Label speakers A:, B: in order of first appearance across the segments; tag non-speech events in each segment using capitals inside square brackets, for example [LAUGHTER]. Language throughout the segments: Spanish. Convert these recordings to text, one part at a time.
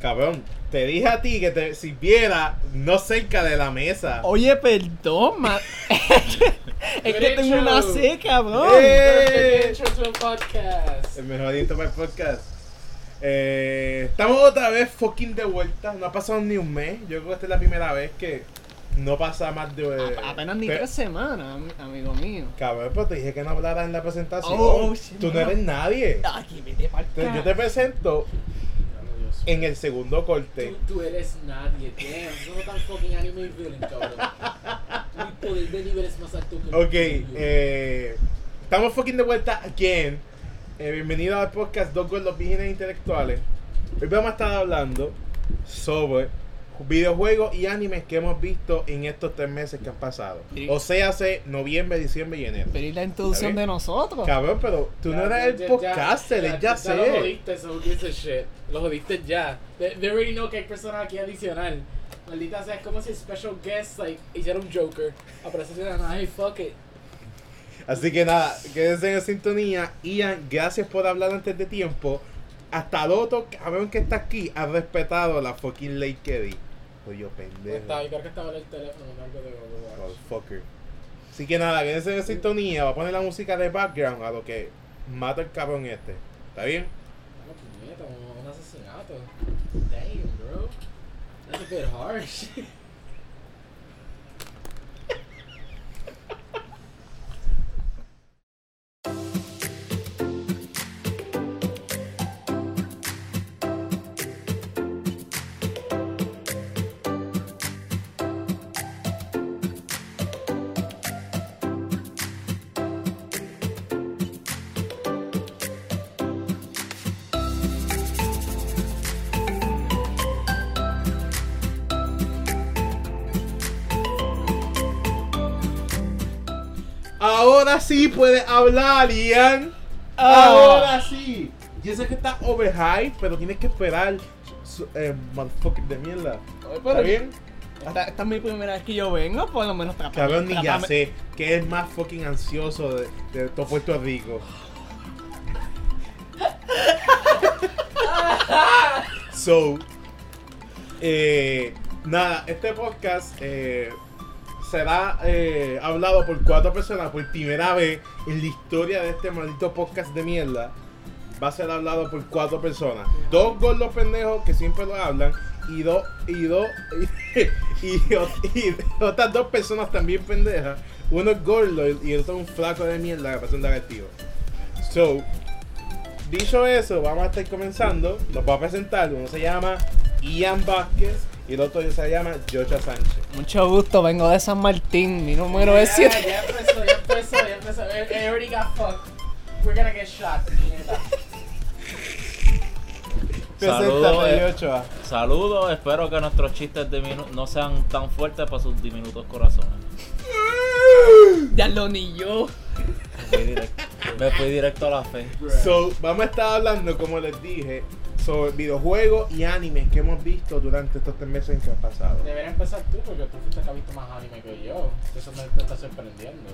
A: Cabrón, te dije a ti que te sirviera no cerca de la mesa.
B: Oye, perdón, [LAUGHS] ma. es que tengo una sed, cabrón.
A: ¡Eh!
C: Intro to a podcast.
A: El mejor adicto para el podcast. Eh, estamos otra vez fucking de vuelta. No ha pasado ni un mes. Yo creo que esta es la primera vez que no pasa más de.
B: A- apenas ni
A: Te-
B: tres semanas, am- amigo mío.
A: Cabrón, pero te dije que no hablaras en la presentación.
B: Oh, shit, Ah,
A: Tú no
B: no.
A: eres nadie.
B: Aquí vete
A: Te- Yo te presento en el segundo corte.
C: Tú, tú eres nadie, damn. Solo tan fucking anime villain,
A: [LAUGHS]
C: cabrón. Tu poder de nivel es más alto que el
A: Ok,
C: tuyo.
A: eh, estamos fucking de vuelta again. Eh, bienvenido al podcast Dos los Vígenes Intelectuales. Hoy vamos a estar hablando sobre videojuegos y animes que hemos visto en estos tres meses que han pasado.
B: Sí.
A: O sea, hace noviembre, diciembre y enero.
B: Pero ¿y la introducción
A: ¿Está
B: de
A: bien?
B: nosotros.
A: Cabrón, pero tú no
C: Ya,
A: eras
C: ya,
A: el
C: ya,
A: podcaster, ya,
C: ya Lo
A: sé.
C: jodiste, so who gives a shit. Lo jodiste ya. They, they already know que hay personas aquí adicional. Maldita sea, es como si special guest, like, hiciera un Joker. Aparece de la nada, hey, fuck it.
A: Así que nada, quédense en sintonía. Ian, gracias por hablar antes de tiempo. Hasta el otro cabrón que está aquí ha respetado la fucking ley que di. Oye, pendejo.
C: Estaba, yo creo que estaba en el teléfono, en algo de Overwatch.
A: Motherfucker. Así que nada, quédense en sintonía. Va a poner la música de background a lo que mata el cabrón este. ¿Está bien?
C: Una puñeta, un- un asesinato. Damn, bro. That's a bit harsh. [LAUGHS]
A: Ahora sí puedes hablar, Ian.
B: Ah.
A: Ahora sí. Yo sé que está overhype, pero tienes que esperar. su- eh, motherfucker de mierda. ¿Está bien?
B: Esta, esta es mi primera vez que yo vengo, por lo menos trata-
A: Cabrón, ni ya
B: trátame-
A: sé que es más fucking ansioso de, de todo Puerto Rico. so, eh, nada, este podcast eh, será eh, hablado por cuatro personas por primera vez en la historia de este maldito podcast de mierda. Va a ser hablado por cuatro personas. Dos gordos pendejos que siempre lo hablan. Y dos, y dos, y, [LAUGHS] o- y otras dos personas también pendejas. Uno es gordo y- y el otro es un flaco de mierda que pasa un lagartijo. So, dicho eso, vamos a estar comenzando. Nos va a presentar. Uno se llama Ian Vázquez y el otro se llama Jocha Sánchez.
B: Mucho gusto, vengo de San Martín, mi número es 7.
C: Ya empezó, ya empezó, ya empezó. Eh, I I already got fucked. ah, We're gonna get shot. puñeta.
D: Saludos, eh.
A: Preséntate, Joshua.
D: Saludos, espero que nuestros chistes de minu- no sean tan fuertes para sus diminutos corazones.
B: [LAUGHS] Ya lo ni yo.
D: Me fui directo, me fui directo a la fe.
A: So, vamos a estar hablando, como les dije, sobre videojuegos y animes que hemos visto durante estos tres meses que han pasado.
C: Debería empezar tú porque tú fuiste que has visto más anime que yo. Eso me te está sorprendiendo.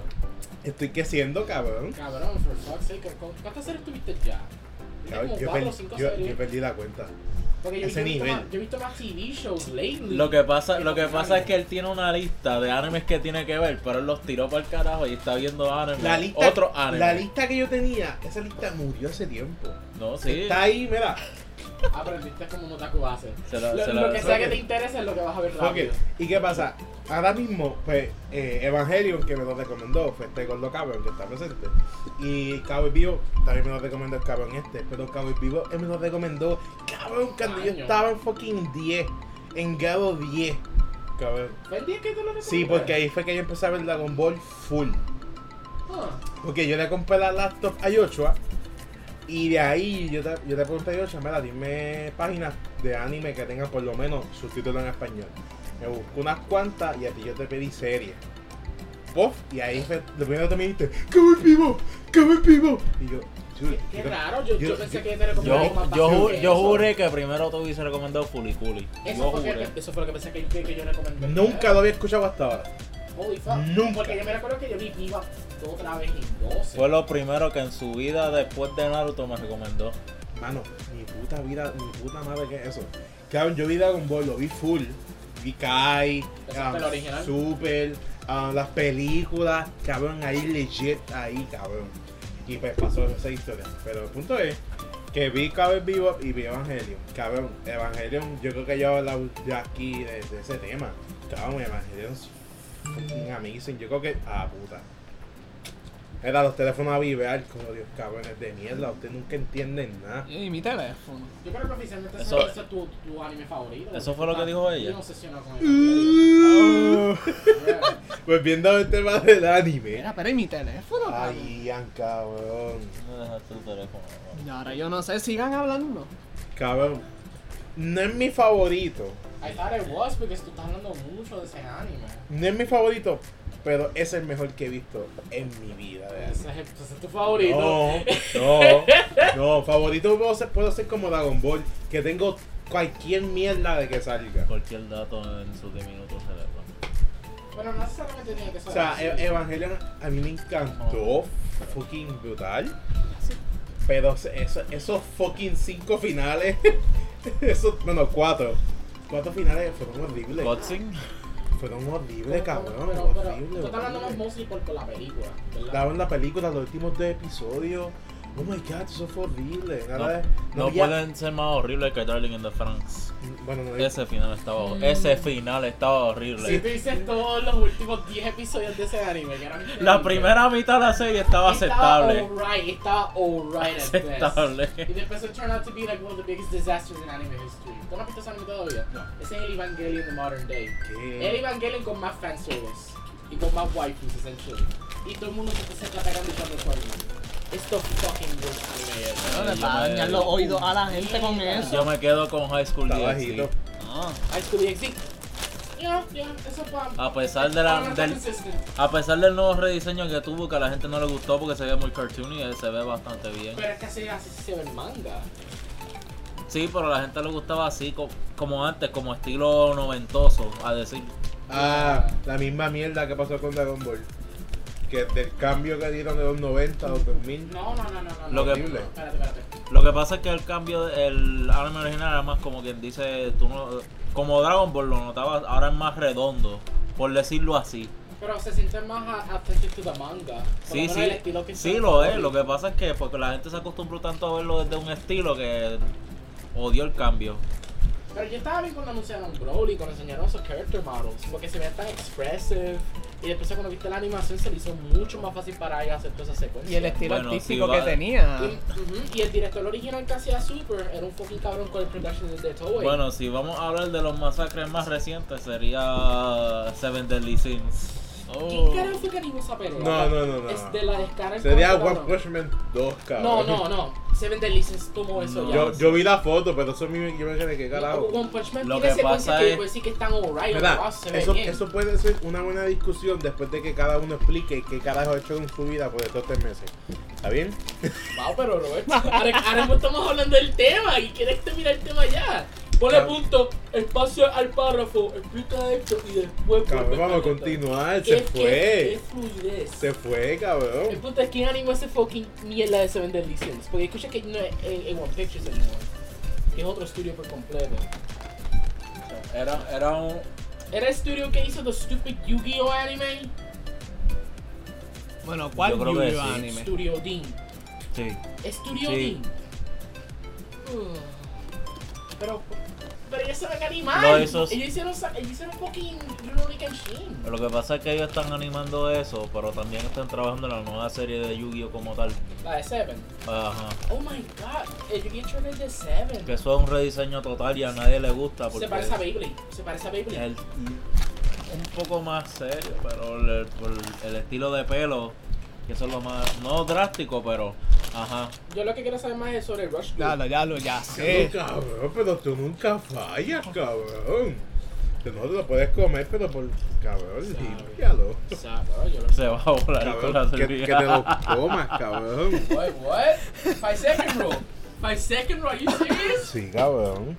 A: Estoy creciendo, cabrón.
C: Cabrón, for fuck's sake, ¿cu- ¿cuántas series tuviste ya? Tienes
A: Cabrón,
C: como
A: yo,
C: cuatro o
A: perdí-
C: cinco
A: yo-
C: series.
A: yo perdí la cuenta.
C: Porque yo,
A: ese
C: yo he visto
A: nivel.
C: Más, yo he visto más TV shows lately.
D: Lo que pasa, lo que pasa es que él tiene una lista de animes que tiene que ver, pero él los tiró para el carajo y está viendo animes.
A: La lista,
D: otro anime.
A: la lista que yo tenía, esa lista murió hace tiempo.
D: No, sí.
A: Está ahí, mira.
C: Aprendiste como un otaku hace.
D: Se la-
C: Lo,
D: se la-
C: lo que sea
A: ok.
C: que te interese es lo que vas a ver
A: Ok,
C: rápido.
A: ¿y qué pasa? Ahora mismo, pues, eh, Evangelion, que me lo recomendó, fue este gordo cabrón que está presente. Y Cowboy Vivo también me lo recomendó el cabrón este. Pero Cowboy Vivo él me lo recomendó, cabrón, cuando yo
C: Año.
A: estaba en fucking 10, en grado 10. Cabrón.
C: ¿Fue el día que te lo
A: Sí,
C: recomendé?
A: porque ahí fue que yo empecé a ver Dragon Ball full.
C: Ah.
A: Porque yo le compré la laptop a Yoshua. Y de ahí yo te, yo le pregunté a Yoshua, mira, dime páginas de anime que tengan por lo menos subtítulos en español. Me busqué unas cuantas y a ti yo te pedí series. Puff, y ahí fue, lo primero que me dijiste, ¡Come vivo! ¡Come vivo! Y yo, yo-
C: Qué, qué
A: yo-
C: raro, yo, yo
A: yo-
C: pensé
A: yo-
C: que te recomendaba
D: Yo,
C: algo más
D: yo,
C: básico
D: ju-
C: que
D: yo
C: eso.
D: juré que primero tú hubiese recomendado Fuliculi. Yo
C: Eso fue,
D: juré.
C: que, eso fue lo que pensé que, que, que yo recomendé.
A: Nunca lo había escuchado hasta ahora.
C: Holy fuck.
A: nunca.
C: Porque yo me recuerdo que yo vi Viva otra vez en 12.
D: Fue lo primero que en su vida después de Naruto me recomendó.
A: Mano, mi puta vida, mi puta madre, ¿qué es eso? Cabrón, yo vi Dragon Ball, lo vi full. Vi Kai,
C: Esa
A: um,
C: fue la original.
A: Super, um, las películas, cabrón, ahí legit, ahí, cabrón. Y pues pasó esa historia. Pero el punto es que vi Caber Bebop y vi Evangelion. Cabrón, Evangelion, yo creo que yo he hablado ya aquí de, de ese tema. Cabrón, Evangelion es fucking amazing. Yo creo que. Ah, puta. Era los teléfonos a vivear, como Dios, cabrones de mierda. Ustedes nunca entienden nada.
B: Y mi [LAUGHS] teléfono.
C: Yo creo que oficialmente
D: Eso-
C: eso, ese es tu, tu anime favorito. Ah,
D: eso fue lo que
C: Está
D: dijo ella.
C: bien obsesionado con el
A: Oh.
C: Evangelion.
A: Volviendo al Pues tema del anime.
B: Mira, pero ¿y mi teléfono? cabrón?
A: Ay, Ian, cabrón.
D: No dejaste tu teléfono. ¿no?
B: Y ahora yo no sé, sigan hablando.
A: Cabrón. No es mi favorito.
C: I thought it was porque tú estás hablando mucho de ese anime.
A: No es mi favorito, pero es el mejor que he visto en mi vida. de anime.
C: Ese es, ese es tu favorito.
A: No, no, no. Favorito puedo ser, puedo ser como Dragon Ball, que tengo cualquier mierda de que salga.
D: Cualquier dato en su diminuto cerebro.
C: Bueno, no necesariamente tiene que ser.
A: O sea,
C: así.
A: E- Evangelion a mí me
D: Oh.
A: encantó, fucking brutal. Pero se- eso- esos fucking cinco finales, [LAUGHS] esos, bueno, cuatro. Cuatro finales fueron horribles.
D: ¿Cotzing?
A: Fueron horribles,
C: Pero-
A: cabrón.
C: Pero, pero, tú
A: horribles,
C: estás hablando más
A: horribles.
C: mostly por, por la película, ¿verdad?
A: Daban la película, los últimos dos episodios. Oh my god, eso fue horrible.
D: No,
A: Nada-
D: no
A: había-
D: pueden ser más horribles que Darling in the Franks.
A: Bueno, no
D: Ese final estaba,
C: Mm.
D: ese final estaba horrible.
C: Si tú dices todos los últimos 10 episodios de ese anime, que eran
D: La primera mitad de la serie estaba aceptable.
C: Estaba alright, estaba alright at best.
D: Aceptable.
C: Y después it turned out to be like one of the biggest disasters in anime history. ¿Tú no has visto ese anime todavía?
A: No.
C: Ese es el Evangelion de modern day. El
A: ¿Qué?
C: Evangelion con más fanservice y con más waifus, essentially. Y todo el mundo se está atacando y echando por It's the fucking worst anime ever.
B: No le
D: yo
B: va a
D: me-
B: dañar los oídos a la gente con eso.
D: Yo me quedo con High School E.
A: Está
D: DxD.
A: bajito.
B: No.
C: High School DxD. Yeah, yeah, eso fue.
D: A pesar de la,
C: Ah, no,
D: del,
C: consistent.
D: a pesar del nuevo rediseño que tuvo, que a la gente no le gustó porque se ve muy cartoony, eh, se ve bastante bien.
C: Pero es que así, así se ve el manga.
D: Sí, pero a la gente le gustaba así, co- como antes, como estilo noventoso, a decir.
A: Ah, la misma mierda que pasó con Dragon Ball. Que del cambio que dieron de los 90 a los 2000.
C: No, no, no, no, no.
D: Lo
C: no.
D: que-
A: Horrible.
C: Espérate, espérate.
D: Lo que pasa es que el cambio, de- el anime original era más como quien dice, tú no- como Dragon Ball lo notabas, ahora es más redondo, por decirlo así.
C: Pero se siente más a- attentive to the manga. Por
D: Sí,
C: lo menos
D: sí,
C: el estilo que
D: sí
C: está-
D: lo es, lo que pasa es que porque la gente se acostumbró tanto a verlo desde un estilo que odió el cambio.
C: Pero yo estaba bien cuando anunciaron Broly, cuando enseñaron esos character models, porque se veía tan expressive. Y después cuando viste la animación se le hizo mucho más fácil para ella hacer toda esa secuencia.
B: Y el estilo
D: Bueno,
B: artístico
D: sí,
B: que
D: va-
B: tenía.
C: Y, ujú, y el director original que hacía Super era un fucking cabrón con el production de Toei.
D: Bueno, si vamos a hablar de los masacres más recientes, sería Seven Deadly Sins.
C: ¿Qué carajo fue que animó esa pelota?
A: No, no, no, no.
C: Es de la descarga. en
A: Sería
C: contra,
A: One
C: ¿no?
A: Punch Man 2,
C: No,
A: cabrón.
C: no, no. Seven Deadly Sins tomó eso
D: No.
C: ya.
A: Yo, yo vi la foto, pero eso a mí me- yo me quedé que carajo.
C: One Punch Man
D: Lo
C: tiene
D: que
C: secuencias
D: pasa
C: que
D: es-
C: puede decir que están alright,
A: ¿Verdad?
C: wow, se ve
A: Eso,
C: bien.
A: eso puede ser una buena discusión después de que cada uno explique qué carajo ha hecho con su vida por estos tres meses. ¿Está bien?
C: Wow, pero Roberto, ahora, ahora mismo estamos hablando del tema y quieres terminar el tema ya. Ponle
A: Cabrón.
C: punto, espacio al párrafo, explica esto y después.
A: Cabrón,
C: vuelve
A: vamos a
C: con esto.
A: continuar.
C: ¿Qué-
A: Se
C: qué-
A: fue.
C: qué fluidez.
A: Se fue,
C: El
A: cabrón.
C: punto es quién animó ese fucking mierda de Seven Deadly Sins. Porque escucha que no es eh, A1 Pictures anymore. Que es otro estudio por completo.
D: Era, era un...
C: ¿Era el estudio que hizo The Stupid Yu-Gi-Oh! anime?
B: Bueno, ¿cuál
D: Yo creo que
B: Yu-Gi-Oh
D: sí.
B: anime?
C: Studio Dean.
D: Sí.
C: Estudio
D: Sí.
C: Dean. Ugh. Hmm. Pero, pero ellos se van a animar.
D: No, esos-
C: Ellos hicieron, sa- ellos hicieron fucking Rurouni Kenshin.
D: Lo que pasa es que ellos están animando eso, pero también están trabajando en la nueva serie de Yu-Gi-Oh como tal.
C: La de Seven.
D: Ajá.
C: Oh my god. El Yu-Gi-Oh! Trigger de Seven.
D: Que eso es un rediseño total y a nadie le gusta porque
C: Se parece a Beyblade. Se parece a Beyblade.
D: el- un poco más serio, pero el, por el estilo de pelo, que eso es lo más, no drástico, pero, ajá.
C: Yo lo que quiero saber más es sobre el Rush. Group.
B: Ya lo, ya lo, ya
A: Pero,
B: sé.
A: Eh, cabrón, pero tú nunca fallas, cabrón. Tú no te lo puedes comer, pero por. Cabrón,
C: Sabe.
A: límpialo.
C: O sea, cabrón, yo lo
D: Se va a volar con la
A: Cabrón, que, que te
D: servilleta.
A: lo comas, cabrón.
C: Wait, what? Five second rule. Five second rule, are you serious?
A: Sí, cabrón.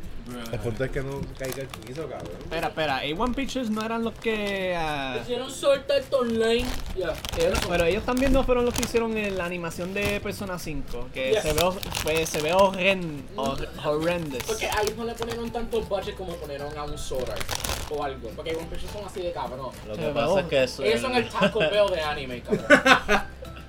A: El punto es que no caiga el piso, cabrón.
B: Espera, espera, A1 Pictures no eran los que. ah,
C: Hicieron Sword online. Ya.
B: ellos- pero ellos también no fueron los que hicieron en la animación de Persona 5, que
C: Yes.
B: se ve, hor- pues, se ve horren- hor- horrendous.
C: Porque a ellos no le ponieron tanto budget como ponieron a un Sora o algo. Porque con precios son así de cabrón.
D: Lo
B: Se
D: que
B: me
D: pasa
B: bajó.
D: es que eso.
C: Ellos son el Taco Bell de anime,
B: [LAUGHS]
C: cabrón.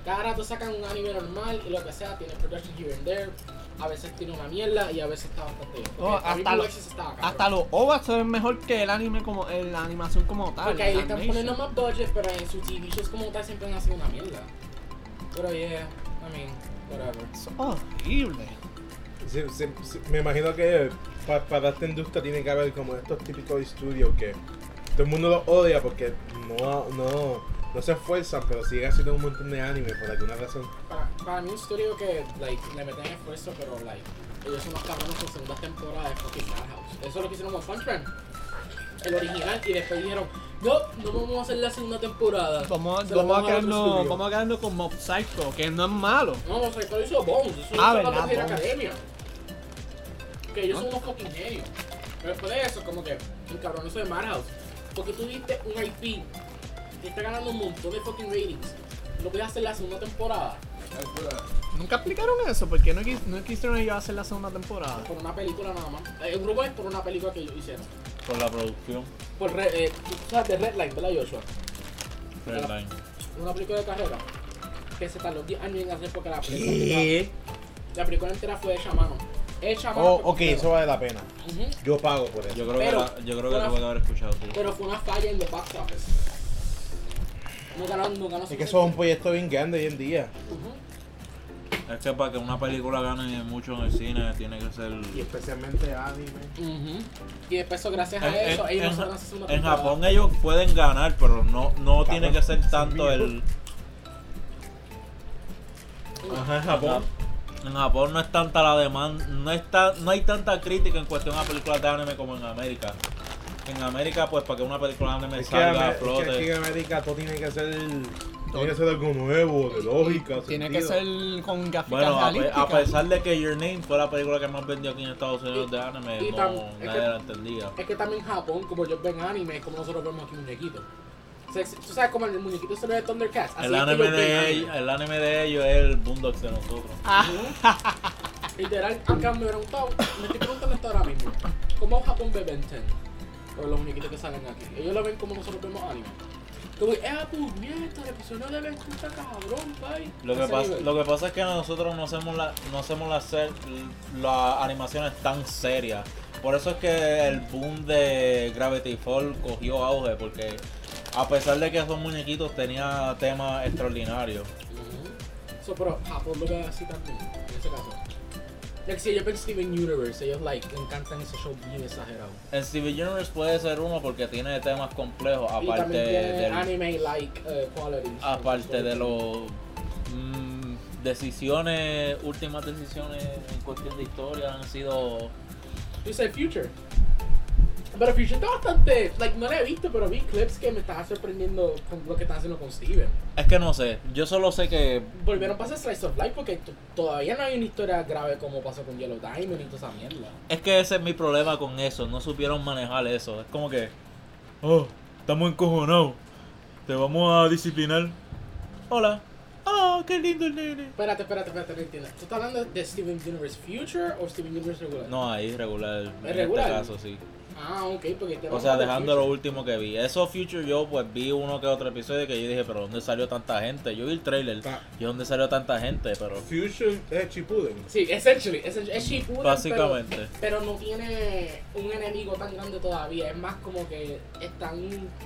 C: Cada rato sacan un anime normal y lo que sea, tiene production here and there. A veces tiene una mierda y a veces está bastante bien.
B: No,
C: Porque
B: hasta,
C: Ricky
B: los,
C: Lexus estaba cabrón.
B: hasta los OVAs se ven mejor que el anime como el- la animación como tal.
C: Porque ahí le están
B: animation.
C: poniendo más budget, pero en sus TV shows como tal siempre han sido una mierda. Pero yeah, I mean, whatever.
B: Es horrible.
A: Sí, sí, sí, me imagino que pa- para esta industria tiene que haber como estos típicos estudios que todo el mundo los odia porque no, no, no se esfuerzan, pero siguen haciendo un montón de anime por alguna razón.
C: Para, para mí un estudio que like, le meten esfuerzo, pero like, ellos son los cabronos con segunda temporada de fucking Madhouse. Eso es lo que hicieron con Fun Friend. El original, y después dijeron, no, no vamos a hacer la segunda temporada.
B: Vamos,
C: Se lo
B: vamos, a
C: dar otro
B: quedarnos,
C: estudio".
B: vamos a quedarnos con Mob Psycho, que no es malo.
C: No, o sea, que lo hizo Bones, eso
B: Ah,
C: hizo
B: verdad,
C: la Mujer
B: Bones.
C: Academia. Que ellos
B: Ah.
C: son unos fucking genios. Pero después de eso, como que, el cabrón eso de Madhouse. Porque tú diste un IP que está ganando un montón de fucking ratings. Lo voy a hacer la segunda temporada.
B: Nunca explicaron eso, porque no, quis- no quisieron ellos hacer la segunda temporada.
C: Por una película nada más. Eh, El grupo es por una película que ellos hicieron.
D: Por la producción.
C: Por Red, eh, tú sabes de Red Line, ¿verdad, Joshua?
D: Red Line.
C: Una película de carrera que se tardó 10 años en hacer porque la película, la película entera fue hecha a mano. Hecha a mano.
A: Oh,
C: por
A: ok,
C: completo.
A: eso vale la pena.
C: Ujú.
A: Yo pago por eso.
D: Yo creo
C: Pero-
D: que, la- yo creo que tuve que haber escuchado tú.
C: Pero fue una falla en The Box Office. No ganaron, no ganaron.
A: Es que eso es un proyecto bien grande hoy en día.
C: Ujú.
D: Es que para que una película gane mucho en el cine tiene que ser.
A: especialmente anime.
C: Ujú. Y después, eso, gracias
D: En,
C: a Ah, eso,
D: en-
C: ellos
D: en-
C: no saben hacer segunda
D: en
C: temporada.
D: Japón ellos pueden ganar, pero no, no tiene que ser tanto el.
A: Ajá, en Japón.
D: En Japón no es tanta la demanda, no está, no hay tanta crítica en cuestión a películas de anime como en América. En América, pues para que una película de anime
A: Es que,
D: salga a
A: Amer- es que
D: flote.
A: aquí en América todo tiene que ser, tiene que ser algo nuevo, de lógica,
B: Tiene que
A: sentido.
B: ser con gráficas
D: Bueno, a, pe-
B: realísticas.
D: a pesar de que Your Name fue la película que más vendió aquí en Estados Unidos de anime,
C: y
D: no,
C: tam-
D: nadie
C: es que-
D: la entendía.
C: Es que también en Japón, como ellos ven anime, es como nosotros vemos aquí muñequitos. O sea, tú sabes como el muñequito se ve de Thundercats. Así
D: El
C: es que
D: anime,
C: ellos ven
D: de
C: anime.
D: ellos, el anime de ellos es el Boondocks de nosotros.
C: [LAUGHS] Literal, acá me preguntado, me estoy preguntando esto ahora mismo. ¿Cómo Japón ve Ben 10? O los muñequitos que salen aquí. Ellos lo ven como nosotros vemos anime. Como, eh, puñeta, le pusieron de Ben 10 está cabrón, bye.
D: Lo que,
C: Ese
D: pasa,
C: nivel.
D: lo que pasa es que nosotros no hacemos, la, no hacemos las ser- las animaciones tan serias. Por eso es que el boom de Gravity Fall cogió auge, porque a pesar de que esos muñequitos tenía temas extraordinarios.
C: Ujú. So, pero Japón lo ve así también, en ese caso. Like, si ellos ven Steven Universe, ellos, like, le encantan ese show bien exagerado.
D: El Civil Universe puede ser uno porque tiene temas complejos,
C: y también
D: aparte
C: tiene
D: del,
C: anime, like, eh, quality.
D: aparte de los mm, decisiones, últimas decisiones en cuestión de historia han sido
C: Yo sé Future. Pero Future está bastante. Like, no la he visto, pero vi clips que me estaban sorprendiendo con lo que están haciendo con Steven.
D: es que no sé, yo solo sé que
C: Volvieron a pasar Slice of Life porque t- todavía no hay una historia grave como pasó con Yellow Diamond y toda esa mierda.
D: Es que ese es mi problema con eso, no supieron manejar eso. Es como que, oh, estamos encojonados, te vamos a disciplinar. Hola, oh, qué lindo el nene.
C: Espérate, espérate, espérate, no entiendo. ¿Tú estás hablando de Steven Universe Future o Steven Universe regular?
D: No, ahí regular, en
C: ¿Es regular?
D: este caso, sí.
C: Ah, ok, porque te
D: O sea, dejando lo último que vi. Eso Future yo pues vi uno que otro episodio que yo dije, pero ¿dónde salió tanta gente? Yo vi el trailer,
A: Pa-
D: ¿y dónde salió tanta gente?
C: [LAUGHS]
D: Pero
A: Future es Chipuden.
C: Sí, essentially, essentially es Shippuden, pero-
D: básicamente,
C: Pero no tiene un enemigo tan grande todavía. Es más como que están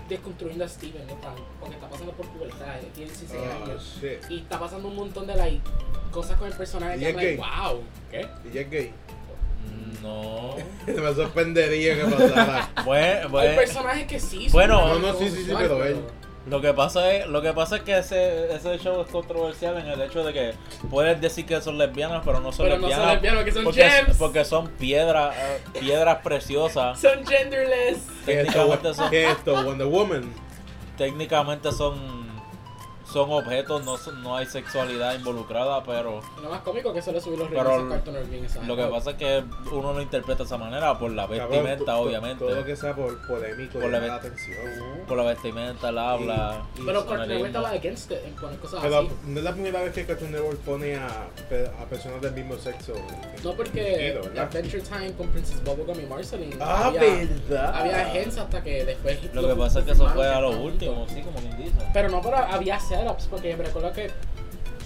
C: desconstruyendo a Steven, ¿no? Tan- porque está pasando por pubertad, tiene 16
A: Oh,
C: años.
A: shit.
C: Y está pasando un montón de like, cosas con el personaje
A: Y
C: que
A: es
C: I'm like,
A: gay.
C: wow. ¿Qué?
A: Y es gay.
D: no.
A: [LAUGHS] Me sorprendería que pasara.
D: [LAUGHS] Bueno,
C: Hay
D: bueno.
C: personajes que sí. son
D: Pues, Bueno,
C: una
D: no,
A: no, sí, sí, sí,
C: homosexual,
A: pero él.
D: Lo que pasa es, lo que pasa es que ese, ese show es controversial en el hecho de que puedes decir que son lesbianas, pero no son
C: Pero no
D: lesbianas.
C: son lesbianas, que son
D: porque,
C: gems.
D: porque son piedras, eh, piedras preciosas.
C: Son genderless.
A: ¿Qué es esto?
D: Técnicamente son,
A: ¿Qué es esto? Wonder Woman.
D: técnicamente son, son objetos, no, son- no hay sexualidad involucrada, pero
C: Lo más cómico que suele subir los
D: Pero
C: reviews en Cartoon Network en esa
D: lo que
C: época.
D: pasa es que uno lo interpreta de esa manera por la
A: Cabrón, to-
D: vestimenta,
A: to-
D: obviamente.
A: Todo lo que sea por polémico
D: Por
A: por
D: la
A: la
D: ve-
A: atención.
D: Por la vestimenta, el habla.
A: Y- y-
C: Pero Cartoon
D: sonorismo.
C: Network estaba against it en poner cosas
A: Pero
C: así.
A: no es la primera vez que Cartoon Network pone a, pe- a personas del mismo sexo. en-
C: No porque
A: en- ¿verdad?
C: Adventure Time con Princess Bubblegum y Marceline
A: Ah,
C: había,
A: verdad.
C: había gens hasta que después
D: Lo que pasa es que eso fue a lo
C: confirmaron.
D: último, sí, como quien dice.
C: Pero no, pero había setups, porque me recuerdo que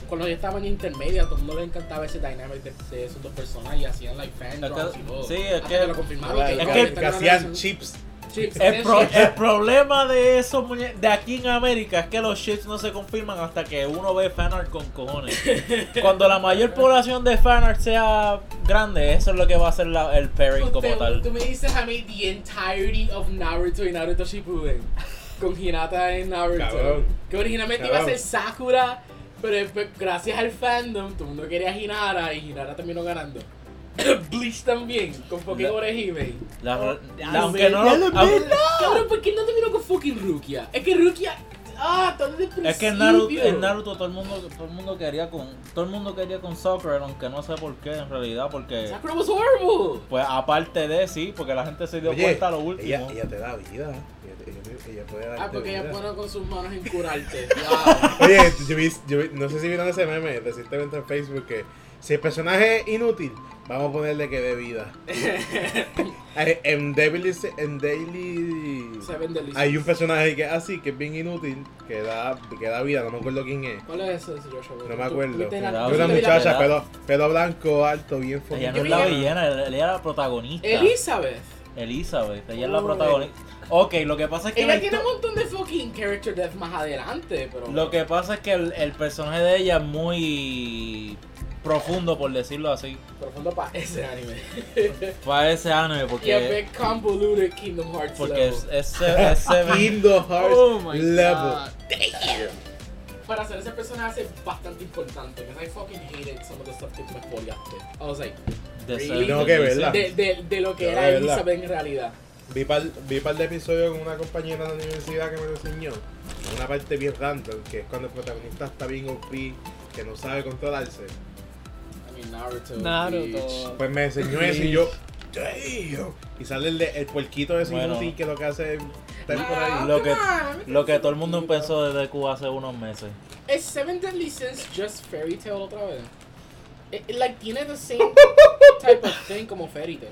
C: cuando yo estaba en intermedia, a todo el mundo le encantaba ese dynamic de, de esos dos personajes y hacían like fan
D: Es que-
C: draws y todo.
D: sí, es
C: Hasta
D: que-
C: lo confirmaron.
A: Claro,
D: Es
A: que,
D: que-
A: que hacían chips.
D: El, pro- el problema de esos muñe- de aquí en América es que los chips no se confirman hasta que uno ve fanart con [LAUGHS] cojones. Cuando la mayor población de fanart sea grande, eso es lo que va a hacer la- el pairing como
C: Tú
D: tal.
C: me dices a mí the entirety of Naruto y Naruto Shippuden con Hinata en Naruto.
A: Cabrón.
C: Que originalmente iba a
A: Cabrón.
C: ser Sakura, pero después, gracias al fandom, todo el mundo quería a Hinata y Hinata terminó ganando. [COUGHS] Bleach también, con
D: La-
C: Pokémon Orehime.
D: La-
B: Ya
D: la-
B: lo
D: aunque
B: sé,
D: Ah, no
B: ya
D: lo-
B: lo
D: au-
B: sé.
C: Cabrón, ¿por qué no terminó con fucking Rukia? Es que Rukia. Ah, todo desde el principio.
D: es que en Naruto, en Naruto todo el mundo todo el mundo quería con todo el mundo quería con Sakura, aunque no sé por qué en realidad, porque
C: Sakura was horrible. Ah,
D: pues aparte de sí, porque la gente se dio
A: Oye,
D: cuenta a lo último.
A: ella, ella te da vida. Ella, te- ella te- ella puede darte
C: Ah, porque ella
A: vida.
C: es buena con sus manos en curarte.
D: [LAUGHS]
C: Wow.
A: Oye, yo vi, yo vi- no sé si vieron ese meme recientemente en Facebook que si el personaje es inútil, vamos a ponerle que dé vida. Eh, en, Daily, en Daily
C: Se ven deliciosos.
A: hay un personaje que es así, que es bien inútil, que da, que da vida, no me acuerdo quién es.
C: ¿Cuál es ese, Joshua?
A: No me acuerdo.
C: ¿Tú viste la-
D: Cuidado,
A: Es
C: tú
A: una
D: sí.
C: viste la-
A: muchacha,
D: Verdad.
A: pelo, pelo blanco, alto, bien
D: Ella
A: formal.
D: no es la villana, ella ella era la protagonista.
C: Elizabeth.
D: Elizabeth, ella es la
C: Oh.
D: protagonista. Ok, lo que pasa es que, la
C: Ella tiene
D: histo-
C: un montón de fucking character death más adelante, pero.
D: lo que pasa es que el, el personaje de ella es muy profundo, por decirlo así,
C: Profundo para ese anime.
D: [LAUGHS] para ese anime,
C: Y a
D: porque
C: bit convoluted Kingdom Hearts.
D: porque
C: level.
D: es, es, se- es se ve-
A: Kingdom Hearts
B: Oh my
A: level.
B: God.
C: para hacer ese personaje es bastante importante. Because I fucking hated some of the stuff que tú me spoileaste. I was like,
D: de
C: Really?
D: ser-
A: Tengo que
D: de-
A: verla.
C: de, de, de lo que
A: Yo,
C: era
A: de verdad.
C: Elizabeth en realidad.
A: Vi par, vi par de episodios con una compañera de la universidad que me lo enseñó. Una parte bien random, que es cuando el protagonista está bien OP, que no sabe controlarse.
C: I mean, Naruto.
B: Naruto.
A: Pues me enseñó eso y yo, "Damn". Y sale el, de- el puerquito de
D: Bueno.
A: Simuti que lo que hace es estar por ahí.
D: Lo que, lo que todo el mundo empezó desde Cuba hace unos meses.
C: ¿Es Seven Deadly Sins just Fairy Tale otra vez? It, it, like, tiene the
D: [LAUGHS]
C: same type of thing como Fairy Tale.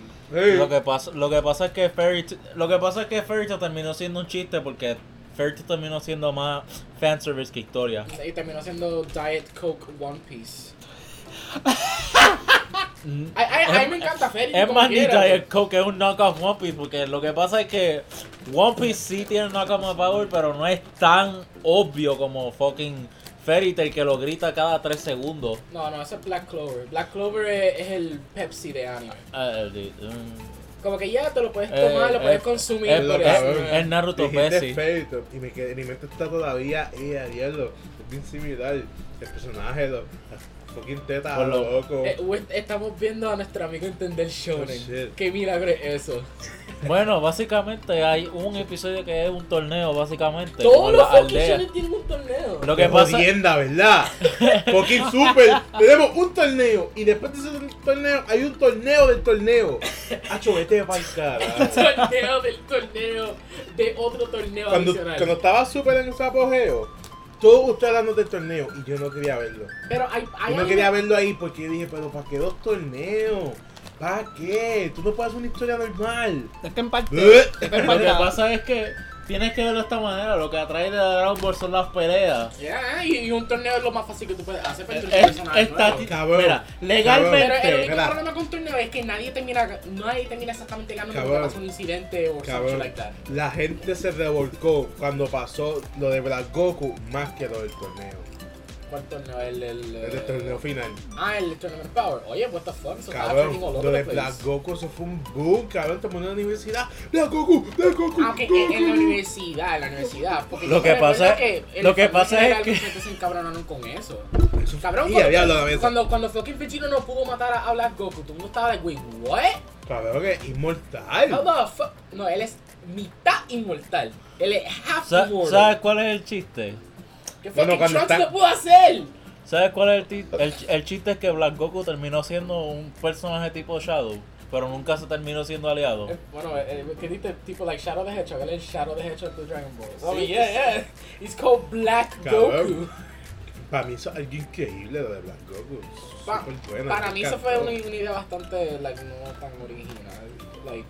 A: Sí.
D: Lo que pasa, lo que pasa es que Fairy, T- lo que pasa es que Fairy Tail terminó siendo un chiste porque Fairy Tail terminó siendo más fanservice que historia.
C: Y terminó siendo Diet Coke One
D: [LAUGHS]
C: Piece.
D: Mm.
C: Ay, ay, ay, me encanta Fairy Tail.
D: Es
C: como
D: más ni
C: quiera.
D: Diet Coke, es un knockoff One Piece, porque lo que pasa es que One Piece sí tiene knockoff más power, pero no es tan obvio como fucking Fairy Tail que lo grita cada 3 segundos.
C: No, no, eso es Black Clover. Black Clover es, es el Pepsi de anime.
D: Eh, eh, mm.
C: Como que ya te lo puedes
D: Eh,
C: tomar, lo puedes
D: eh,
C: consumir.
D: eh,
C: pero
A: eh,
C: ya-
D: Es Naruto
A: Dijiste
D: Bessie.
A: Fairytale, y me quedé, mi mente está todavía, eh, a diablo, es bien similar. El personaje, lo, las fucking tetas,
D: Por
A: lo,
D: lo-
A: loco.
C: Eh, we- estamos viendo a nuestro amigo entender Shonen.
A: Oh, shit.
C: Qué milagro es eso.
D: Bueno, básicamente hay un episodio que es un torneo, básicamente.
C: Todos
D: con
C: los
D: las
C: fucking
D: aldeas.
C: Shonen tienen un torneo.
D: Lo que
A: Qué
D: pasa
A: jodienda, ¿verdad? Fucking super. Tenemos un torneo y después de ese torneo hay un torneo del torneo. Hacho, vete para carajo.
C: [LAUGHS] torneo del torneo de otro torneo
A: Cuando,
C: adicional.
A: cuando estaba super en su apogeo, todos ustedes hablando del torneo y yo no quería verlo.
C: Pero hay, hay
A: Yo no
C: algo-
A: quería verlo ahí porque yo dije, pero ¿para qué dos torneos? ¿Para qué? Tú no puedes hacer una historia normal.
B: Es que en parte.
A: Ugh.
D: Eh. Lo que pasa es que tienes que verlo de esta manera. Lo que atrae de Dragon Ball son las peleas.
C: Ya, y, y un torneo es lo más fácil que tú puedes hacer para
D: Es-
C: tu
D: es-
C: personaje
D: está-
C: nuevo.
A: Cabrón.
D: mira,
C: Pero el
D: legalmente.
C: único
A: Mira.
C: problema con torneo es que nadie termina, nadie termina exactamente ganando porque
A: Cabrón.
C: pasa un incidente o something
A: Cabrón,
C: like that.
A: la gente se revolcó cuando pasó lo de Black Goku más que lo del torneo.
C: ¿Cuál torneo? El, el,
A: El
C: eh,
A: del torneo final.
C: Ah, el Tournament Power. Oye, what the fuck, eso estaba
A: Cabrón,
C: freaking all
A: lo
C: over
A: de
C: the place.
A: Black Goku, eso fue un boom, cabrón, te ponen en la universidad. Black Goku, Black Goku.
C: Aunque Ah, en,
A: Goku.
C: en la universidad, en la universidad. Porque
D: Lo
C: yo
D: que
C: recuerdo en
D: pasa- lo
C: el
D: que
C: Fondo
D: pasa es
C: General
D: que-
C: los gente se encabronaron con eso.
A: Eso-
C: Cabrón,
A: Y
C: cuando-
A: había hablado de
C: Cuando, cuando fucking Pichino no pudo matar a, a Black Goku, todo el mundo estaba de, wey, what?
A: Cabrón, que es inmortal.
C: How the fuck? No, él es mitad inmortal. Él es half
D: Sa-
C: immortal.
D: ¿Sabes cuál es el chiste?
C: ¿Qué
A: Bueno,
C: fucking
A: cuando
C: Trunks
A: está-
C: lo pudo hacer?
D: ¿Sabes cuál es el, ti- el, el chiste? Es que Black Goku terminó siendo un personaje tipo Shadow, pero nunca se terminó siendo aliado.
C: Eh, Bueno, eh, eh, ¿qué dice? Tipo, like Shadow the Hedgehog. Él es Shadow the Hedgehog de Dragon Ball. I mean,
D: Sí.
C: Oh, yeah, yeah. He's called Black
A: Cabrón.
C: Goku.
A: Para mí eso es algo increíble lo de Black Goku.
C: Pa-
A: Súper bueno.
C: para
A: me
C: mí eso
A: encantó.
C: fue una, una idea bastante, like, no tan original. Like,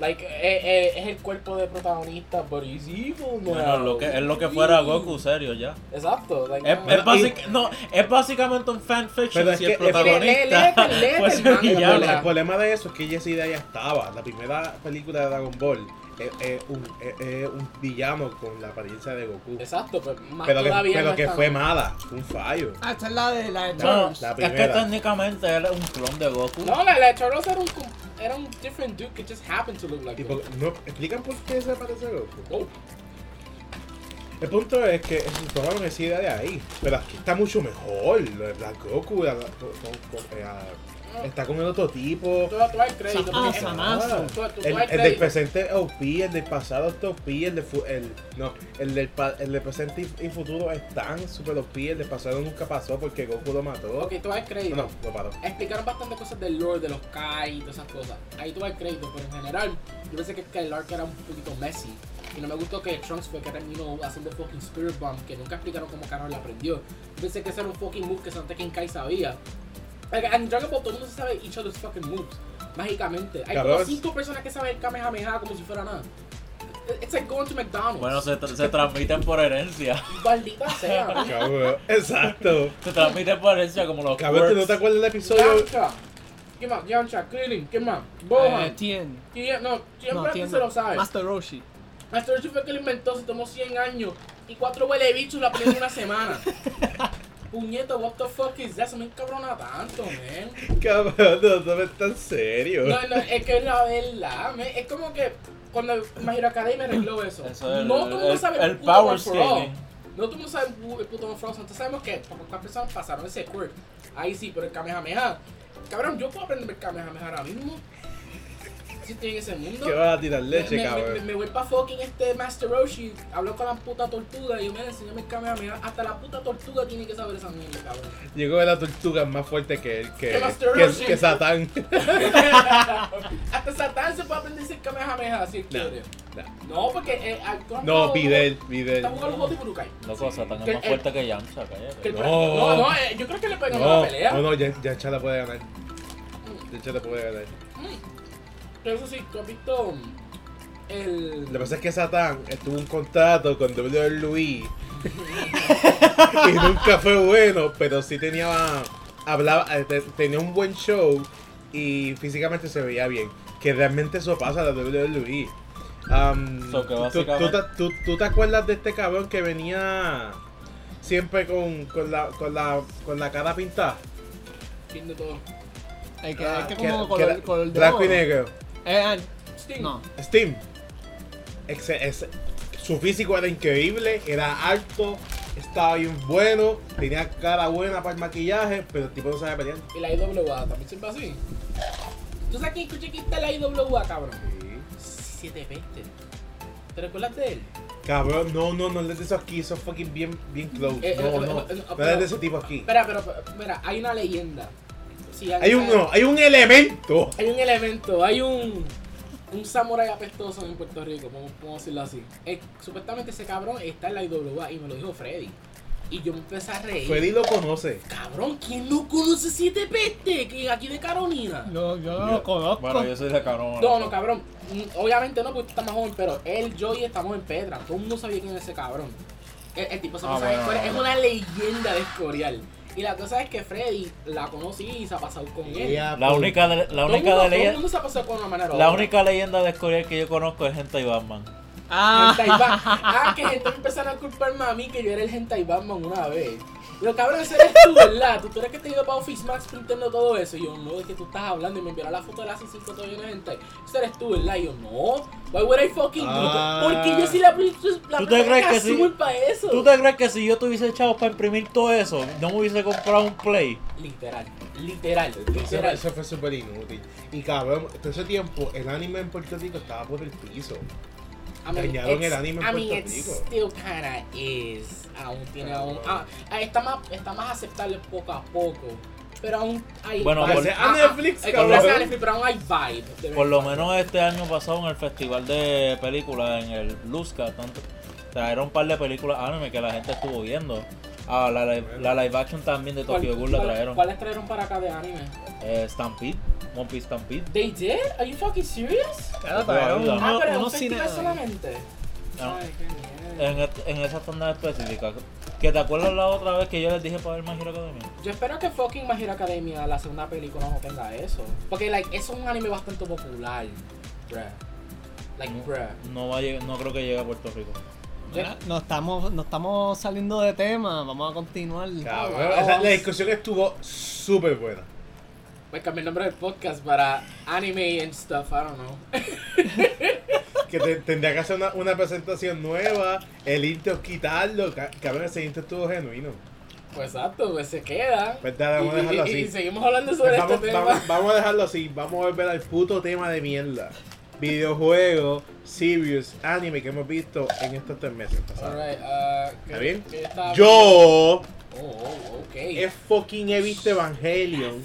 C: like eh, eh, es el cuerpo de protagonista, but he's evil now.
D: Bueno, lo que, es lo que fuera Goku, serio, ya.
C: Exacto. Like,
D: Es,
C: no.
D: es basic- no, es básicamente un fanfiction
A: Pero es
D: si
A: que-
D: el
A: es que-
C: Lee- lee-
D: protagonista pues,
C: lee- lee- lee
D: fuese
C: el
A: El,
C: manga,
D: villano.
A: problema- el problema de eso es que esa idea ya estaba. La primera película de Dragon Ball es, es un, es- es un villano con la apariencia de Goku.
C: Exacto, pues más
A: Pero que,
C: todavía
A: pero
C: no
A: que
C: es tan-
A: fue mala, fue un fallo.
B: Ah, esta es la de la de
D: No,
B: Turtles.
A: la
D: es que
A: primera.
D: técnicamente él es un clon de Goku.
C: No, la, la de Charles era un, com- era un different dude que just happened to look like
A: Y
C: Goku.
A: por- no, ¿Explican por qué se parece a Goku?
C: Oh,
A: El punto es que se tomaron esa idea de ahí. Pero aquí está mucho mejor. Lo de Black Goku a- con- con- eh, a- está con el otro tipo.
C: tú, tú vas al crédito.
B: Ah,
C: porque-
B: Samazo.
C: tú- tú- tú
A: El,
C: vas
A: el
C: al
A: del
C: crédito.
A: presente es OP, el del pasado es OP, el del, fu- el, no, el del, pa- el del presente y, y futuro están super OP, el del pasado nunca pasó porque Goku lo mató.
C: Ok, tú vas al crédito.
A: No, no, lo paró.
C: Explicaron bastante cosas del lore, de los Kai y todas esas cosas. Ahí tú vas al crédito, pero en general, yo pensé que, que el arc era un poquito messy. Y no me gustó que Trunks fue que terminó haciendo el fucking Spirit Bomb, que nunca explicaron cómo Carol la aprendió. Yo pensé que ese era un fucking move que Santa King Kai sabía. Like, En Dragon Ball todo el mundo se sabe each other's fucking moves, mágicamente. Hay como
A: Cabrón.
C: cinco personas que saben el Kamehameha como si fuera nada. It's like going to McDonald's.
D: Bueno, se, tra- se transmiten por herencia. [LAUGHS]
C: Maldita
A: [LAUGHS]
C: sea.
A: Cabrón, exacto.
D: Se transmiten por herencia como los
A: Cabrón, ¿tú no
D: quirks.
A: te acuerdas del episodio?
C: Yamcha. ¿Qué más? Yamcha, Krillin, ¿qué más?
B: Eh,
C: Bohan.
B: Tien.
C: Tien- no,
B: No,
C: siempre
B: Tien
C: se lo
B: no.
C: sabe.
B: Master Roshi.
C: Master Chief fue el que lo inventó, se tomó 100 años y cuatro huele bichos la primera
B: [LAUGHS]
C: una semana. Puñeta, what the fuck is that? Se me encabrona tanto, man.
A: Cabrón, no, no es tan serio.
C: No, no, es que es la verdad, man. Es como que cuando Mahiro Academy arregló eso.
D: Eso es el-
C: no todo el mundo
D: el-
C: sabe
D: el
C: puto
D: power
C: One for All.
D: scaling.
C: No todo el mundo sabe pu- el puto One for All. Entonces sabemos que pocas personas pasaron ese quirk. Ahí sí, pero el Kamehameha. Cabrón, yo puedo aprender el Kamehameha ahora mismo. Si estoy en ese mundo.
A: Que vas a tirar
C: me,
A: leche,
C: me-
A: cabrón.
C: me- me voy pa' fucking este Master Roshi, hablo con la puta tortuga y yo me enseñó mi Kamehameha. Hasta la puta tortuga tiene que saber esa mierda, cabrón.
A: Llegó la tortuga más fuerte que él, que,
C: Que Master
A: que-
C: Roshi.
A: que Satán.
C: Hasta Satán se puede aprender ese Kamehameha si él
A: No,
C: quiere. No, porque eh, ah, tú has jugado-
A: No, Videl, Videl.
C: Estás jugando el juego de Burukai.
D: Loco, Satan
C: Que-
D: es más
C: eh,
D: fuerte que Yamcha, cállate.
C: Que el-
A: No.
C: no, no, eh, yo creo que le pegan
A: No,
C: una pelea.
A: no, no, ya, ya Chala puede ganar. Ya la puede ganar.
C: Pero eso sí, tú has visto el.
A: Lo que pasa es que Satán tuvo un contrato con WWE y
B: [LAUGHS]
A: nunca fue bueno, pero sí tenía hablaba, eh, te- tenía un buen show y físicamente se veía bien. Que realmente eso pasa en la WWE. Am,
D: So
A: tú-
D: que
A: tú,
D: básicamente-
A: te- tú- tú te acuerdas de este cabrón que venía siempre con, con la, con, la, con la cara pintada?
C: fin de todo.
B: El que,
A: Ah,
B: el que
A: que-
B: como
A: que
B: color,
A: era
B: color de
A: Blanco y
B: oro.
A: negro.
B: Eh,
C: Sting.
B: no.
A: Steam. Ese- ese- su físico era increíble, era alto, estaba bien bueno, tenía cara buena para el maquillaje, pero el tipo no sabía pelear.
C: Y la IWA también siempre así. ¿Tú sabes quién escuché que está la IWA, cabrón? 720. ¿Te recuerdas de él?
A: Cabrón, no, no, no les de eso aquí, eso fucking bien, bien close.
C: Eh, eh,
A: no,
C: eh,
A: no,
C: eh, eh,
A: no les de ese tipo aquí.
C: Espera, pero, pero, mira, hay una leyenda. Sí,
A: Hay un, no, hay un elemento.
C: Hay un elemento, hay un. Un samurái apestoso en Puerto Rico, podemos podemos decirlo así. Eh, supuestamente ese cabrón está en la IWA y me lo dijo Freddy. Y yo me empecé a reír.
A: Freddy lo conoce.
C: Cabrón, ¿quién no conoce 720? Que aquí de Carolina.
B: Yo, yo no lo conozco.
D: Bueno, yo soy de cabrón.
C: No, no, cabrón. Mm, Obviamente no, porque tú estás más joven, pero él, yo y estamos en Pedra. Todo el mundo sabía quién era ese cabrón. El, el tipo se
D: Ah,
C: pasaba
D: bueno,
C: en Escorial.
D: bueno.
C: Es una leyenda de Escorial. Y la cosa es que Freddy la conocí y se ha pasado con él.
D: La única, de- la
C: Todo el
D: única
C: mundo-
D: de
C: Todo el
D: leyenda.
C: mundo se ha pasado con una manera. o
D: La
C: otra.
D: única leyenda de Escorial que yo conozco es Hentai Batman.
B: Ah,
C: Hentai Bat- Ah, que gente me empezaron a culparme a mí que yo era el hentai Batman una vez. Pero cabrón, ese eres tú, ¿verdad? Tú, tú eres que te iba para Office Max pintando todo eso. Y yo, no, es que tú estás hablando y me enviaron la foto de la hace 5 todavía no es hentai. Ese eres tú, ¿verdad? Y yo, no. Why would I fucking do
A: Ah.
C: that? Porque yo sí la, la
D: ¿Tú te crees que sí?
C: azul para eso.
D: ¿Tú te crees que si yo tuviese echado para imprimir todo eso, no me hubiese comprado un Play?
C: Literal, literal,
A: Eso,
C: literal.
A: eso fue súper inútil. Y cabrón, todo ese tiempo el anime en Puerto Rico estaba por el piso.
C: I mean,
A: Dañaron el
C: it's-
A: anime en
C: I mean,
A: Puerto
C: it
A: Rico.
C: still kinda is. Aún tiene
A: Claro.
C: aún- ah, ah, está, más, está más aceptable poco a poco. Pero aún hay.
D: Bueno,
C: vibe.
D: por-
C: Ah, ah,
A: Netflix,
C: eh,
A: cabrón.
C: gracias a Netflix, pero aún hay vibe. de
D: Por lo
C: verdad.
D: menos este año pasado en el festival de películas, en el Luzca, tanto, trajeron un par de películas anime que la gente estuvo viendo. Ah, la, li- la live action también de
C: ¿Cuál-
D: Tokyo Ghoul la
C: cuál-
D: trajeron.
C: ¿Cuáles trajeron para acá de anime?
D: Eh, Stampede, One Piece Stampede.
C: ¿They did? ¿Are you fucking serious?
B: Claro,
D: Toda la
B: pero
D: vida.
B: uno-
C: ah, pero
B: unos
C: es un festival
B: cine-
C: solamente.
D: No. Eh.
C: Ay, qué mierda.
D: En, et- en esa tanda específica. Que te acuerdas la otra vez que yo les dije para ver más Hero Academia.
C: Yo espero que fucking My Hero Academia, la segunda película, no tenga eso. Porque, like, eso es un anime bastante popular. Bruh. Like, bruh.
D: No, va a lleg- no creo que llegue a Puerto Rico.
B: Mira, nos estamos, nos estamos saliendo de tema, vamos a continuar.
A: Cabrón, esa- la discusión estuvo súper buena.
C: Voy a cambiar el nombre del podcast para anime and stuff, I don't know. [LAUGHS]
A: Que te- tendría que hacer una, una presentación nueva, el intro quitarlo. ca- Cabrón, ese intro estuvo genuino.
C: Pues exacto, pues se queda.
A: Pues dale, vamos a
C: Y-
A: dejarlo
C: y, y-
A: así.
C: y seguimos hablando sobre
A: Vamos,
C: este tema.
A: vamos- vamos a dejarlo así, vamos a volver al puto tema de mierda. Videojuegos, series, anime que hemos visto en estos tres meses pasados.
C: Alright, ah, ¿qué-
A: ¿Está bien?
C: qué estaba-
A: Yo Este
C: Oh, oh, ok.
A: he fucking he visto Evangelion.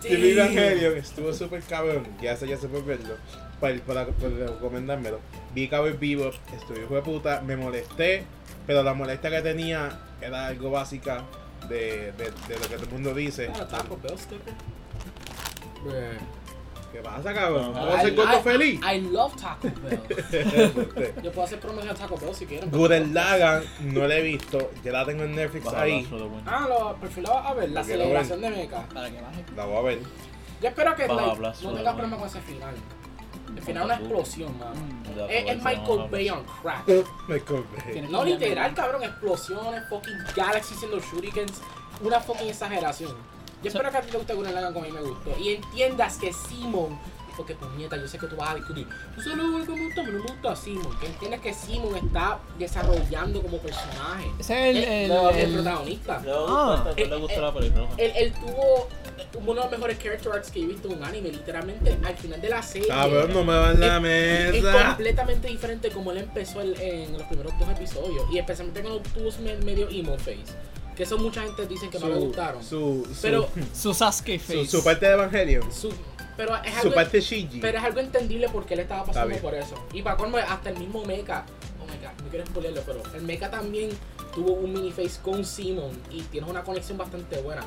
A: Yo vi Evangelion, estuvo súper cabrón. Ya sé, ya sé por verlo. Para, para, para recomendármelo. Vi Cowboy Vivo, estuve hijo de puta, me molesté, pero la molestia que tenía era algo básica de, de- de lo que todo el mundo dice.
C: Ah, Taco Bell sticker. Bruh.
A: ¿Qué pasa, cabrón? ¿Cómo
C: I-
A: se
C: I-
A: encontró feliz?
C: I love Taco Bell. [LAUGHS]
A: [LAUGHS]
C: Yo puedo hacer promoción a Taco Bell si quieren.
A: Gurren Lagan no la he visto, ya la tengo en Netflix
D: Baja
A: ahí.
D: Last of the Wind.
C: Ah, lo perfilaba a ver, la
A: Porque
C: celebración de Mecha.
B: Para que baje.
A: La voy a
C: [LAUGHS]
A: ver.
C: Yo espero que
D: Baja
C: like,
D: Blast,
C: no
D: Blast.
C: tengas problema con ese final. El final es una explosión, man.
B: Mm.
D: Ya, pues,
C: Es, es
D: no,
C: Michael
D: no,
C: Bay on crack.
A: Me compré.
C: No literal, cabrón, explosiones, fucking galaxies siendo shurikens. Una fucking exageración. Yo espero que a ti te guste Gurren Lagann como a mí me gustó. Y entiendas que Simon, porque puñeta, yo sé que tú vas a discutir. Tú solo lo que me gusta, a mí no me gusta Simon. Que entiendas que Simon está desarrollando como personaje.
B: Ese es el-
C: Eh,
B: el-
C: no,
B: el-
C: protagonista.
D: Le va a gustar,
C: Ah.
D: le gusta la película.
C: Él, él tuvo uno de los mejores character arcs que he visto en un anime, literalmente al final de la serie.
A: Cabrón, no me va en la
C: es, es
A: mesa.
C: completamente diferente como él empezó el- en los primeros dos episodios. Y especialmente cuando tuvo su me- medio emo face. Que eso mucha gente dicen que no le gustaron.
A: Su, su,
C: pero,
B: su Sasuke
A: su,
B: face.
A: su parte de Evangelion.
C: su- pero, es
A: Su
C: algo,
A: parte Shiji.
C: pero es algo entendible porque él estaba pasando
A: bien.
C: por eso. Y para colmo, hasta el mismo Mecha. Oh my god, no quiero spoilerlo, pero el Mecha también tuvo un mini face con Simon. Y tiene una conexión bastante buena.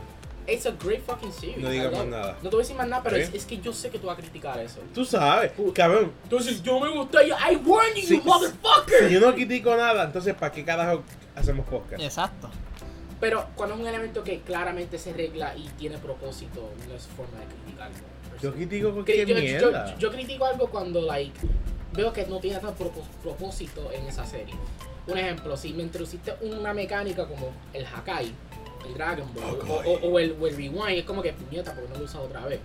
C: It's a great fucking series.
A: No digas
C: I love
A: más
C: it.
A: nada.
C: No te voy a decir más nada, pero
A: ¿Está
C: es, es que yo sé que tú vas a criticar eso.
A: Tú sabes, cabrón.
C: Entonces, yo me gusta. yo- I warned you,
A: Sí,
C: you motherfucker.
A: Si yo no critico nada, entonces ¿para qué carajo hacemos podcast?
B: Exacto.
C: Pero cuando es un elemento que claramente se regla y tiene propósito, no es forma de criticarlo.
A: Yo critico
C: Que
A: cualquier
C: yo, yo,
A: mierda.
C: yo critico algo cuando like veo que no tiene tan propos- propósito en esa serie. Un ejemplo, si me introduciste una mecánica como el Hakai, el Dragon Ball, o,
A: Hakai.
C: o- o el, o el Rewind, es como que puñeta porque no lo usas otra vez.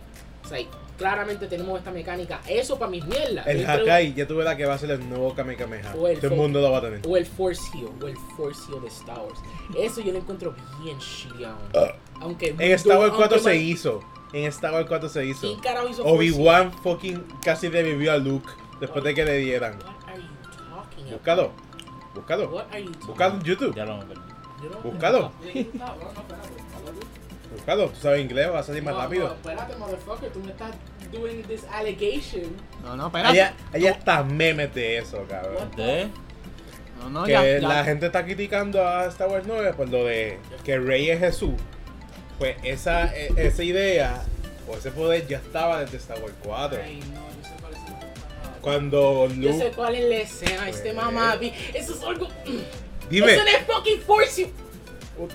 C: O sea, claramente tenemos esta mecánica. Eso para mis mierdas.
A: el
C: Yo creo-
A: Hakai, ya tuve la que va a ser el nuevo Kamehameha.
C: O el
A: Todo el
C: fuck.
A: mundo lo va a tener.
C: O el Force Heal, o el Force Heal de Star Wars. Eso yo lo encuentro bien chillado. Aunque.
A: En Star Wars
C: aunque
A: 4
C: Ma-
A: se hizo. En Star Wars 4 se hizo.
C: ¿Quién carajo hizo Force Heal?
A: Obi-Wan fucking casi revivió a Luke después de que le dieran.
C: What are you talking about?
A: Búscalo. Búscalo.
C: What are you talking
A: Búscalo en YouTube.
D: Ya lo vamos a ver.
C: Yo no-
A: Búscalo.
C: [LAUGHS] Yo no estaba hablando, espérate, búscalo, dude.
A: Búscalo. Tú sabes inglés, vas a salir más
C: No, no,
A: rápido.
C: Espérate, motherfucker, tú me estás doing this allegation.
B: No, no, espérate.
A: Allá, allá está memes de eso, cabrón.
D: De
B: No, no,
A: que
B: ya, ya.
A: la gente está criticando a Star Wars 9 por lo de que Rey es Jesús. Pues esa, e- esa idea o ese poder ya estaba desde Star Wars 4.
C: Ay, no, yo sé cuál es la escena.
A: Cuando
C: Yo sé
A: Luke.
C: cuál es la escena, este
A: Pues.
C: mamá. vi- Eso es algo. mm.
A: Dime,
C: Eso no es fucking Force Heal.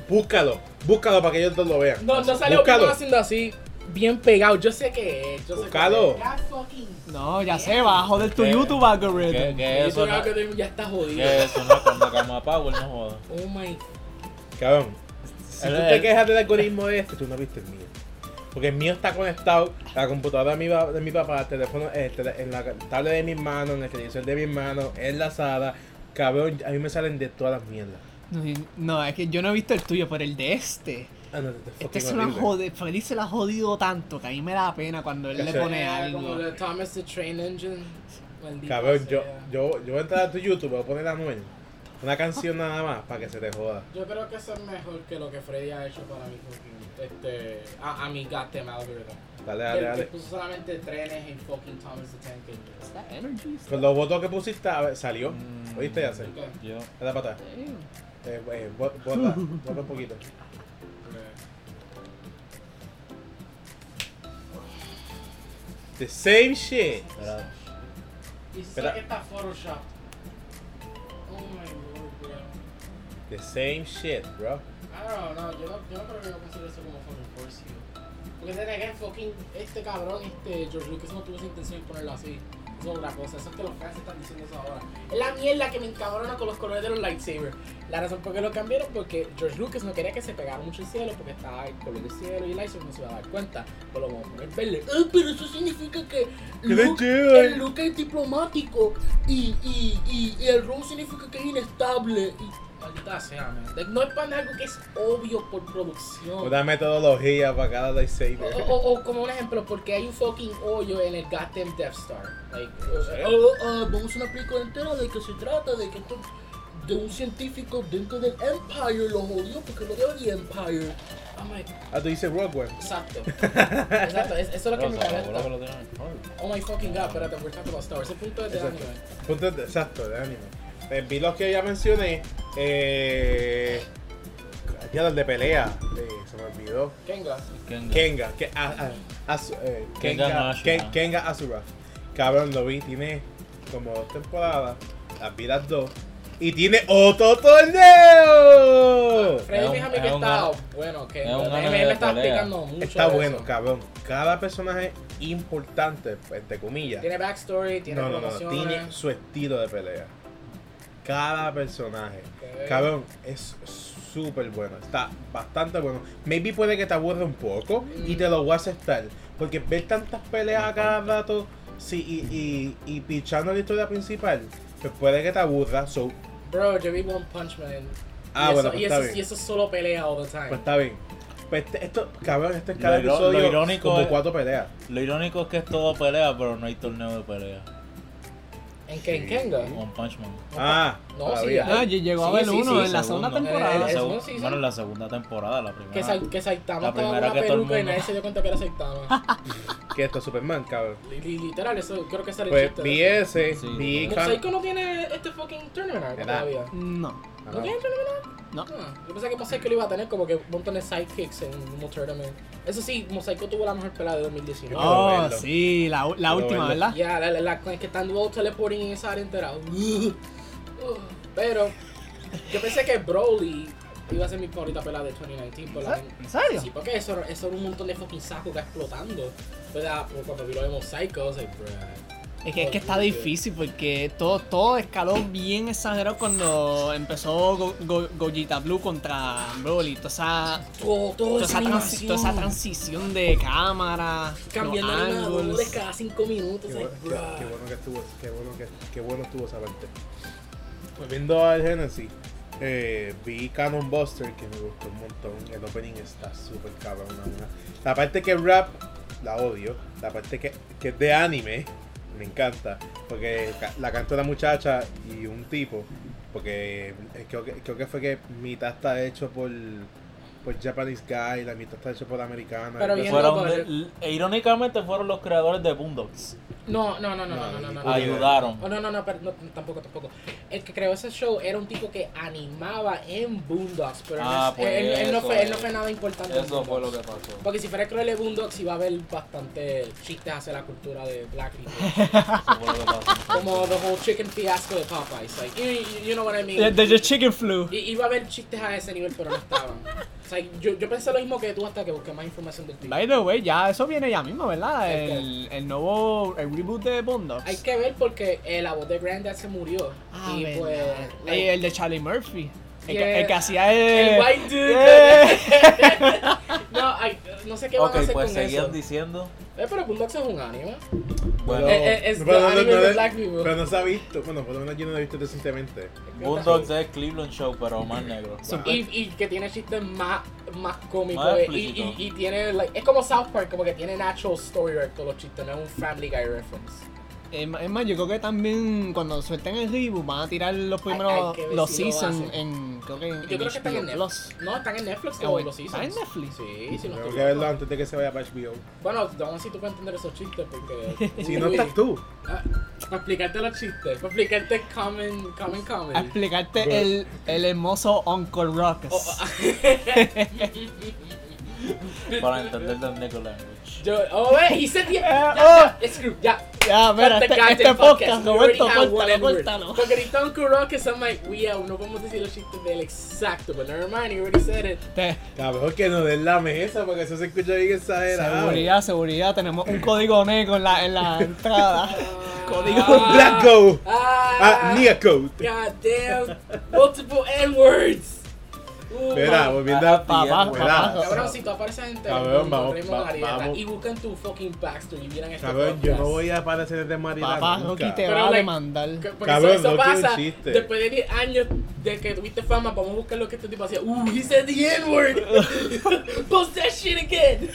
A: búscalo. Búscalo para que ellos dos lo vean.
C: No, no sale
A: Búscalo.
C: Obi-Wan haciendo así, bien pegado. Yo sé que es. Yo sé
A: Búscalo.
C: que es. God fucking-
B: No, ya sé, va a joder tu
A: Eh,
D: ¿Qué?
B: YouTube
D: ¿Qué,
B: algorithm.
D: qué
C: Yo
D: eso?
C: creo
D: no- Eh.
C: que ya está jodido.
D: ¿Qué eso? No, cuando cama Power no joda.
C: Oh my.
A: Cabrón. Si tú
D: El-
A: te
D: el-
A: quejas del algoritmo este, tú no viste el mío. Porque el mío está conectado a la computadora de mi, ba- de mi papá, el teléfono, eh, el tele- en la tablet de mi hermano, en el televisor de mi hermano, en la sala. Cabrón, a mí me salen de todas las mierdas.
B: No, es que yo no he visto el tuyo, pero el de este.
A: Ah, no, este es
B: Este
A: fucking
B: se lo han
A: horrible.
B: jodido, Feliz se lo ha jodido tanto que a mí me da pena cuando él le
A: Cacho.
B: pone
C: Ah, Como
B: algo.
C: de Thomas the Train Engine. Maldita
A: Cabrón, yo,
C: sea.
A: yo, yo voy a entrar a tu YouTube, voy a poner a Noel. Una canción nada más para que se te joda.
C: Yo creo que eso es mejor que lo que Freddy ha hecho para mi fucking- este, a, a mi goddamn algorithm.
A: Dale,
C: El
A: dale,
C: que
A: dale.
C: puso solamente trenes en fucking Thomas the Tank Engine.
B: Is that energy?
A: Con los votos que pusiste, a ver, salió. ¿Oíste, ya sé?
C: Ok.
D: Yo.
A: Dale para atrás.
B: Damn.
A: Eh, eh, bo- bota, bota un poquito. The same shit.
D: Espera.
C: Y si
A: Espera.
C: que está Photoshop. Oh my lord, bro.
A: The same shit, bro.
C: I don't know, yo no, yo no creo que yo considero eso como fucking force you. Porque se nega el fucking, este cabrón, este George Lucas no tuvo esa intención de ponerlo así. Eso es otra cosa, eso es que los fans están diciendo eso ahora. Es la mierda que me encabrona con los colores de los lightsabers. La razón por qué lo cambiaron porque George Lucas no quería que se pegara mucho el cielo porque estaba el color del cielo y el lightsaber no se iba a dar cuenta. Por lo vamos a poner verde. Ah, pero eso significa que Luke-
A: Jedi.
C: el Luke es diplomático y, y, y, y el Ron significa que es inestable. Y, maldita sea, man. Like, No es para algo que es obvio por producción.
A: Una metodología para cada
C: O,
A: lightsaber.
C: o- o como un ejemplo, porque hay un fucking hoyo en el goddamn Death Star. Like,
A: serio?
C: oh, oh, vamos a una película entera de que se trata de que esto- de un científico dentro del Empire lo jodió porque lo dio el Empire. I'm like,
A: Ah, tú dices Rockwell.
C: exacto. exacto, es- eso es lo que
D: Pero
C: me
D: se acabó lo
C: molesta.
D: que lo tienen.
C: Oh my fucking god, espérate, we're talking about Star Wars. Ese punto es de
A: Exacto.
C: anime.
A: Punto de- exacto, de anime. Eh, vi los que ya mencioné. Eh, ya los de pelea. Eh, se me olvidó.
C: Kenga.
D: Kenga.
A: Kenga. Ke- a- a- Asu- eh,
D: Kenga no
A: Kenga,
D: Ashura.
A: Ken- Kenga Asura. Cabrón, lo vi. Tiene como dos temporadas. Las vi las dos. Y tiene otro torneo.
D: Es
C: Freddy
D: un-
C: fíjame
D: es
C: que
D: un
C: está
D: anime.
C: bueno, que
D: Es un
C: me,
D: anime
C: me
D: de
C: está
D: pelea.
C: explicando mucho.
A: Está
C: de
A: bueno,
C: eso.
A: cabrón. Cada personaje importante, pues, entre comillas.
C: Tiene backstory, tiene
A: no, no, no,
C: promociones.
A: tiene su estilo de pelea. Cada personaje.
C: Ok.
A: Cabrón, es súper bueno. Está bastante bueno. Maybe puede que te aburra un poco y te lo voy a aceptar. Porque ver tantas peleas a cada rato sí, y, y, y pichando la historia principal, pues puede que te aburra. So, pues
C: Bro, yo vi One Punch Man.
A: Ah,
C: y
A: bueno,
C: eso,
A: pues
C: y
A: está
C: eso,
A: bien.
C: y eso es solo pelea all the time.
A: pues está bien. Pues este- esto, cabrón, esto es cada
D: Lo iro- lo
A: episodio
D: irónico
A: como
D: es-
A: cuatro peleas.
D: Lo irónico es que es todo pelea, pero no hay torneo de pelea.
C: ¿En qué? ¿En Kenga?
D: One Punch Man.
A: Ah,
C: No, sí,
A: todavía.
C: ya.
B: No, yo llegó a
C: Sí,
B: ver
C: sí,
B: uno
C: sí,
B: en la
D: segundo.
B: segunda temporada.
C: Eh,
D: La
C: eh,
D: segu-
C: ¿no? Sí, sí.
D: bueno, la segunda temporada, la
C: Que,
D: primera.
C: Sa- que Saitama
D: Ah.
C: estaba
D: La
C: en
D: primera
C: una
D: que todo el
C: peluca y
D: mundo-
C: nadie se dio cuenta que era Saitama.
D: [LAUGHS]
A: Que esto es Superman, cabrón.
C: Li- li- Literal, eso creo que ese era el
A: Pues
C: chiste.
A: vi
C: de eso.
A: ese,
D: Sí.
A: vi
D: Mosaico
A: Can-
C: Mosaico no tiene este fucking tournament arc
A: ¿Verdad?
C: todavía.
B: No.
C: ¿No tiene tournament arc?
B: No.
C: Ah, yo pensé que Mosaico lo iba a tener como que un montón de sidekicks en un tournament. Eso sí, Mosaico tuvo la mejor pelea de 2019.
A: Quiero
B: Oh,
A: verlo.
B: sí, la, la
A: Quiero verlo.
B: última, ¿verdad?
C: Ya, la, la, la con el que están todos teleporting en esa área entera. Pero yo pensé que Broly iba a ser mi favorita pelada de 2019. Por la,
B: ¿En serio?
C: sí, porque eso, eso era un montón de fucking saco que explotando. ¿Verdad? Por cuando vi lo de Mosaico, I was like, bruh.
B: Es que, es que está difícil porque todo, todo escaló bien exagerado cuando empezó Go- Go- Gogeta Blue contra Broly. Toda esa,
C: Todo, todo
B: toda
C: esa
B: esa, transi-
C: animación.
B: toda esa transición de cámara,
C: Cambiando
B: los
C: animadores
B: ángulos.
C: cada 5 minutos.
A: Qué,
C: like,
A: bueno- qué-
C: bruh.
A: qué bueno que estuvo, qué bueno que qué bueno estuvo esa parte. Volviendo al Genesis, eh, vi Cannon Buster que me gustó un montón. El opening está súper cabrón. la verdad. La parte que rap la odio, la parte que, que es de anime me encanta porque ca- la canta una muchacha y un tipo. Porque eh, creo que, creo que fue que mitad está hecho por, por Japanese guy, la mitad está hecho por americana.
C: Pero
A: y-
C: bien-
D: Fueron
C: no,
D: de-
C: pero-
D: e irónicamente fueron los creadores de Boondocks.
C: No, no, no, no, no, no, no, no, no.
D: Ayudaron.
C: Oh, no, no, no, pero no, tampoco, tampoco. El que creó ese show era un tipo que animaba en Boondocks, pero él no
D: Ah,
C: es-
D: pues
C: él, él no
D: eso
C: fue, él
D: es.
C: no fue nada importante. en
D: Eso fue lo
C: Boondocks.
D: que
C: [LAUGHS]
D: pasó.
C: Porque si fuera el creador de Boondocks iba a haber bastante chistes hacia la cultura de Black people.
B: [LAUGHS]
D: Eso fue lo que pasó.
C: Como the whole chicken fiasco de Popeyes. Like, you, you- you know what I mean.
B: De- de The Chicken Flu.
C: I- iba a haber chistes a ese nivel, pero no estaban. O sea, yo, yo pensé lo mismo que tú hasta que busqué más información del tipo.
B: By the way, ya eso viene ya mismo, ¿verdad?
C: ¿El qué?
B: El, el nuevo el reboot de Boondocks.
C: Este. Hay que ver porque eh, la voz de Granddad se murió.
B: Ah,
C: y
B: verdad.
C: pues.
B: el,
C: like,
B: el de Charlie Murphy. El,
C: Yeah.
B: que, el que hacía el...
D: Eh,
C: El white dude.
B: Yeah.
C: [LAUGHS] No, ay, no sé qué van a
D: Ok,
C: hacer
D: pues
C: con eso.
D: seguían diciendo.
C: Eh, pero Bulldogs es un anime.
D: Bueno,
C: Eh, eh, es
A: Pero
C: the
A: no, no,
C: anime
A: no,
C: de
A: no,
C: Black people.
A: pero no se ha visto. Bueno, por lo menos yo no lo he visto recientemente.
D: Bulldogs es Cleveland Show, pero más
C: [LAUGHS]
D: negro.
B: So-
C: Y, y que tiene chistes más, más cómicos.
D: Más
C: eh, y,
D: explícito.
C: y- y tiene, like, es como South Park, como que tiene natural story arc todos los chistes, no es un Family Guy reference.
B: Es ma- es más, yo creo que también cuando suelten el reboot van a tirar los primeros,
C: hay que ver
B: los
C: si lo
B: seasons
C: hacen.
B: en, creo que en,
C: Yo creo que están en
B: HBO Plus.
C: Netflix. No, están en Netflix
B: Ah,
C: todos
B: bueno,
C: los
B: ¿Está en
C: seasons.
B: Netflix?
C: Sí, sí, no
A: Tengo
C: estoy
A: que verlo antes de que se vaya para HBO.
C: Bueno, vamos a si tú puedes entender esos chistes, porque.
A: [LAUGHS] Si no estás tú.
C: Ah, Para explicarte los chistes, para explicarte common, common,
B: A
C: common.
B: explicarte
A: Bueno.
B: el, el hermoso Uncle Ruckus. Este, [LAUGHS]
C: Oh, ah.
D: Para entender the Negro language.
C: Yo, oh, eh, hice tiempo.
B: Eh,
A: oh.
C: Ya, ya, screw, ya.
B: ya, mira,
C: Cut the
B: este,
C: goddamn
B: este podcast,
C: We
B: Roberto,
C: already have one
B: córtalo,
C: N-word.
B: córtalo.
C: Porque ahorita Uncle Rock es like, we out, no podemos decir los chistes de él exacto, pero never mind, you already said it.
B: Te-
A: Cabrón, que no den la mesa porque eso se escucha bien exagerado.
B: Seguridad, seguridad, tenemos un código negro en la, en
A: [LAUGHS]
B: la entrada. Código
C: Ah,
A: Black Gold.
C: Ah,
A: Ah, Nia Code.
C: God damn, multiple N-words. Uh,
A: Espera,
C: my-
A: volviendo a
B: Papá,
A: Tía,
B: papá.
A: fuera.
C: Cabrón, si tú apareces en
A: Cabrón,
C: Telemundo,
A: vamos,
C: Raymond
A: va-
C: Arrieta,
A: vamos.
C: y buscan tu fucking backstory y miran este
A: Cabrón, yo
C: podcast.
A: no voy a aparecer de Marilyn.
B: Papá, Rocky
A: nunca.
B: te
C: Pero,
B: va a
C: like,
B: demandar.
C: Que- Porque
A: Cabrón,
C: eso, eso
A: no tiene
C: pasa.
A: chiste.
C: Después de 10 años de que tuviste fama, vamos a buscar lo que este tipo hacía. Uh, he said
A: [LAUGHS]
C: the N-word. Post that shit again.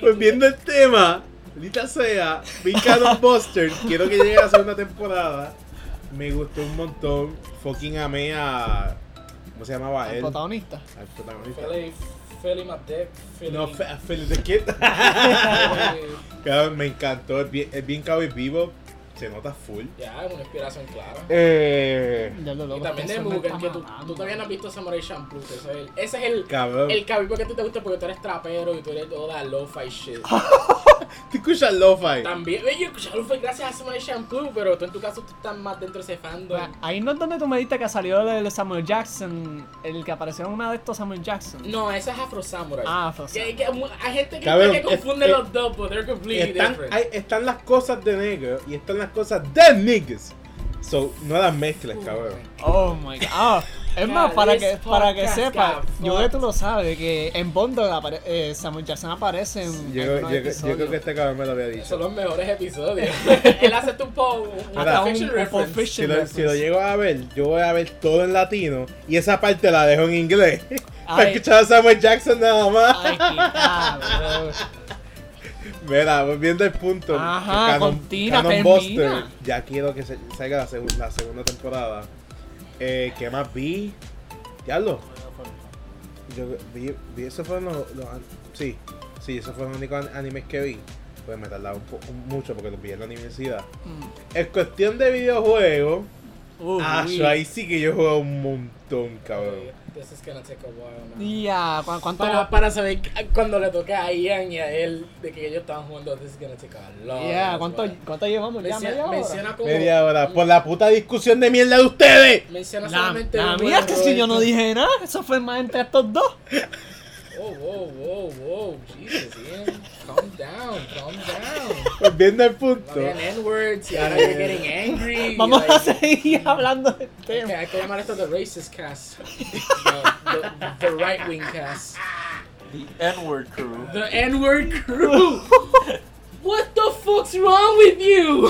A: Volviendo al tema, Lita sea, Vincaron Buster, quiero que llegue a la segunda temporada. Me gustó un montón. Fucking amé a. ¿Cómo se llamaba
B: El
A: él?
B: protagonista.
A: Al protagonista.
C: Philly, Philly, my dick. Philly.
A: No, Fe- a Felipe de Kid. [LAUGHS] Cabrón, me encantó. Es bien, es bien cowboy vivo. Se nota full.
C: Ya, es una inspiración clara.
A: Eh,
B: Ya lo
C: Y
B: loco,
C: también
B: este
C: de
B: hombre
C: Mugen,
B: está
C: que tú,
B: mamando.
C: tú todavía no has visto Samurai Champloo. que Ese es el, ese es el,
A: cabrón.
C: el cabrón que a ti te gusta porque tú eres trapero y tú eres toda
A: [LAUGHS]
C: lo-fi shit.
A: ¿Tú escuchas Lo-Fi?
C: También, oye, yo escucharlo fue gracias a Samurai Shampoo, pero tú en tu caso tú estás más dentro de ese fandom.
B: Bueno, Ahí no es donde tú me diste que salió el de Samuel Jackson, el que apareció en una de estos Samuel Jackson.
C: No, esa es Afro Samurai.
B: Ah, Afro
C: Que- que mu- hay gente que,
A: Cabrón,
C: que confunde
A: es-
C: los dos, pero they're completely
A: Están,
C: different.
A: hay- están las cosas de negro y están las cosas de niggas. So, no las mezcles, cabrón.
B: Oh my god. Ah, es
C: God,
B: más, para
C: this
B: que, para que
C: podcast
B: sepas, yo
C: got
B: creo que tú
C: fucked.
B: lo sabes, que en Bond apare- eh, Samuel Jackson aparece en.
A: Yo,
B: en
A: creo- yo-
B: uno de
A: yo creo que
B: episodios.
A: este cabrón me lo había dicho.
C: Son los
B: [LAUGHS]
C: mejores episodios. [LAUGHS] Él hace tu poll, un
A: Ahora,
B: Hasta
C: Pulp
B: un-
C: Fiction
B: un Pulp
C: reference.
A: si
B: Fiction
A: lo, si lo
B: reference.
A: llego a ver, yo voy a ver todo en latino y esa parte la dejo en inglés. [LAUGHS] Para
B: Ay.
A: escuchar a Samuel Jackson nada más.
B: Ay, qué
A: Mira, volviendo al punto.
B: Ajá, continúa, termina.
A: Buster. Ya quiero que se- salga la, segu- la segunda temporada. Eh, ¿Qué más vi? Diablo. Yo vi, vi esos fueron los, los an- Sí, sí, esos fueron los únicos an- animes que vi. Pues me tardaba un po- mucho porque los vi en la universidad. En cuestión de videojuegos,
B: Uh,
A: ah, yo ahí sí que yo juego un montón, cabrón.
C: This is gonna take a while now.
B: [LAUGHS] Ya, ¿cu- ¿cuánto?
C: Para, para saber cu- cuando le toque a Ian y a él de que ellos estaban jugando This is gonna take a long
B: Ya,
C: time.
B: ¿cuánto, ¿cuánto llevamos? Ya,
C: Menciona,
B: media hora.
C: menciona como...
A: Media hora. Por la puta discusión de mierda de ustedes.
C: Menciona
B: La,
C: solamente
B: la
C: un
B: mía es
C: juego,
B: que si yo no
C: Roberto.
B: dije nada, eso fue más entre estos dos.
C: Oh, whoa, whoa, whoa, Jesus, Ian. Calm down, calm down.
A: Volviendo al
C: No
A: Pues punto.
C: habían N-words y ahora you're getting angry.
B: Vamos a
C: like-
B: seguir hablando del
C: Ok,
B: tema.
C: hay que llamar esto The
B: [LAUGHS]
C: Racist Cast. The, the- the Right Wing Cast.
D: The N-word crew.
C: The N-word
B: [LAUGHS]
C: crew. What the fuck's wrong with you?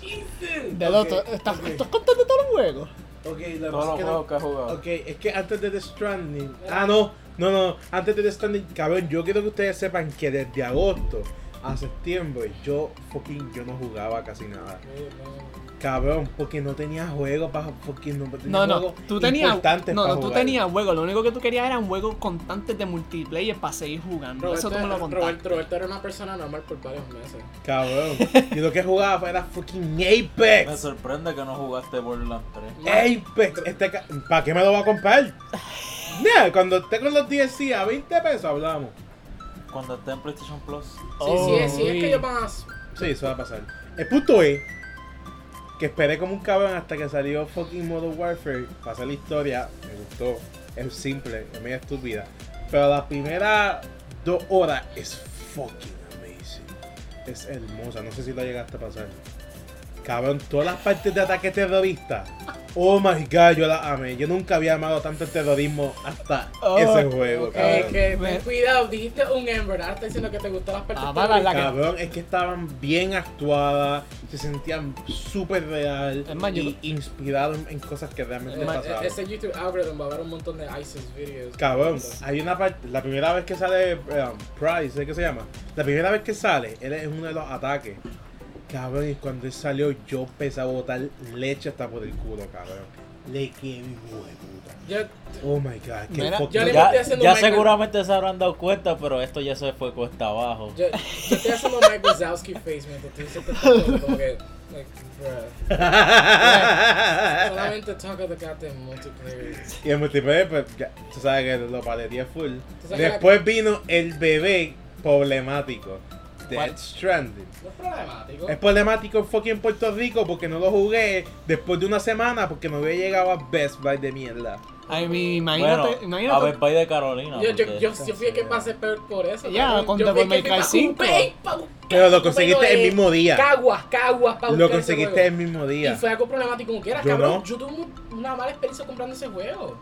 C: Jesus.
B: Del otro, ¿estás, ¿estás contando todos los juegos?
A: Ok, la cosa
D: Todos los
A: es que
D: juegos
A: no-
D: que he jugado.
A: Ok, es que antes de The Stranding. Ah, no, no, no. Antes de The Stranding, cabrón, yo quiero que ustedes sepan que desde agosto a septiembre yo fucking yo no jugaba casi nada. Cabrón, porque no tenía juego para porque no tenía
B: No, no,
A: juegos
B: tú tenías,
A: importantes
B: no,
A: pa'
B: no, tú
A: jugar.
B: tenías juegos, lo único que tú querías eran juegos constantes de multiplayer para seguir jugando. Eso tú me lo
C: Roberto, Roberto,
B: contaste.
C: Roberto era una persona normal por varios meses.
A: Cabrón, yo lo que jugaba era fucking
D: Me [LAUGHS]
A: Apex.
D: sorprende que no jugaste Borderlands 3.
A: Apex, este ca- ¿para qué me lo va a
B: [LAUGHS]
A: comprar? Nah, cuando esté con los 10 a 20 pesos hablamos.
D: Cuando esté en PlayStation Plus.
B: oh,
D: Oh.
C: sí, sí, es- sí, es que yo más.
A: Sí, eso va a pasar. El punto es que esperé como un cabrón hasta que salió fucking Modern Warfare. Pasé la historia, me gustó. Es simple, es media estúpida. Pero las primeras dos horas es fucking amazing. Es hermosa, no sé si lo llegaste a pasar. Cabrón, todas las partes de ataque terrorista Oh my god, yo la amé. Yo nunca había amado tanto el terrorismo hasta
B: Oh,
A: ese juego,
C: Ok,
A: cabrón.
C: eh, que
B: eh, Me-
C: ten cuidado, dijiste un Ember, ahora estás diciendo que te gustó las partes
B: Ah, para la-
A: Cabrón, es que estaban bien actuadas, se sentían súper real
B: Es más, yo-
A: y inspirados en cosas que realmente
B: Es más, e-,
A: pasaron.
C: Eh, Ese YouTube algorithm va a haber un montón de ISIS videos.
A: Cabrón, hay una parte, la primera vez que sale um, Price, ¿eh? ¿qué se llama? La primera vez que sale, él es uno de los ataques. Cabrón, y cuando él salió, yo empecé a botar leche hasta por el culo, cabrón. Le quedé hijo de puta.
C: Yo,
A: Oh my god, qué
B: Mira,
A: fucking-
C: yo le-
A: [LAUGHS]
D: Ya,
C: estoy haciendo
D: ya
C: un micro-
D: seguramente se habrán dado cuenta, pero esto ya se fue cuesta abajo.
C: yo, yo estoy haciendo Mike Wazowski face mientras tú dices todo, como que, like, bruh. Solamente talk of the goddamn multiplayer.
A: Y el multiplayer, pues, ya, tú sabes que lo paleteé full.
C: Tú sabes
A: Después vino el bebé problemático. Dead
B: ¿Cuál?
A: Stranding.
C: No es problemático.
A: Es problemático en fucking Puerto Rico porque no lo jugué después de una semana porque no había llegado a Best Buy de mierda.
B: I mean, imagínate,
D: Bueno, a
B: imagínate.
D: ver, país de Carolina.
C: Yo, yo,
D: porque-
C: yo, yo fui el que pasé peor por eso.
B: Ya,
C: cabrón.
B: con
C: Yo fui el
B: Devil
C: que
B: May
C: fui
B: Cry
C: pa' Cupey,
B: 5.
C: pa' buscar
A: Pero lo
C: un
A: conseguiste
C: juego
A: el
C: de
A: mismo día.
C: Caguas, caguas, pa'
A: Lo
C: buscar ese
A: conseguiste el
C: juego.
A: mismo
C: Y
A: día.
C: fue algo problemático como quiera,
A: Yo
C: cabrón.
A: no.
C: Yo tuve una mala experiencia comprando ese juego.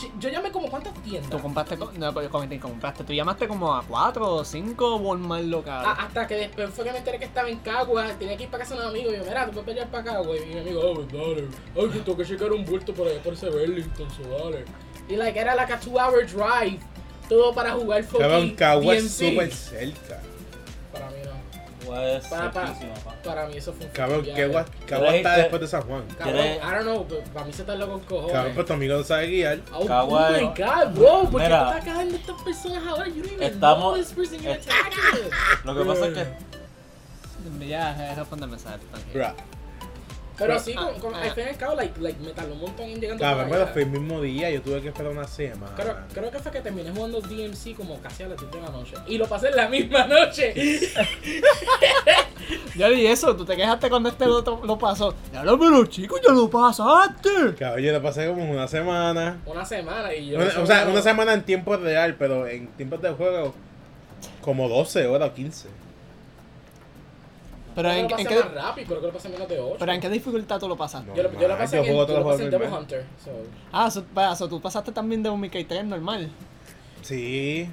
C: Yo- Yo llamé como cuántas
B: Tú
C: tiendas.
B: compraste, co- no, pero compraste, compraste, tú llamaste como a cuatro o cinco Walmart
C: Ah,
B: locales.
C: hasta que después fue que me enteré que estaba en Cagua, tenía que ir para casa de un amigo. Y yo, mira, tú puedes pelear para Cagua. Y mi amigo, oh, pues dale. Ay, que tengo que checar un vuelto por allá por ese Burlington, so dale. Y like, era like a two hour drive. Todo para jugar
A: Cabrón,
C: fucking
A: Cagua es
C: DMC.
A: súper cerca.
C: Para mí no.
D: Pues,
C: Para, para,
D: cerquísima, pa.
C: para mí eso fue un
A: Cabrón,
C: fucking
A: Cagua,
C: viaje.
A: Cagua está
D: Tres-
A: después de San Juan.
C: Cabrón,
D: ¿Quieres-
C: I don't know, pero para mí se tardó con cojones.
A: Cabrón, pues tu amigo no sabe guiar.
C: Oh,
D: Cagua-
C: oh my god, bro, ¿por qué
D: Mira.
C: te estás cagando estas personas ahora? You don't even
D: Estamos-
C: know this person you're
D: est-
C: attacking.
D: Lo que pasa es que
B: Ya, eh, respóndeme esa. tranquilo.
A: Bruh.
C: Pero sí, con,
B: Ah,
C: con,
B: ah.
C: al fin y al cabo, like, like, me tardó un montón en llegando
A: Cabrón,
C: para
A: pero
C: allá.
A: fue el mismo día. Yo tuve que esperar una semana.
C: Creo, creo que fue que terminé jugando DMC como casi a las 10 de la noche. Y lo pasé en la misma [LAUGHS] noche.
B: Ya y eso, tú te quejaste cuando este lo, lo pasó. Ya lo pero chico, ya lo pasaste.
A: Cabrón, yo lo pasé como una semana.
C: Una semana y yo.
A: Una- o sea,
C: no-
A: una semana en tiempo real, pero en tiempos de juego, como 12 horas o 15.
B: Pero
C: Creo
B: en,
C: que lo
B: en
C: pasé
B: qué,
C: más rápido, creo que lo pasé en menos de 8.
B: pero en qué dificultad tú lo pasaste.
A: No.
C: yo, lo, yo lo pasé
A: Yo
C: en,
A: juego
C: yo
A: todos
C: lo
A: los
C: pasé en
A: juegos
C: Devil
A: normal.
C: Hunter. so.
B: Ah, so, pa- so tú pasaste también de un Mickey 3 normal.
A: Sí.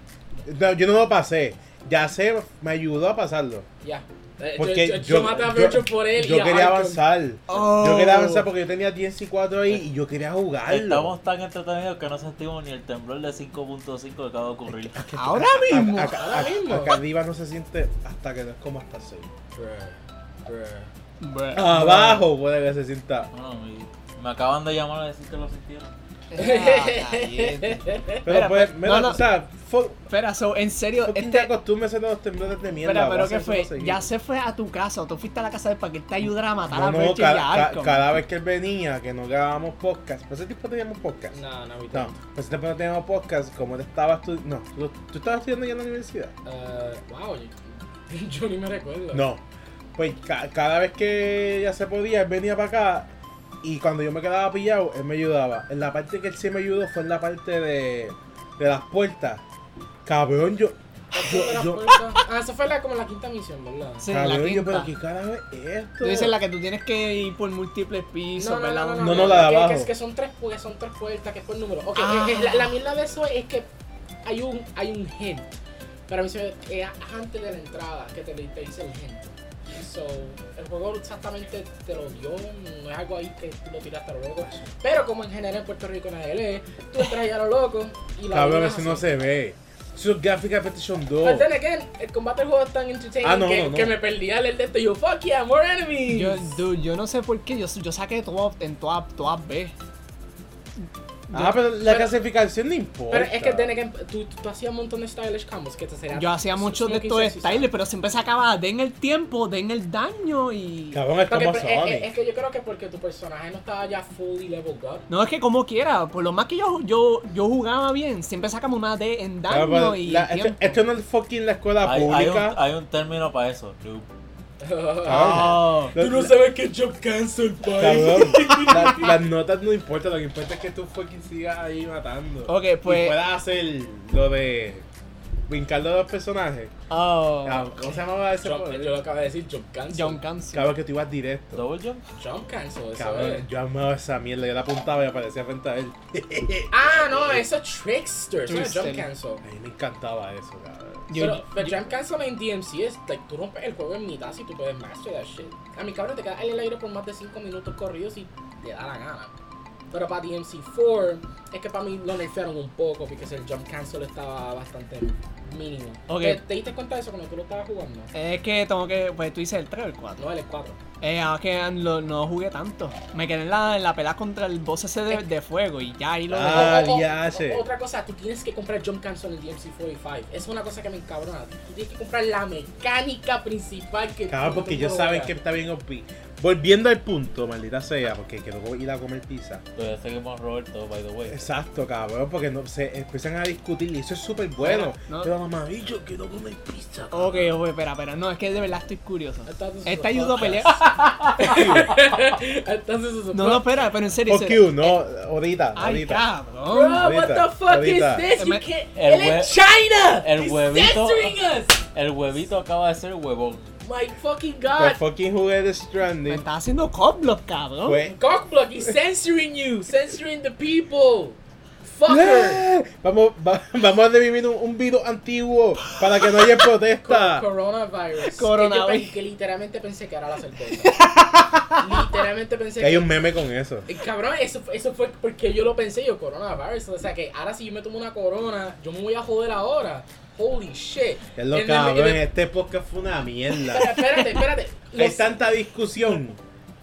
A: No, yo no lo pasé. Ya sé, me ayudó a pasarlo.
C: Ya. Eh,
A: Porque
C: yo,
A: yo,
C: yo, yo maté a
A: yo-
C: Virgil por él.
A: yo
C: y a
A: quería
C: Icon.
A: avanzar.
B: Oh.
A: Yo quería avanzar porque yo tenía 10 y 4 ahí y yo quería jugarlo.
D: estamos tan entretenidos que no sentimos ni el temblor de 5.5 que acaba de [LAUGHS] ocurrir.
B: Ahora mismo.
A: A- acá-
C: Ahora
A: acá-
C: mismo.
A: acá arriba no se siente hasta que no es como hasta 6.
C: Bruh, bruh.
B: Bruh.
C: [LAUGHS]
A: Abajo puede que se sienta.
D: Bueno, me, me acaban de llamar a decir que lo sintieron.
B: Ah, caliente.
A: Pero
B: Espera,
A: pues,
B: pues,
A: mira,
B: no, no.
A: o sea, fuck,
B: Espera, so, en serio,
A: fucking te
B: este.
A: acostumbres a los temblores de mierda.
B: Espera, pero
A: vas a
B: ¿qué fue?
A: conseguir.
B: Ya se fue a tu casa o tú fuiste a la casa de él para que él te ayudara a matar
A: No,
B: a
A: no,
B: Richie
A: ca-
B: y
A: ca-
B: a Arkham.
A: cada vez que él venía, que no grabábamos podcast. Pues ese tiempo teníamos podcast.
C: No, no,
A: No, pues ese tiempo no teníamos podcast. Como él estaba estudiando. No, tú, tú estabas estudiando ya en la universidad.
C: Eh, wow, yo, yo ni me recuerdo.
A: No. Pues ca- cada vez que ya se podía, él venía para acá. Y cuando yo me quedaba pillado, él me ayudaba. En la parte que él sí me ayudó fue en la parte de, de las puertas. Cabrón, yo. Yo,
C: La
A: yo,
C: puerta- Ah, esa fue la, como la quinta misión, ¿verdad?
B: Sí, en la
A: cabrón, yo, pero
B: quinta.
A: qué carajo es esto.
B: Tú dices la que tú tienes que ir por múltiples pisos,
C: No, no,
B: ¿verdad?
C: no, no,
A: No, no, la de
C: que-
A: abajo.
C: Que, es que son tres, porque son tres puertas, que es por número. Ok,
B: Ah.
C: eh, eh, la, la mierda de eso es que hay un, hay un hint. Para mí se es antes de la entrada que te, te dice el hint. So, el juego exactamente te lo dio, no es algo ahí que tú lo tiraste a lo loco. Pero como en general en Puerto Rico en ALE, tú entras ahí a lo loco y la
A: Cabrón,
C: vida es
A: eso
C: así.
A: no se ve. Eso es gráfica de PlayStation 2.
C: Pero then again, el combate del juego es tan entertaining
A: Ah, no,
C: que,
A: no, no.
C: que me perdí al leer de esto y yo, fuck yeah, more enemies.
B: Yo, dude, yo no sé por qué, yo, yo saqué todo en todas todas B.
A: Ah, pero la
C: Pero-
A: clasificación no importa.
C: Pero es que then again, tú, tú, tú hacías un montón de stylish combos que te sería.
B: Yo hacía muchos de estos styles, pero siempre sacaba den el tiempo, den el daño y...
A: Cabrón, es
C: Porque,
A: como
C: pero es,
A: Sonic.
C: es- es que yo creo que porque tu personaje no estaba ya fully leveled up.
B: No, es que como quiera, por lo más que yo, yo, yo jugaba bien, siempre sacamos una D en
A: Cabrón, pero
B: daño y
A: pues, la- este,
B: tiempo.
A: esto, esto no es fucking la escuela
D: Hay, hay un,
A: pública.
D: hay un término para eso, noob.
C: [LAUGHS]
D: [LAUGHS]
A: Cabrón,
B: Oh,
D: No,
A: la- la-
C: sabes que job cancel,
D: [LAUGHS]
A: Cabrón, la- las notas no importan, lo que importa es que tú fucking sigas ahí matando.
B: Ok,
A: Y
B: pues-
A: puedas hacer lo de brincar de los personajes.
B: Oh.
A: Ah, ¿Cómo se llamaba ese
C: Jump-
A: poder?
C: yo lo acabo de decir, Jump Cancel.
B: John Cancel.
A: Cabrón, que tú ibas directo.
D: Double jump.
C: Jump Cancel, eso es.
A: Cabrón, yo amaba esa mierda. Yo la apuntaba y aparecía frente a él.
C: Ah, no, eso es Trickster, eso no es Jump
B: Trickster.
C: Cancel.
A: A mí me encantaba eso, cabrón.
B: Yo-
C: pero, pero Jump Cancel en DMC es, like, tú rompes el juego en mitad si tú puedes master that shit. A mi cabrón te quedas en el aire por más de 5 minutos corridos si te da la gana. Pero para DMC4, es que para mí lo nerfearon un poco, porque el Jump Cancel estaba bastante mínimo.
B: Ok.
C: ¿Te, te diste cuenta de eso cuando tú lo estabas jugando?
B: Es que tengo que. Pues tú dices el 3 o el 4.
C: No, el 4.
B: Eh, ah, que lo- no jugué tanto. Me quedé en la, en la pelea contra el boss ese de, de fuego y ya ahí lo dejé.
A: Ah, liache.
C: Otra cosa, tú tienes que comprar Jump Cancel en el DMC4 y 5. Es una cosa que me encabrona. Tú tienes que comprar la mecánica principal que
A: Cabrón,
C: tú-
A: porque
C: tú
A: ellos
C: no
A: saben
C: veas.
A: que [LAUGHS] está bien OP. Volviendo al punto, maldita sea, porque quiero ir a comer pizza.
D: Todavía seguimos a Roberto, by the way.
A: Exacto, cabrón, porque no, se empiezan a discutir y eso es súper bueno.
B: No.
A: Pero mamá, y yo quiero comer pizza. cabrón.
B: Ok, ok, espera, espera. No, es que de verdad estoy curioso.
C: Esta es
B: Esta
C: otra
B: ayudó a
C: cosa.
B: pelear.
C: [LAUGHS] Entonces eso
B: No, no, espera, pero en serio.
A: Fuck
B: se-
A: you, no, ahorita,
B: Ay,
A: ahorita.
C: Bro,
B: cabrón.
C: what
A: Ahorita,
C: the fuck
A: ahorita.
C: is this? You
B: Me-
C: can't.
D: el
C: Él es China.
D: el
C: He's
D: huevito.
C: censoring us.
D: El huevito acaba de ser huevón.
C: My fucking
A: Pues
C: god.
A: fucking jugué de
B: Me
A: Stranding.
B: estás haciendo coblos, cabrón.
A: Fue.
C: Cockblock, he's censoring you. Censoring the people. Fucker.
A: ¡Ah! [LAUGHS] Vamos, va- vamos a revivir un, un virus antiguo para que no [LAUGHS] haya protesta.
C: Coronavirus.
B: Coronavirus.
C: Que, yo pe- que literalmente pensé que era
A: [LAUGHS]
C: la cerveza. literalmente pensé
A: Que hay
C: que.
A: un meme con eso.
C: Eh, Cabrón, eso, eso fue porque yo lo pensé yo, coronavirus. O sea que ahora si yo me tomo una corona, yo me voy a joder ahora. Holy shit.
A: Es lo
C: And then- and
A: cabrón,
C: then-
A: este podcast fue una mierda.
C: Espera, espérate,
A: [LAUGHS]
C: espérate.
A: Hay
C: Los-
A: tanta discusión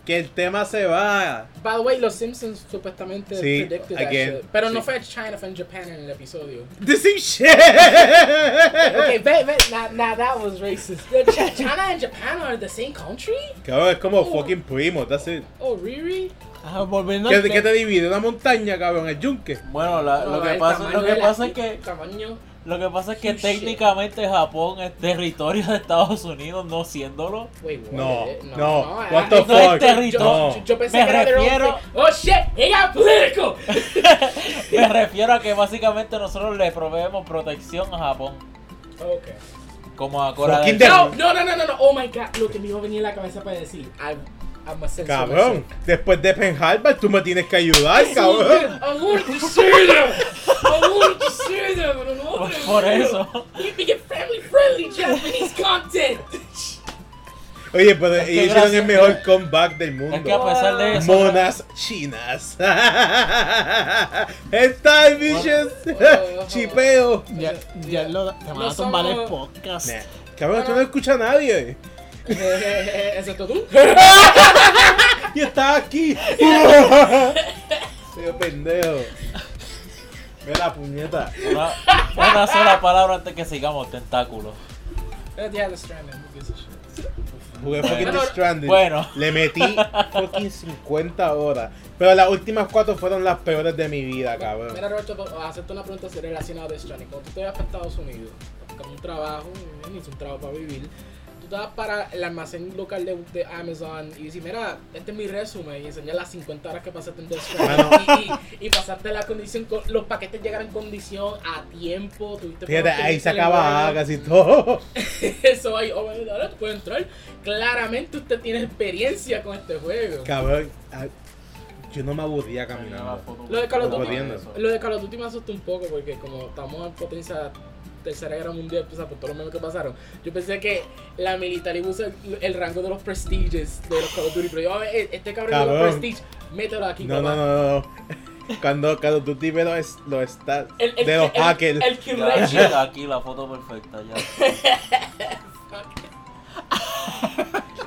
A: que el tema se va.
C: By the way, los Simpsons supuestamente
A: Sí,
C: predicted that
A: again,
C: shit. Pero no
A: sí.
C: fue China, fue en Japan en
A: [LAUGHS]
C: el episodio.
A: The same shit.
C: Ok, ve, ve, nah, nah, that was racist. The Ch- China and Japan are the same country?
A: Cabrón, es como fucking primo, that's it.
C: Oh, really?
B: Ah, volviendo al
A: ¿Qué,
B: tema.
A: qué te divide? ¿Una montaña, cabrón? ¿El yunque?
D: Bueno, la- lo,
C: No,
D: que
C: el
D: pasa,
C: tamaño
D: lo que
C: de la-
D: pasa es que
C: el Tamaño.
D: lo que pasa es que
C: Huge shit.
D: técnicamente Japón es territorio de Estados Unidos, no siéndolo.
C: Wait, what?
A: No,
C: Eh,
A: no, what the
C: ah,
D: No
A: fuck?
D: es
C: Yo,
D: territorio.
A: No.
C: yo- yo pensé
D: Me
C: que era de
D: refiero-
C: Oh shit, it
A: [LAUGHS]
C: got political!
D: Me refiero a que básicamente nosotros le proveemos protección a Japón,
C: okay.
D: como a Corea
A: Fucking
D: del
A: de-
D: Sur.
C: No, no, no, no, no, no. Oh my god, lo que me iba a venir a la cabeza para decir. I'm, I'm a censor
A: Cabrón, después de Penn Harbor tú me tienes que ayudar, cabrón.
C: Amor, quisiera. Amor, quisiera, pero no.
D: Por, por eso.
C: You make it family friendly Japanese content.
A: Oye, pero
D: Es que
A: ellos hicieron el
D: gracias-
A: mejor comeback del
D: Es que a
A: mundo.
D: pesar de eso.
A: Monas chinas. [LAUGHS] Está bichos. Chipeo.
B: Ya, ya lo, te van
C: No
B: a tumbar el
C: somos-
B: podcast.
A: Nah, Cabrón, tú no escuchas a nadie.
C: Excepto tú.
A: Y está aquí. Soy un pendejo. Ve la puñeta.
D: Una, una sola palabra antes que sigamos, tentáculo.
C: Yeah, the stranding. Who gives a shit?
A: Jugué fucking
C: Bueno.
A: The Stranding.
D: Bueno.
A: Le metí fucking 50 horas. Pero las últimas cuatro fueron las peores de mi vida, cabrón.
C: Mira, Roberto, voy a hacerte una pregunta relacionada a The Stranding. Cuando tú te vas para Estados Unidos, a buscar un trabajo, ni un trabajo para vivir, tú te vas para el almacén local de, de Amazon y dices, mira, este es mi resumen y enseñas las 50 horas que pasaste en The Stranding. Y, y- y pasaste la condición, con- los paquetes llegaron en condición a tiempo. Tuviste
A: Fíjate,
C: problemas
A: ahí
C: con
A: se
C: el
A: acaba ah,
C: teléfono.
A: casi todo.
C: [LAUGHS]
A: [LAUGHS]
C: Eso ahí, oh, bueno, ahora tú puedes entrar. Claramente usted tiene experiencia con este juego.
A: Cabrón, ah, yo no me aburría caminando.
C: Lo de Call of Duty.
A: Jodiendo.
C: Lo de Call of Duty me asustó un poco porque como estamos en potencia tercera guerra mundial, o sea, por todos los memes que pasaron, yo pensé que la militar iba a usar el, el rango de los prestiges de los Call of Duty, pero yo, a ver, este cabrón, de los
A: Cabrón.
C: prestige, mételo aquí,
A: No,
C: papá.
A: no, no, no. Cuando, cuando tú te ves los, es- los stats
C: El, el,
A: de los
C: el-
A: hackers.
C: El, kill
D: Ya,
C: ratio.
D: ya, aquí la foto perfecta, ya.
A: [LAUGHS]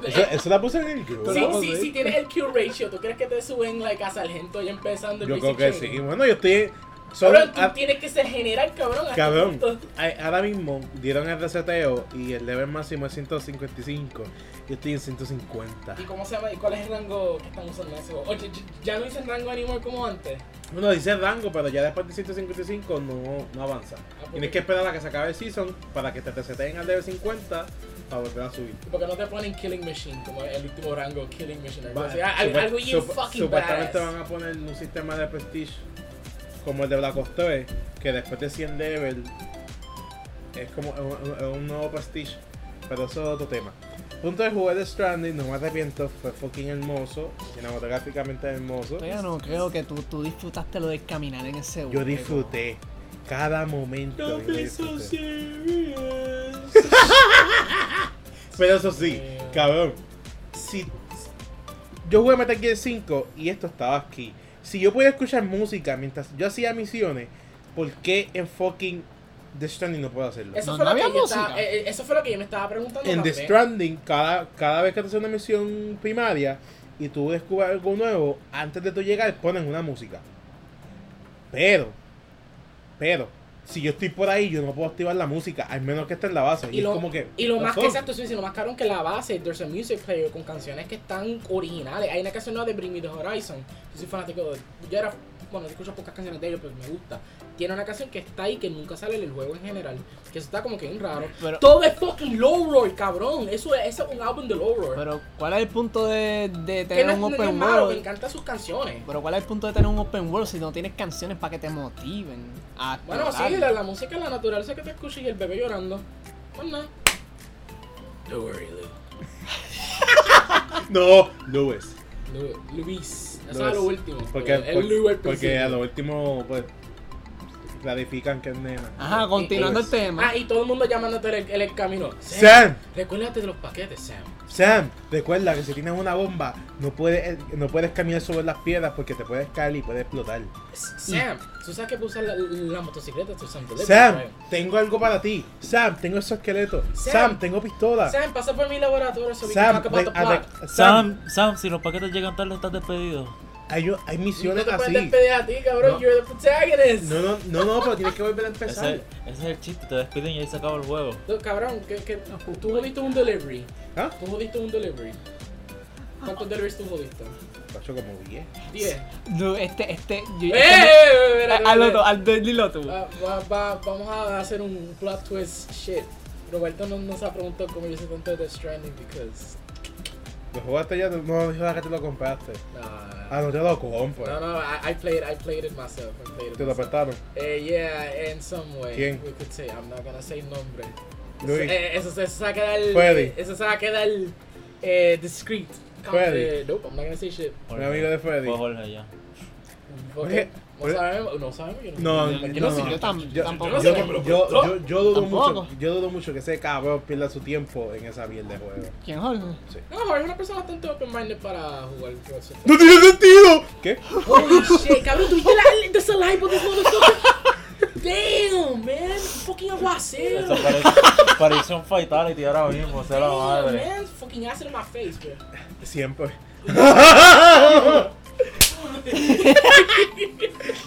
A: Eso, eso la puse en el grupo.
C: Sí, sí, sí, tienes el kill ratio. ¿Tú crees que te suben like, a sargento ya empezando el
A: Yo creo
C: basic
A: que
C: training?
A: sí. Bueno, yo estoy. Solo,
C: Cabrón, tú
A: ah,
C: tienes que ser general, cabrón. hasta
A: Cabrón,
C: punto.
A: a- ahora mismo dieron el reseteo y el level máximo es 155. Yo estoy en 150.
C: ¿Y cómo se llama? ¿Y cuál es el rango que están usando en ese juego? Oye, ya- ya no dicen rango anymore como antes.
A: Bueno, dice rango, pero ya después de 155 no, no avanza.
C: porque-
A: Tienes que esperar a que se acabe el season para que te reseteen al level 50 para volver a subir.
C: ¿Y por qué no te ponen Killing Machine como el último rango Killing Machine? Algo,
A: Va-
C: así? Al- algo,
A: supu-
C: bien
A: supu-
C: fucking badass.
A: Supuestamente van a poner un sistema de prestige como el de Black Ops 3, que después de 100 level es como un, un- un nuevo prestige, pero eso es otro tema. Punto de jugar de Stranding, no me arrepiento, fue fucking hermoso, cinematográficamente hermoso.
B: Yo no creo que tú, tú disfrutaste lo de caminar en ese
A: Yo
B: bosque,
A: disfruté cada momento. yo lo disfruté.
C: serious.
A: Pero eso sí,
C: Eh.
A: cabrón, si yo jugué Metal Gear 5 y esto estaba aquí, si yo podía escuchar música mientras yo hacía misiones, ¿por qué en fucking The Stranding no puedo hacerlo?
C: Eso,
B: No,
C: fue
B: no
C: lo que
B: había
C: yo estaba,
B: música.
C: eh, eh, eso fue lo que yo me estaba preguntando.
A: En The
C: también.
A: Stranding, cada, cada vez que te haces una misión primaria y tú descubres algo nuevo, antes de tú llegar ponen una música. Pero, pero, si yo estoy por ahí, yo no puedo activar la música, al menos que esté en la base. Y,
C: Y lo,
A: es como que.
C: y lo
A: what
C: más
A: the
C: que
A: fuck?
C: exacto, sí, sí, lo más caro es que la base, there's a music player con canciones que están originales. Hay una canción nueva de Bring Me the Horizon. Yo soy fanático de. Yo era. Bueno, yo escucho pocas canciones de ellos, pero me gusta. Tiene una canción que está ahí que nunca sale en el juego en general. Que eso está como que bien raro.
B: Pero-
C: Todo es fucking low roll, cabrón. Eso es, eso es un álbum de low roll.
B: Pero, ¿cuál es el punto de, de
C: que
B: tener
C: no es,
B: un
C: no es
B: open
C: malo, me
B: world?
C: encantan sus canciones.
B: Pero, ¿cuál es el punto de tener un open world si no tienes canciones para que te motiven? a
C: Bueno,
B: explorar?
C: sí, la, la música, la naturaleza que te escucho y el bebé llorando. Pues nada. Don't worry, Lou.
A: No, Luis.
C: Lu- Luis, eso
A: Luis.
C: es lo último.
A: Porque,
C: el
A: por-
C: Luis al
A: porque a
C: principio.
A: lo último, pues, clarifican que es nena.
B: Ajá, continuando el
A: Luis.
B: tema.
C: Ah, y todo el mundo llamándote el, el, el camino.
A: Sam,
C: Recuérdate de los paquetes, Sam.
A: Sam, recuerda que si tienes una bomba, no puedes, no puedes caminar sobre las piedras porque te puedes caer y puedes explotar.
C: S- Sam, tú sabes que puedes usar la, la motocicleta, tú Sam.
A: Mm. Sam, tengo algo para ti. Sam, tengo esos esqueletos. Sam,
C: Sam.
A: tengo pistola. Sam,
C: Sam, pasa por mi laboratorio. So we
A: Sam,
C: can talk about the
A: re-
C: plot.
A: arre- Sam,
D: Sam, Sam, si los paquetes llegan tarde, estás despedido.
A: hay, hay
C: No
A: misiones
C: te puedes
A: así.
C: despedir a ti, cabrón.
A: No.
C: You're the protagonist.
A: No, no, no, no, pero tienes que volver a
D: Ese,
A: empezar.
D: ese es el chiste, te despiden y ahí se acaba el juego.
C: No, Cabrón, que, que, tú jodiste un delivery.
A: ¿Ah?
C: Tú jodiste un delivery. ¿Cuántos deliveries tú jodiste?
A: Pacho como 10.
C: Diez.
B: No, este, este.
C: ¡Eh!
B: yo- este
C: eh, eh,
B: no-
C: eh,
B: Hazlo
C: eh,
B: tú, haz- dilo tú.
C: Va- va- va- vamos a hacer un plot twist shit. Roberto no nos ha preguntado cómo yo sé tanto de Death Stranding because
A: Lo jugaste ya, no, no, dijo que te lo compraste. Ah,
C: nah.
A: no te lo
C: no
A: compro.
C: no I, I played I played it myself. I played it
A: Te lo
C: myself.
A: prestaron.
C: Eh, yeah, in some way.
A: ¿Quién?
C: We could say I'm not gonna say nombre.
A: Luis.
C: Eh, eso, eso se va a quedar
A: Freddy.
C: eso se va a quedar eh, discreet.
A: Freddy.
C: Eh, nope, I'm not gonna say shit.
A: Un amigo de Freddy.
D: Fue Jorge ya.
A: Oye,
C: No
A: oye.
C: sabemos, no sabemos, yo
A: No,
C: yo
A: no,
B: sé,
A: no.
B: yo, tam- yo
A: Yo-
B: tampoco
C: no
A: Yo,
B: sé.
C: sé. me
A: yo,
C: lo
A: yo,
C: prestó.
A: yo dudo mucho,
B: Tampoco.
A: yo dudo mucho que ese cabrón pierda su tiempo en esa mierda de juego.
B: ¿Quién Jorge?
C: No, Jorge es una persona bastante open-minded para jugar. cosas.
A: ¡No tiene sentido! ¿Qué?
C: Holy shit, cabrón, tuviste la, there's a live of this motherfucker. Damn, man, fucking aguacero.
D: Eso parece, parece un fatality ahora mismo, se la
C: Damn,
D: madre.
C: man, fucking acid in my face, bro.
A: [LAUGHS] Siempre.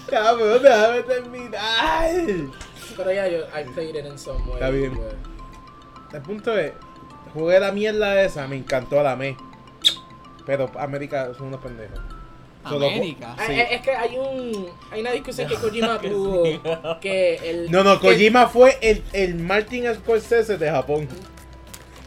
A: cabrón, déjame terminar.
C: Pero ya, yo, I played it in some way.
A: Está bien.
C: bro.
A: El punto es, jugué la mierda esa, me encantó, la amé. Pero América son unos pendejos. Solo-
B: América.
C: Ah, eh, Es que hay un, hay una discusión que
D: [LAUGHS]
C: Kojima
D: Que
C: tuvo que el.
A: No, no,
C: que-
A: Kojima fue el, el Martin Scorsese de Japón.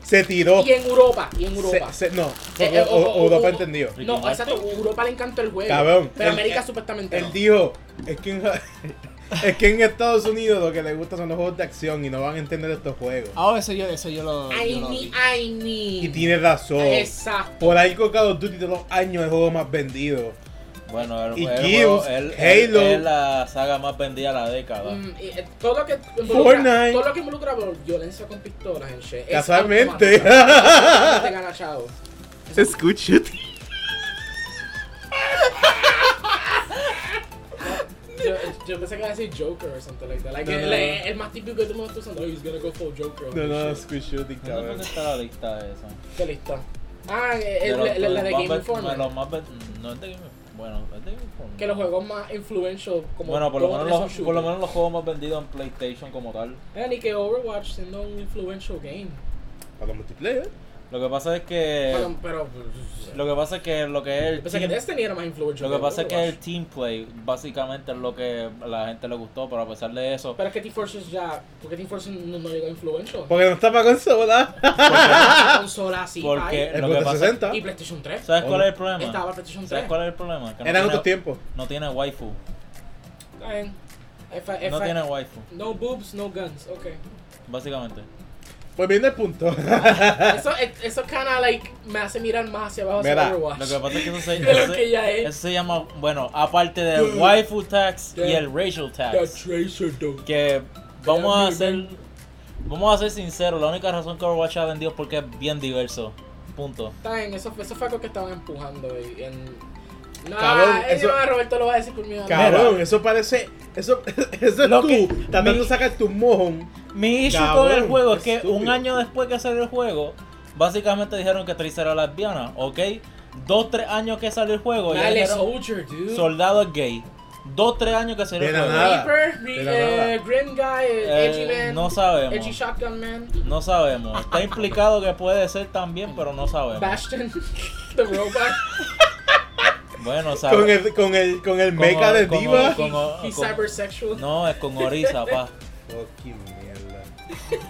A: Se tiró.
C: Y en Europa, y en
A: Se-
C: Europa.
A: se- no,
C: Eh,
A: porque
C: eh, o-
A: Eu-
C: o-
A: Europa
C: o-
A: entendió.
C: No, exacto, Europa le encantó el juego.
A: Cabrón,
C: Pero
A: el-
C: América
A: el-
C: supuestamente
A: Él
C: no.
A: dijo, es que, en, [LAUGHS] es que en Estados Unidos lo que les gusta son los juegos de acción y no van a entender estos juegos.
B: Ah, oh, eso yo, eso yo lo.
C: I
B: yo lo
C: need,
B: vi.
C: I need.
A: Y tiene razón.
C: Exacto.
A: Por ahí con Call of Duty de los años es el juego más vendido.
D: Bueno, el,
A: Y
D: el
A: Gears,
D: juego- el- el-
A: Halo.
D: es la saga más vendida de la década.
C: Mm, y, eh, todo lo que involucra,
A: Fortnite.
C: todo lo que involucra vol- violencia con pistolas en Shea es
A: Casualmente.
C: automático. Automáticamente gana Chavo.
A: Escucha.
C: Yo, yo pensé que iba a decir Joker o something like that. Like,
A: No,
C: el,
A: no,
C: el- el más típico que todo el mundo está usando. Oh, he's gonna go for Joker. on
A: No,
C: this
A: no,
C: shit.
A: escucha,
D: ¿Dónde fue
A: cabrón.
D: que está la lista de eso?
C: ¿Qué lista? Ah, eh,
D: De
C: eh,
D: los-
C: la, la- la de
D: los
C: Game
D: más-
C: Informer.
D: los más ven- no es de Game Informer. Bueno, es de Game Informer.
C: Que los juegos más influential como
D: bueno, por lo,
C: todos
D: menos
C: son
D: los,
C: shooters.
D: por lo menos los juegos más vendidos en PlayStation como tal.
C: Eh, ni que Overwatch siendo un influential game.
A: Para los multiplayer.
D: Lo que pasa es que.
C: Bueno, pero
D: Eh, Lo que pasa es que lo que es el
C: yo pensé que este
D: team-
C: Destiny era más influential.
D: Lo que pasa es que el
C: Overwatch.
D: team play básicamente es lo que a la gente le gustó, pero a pesar de eso,
C: Pero es que T-Forces ya. ¿Por qué T-Forces no, no llegó a influential?
A: Porque no está para consola.
C: Ah,
D: [LAUGHS]
C: consola sí,
D: porque
A: [LAUGHS] El
D: lo que pasa,
A: 60
C: hay. Y PlayStation 3.
D: ¿sabes cuál es el problema?
C: Estaba PlayStation 3.
D: ¿Sabes cuál es el problema? Que no
A: Eran
D: tiene-
A: otros tiempos.
D: No tiene waifu.
C: Está bien. If I- if
D: No
C: I-
D: tiene waifu,
C: No boobs, no guns. Okay.
D: básicamente.
A: Pues viene el punto. [LAUGHS]
C: Eso, eh, eso kinda like me hace mirar más hacia abajo hacia
A: Ah. Mira,
C: Overwatch.
D: Lo que
C: [LAUGHS]
D: pasa es que eso se,
C: De lo
D: eso,
C: que ya es.
D: eso se llama, bueno, aparte del
C: Dude.
D: waifu tax y
C: Dude.
D: el racial
C: The
D: tax.
C: Tracer Dog.
D: Que vamos
C: Dude,
D: a ser, vamos a ser sinceros, la única razón que Overwatch ha vendido es porque es bien diverso. Punto.
C: Está bien, eso, fue- eso fue algo que estaban empujando. Y, en... Nah,
A: Cabrón,
C: eh,
A: eso-
C: no, Roberto lo va a decir por miedo.
A: Cabrón, eso parece. Eso, [LAUGHS] eso es
D: Lo
A: tú
D: que-
A: tratando
D: mi-
A: de sacar tu mojón.
D: Mi issue con
A: Cabrón,
D: el juego es que
A: estúpido.
D: un año después que salió el juego, básicamente dijeron que Tris era lesbiana, ¿ok? Dos, tres años que salió el juego, pues, ya
C: Dale,
D: dijeron,
C: Soldier, dude.
D: soldado es gay. Dos, tres años que salió el
A: De la
D: juego.
A: nada.
C: Reaper, Re-
A: Mira,
C: eh,
A: nada.
C: Grim Guy,
D: Eh,
C: Edgy Man,
D: no sabemos.
C: Edgy Shotgun Man,
D: No sabemos. Está implicado que puede ser también, pero no sabemos.
C: Bastion, [LAUGHS] The Robot,
D: Bueno, sabemos.
A: Con el, con el, con el mecha de diva.
C: He's Cybersexual.
D: no, es con Orisa, pa.
A: Fucking mierda.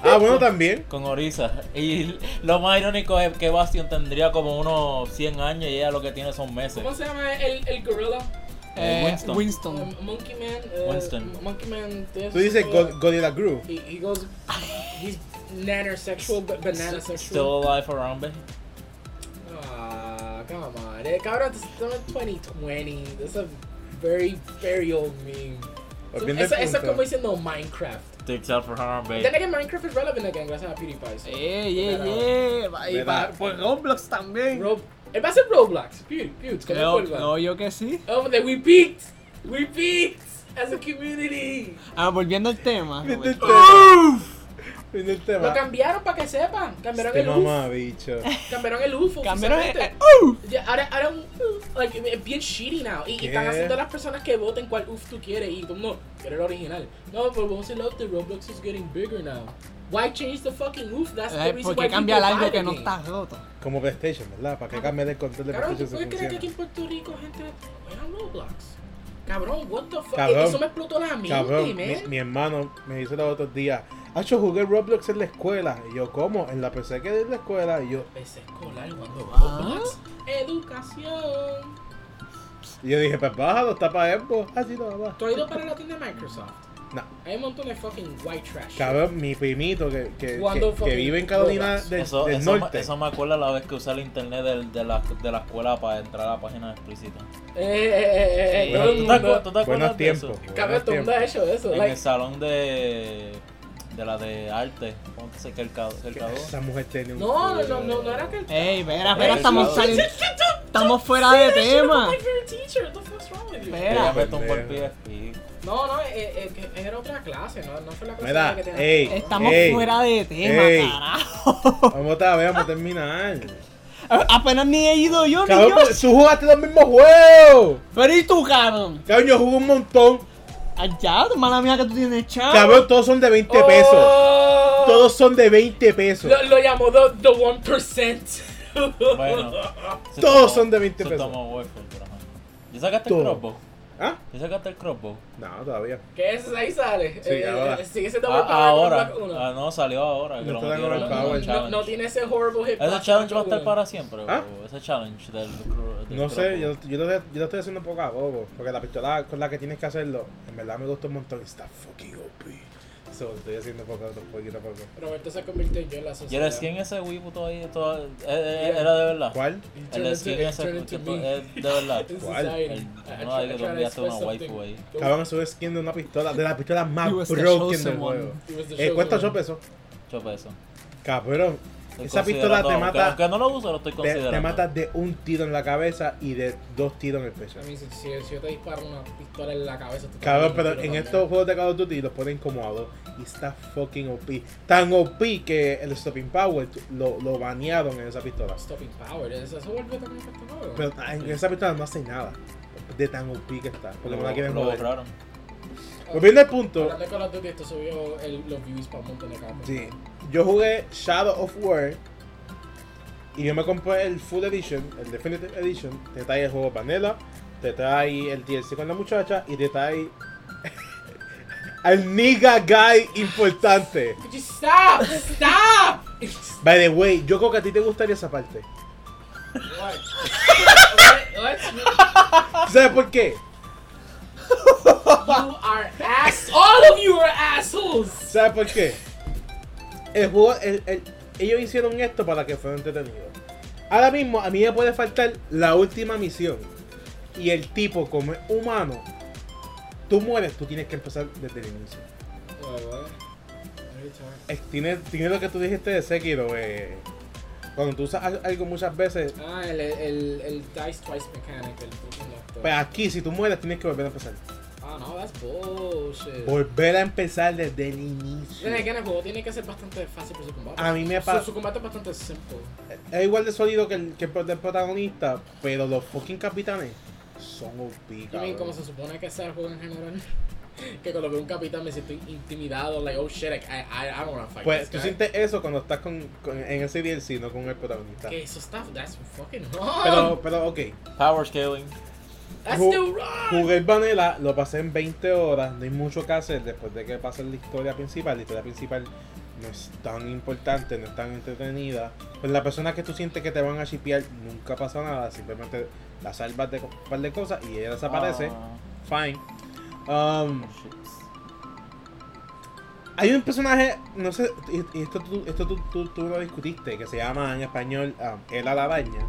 A: Ah, bueno, también.
D: Con Orisa. Y lo más irónico es que Bastion tendría como unos 100 años y ella lo que tiene son meses.
C: ¿Cómo se llama el, el gorila?
D: Eh, Winston.
B: Winston.
C: Um, Monkey Man. eh,
D: Winston.
C: Monkey Man. this,
A: Tú dices
C: uh,
A: God- Godzilla Groove.
C: He, he goes. He's nanosexual, but banana sexual.
D: Still alive around me.
C: Ah, come on. Eh, Cabrón, this is still in 2020. This is a very, very old meme.
A: Pues
C: So,
A: viene el
C: eso, eso es
A: punto.
C: como diciendo Minecraft.
D: Sticks out for Harambe.
C: Then again, Minecraft is relevant again gracias a PewDiePie. so-
B: Ey, ey,
C: Mira.
B: ey. va- Y
A: Mira.
B: pa- por Roblox también.
C: Rob- eh, va a ser Roblox. Pew, pew, it's gonna
B: Yo-
C: be Roblox.
B: no, yo que sí.
C: Oh, then we peaked. We peaked as a community.
B: Ah, volviendo al tema.
A: Viene el
B: Roberto.
A: tema. Viene el
C: Lo
A: tema.
C: cambiaron para que sepan. Cambiaron
A: Este
C: el UFO.
A: mamá, bicho.
C: Cambiaron el UFO.
B: Cambiaron el-
C: oficialmente.
B: ¡Uh!
C: Ya, ahora, ahora un, like, es bien shitty now. Y, y están
A: ¿Qué?
C: haciendo a las personas que voten cuál UF tú quieres. Y tú, no, quiero el original. No, pero vamos a decirlo, the Roblox is getting bigger now. Why change the fucking UF? That's the
B: Eh,
C: reason
B: ¿Por
C: why
B: qué cambiar
C: people buy
B: algo
C: the
B: que no
C: game.
B: está roto?
A: Como PlayStation, ¿verdad? ¿Para qué cambiar el control de
C: Cabrón, ¿tú
A: PlayStation?
C: puedes
A: si
C: creer que aquí en
A: funciona?
C: Puerto Rico gente juega Roblox? Cabrón, what the fuck?
A: Cabrón.
C: Eso me explotó la mente,
A: Cabrón, mi,
C: man.
A: mi hermano me dice los otros días, Hacho, jugué Roblox en la escuela. Y yo, ¿cómo? En la PC que en la escuela. Y yo,
C: PC escolar cuando
B: Ah.
C: Roblox. Educación.
A: y yo dije, pues bájalo, está para Xbox. Así lo va.
C: ¿Tú has ido para la tienda de Microsoft?
A: No.
C: Hay un montón de fucking white trash.
A: Cabrón, mi primito que, que,
C: Jugando
A: que- que
C: fucking
A: vive en Carolina
C: Roblox.
A: del,
D: Eso,
A: del
D: eso, me,
A: Norte.
D: eso me acuerda la vez que usé el internet del- de, la, de la escuela para entrar a la página explícita.
C: Eh, eh, eh, eh,
A: Bueno,
C: todo el
D: ¿Tú te, acu-
C: mundo.
D: tú te acuerdas
A: buenos
D: de eso?
A: tiempos.
C: Cabrón,
A: buenos
C: todo el mundo
A: tiempos.
C: ha hecho eso.
D: En el
C: Like,
D: salón de, de la de arte. ¿Cómo que se que el cado- que el cado?
A: Esa mujer tiene un...
C: no, no, no, no, no era que
D: Eh,
C: el.
B: Ey, espera,
D: Ey,
B: espera, estamos
D: cuidado.
B: saliendo. Estamos fuera de tema.
D: Ella
B: Espera.
D: me tumbó el
A: Pendejo.
D: PSP.
C: No, no, eh, eh, que era otra clase, no, no fue la Eh, clase
A: Mira,
C: que teníamos.
A: ey,
B: Estamos
A: ey,
B: fuera de tema,
A: ey.
B: carajo.
A: Vamos a ver, vamos a terminar.
B: Apenas ni he ido yo ni
A: Cabrón, pues-
B: yo.
A: pero tú jugaste los mismos juegos.
B: Pero y tú, cabrón.
A: Cabrón, yo jugué un montón.
B: Allá, mala mía que tú tienes, chavo.
A: Cabrón, todos son de 20 pesos.
C: Oh,
A: Todos son de 20 pesos.
C: Lo, lo llamó the, the 1%.
A: [LAUGHS]
C: [LAUGHS]
D: Bueno. se
A: Todos
D: tomó-
A: son de 20
D: se
A: pesos.
D: tomó Warfare, pero ajá. ¿Ya sacaste el
A: Todos.
D: crossbow?
A: ¿Ah?
D: ¿Ya sacaste el crossbow?
A: No, todavía.
C: ¿Qué es? Ahí sale. Eh,
A: Sí, ahora.
C: sigue siendo
D: Ah,
C: World Power
D: ahora.
C: Black uno.
D: Ah, no, salió ahora. que
A: No
D: lo
A: está en
D: metieron
A: World
D: en el
A: Power.
C: no, no, no
D: challenge.
C: tiene ese horrible hit.
D: Ese
C: blast
D: challenge va a
C: Black
D: estar
C: uno.
D: para siempre,
A: ¿Ah?
D: bro. Ese challenge del, cro- del
A: No sé,
D: crossbow.
A: yo, yo, lo, yo lo estoy haciendo un poco a bobo. Porque la pistola con la que tienes que hacerlo, en verdad me gusta un montón. y Está fucking OP. So, lo estoy haciendo poco a poco, poquito a poco.
C: Roberto se convirtió en yo en la
D: ¿Y
C: sociedad.
D: el skin ese Wibu todavía? todavía- eh, eh, ¿Era de verdad?
A: ¿Cuál?
D: El skin ese
C: Turn it
D: que
C: to
D: to-
C: me.
D: es
C: [LAUGHS]
D: de verdad.
C: In
A: ¿Cuál?
C: society.
D: El-
C: I- I
D: no,
C: try-
D: hay que
C: I try to
D: cambiarte una
C: express
D: waifu
C: something.
D: ahí.
A: Cabrón, estuve skin de una pistola, de la pistola más
B: He was the
A: broken
B: chosen
A: del
B: one.
A: juego.
C: He was the
A: Eh,
C: chosen
A: cuesta
C: one.
A: 8 pesos.
D: Ocho pesos.
A: Cabrón,
D: pues, Estoy
A: esa pistola te
D: considerando, aunque-
A: mata,
D: Aunque no lo uso, lo estoy
A: te,
D: considerando.
A: te mata de un tiro en la cabeza y de dos tiros en el pecho.
C: A mí, si, si- si yo te disparo una pistola en la cabeza. tú
A: Cabrón,
C: también,
A: pero
C: yo
A: en
C: también.
A: estos juegos de Call of Duty los ponen como a dos. Y está fucking OP. Tan OP que el Stopping Power lo, lo banearon en esa pistola.
C: Stopping power, eso eso volvió también para este juego.
A: Pero en esa pistola no hace nada. De tan OP que está. Porque no la quieren
D: Lo
A: mover.
D: borraron.
A: Volviendo al punto.
C: Hablando de Call of Duty, esto subió el- los views para un montón de campos.
A: Sí. Yo jugué Shadow of War. Y yo me compré el Full Edition, el Definitive Edition. Te trae el juego Vanilla. Te trae el DLC con la muchacha. Y te trae. [LAUGHS] al nigga guy importante.
C: Could you stop? Stop!
A: By the way, yo creo que a ti te gustaría esa parte.
C: What? What? What?
A: ¿Sabes por qué?
C: You are ass. All of you are assholes.
A: ¿Sabes por qué? El juego, el- el- ellos hicieron esto para que fuera entretenido. Ahora mismo a mí me puede faltar la última misión. Y el tipo, como es humano, tú mueres, tú tienes que empezar desde el inicio. Es- tiene, tiene lo que tú dijiste de Sekiro, eh, Cuando tú usas al- algo muchas veces,
C: Ah, el, el, el Dice Twice Mechanic, el fucking laptop.
A: pues aquí si tú mueres tienes que volver a empezar.
C: Ah, no, that's bullshit.
A: Volver a empezar desde el inicio.
C: Tiene que en el juego tiene que ser bastante fácil por su combate.
A: A mí me
C: su,
A: pasa.
C: su combate es bastante simple.
A: Es igual de sólido que el, que el del protagonista, pero los fucking capitanes son OP,
C: Yo mean, como
A: cabrón.
C: se supone que sea el juego en general. [LAUGHS] que cuando veo un capitán me siento intimidado, like, oh shit, I, I, I don't wanna fight
A: Pues
C: this
A: tú
C: guy.
A: sientes eso cuando estás con, con- en ese DLC, no con el protagonista.
C: Que eso está, that's fucking [LAUGHS] wrong.
A: Pero, pero ok,
D: Power scaling.
C: that's
A: ju-
C: still wrong.
A: jugué el Vanilla, lo pasé en 20 horas, no hay mucho que hacer después de que pase la historia principal. La historia principal no es tan importante, no es tan entretenida. Pero la persona que tú sientes que te van a shipear nunca pasa nada, simplemente la salvas de co- un par de cosas y ella desaparece.
D: Ah.
A: Fine. Um, Hay un personaje, no sé, y- y esto, tú, esto tú, tú- tú lo discutiste, que se llama en español um, El Alabaña,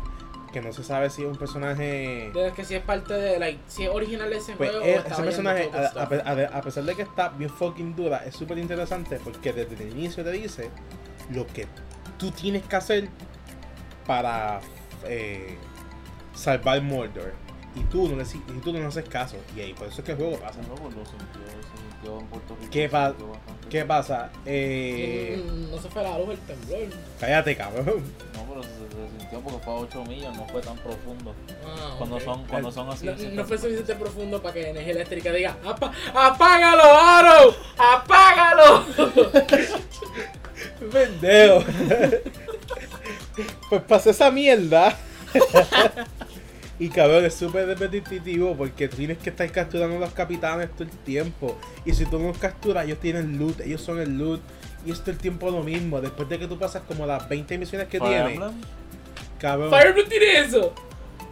A: que no se sabe si es un personaje...
C: Desde que si es parte de, like, si es original de ese
A: Pues
C: este juego.
A: eh,
C: o estaba
A: ese
C: ya en
A: personaje,
C: otro
A: a, a
C: stuff.
A: pe- a de- a pesar de que está bien fucking dura, es súper interesante porque desde el inicio te dice lo que tú tienes que hacer para eh, salvar Mordor. Y tú, no le, si- y tú no le haces caso. Y ahí, por eso es que el juego pasa. ¿Qué pa- ¿Qué pasa? Eh,
C: Mm, no se fue la luz el temblor.
A: cállate, cabrón.
D: No, pero se, se sintió porque fue a 8 millas, no fue tan profundo.
C: Ah,
D: Cuando
C: ok.
D: son, cuando son así.
C: No,
D: se-
C: no fue suficiente profundo para que energía eléctrica diga "Apa- ¡Apágalo, Aro!
A: [LAUGHS]
C: ¡Apágalo!
A: Pendejo. pues pasé esa mierda. y cabrón, es súper repetitivo porque tú tienes que estar capturando a los capitanes todo el tiempo. Y si tú no los capturas, ellos tienen loot, ellos son el loot. Y es todo el tiempo lo mismo. Después de que tú pasas como las 20 misiones que
D: Fire
A: tienes,
D: Emblem.
A: cabrón.
C: Fire Emblem tiene eso.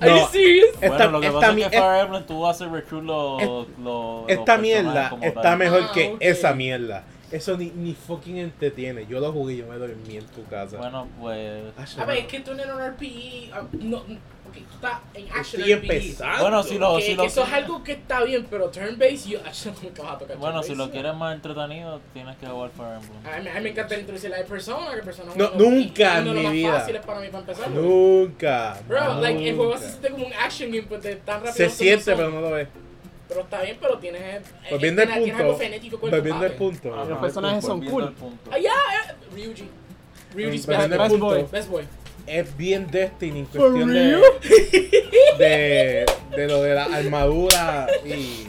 C: Are
A: No.
C: you serious?
A: Esta,
D: bueno, lo que
A: esta
D: pasa
A: mi-
D: es que
A: es-
D: Fire Emblem tú haces recruit los. los- los
A: esta
D: personajes
A: mierda
D: como
A: está
D: tal.
A: mejor
C: Ah,
A: que
C: ok.
A: esa mierda. Eso ni, ni fucking entretiene. Yo lo jugué y yo me dormí en tu casa.
D: Bueno, pues.
A: Ah,
C: A ver, es que tú no eres un RPG. ah, No, no, ok, tú estás en action
A: Estoy
C: RPG.
A: empezando.
D: Bueno, si lo.
C: que,
D: Si
C: que
D: lo
C: eso es algo que está bien, pero turn-based, yo [LAUGHS] yo nunca vas a tocar
D: bueno,
C: turn-based.
D: si lo quieres más entretenido, tienes que jugar Fire Emblem.
A: Ah,
C: A mí, a mí me encanta la introducción de persona, que persona es
A: No,
C: uno de los-
A: nunca
C: uno de
A: en mi
C: los
A: vida.
C: más fáciles para mí para empezar. güey.
A: Nunca.
C: Bro, like, el juego se
A: nunca.
C: siente como un action game, pues de tan rápido. Eh,
A: Se
C: que
A: siente,
C: son-
A: pero no lo ve.
C: Pero está bien, pero tienes. eh,
A: Volviendo al
C: tienes- tienes algo
A: Pues punto.
C: frenético pues, ah, con el
A: Volviendo al
C: combate.
A: punto.
D: Ah,
B: Los personajes son
D: Volviendo
B: cool.
D: al punto.
C: Ah, ya, eh, Ryuji. Ryuji's
A: Volviendo al
C: best boy.
B: Best Boy.
A: Pues punto.
C: Best boy.
A: Es bien Destiny en cuestión de, [LAUGHS] de. de lo de la armadura y.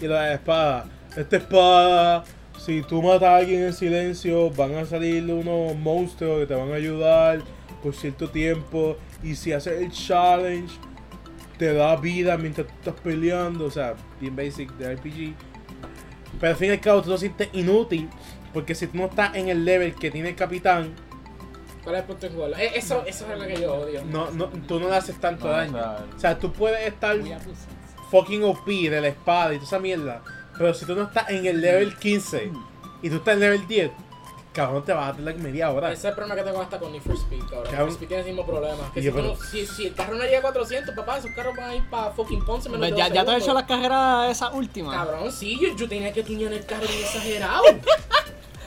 A: y lo de la espada. Esta espada, si tú matas a alguien en silencio, van a salir unos monstruos que te van a ayudar por cierto tiempo. Y si haces el challenge, te da vida mientras tú estás peleando. O sea, bien basic de RPG. Pero al fin y al cabo, tú lo sientes inútil. Porque si tú no estás en el level que tiene el capitán,
C: ¿Cuál es el punto en jugarlo? Eh, Eso, eso es algo que yo odio.
A: no, no, tú no le haces tanto
D: No,
A: daño.
D: claro.
A: O sea, tú puedes estar
C: Muy abusivo.
A: fucking OP de la espada y toda esa mierda. Pero si tú no estás en el level 15 y tú estás en el level 10, cabrón, te vas a tener media hora.
C: Ese es el problema que tengo hasta con Need for Speed, cabrón. Need
A: Cabrón.
C: for Speed tiene el mismo problema. Que
A: Y
C: si,
A: yo, pero-
C: tú- si, si el carro no llega a 400, papá, esos carros van a ir para fucking Ponce menos
B: Ve,
C: de
B: Ya,
C: dos
B: ya te has hecho
C: segundos.
B: las carreras esas últimas.
C: Cabrón, sí, yo, yo tenía que tuñar el carro bien exagerado.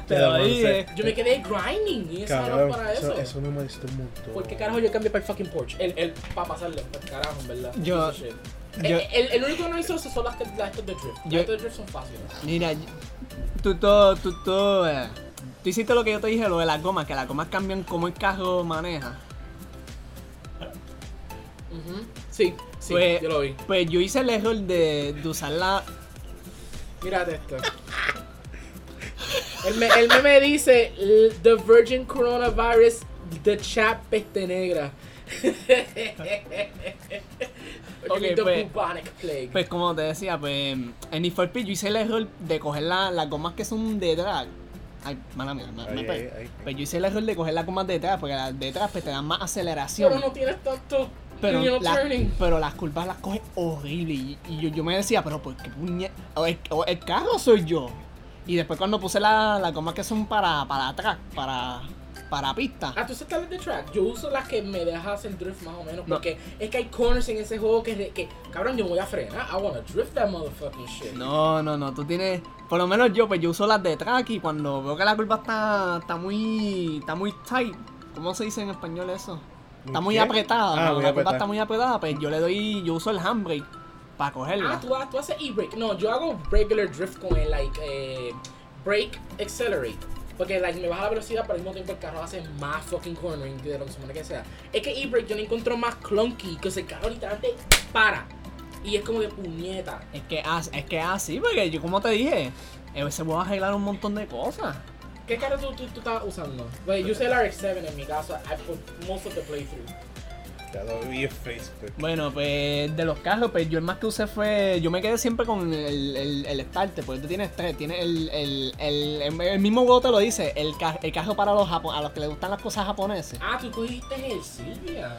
B: Pero
A: Cabrón,
B: ahí,
A: sí.
B: eh,
C: Yo me quedé grinding y eso
A: Cabrón,
C: era para eso.
A: eso, eso me molestó un montón.
C: ¿Por qué carajo yo cambié para el fucking Porsche? El, el, para pasarle, para el carajo, en verdad.
B: Yo-
C: Piece of shit.
B: yo-
C: Eh, el, el único que no hizo eso son las, las estas de drift. Las
B: Yo-
C: estas de drift son fáciles.
B: Mira, tú todo, tú todo. eh, Tú hiciste lo que yo te dije, lo de las gomas, que las gomas cambian cómo el carro maneja.
C: Ujú. Sí, sí,
B: Pues-
C: yo lo vi.
B: Pues yo hice el error de, de usar la. [LAUGHS]
C: Mírate esto. El, me, el meme dice "L- The Virgin Coronavirus The Chat Peste Negra. [LAUGHS]
B: Ok,
C: the
B: pues-
C: Bubonic Plague.
B: Pues como te decía, pues en Need for Speed yo hice el error de coger la- las gomas que son de drag. Ay, mala mía, me, me
A: Ay,
B: pe-
A: ay, ay.
B: Pues yo hice el error de coger las gomas de detrás, porque las de detrás pues, te dan más
C: Pero
B: aceleración.
C: no tienes tanto
B: Pero,
C: You're not
B: la-
C: turning.
B: pero las curvas las coge horrible. Y, y yo, yo me decía, pero ¿por qué puñe? o el, o el carro soy yo. Y después cuando puse la- las gomas que son para, para atrás, para, para pista.
C: Ah, tú usas las de track. Yo uso las que me dejan hacer drift más o menos.
B: No.
C: Porque es que hay corners en ese juego que, re- que cabrón, yo me voy a frenar. I wanna drift that motherfucking shit.
B: No, no, no, tú tienes. Por lo menos yo, pues yo uso las de track y cuando veo que la curva está, está muy. está muy tight. ¿Cómo se dice en español eso? Está muy
A: ¿Qué?
B: apretada.
A: Ah,
B: cuando
A: muy
B: la curva
A: apretada.
B: está muy apretada, pues yo le doy. Yo uso el handbrake para cogerla.
C: Ah, tú, ha- tú haces e-brake. No, yo hago regular drift con el, like, eh, brake, accelerate. Porque, like, me baja la velocidad, pero al mismo tiempo el carro hace más fucking cornering de lo que se supone que sea. Es que e-brake yo lo encuentro más clunky, que el carro literalmente para. Y es como que puñeta.
B: Es que as- es que así, porque yo como te dije, eh, se puede arreglar un montón de cosas.
C: ¿Qué carro tú, tú, tú estabas usando? Like, yo usé el RX-7 en mi caso, I put most of the playthrough.
A: Ya lo vi en Facebook.
B: Bueno, pues de los carros, pues yo el más que usé fue. Yo me quedé siempre con el, el, el starter, porque tú tienes tres. Tienes el, el, el, el- el mismo juego te lo dice, el, ca- el carro para los japo- a los que les gustan las cosas japonesas.
C: Ah, tú cogiste el Silvia.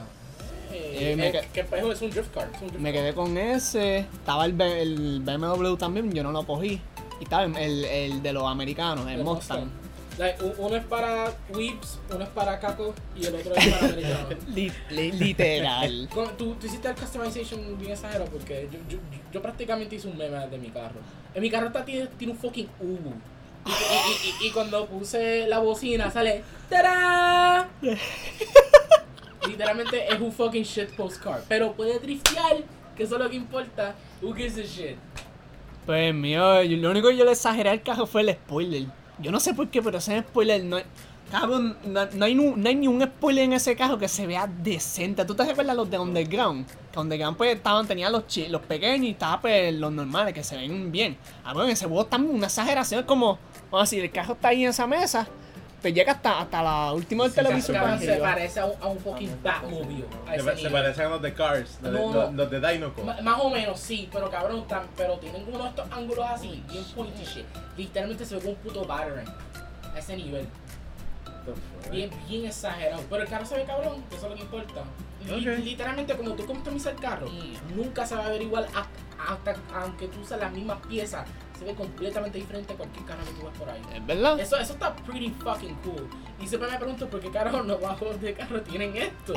B: Eh,
C: Eh,
B: me
C: eh,
B: ca-
C: que pues, es un drift car. es un drift
B: Me
C: car.
B: quedé con ese. Estaba el, B- el BMW también, yo no lo cogí. Y estaba el, el, el de los americanos, el,
C: El
B: Mustang.
C: Like, u- uno es para Weeps, uno es para Caco y el otro es para
B: [LAUGHS]
C: Americano.
B: Li- li- literal.
C: Con- Tú, tú hiciste el customization bien exagero porque yo, yo, yo prácticamente hice un meme de mi carro. En mi carro está, tiene, tiene un fucking Ubu. Y, y- y- y- y cuando puse la bocina sale
B: [LAUGHS]
C: ¡Tará! Literalmente es un fucking shit postcard. Pero puede driftear, que eso es lo que importa. Who gives a shit?
B: Pues mío, yo- lo único que yo le exageré al carro fue el spoiler. Yo no sé por qué, pero ese spoiler no es. Cabrón, no, no hay, nu- no hay ni un spoiler en ese carro que se vea decente. ¿Tú te recuerdas los de Underground? Que Underground pues estaban, tenían los, chi- los pequeños y estaban pues, los normales que se ven bien. Ah, bueno, ese juego está una exageración. Es como, vamos a decir, el carro está ahí en esa mesa, pues llega hasta, hasta la última pues, del
A: Sí,
B: televisor.
A: cabrón,
C: Cabrón,
B: para
C: se
B: arriba.
C: parece a un, a un fucking
A: Ah,
C: Batmobile. a
A: Se,
C: ese
A: pa- se
C: nivel.
A: parecen a los de Cars, los de,
C: No,
A: los-
C: no.
A: los de Dinoco.
C: Ma- más o menos, sí, pero cabrón, tan- pero tienen uno de estos ángulos así, bien pointy shit. Literalmente se ve como un puto battering. A ese nivel. Bien, bien exagerado. Pero el carro se ve cabrón, que eso es lo que importa. Li-
A: Ok.
C: Literalmente, cuando tú customizas el carro, nunca se va a ver igual a- hasta aunque tú uses las mismas piezas. Se ve completamente diferente a cualquier carro que tú ves por ahí.
B: ¿Es verdad?
C: Eso, eso está pretty fucking cool. Y siempre me pregunto por qué carajo los bajos de carro tienen esto.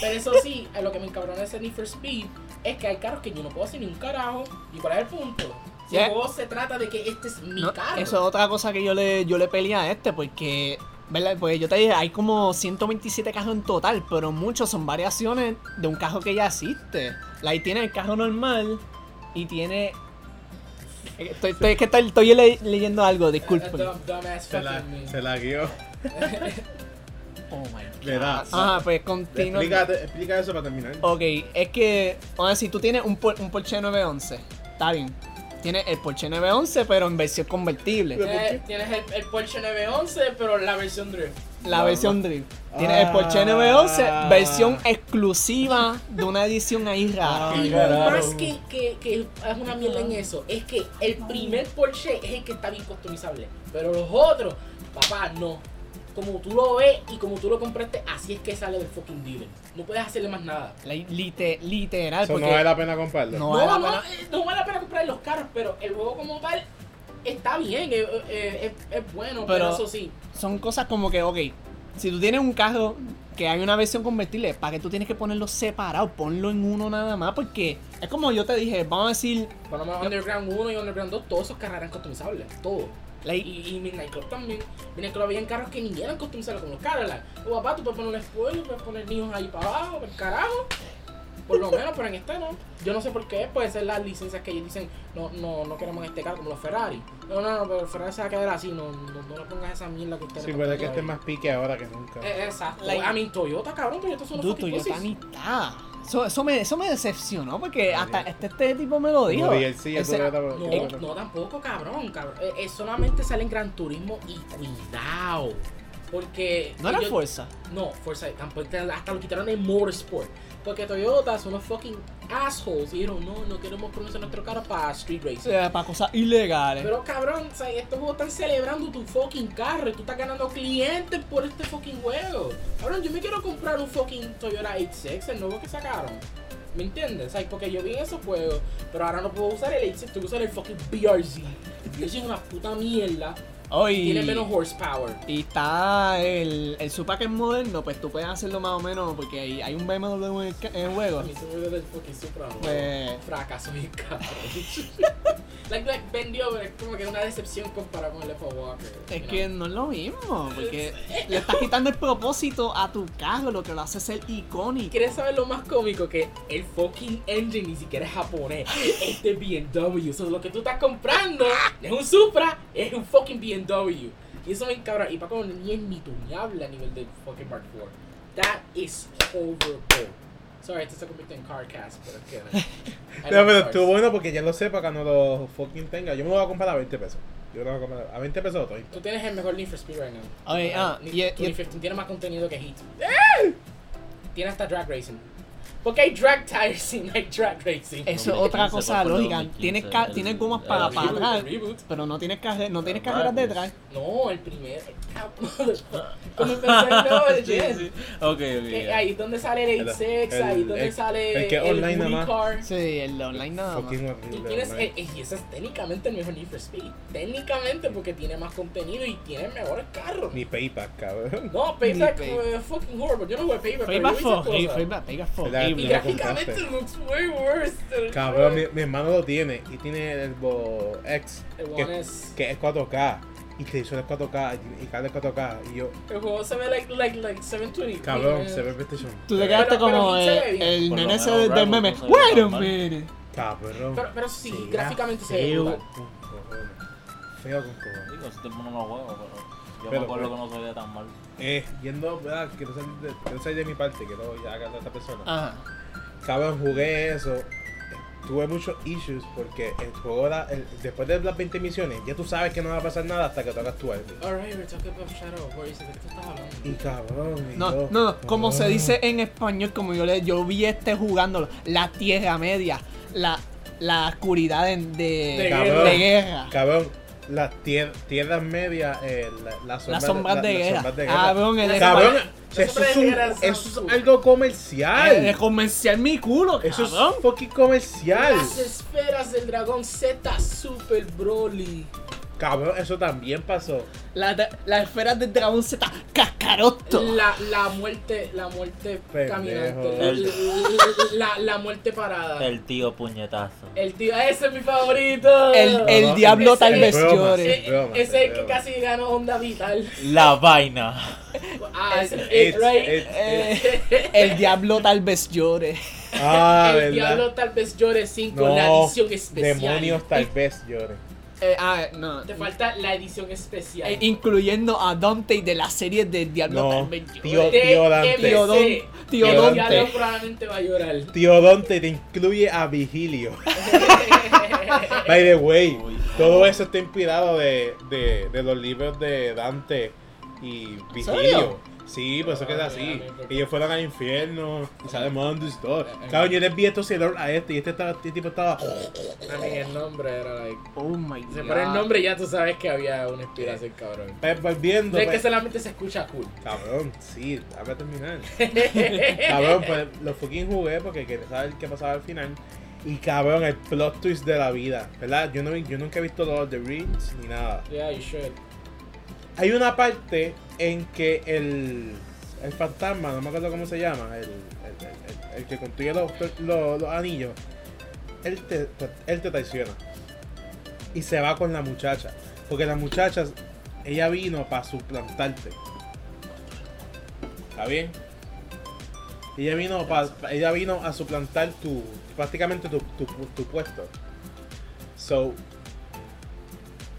C: Pero eso sí, a lo que me encabrona ese Need for Speed es que hay carros que yo no puedo hacer ni un carajo. ¿Y cuál es el punto? Si
B: Yeah.
C: el juego se trata de que este es mi
B: No,
C: carro.
B: Eso es otra cosa que yo le, yo le peleé a este, porque, ¿verdad? Pues yo te dije, hay como 127 carros en total, pero muchos son variaciones de un carro que ya existe. La y tiene el carro normal y tiene. eh, Estoy, estoy- es que estoy, estoy le- leyendo algo, disculpe.
C: A- a dumb- dumbass
A: Se la,
C: fucking me.
A: se la guió.
B: Oh my god.
A: Le da.
B: Ajá, pues continúa.
A: Explícate- explica eso para terminar.
B: Ok, es que, vamos a decir, tú tienes un, por- un Porsche 911, está bien. Tienes el Porsche 911, pero en versión convertible.
C: Tienes, tienes el, el Porsche 911, pero la versión Drift.
B: La
A: No,
B: versión Drift. Tiene eh, el Porsche
A: Ah.
B: 911, versión exclusiva de una edición ahí
A: Ah.
B: rara.
D: Ay,
C: Y lo
D: carajo.
C: más que, que, que es una mierda en eso es que el primer Porsche es el que está bien customizable, pero los otros, papá, no. Como tú lo ves y como tú lo compraste, así es que sale del fucking dealer. No puedes hacerle más nada.
B: La- lite- literal,
A: Eso no
B: porque-
A: vale la pena comprarlo.
B: No.
C: No,
B: vale la
C: no, eh, no vale la pena comprar los carros, pero el juego como tal está bien, eh, eh, eh, es, es bueno, pero,
B: Pero-
C: eso sí.
B: son cosas como que, ok, si tú tienes un carro que hay una versión convertible, ¿para qué tú tienes que ponerlo separado? Ponlo en uno nada más, porque es como yo te dije, vamos a decir,
C: Por lo menos Underground 1 y Underground 2, todos esos carros eran customizables, todos.
B: la-
C: Y, y Midnight Club también. Midnight Club había carros que ni eran customizables como los Cadillac. O papá, tú puedes poner un spoiler, puedes poner niños ahí para abajo, para el carajo.
B: [LAUGHS]
C: Por lo menos, pero en este no. Yo no sé por qué, puede ser las licencias que ellos dicen, no, no, no queremos este carro como los Ferrari. No, no, no, pero el Ferrari se va a quedar así, no, no, no le pongas esa mierda que ustedes
A: Sí,
C: le
A: puede
C: ponen
A: que esté
C: todavía.
A: más pique ahora que nunca.
C: Eh, exacto.
B: Like-
C: a mí Toyota, cabrón, Toyota son
B: dude,
C: los fucking
B: Toyota
C: pussies.
B: ni está. Eso, eso me, eso me decepcionó, porque
A: Ay,
B: hasta
A: Dios.
B: este, este tipo me lo dijo.
A: Como DLC, el
B: Ese-
A: Toyota-
C: No,
A: Toyota.
C: no tampoco, cabrón, cabrón. Eh, eh, solamente sale en Gran Turismo y cuidado. Porque.
B: No era
C: yo-
B: fuerza.
C: No, Forza tampoco. Hasta lo quitaron en Motorsport. Porque Toyota son unos fucking assholes. Y dijeron, no, no queremos pronunciar nuestro carro para Street Racing.
B: Eh, para cosas ilegales.
C: Pero cabrón, o sea, estos juegos están celebrando tu fucking carro y tú estás ganando clientes por este fucking juego. Cabrón, yo me quiero comprar un fucking Toyota 86, el nuevo que sacaron. ¿Me entiendes? O sea, porque yo vi esos juegos, pero ahora no puedo usar el 86, tengo que usar el fucking BRZ. BRZ es una puta mierda.
B: Oh, y-
C: Tiene menos horsepower.
B: Y está el, el Supac es moderno, pues tú puedes hacerlo más o menos porque hay, hay un BMW en el, ca- en el juego.
C: A mí se me olvidó del fucking Supra, bro.
B: Eh.
C: Fracaso bien cabrón. [LAUGHS] like, like, vendió, pero es como que una decepción comparado con el F Walker.
B: Es
C: you
B: que
C: know?
B: no es lo mismo, porque le estás quitando el propósito a tu carro, lo que lo hace ser icónico.
C: ¿Quieres saber lo más cómico? Que el fucking engine ni siquiera es japonés. Este BMW. O sea, lo que tú estás comprando no es un Supra, es un fucking BMW. Y eso me encabra. Y para como ni es ni tuneable a nivel del fucking Mark IV. That is horrible. Sorry, esto se convierte en carcast, pero es que.
A: [LAUGHS]
C: I
A: No, pero
C: love cars.
A: estuvo bueno porque ya lo sepa que no lo fucking tenga. Yo me lo voy a comprar a 20 pesos. Yo lo voy a comprar a 20 pesos todo.
C: Tú tienes el mejor Need for Speed right now.
B: Oye, ah,
C: Need
B: y- y-
C: 2015 tiene más contenido que Heat.
A: ¡Eh!
C: Tiene hasta drag racing. Porque hay drag tires y no hay drag racing.
B: Eso es otra
D: 2015
B: cosa
D: fue
B: lógica.
D: 2015,
B: tienes, ca-
D: el-
B: tienes gomas
D: el
B: para,
D: reboot,
B: para
C: Reboot,
B: atrás,
C: reboot.
B: pero no tienes, carre- no tienes
D: Ah,
B: carreras
D: pues.
B: detrás.
C: No, el primer. [LAUGHS] Como empezó el
D: Sí,
C: yes.
D: sí. Ok, ok.
C: Que
D: ya.
C: Ahí es donde sale el
A: El-
C: 86, ahí es
A: el-
C: donde
A: el-
C: sale
A: el que online nada más.
C: Unicar.
B: Sí, el online nada más.
A: Fucking
C: Y
A: horrible,
C: tienes
A: online.
C: el- y ese es técnicamente el mejor Need for Speed. Técnicamente porque tiene más contenido y tiene mejores carros.
A: Ni payback,
C: [LAUGHS]
A: cabrón.
C: No, Payback
B: Ni
C: fue eh, fucking horrible. Yo no jugué Payback, pero yo
B: Payback
C: hice
B: fue
C: cosas.
B: horrible, Payback- Payback fue
A: ¿Verdad?
C: Y
B: horrible.
A: Mira. lo compraste.
C: gráficamente looks way worse. than el
A: Cabrón, mi,
C: juego.
A: mi hermano lo tiene y tiene el Bo X
C: El
A: que,
C: One S.
A: que es 4K y televisor es 4K y, y cable es 4K y yo,
C: El juego se ve like, like, like 720.
A: cabrón,
C: Eh,
A: se ve PlayStation.
B: Tú te
A: Eh,
B: quedaste
C: Pero- pero
B: como
C: sí
B: el,
C: se ve bien.
B: el
D: Por lo
B: nene ese
D: menos
B: del, del
D: Rebel
B: meme.
D: no se ve
B: Wait a
D: tan mal.
B: minute.
A: Cabrón.
C: Pero- pero sí,
A: Se
C: gráficamente se ve
A: feo
C: brutal.
A: con cojones. Feo con cojones.
D: Digo, si te ponen los huevos, pero yo
A: Pero, pues.
D: me acuerdo
A: pero-
D: que no se veía tan mal.
A: Eh, yendo, ¿verdad? Que no salga de, que no salga de mi parte, que no ya haga de esta persona.
B: Ajá.
A: Cabrón, jugué eso. Tuve muchos issues porque el juego era. el- después de las 20 misiones, ya tú sabes que no va a pasar nada hasta que tocas tu álbum.
C: Alright, we're talking about Shadow of Warriors. ¿De qué tú estás hablando?
A: Y cabrón, y
B: No,
A: yo,
B: no, no, como se
A: cabrón.
B: dice en español, como yo le yo vi este jugándolo, la Tierra Media, la, la oscuridad de, de-
C: De
A: guerra.
B: de guerra.
A: Cabrón, las tier- tierras medias, eh, la- las sombras,
B: Las sombras
A: la-
B: de
A: las
B: guerra.
A: sombras de guerra.
B: Cabrón, el
A: Cabrón,
C: Las
A: eso
C: sombras
A: es,
C: de
A: un-
C: guerra son
A: eso
C: cool.
A: es algo comercial.
B: de comerciar mi culo,
A: Eso es
B: Eh, cabrón.
A: fucking comercial.
C: Las esferas del dragón Z Super Broly.
A: Cabrón, eso también pasó.
B: La, la esfera del dragón Z, cascaroto.
C: La, la muerte, la muerte
A: Pendejo.
C: caminante. La, la muerte parada. El,
D: El tío puñetazo.
C: tío, ese es mi favorito.
B: El- el
A: No,
B: diablo
A: es-
B: tal
A: es
B: vez
A: broma,
B: llore.
A: es broma,
C: Ese es el que
A: broma.
C: casi ganó Onda Vital.
D: La vaina.
C: Ah, ese
A: It's-
C: es right.
A: it's- it's-
B: Eh, el diablo tal vez llore.
A: Ah,
C: el
A: ¿verdad?
C: diablo tal vez llore 5,
A: no,
C: la edición especial.
A: demonios tal vez lloren.
B: Eh, ah, no.
C: Te falta la edición especial.
B: Eh, incluyendo a Dante de la serie del diablo
A: No,
B: tal vez llore.
A: tío-
C: TMC.
A: Tío Dante.
B: Tío Don- tío
C: El
A: Dante.
C: diablo probablemente va a llorar.
A: Tío Dante te incluye a Vigilio. [LAUGHS] By the way,
D: Uy.
A: todo eso está inspirado de, de, de los libros de Dante y
B: serio?
A: Vigilio. Sí, por eso que es así. Ellos fueron al infierno y sale mundo y todo.
C: Eh, eh.
A: Cabrón, yo les vi estos celos a este y este, estaba- este tipo estaba.
C: También el nombre era like.
B: Oh my god.
C: Se pone el nombre y ya tú sabes que había una inspiración, cabrón.
A: eh, volviendo.
C: Es que
A: pues.
C: solamente se escucha cool.
A: Cabrón, sí, dame terminar. cabrón, pues lo fucking jugué porque quería saber qué pasaba al final. Y cabrón, el plot twist de la vida, ¿verdad? Yo, no, vi- yo nunca he visto Lord of the Rings ni nada.
C: Yeah, you should.
A: Hay una parte en que el, el fantasma, no me acuerdo cómo se llama, el, el- el- el- el que construye los, los- los anillos, él te, pues, él te traiciona. Y se va con la muchacha. Porque la muchacha, ella vino para suplantarte. ¿Está bien? Ella vino, pa- pa- ella vino a suplantar tu prácticamente tu, tu, tu puesto. So,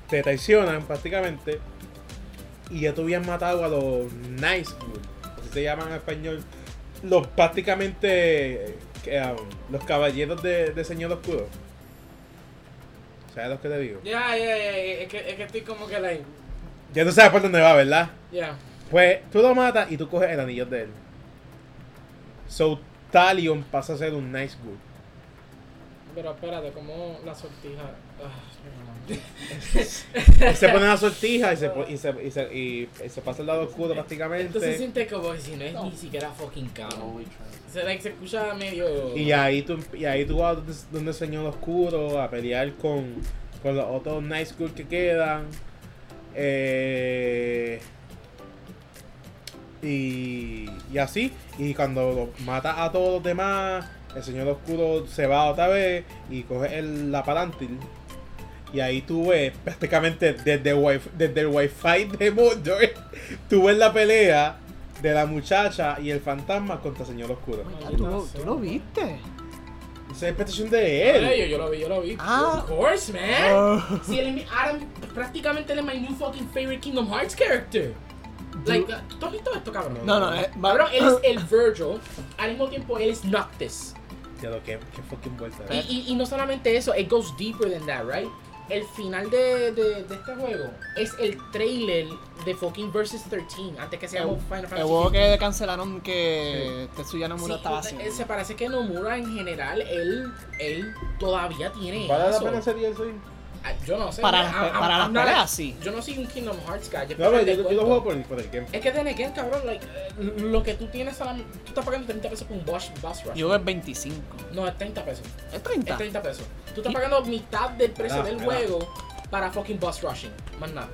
A: te traicionan prácticamente y ya te habían matado a los Nice así se llaman en español, los prácticamente eh, que, um, los caballeros de, de Señor Oscuro. ¿Sabes lo que te digo?
C: Ya, ya, ya. Es que, es que estoy como que like.
A: Ya no sabes por dónde va, ¿verdad?
C: Ya.
A: Pues tú lo matas y tú coges el anillo de él. So Talion pasa a ser un nice good.
E: Pero espérate, como la sortija.
C: [LAUGHS]
E: Ah, yo no-
A: Se pone la sortija y se, po- y se, y se, y- y se pasa al lado oscuro prácticamente.
C: Entonces siente como que si no es ni siquiera fucking canon. Se, like, se escucha medio.
A: Y ahí tú, y ahí tú vas donde, donde el Señor Oscuro a pelear con, con los otros Night School que quedan. Eh, y, y así. Y cuando lo- mata a todos los demás, el Señor Oscuro se va otra vez y coge el, la palantir. Y ahí tú ves prácticamente desde, wi- desde el wifi de Mordor, [LAUGHS] tú ves la pelea de la muchacha y el fantasma contra el Señor Oscuro.
B: Ah, ¿Tú, lo- tú lo viste?
A: Esa es petición de él.
E: Ay, yo, yo lo vi, yo lo vi.
B: Ah.
C: Of course, man.
B: Oh.
C: Si él es mi. Adam prácticamente él es my new fucking favorite Kingdom Hearts character. Like, uh, ¿tú has visto esto, cabrón?
B: No, no, eh, va-
C: Cabrón,
B: [LAUGHS]
C: él es el Virgil, al mismo tiempo él es Noctis.
A: Ya lo que, que fucking vuelta.
C: Y, y, y no solamente eso, it goes deeper than that, right? El final de, de, de este juego es el trailer de fucking Versus 13, antes que se llame Final
B: El
C: Fantasy.
B: juego que cancelaron que Tetsuya Nomura
C: Sí,
B: estaba
C: se-
B: haciendo.
C: Se parece que Nomura en general, él, él todavía tiene
A: ¿Vale la
C: eso.
A: pena hacer DLC?
C: Ah, Yo no sé.
B: Para
C: man,
B: las pe-
C: I'm-
B: para las
C: I'm not-
B: peleas, sí.
C: Yo no soy un Kingdom Hearts guy. yo
A: No, pero
C: espero
A: yo,
C: que
A: yo
C: te
A: lo juego
C: cuento.
A: por, por el gameplay.
C: Es que de Negan, cabrón, like, eh, lo que tú tienes, a la- tú estás pagando 30 pesos por un bus, bus rush.
B: Yo creo que es 25.
C: No, es 30 pesos.
B: ¿Es 30?
C: Es 30 pesos. Tú estás pagando mitad del precio
A: Ah,
C: del
A: ah.
C: juego para fucking bus rushing. Más nada.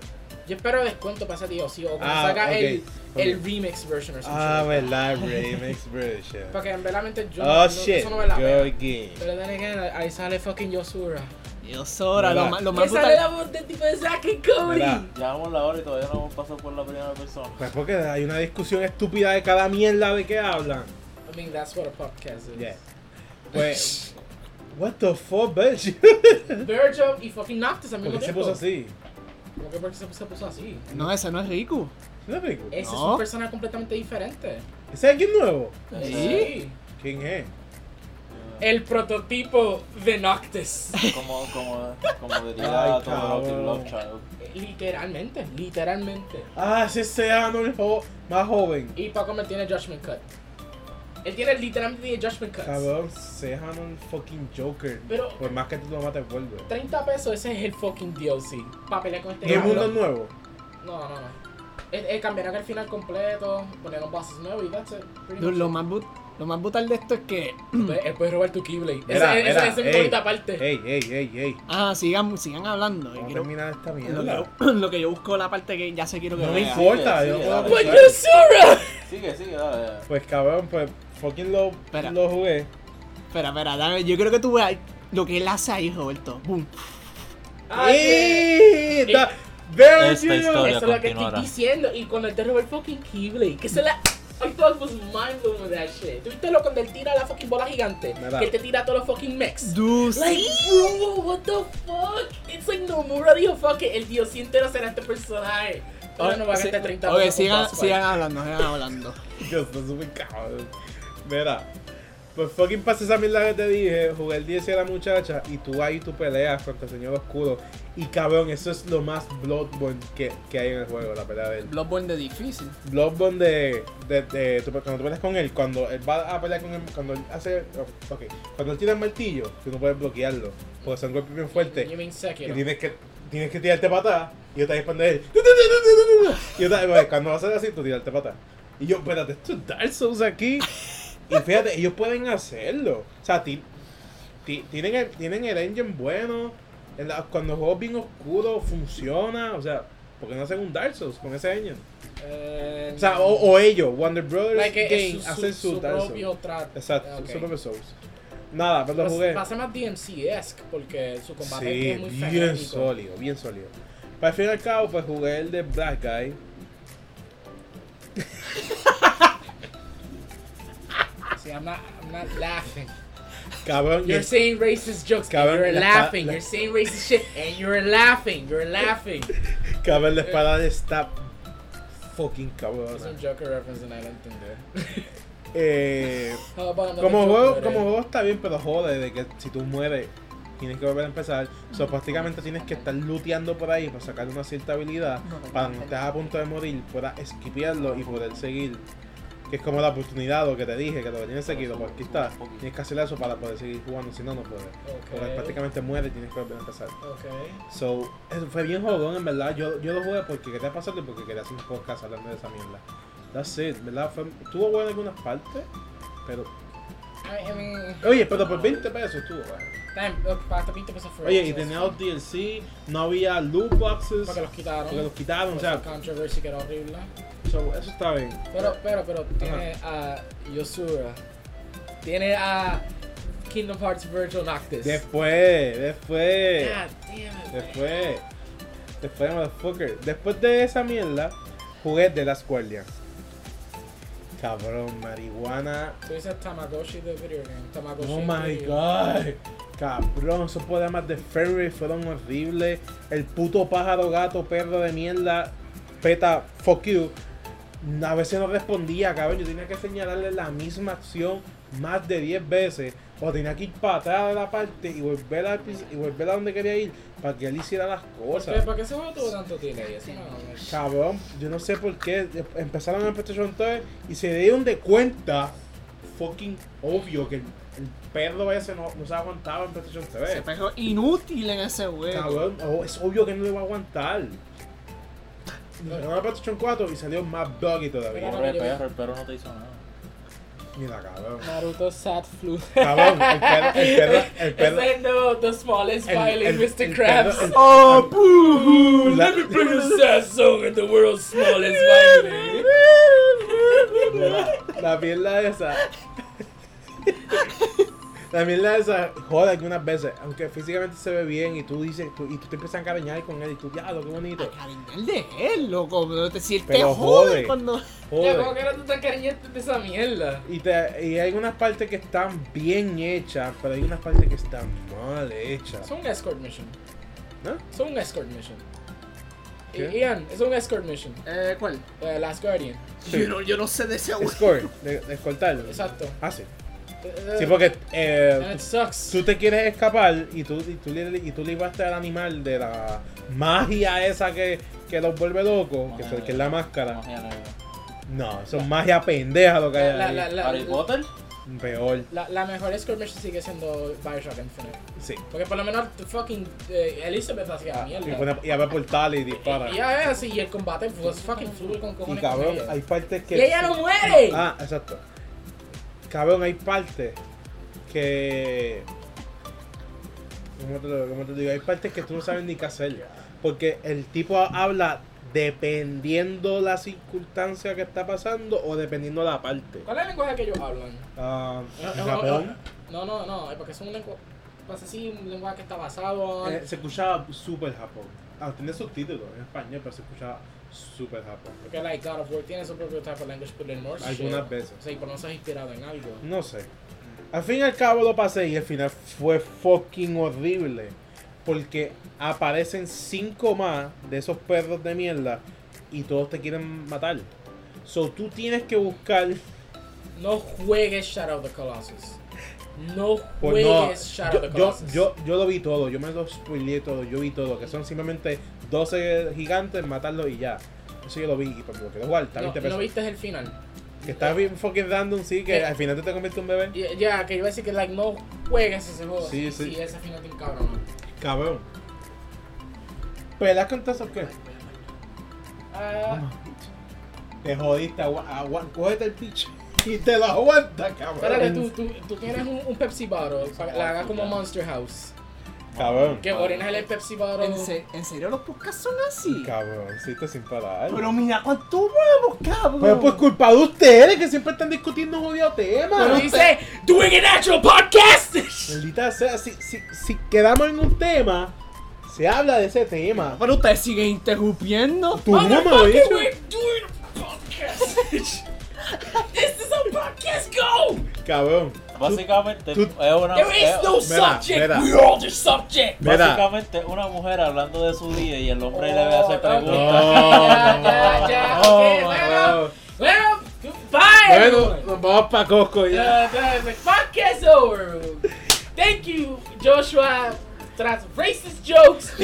C: Yo espero descuento para ese tío, sí, o cuando
A: Ah,
C: saca
A: ok,
C: el, el
A: ok.
C: remix version o something.
A: Ah, verdad, remix version.
C: Porque en verdaderamente yo
A: Oh
C: no,
A: shit,
C: eso no vale la
A: good
C: pena.
A: game.
C: Pero de Negan, ahí sale fucking Yosura.
B: Dios, ahora lo,
A: Mira.
B: más- lo
C: Ahí
B: más
C: sale la
B: brutal.
C: voz del tipo de Zack y Cody.
A: Mira.
D: Llevamos la hora y todavía no hemos pasado por la primera persona.
A: Pues porque hay una discusión estúpida de cada mierda de que hablan.
C: I mean, that's what a podcast is. [LAUGHS]
A: Yeah. Pues, what the fuck,
C: [LAUGHS]
A: bitch?
C: Virgil y fucking Noctis al
A: ¿Por
C: mismo
A: qué se
C: tiempo.
A: puso así?
C: ¿Por qué porque se se puso así?
B: No, ese no es Riku.
A: ¿No es película?
C: Ese es
B: No.
C: un personaje completamente diferente.
A: ¿Ese es alguien nuevo?
C: Sí.
A: ¿Quién es?
C: El prototipo de Noctis.
D: Como, como, como
A: Ay,
D: diría Todoroki
A: cabrón.
D: Love Child.
C: Literalmente, literalmente.
A: Ah, ese es Seano, el jo- más joven.
C: Y Paco me tiene Judgment Cut. Él tiene literalmente tiene Judgment Cut.
A: Cabrón, Seano, el fucking Joker.
C: Pero-
A: Por más que tú lo mates, vuelve.
C: 30 pesos, ese es el fucking DLC. Para pelear con este
A: ¿Y el mundo
C: cabrón.
A: es nuevo?
C: No, no, no. Eh, eh, cambiarán el final completo, ponieron bases nuevas y that's it. pretty
B: Lo,
C: much.
B: lo más bru- lo más brutal de esto es que.
C: Él- Él puede robar tu Keyblade.
A: Era,
C: Esa-
A: era,
C: Esa esa es mi
A: ey,
C: bonita parte.
A: Ey, ey, ey, ey.
B: Ah, sigan, sigan hablando. eh,
A: Vamos a
B: quiero-
A: terminar esta
B: lo, que [COUGHS]
A: mierda.
B: yo, lo que yo busco la parte que ya se quiero que
A: No me
B: vea.
A: importa,
D: Sí,
A: yo
D: sí,
A: puedo
D: dale.
C: But
A: pensar.
C: you're Pues Sora!
D: Sigue, sigue, dale. dale.
A: Pues cabrón, pues fucking lo,
B: Espera.
A: lo jugué.
B: Espera, espera, dame- yo creo que tú veas lo que él hace ahí, Roberto. Boom.
A: ¡Eh!
C: sí.
A: Da- ¡Vean,
D: Esta
A: tío!
D: historia.
C: Eso es lo que estoy
D: continuará.
C: diciendo. Y cuando él te robó el fucking Keyblade, que se la. I thought was mind blowing with that shit. ¿Tú viste lo cuando él tira la fucking bola gigante?
A: Nada.
C: Que te tira todos los fucking mechs.
B: Dude,
C: Like, bro, what the fuck? It's like Nomura dijo, fuck it, el dios entero será este personaje. Ahora no va a
B: Oh, Sí,
C: gastar 30
B: ok,
C: pesos con
B: sigan,
C: Boss Fight.
B: sigan hablando, sigan hablando.
A: Dios, está súper cabrón. Mira, pues fucking pasé esa mierda que te dije, jugué el 10 a la muchacha y tú ahí tú peleas contra el señor oscuro. Y cabrón, eso es lo más Bloodborne que, que hay en el juego, la pelea de él.
B: Bloodborne de difícil.
A: Bloodborne de, de, de- tú- cuando tú peleas con él, cuando él va a pelear con él, cuando él hace, ok, cuando él tira el martillo, tú no puedes bloquearlo, porque son golpes bien fuertes.
C: You mean
A: Y
C: Sekiro.
A: tienes que, tienes que tirarte para atrás. Y yo te respondo él. [LAUGHS] Y yo te cuando vas a hacer así, tú tirarte para atrás. Y yo, espérate, esto es Dark Souls aquí. Y fíjate, ellos pueden hacerlo. O sea, ti- ti- tienen, el, tienen el engine bueno. en la- cuando el juego es bien oscuro, funciona. O sea, ¿por qué no hacen un Dark Souls con ese engine?
C: Eh,
A: O sea, o, o ellos, Wonder Brothers
C: like, es
A: Game,
C: su-
A: hacen su,
C: su
A: Dark Souls.
C: propio trato.
A: Exacto,
C: Ah,
A: su-
C: ok.
A: su propio Souls. Nada, pero lo
C: Pero
A: jugué.
C: Va a ser más DMC-esque porque su combate é
A: Sí,
C: es muy
A: bien
C: frenético.
A: sólido, bien sólido. Para el fin y al cabo, pues jugué el de Black Guy.
C: Sí, Assim, I'm not, I'm not laughing.
A: Cabrón, y
C: You're saying racist jokes
A: Cabrón,
C: and you're
A: la-
C: laughing.
A: la-
C: You're saying racist shit and you're laughing. You're laughing.
A: cabrón, la espada de esta fucking cabrona.
C: Eh. Es un Joker reference and I don't think that. [LAUGHS]
A: Eh,
C: How about another
A: como
C: Joker eh?
A: juego,
C: reference?
A: como juego está bien, pero jode de que si tú mueres, tienes que volver a empezar. So, prácticamente tienes que estar looteando por ahí para sacar una cierta habilidad para no estés a punto de morir, puedas esquipearlo y poder seguir. Que es como la oportunidad, lo que te dije, que lo tienes seguido, pues aquí está. Tienes que hacer eso para poder seguir jugando, si no, no puedes. Porque
C: Ok.
A: prácticamente mueres y tienes que volver a empezar.
C: Ok.
A: So, eso fue bien jodón, en verdad. Yo, yo lo jugué porque quería pasarlo y porque quería hacer un podcast hablando de esa mierda. That's it, ¿verdad? Fue, estuvo bueno en algunas partes, pero.
C: I mean,
A: Oye, pero por 20 pesos estuvo bueno.
C: damn, look, hasta 20 pesos free.
A: Oye,
C: so
A: y
C: it's
A: tenía
C: fine.
A: los DLC, no había loot boxes,
C: Porque los quitaron.
A: porque los quitaron, o
C: Por
A: sea,
C: esa controversy que era horrible.
A: so, eso está bien.
C: Pero, pero, pero, tiene a Yosura. Tiene a Kingdom Hearts Virtual Noctis.
A: Después, después,
C: God damn it.
A: después, después, motherfucker. Después de esa mierda, jugué de las Guardian. Cabrón, marihuana
C: Tú dices Tamagotchi de video game. Tamagotchi.
A: Oh
C: de
A: my
C: video game.
A: god. Cabrón, esos programas de Fairy fueron horribles. El puto pájaro, gato, perro de mierda. Peta, fuck you. A veces no respondía, cabrón. Yo tenía que señalarle la misma acción más de 10 veces. O tenía que ir para atrás de la parte y volver a, y volver a donde quería ir para que él hiciera las
C: Pero,
A: cosas.
C: ¿Para qué ese juego tuvo tanto delay? Eso no,
A: Cabrón, yo no sé por qué. Empezaron en PlayStation 3 y se dieron de cuenta, fucking obvio, que el, el perro ese no, no se aguantaba en PlayStation
B: Se
A: 3.
B: pegó inútil en ese juego.
A: Cabrón, oh, es obvio que no le va a aguantar. Llegaron a PlayStation 4 y salió más doggy todavía.
D: Pobre perro, el perro no te hizo nada.
A: Mira, cabrón.
C: Naruto Sad Flu.
A: Cabrón, el perro, el perro, el perro.
C: [LAUGHS] Ese es no, the smallest
A: el-
C: violin,
A: el-
C: Mr.
A: el
C: Krabs.
A: perro-
B: Oh, boo.
A: la-
C: Bring the sad song in the world's smallest violin.
A: Mira, la mierda esa. La mierda esa joda algunas veces, aunque físicamente se ve bien y tú dices, tú- y tú te empiezas a encariñar con él y tú, diablo, qué bonito.
B: Cariño, el de él, loco. Pero te, si él te
A: Pero
B: jode
A: jode.
B: cuando.
C: Ya, ¿cómo que
A: Joder.
C: era tú tan cariñoso de esa mierda?
A: Y, te- y hay unas partes que están bien hechas, pero hay unas partes que están mal hechas.
C: Es un escort mission.
A: ¿Eh?
C: Es un escort mission.
A: ¿Qué?
C: I- Ian, es un escort mission.
B: Eh, ¿Cuál?
C: Eh, Last Guardian.
A: Sí.
B: Yo, no, yo no sé de ese juego.
A: Score, de, de cortarlo.
C: Exacto.
A: Ah, sí.
C: Eh,
A: Sí, porque eh,
C: And it sucks.
A: tú te quieres escapar y tú, y tú, li- y tú libraste al animal de la magia esa que, que los vuelve locos, que,
D: Magia
A: que es la máscara.
D: Magia negra.
A: No, son magia pendeja lo que hay
C: La, la,
A: ahí.
C: la,
D: Harry
C: la,
D: Potter.
A: Peor,
C: la, la mejor escort mission sigue siendo Bioshock Infinite.
A: sí.
C: Porque por lo menos tu fucking eh, Elizabeth hacía
A: Y,
C: mierda.
A: pone, y abre portales y dispara.
C: Y ya es así, y el combate fue fucking fluido con
A: Y
C: cojones. con
A: cabrón,
C: ella.
A: hay partes que.
C: ¡Y ella no muere!
A: Ah, exacto. Cabrón, hay partes que. ¿Cómo te, lo, cómo te digo? Hay partes que tú no sabes ni qué hacer. Porque el tipo habla dependiendo la circunstancia que está pasando o dependiendo la parte.
C: ¿Cuál es el lenguaje que ellos hablan?
A: Ah,
C: No, no,
A: Japón,
C: No, no, no, es porque es un lenguaje. Pues así, un lenguaje que está basado en.
A: eh, se escuchaba super Japón. Ah, tiene subtítulos en español, pero se escuchaba super Japón.
C: porque, like, God of War tiene su propio type of language, pero el Norse.
A: Algunas
C: shit.
A: veces.
C: O sea, y por lo menos es inspirado en algo.
A: No sé. Al fin y al cabo lo pasé y el final fue fucking horrible. Porque aparecen cinco más de esos perros de mierda y todos te quieren matar. So tú tienes que buscar.
C: No juegues Shadow of the Colossus. No
A: Pues no,
C: juegues Shadow of
A: yo,
C: the
A: yo,
C: Colossus.
A: yo, yo lo vi todo, yo me lo spoileé todo, yo vi todo. Que son simplemente 12 gigantes, matarlos y ya. Eso yo lo vi y pues, lo quiero jugar. Está
C: No,
A: 20
C: no
A: pesos.
C: viste el final.
A: Que está bien fucking random, sí, que
C: Eh.
A: al final tú te conviertes en un bebé.
C: Y- Ya, que iba a decir que, like, no juegues ese juego.
A: Sí, sí.
C: Y ese final tiene un cabrón.
A: Cabrón. ¿Pelas con o qué?
C: Ah,
A: Te jodiste, agua, agua- cógete el pitch y te lo aguanta,
C: espérate,
A: cabrón.
C: tú, tú, tú tienes un, un Pepsi bottle. para que La hagas como Monster House.
A: Cabrón.
C: Que orinas el Pepsi bottle.
B: ¿En, se- en serio los podcasts son así?
A: Cabrón, sí, esto sin parar.
B: Pero mira cuánto huevos, cabrón.
A: Pues, pues culpa de ustedes que siempre están discutiendo un jodido
C: Pero
A: tema.
C: dice, doing a
A: [LAUGHS]
C: natural podcast.
A: Maldita sea, si, si, si quedamos en un tema, se habla de ese tema.
B: Pero ustedes siguen interrumpiendo.
A: Tú no me lo
C: Motherfucker,
A: dices.
C: we're doing a podcast. This is a podcast, go.
A: Cabrón.
D: Básicamente
A: tú-
D: es una
C: There is
D: es-
C: no
A: Mira,
C: subject.
A: mira.
C: We're all the subject.
A: Mira.
D: básicamente una mujer hablando de su día y el hombre le
C: Oh,
D: hace preguntas.
C: Ya, [LAUGHS] ya, ya,
A: Oh,
C: ok,
A: wow.
C: [LAUGHS] bueno. Well, goodbye.
A: Bueno,
C: everyone.
A: nos vamos para Costco ya.
C: The, the, the podcast over. Thank you, Joshua. tras racist jokes, [LAUGHS]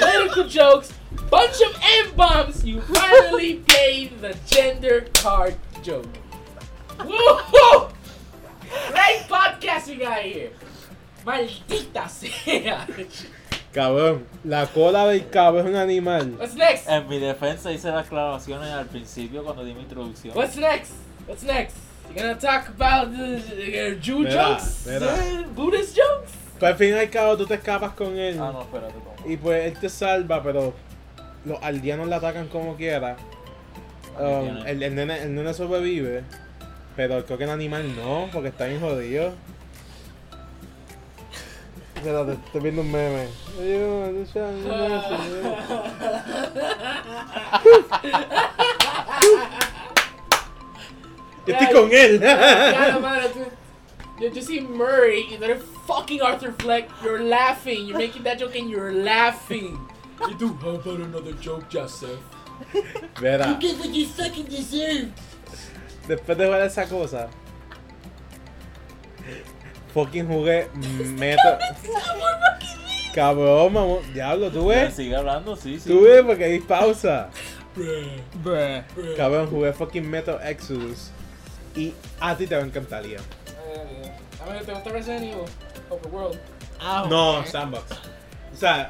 C: political jokes, bunch of N-bombs, you finally played the gender card joke. Woo! Great podcast we got here. Maldita sea. [LAUGHS]
A: Cabrón, la cola del cabrón animal.
C: What's next?
D: [LAUGHS] En mi defensa hice las clavaciones al principio cuando di mi introducción.
C: What's next? What's next? You gonna talk about the, uh, Jew
A: Mira,
C: jokes?
A: mira.
C: Uh, Buddhist jokes?
A: Pues al fin y al cabo tú te escapas con él.
D: Ah, no, espérate. ¿cómo?
A: Y pues él te salva, pero los aldeanos le atacan como quiera.
D: Ahí
A: Um,
D: tiene.
A: el, el nene, el nene sobrevive, pero creo que el animal no, porque está bien jodido. Espérate, estoy viendo un meme. Yo estoy con
C: Cara,
A: él.
C: mano, tú- Yo, yo see Murray y tú eres fucking Arthur Fleck. You're laughing. You're making that joke and you're laughing.
F: You do how about another joke, Joseph?
A: Verá,
C: Get what you fucking deserve.
A: después de jugar esa cosa, fucking jugué meto. Cabrón, mamón. Diablo, tú ves.
D: Sigue hablando, sí, sí.
A: Tú ves porque hay pausa.
F: Bruh,
B: Bruh.
F: bruh.
C: Uh,
A: Cabrón, jugué fucking Metal Exodus. Y a ti te va a encantar, Liam.
C: A ver, ¿te gusta Resident Evil? Open World.
B: Ah,
A: No, Sandbox. O sea,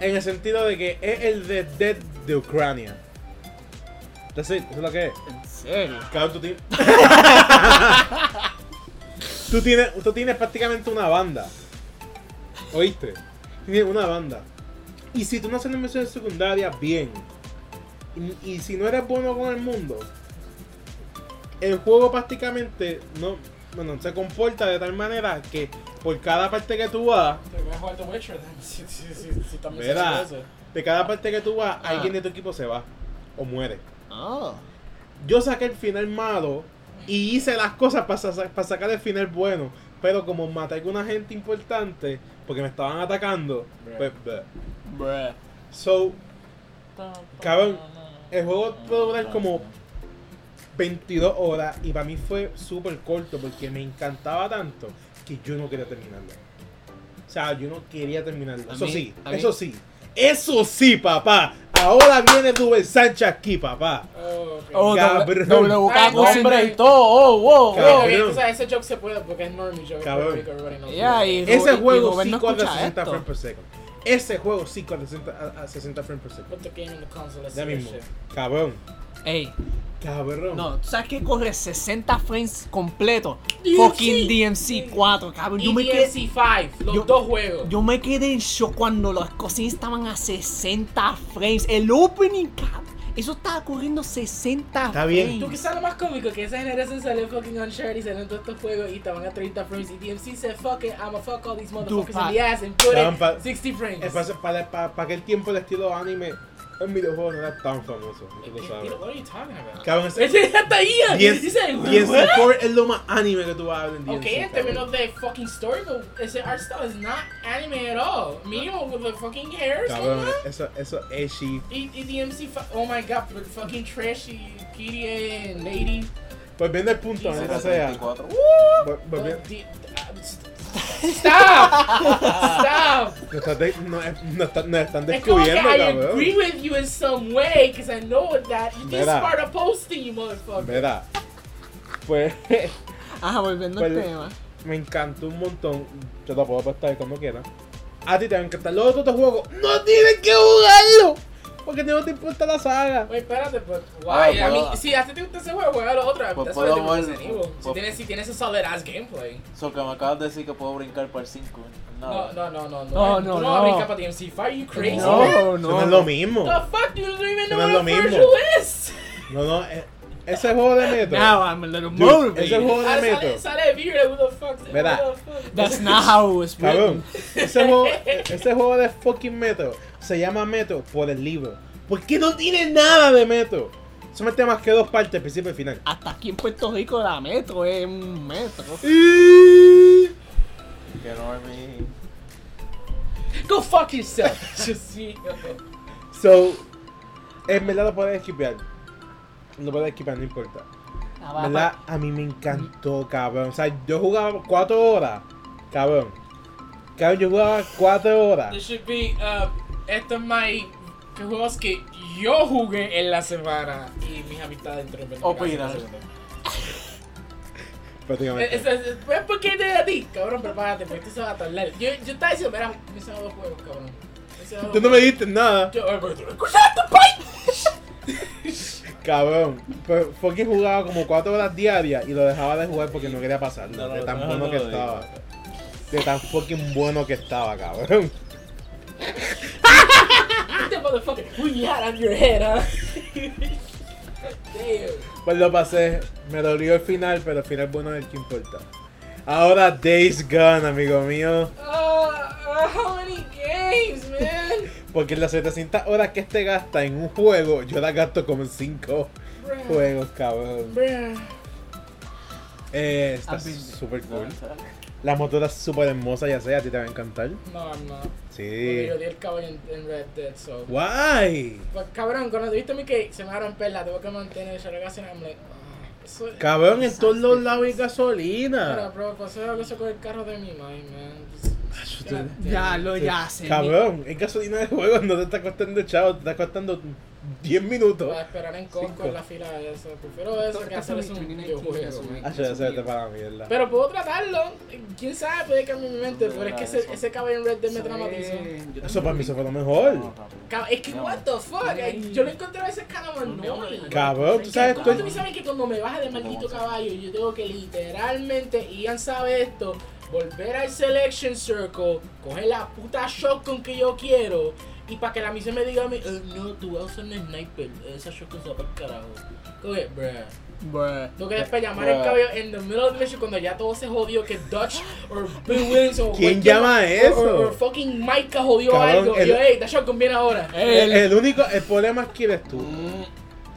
A: en el sentido de que es el de Dead de Ucrania. That's it, eso es lo que es.
B: En serio.
A: Cabrón, tú tienes. [LAUGHS] tú, tienes tú tienes prácticamente una banda. ¿Oíste? Tienes una banda. Y si tú no haces la misión secundaria, bien. Y, y si no eres bueno con el mundo, el juego prácticamente no. Bueno, se comporta de tal manera que por cada parte que tú vas,
F: Te voy a jugar The Witcher,
C: [LAUGHS]
F: then. Si, si, si, si también se
A: Verá.
F: hace eso.
A: de cada parte que tú vas,
B: Ah.
A: alguien de tu equipo se va o muere.
B: Oh.
A: Yo saqué el final malo y hice las cosas para sacar el final bueno. Pero como maté a alguna gente importante porque me estaban atacando, pues. bleh.
B: Bruh.
A: So, cabrón, el juego puede durar como 22 horas y para mí fue súper corto porque me encantaba tanto que yo no quería terminarlo. O sea, yo no quería terminarlo.
B: A
A: Eso
B: mí-
A: sí,
B: a mí-
A: eso sí. Eso sí, papá. Ahora viene Rubén Sánchez aquí, papá.
C: Oh, ok.
B: Oh, doble,
A: Cabrón.
B: doble vocab,
C: Cabrón.
B: sin-
D: Hombre y todo, oh, wow,
C: Ok,
A: Cabrón.
D: wow.
C: ok, o sea, ese joke se puede porque es normie joke.
A: Cabrón.
C: Puerto Rico, everybody knows
B: Yeah,
C: that.
B: y Ru-
A: Ese
B: y
A: juego
B: Rubén
A: sí
B: no
A: corre a
B: escucha
A: 60
B: esto.
A: frames per second. Ese juego sí corre a 60, a- a 60 frames per second.
C: Put the game in the console, let's
A: Ya
C: see that
A: mismo.
C: shit.
A: Cabrón.
B: Ey,
A: Cabrón.
B: no, tú sabes que corre 60 frames completo.
C: DMC.
B: Fucking DMC 4, cabrón. Yo me,
C: Y
B: quedé,
C: DMC 5, los
B: yo-
C: dos juegos.
B: yo me quedé en shock cuando las cosas estaban a 60 frames. El opening, cabrón. Eso estaba corriendo 60
A: Está bien.
B: frames.
C: Tú que sabes lo más cómico que esa generación salió fucking Uncharted y salieron todos estos juegos y estaban a 30 frames y DMC said fuck it, I'ma fuck all these motherfuckers
B: pa-
C: in the ass and put
A: Cabrón, pa- Eh,
C: it 60 frames.
A: Es para, para, para, para aquel tiempo el estilo anime, un videojuego no era tan famoso. Tú lo sabes.
C: What are you talking about?
A: Cabrón, ese-
C: Ese ya está ahí, ya.
A: DMC
C: Dice,
A: DMC 4 es lo más anime que tú vas a ver en DMC.
C: Ok, este en
A: cabrón.
C: términos de fucking story, but ese art style is not anime at all. Mínimo with the fucking hairs.
A: Cabrón, eh.
C: ¿no?
A: eso, eso es shit.
C: Y, y DMC, fu- oh my god, but fucking trashy, Kitty and lady.
A: Pues viendo el punto,
C: Sí,
A: neta sea.
D: Uh.
A: pues, vol- volviendo-
C: But the- uh, st- Stop! Stop!
A: Nos están de- nos- nos están- nos están
C: It's como que
A: descubriendo,
C: I
A: cabrón.
C: agree with you in some way, because I know that you just
A: Mira.
C: part of posting, you motherfucker.
A: Verá. Pues. [LAUGHS]
B: Ajá, Ah, volviendo al
A: Pues-
B: tema.
A: me encantó un montón. Yo te puedo apostar cuando quieras. A ti te va a encantar. Los otros juegos no tienen que jugarlo. Porque no te importa la saga.
C: Wait, espérate, but why?
D: Ah,
C: I mean,
D: puedo-
C: si a ti te gusta ese juego, juégalo otra.
D: Pues
C: That's
D: puedo
C: what I do with
D: jugar-
C: Resident Evil. Si
D: pues-
C: tienes, si tienes a solid ass gameplay.
D: So que me acabas de decir que puedo brincar para el 5.
C: No, no,
D: No,
C: no, no.
B: No,
C: No,
B: no, no.
C: no. No, brinca para DMC. Are you crazy?
B: No,
C: man?
A: Eso
B: no.
A: no es lo mismo.
C: The fuck, you don't even
A: Eso
C: know
A: no es
C: what a
A: lo mismo.
C: virtual is.
A: No, no. e- Ese juego de Metro.
B: Now I'm a little
A: Dude,
B: motivated.
A: ese juego de
C: Ah, Sale,
A: Metro.
C: sale Beard, who the fuck? who
A: Verá.
C: the fuck-
B: That's not how it was written. [LAUGHS]
A: Cabrón. Ese juego, ese juego de fucking Metro se llama Metro por el libro. Porque no tiene nada de Metro. Solamente más que dos partes, principio y final.
B: Hasta aquí en Puerto Rico la metro es un metro.
A: Y-
D: Que no es mi.
C: Go fuck yourself. [LAUGHS] Just see.
A: So, en verdad lo puedes esquipear. Lo puedes esquipear, no importa.
B: La
A: En
B: barra-
A: verdad, a mí me encantó, cabrón. O sea, yo jugaba cuatro horas, cabrón. Cabrón, yo jugaba cuatro horas.
C: This should be, uh, este es my juegos que yo jugué en la semana y mis amistades dentro de
D: Opina.
A: Prácticamente.
C: Es, es, es, pues, ¿Por qué te a ti? Cabrón, prepárate, porque esto se va a tardar. Yo, yo estaba diciendo, mira, me mencionado dos juegos, cabrón. Mencionado
A: Tú no
C: dos
A: me
C: juegos.
A: dijiste nada.
C: Yo, eh, pero tú no escuchaste, pai.
A: Cabrón. Pero fue que jugaba como cuatro horas diarias y lo dejaba de jugar porque no quería pasarlo.
D: No, no,
A: de tan
D: mejor
A: bueno
D: no
A: que
D: lo digo.
A: estaba. De tan fucking bueno que estaba, cabrón.
C: Este motherfucker, we had on your head, [LAUGHS] huh? Damn.
A: Pues lo pasé. Me dolió el final, pero el final bueno es el que importa. Ahora Days Gone, amigo mío.
C: Uh, uh, how many games, [LAUGHS] man?
A: Porque las 700 horas que este gasta en un juego, yo las gasto como en 5
C: Bruh.
A: juegos, cabrón.
C: Bruh.
A: Eh, está super cool. La motora es súper hermosa, ya sé, a ti te va a encantar.
C: No, I'm not. Porque
A: Sí.
C: yo di el caballo en, en Red Dead, so.
A: Guay.
C: Pues, cabrón, cuando tuviste mi cake, se me agarró en perla, tuve que mantener, se lo gasté en Hamlet. Eso
A: Cabrón, en todos los lados hay
C: Pero,
A: gasolina.
C: bro, pasó algo eso con el carro de mi mami, man. Pues, Just-
A: yo
C: God
A: te-
B: Ya
C: damn.
B: lo ya sé.
A: Cabrón, es gasolina de juego, no te está costando chavo, te está costando 10 minutos.
C: Para esperar en Costco
A: Cinco.
C: en la fila de eso. Prefiero eso que hacer eso un videojuego, man.
A: Ah, ya se te para la mierda.
C: Pero puedo tratarlo. Quién sabe, puede cambiar mi mente. Pero es que ese, ese caballo en Red Dead me traumatizó.
A: Eso para mí se fue lo mejor.
C: Cab- Es que, what the fuck? ay, Yo lo encontré a veces cada manual.
A: Cabrón, tú sabes, tú
C: ¿Cómo tú sabes que cuando me baja de maldito caballo, yo tengo que literalmente, Ian sabe esto, volver al selection circle, coger la puta shotgun que yo quiero, y para que la misión me diga a mí, "Eh, no, tú vas a usar un sniper, esa shotgun se va para el carajo. Como que, bruh.
B: Bruh.
C: No que después llamar al caballo en the middle of the mission cuando ya todo se jodió, que Dutch or Billings o
A: ¿Quién
C: cualquier-
A: llama
C: o-
A: eso?
C: o- o fucking Micah jodió
A: Cabrón,
C: algo. Y yo,
A: el-
C: hey, that shotgun viene ahora.
A: El,
B: El,
A: el único, el problema es que eres tú.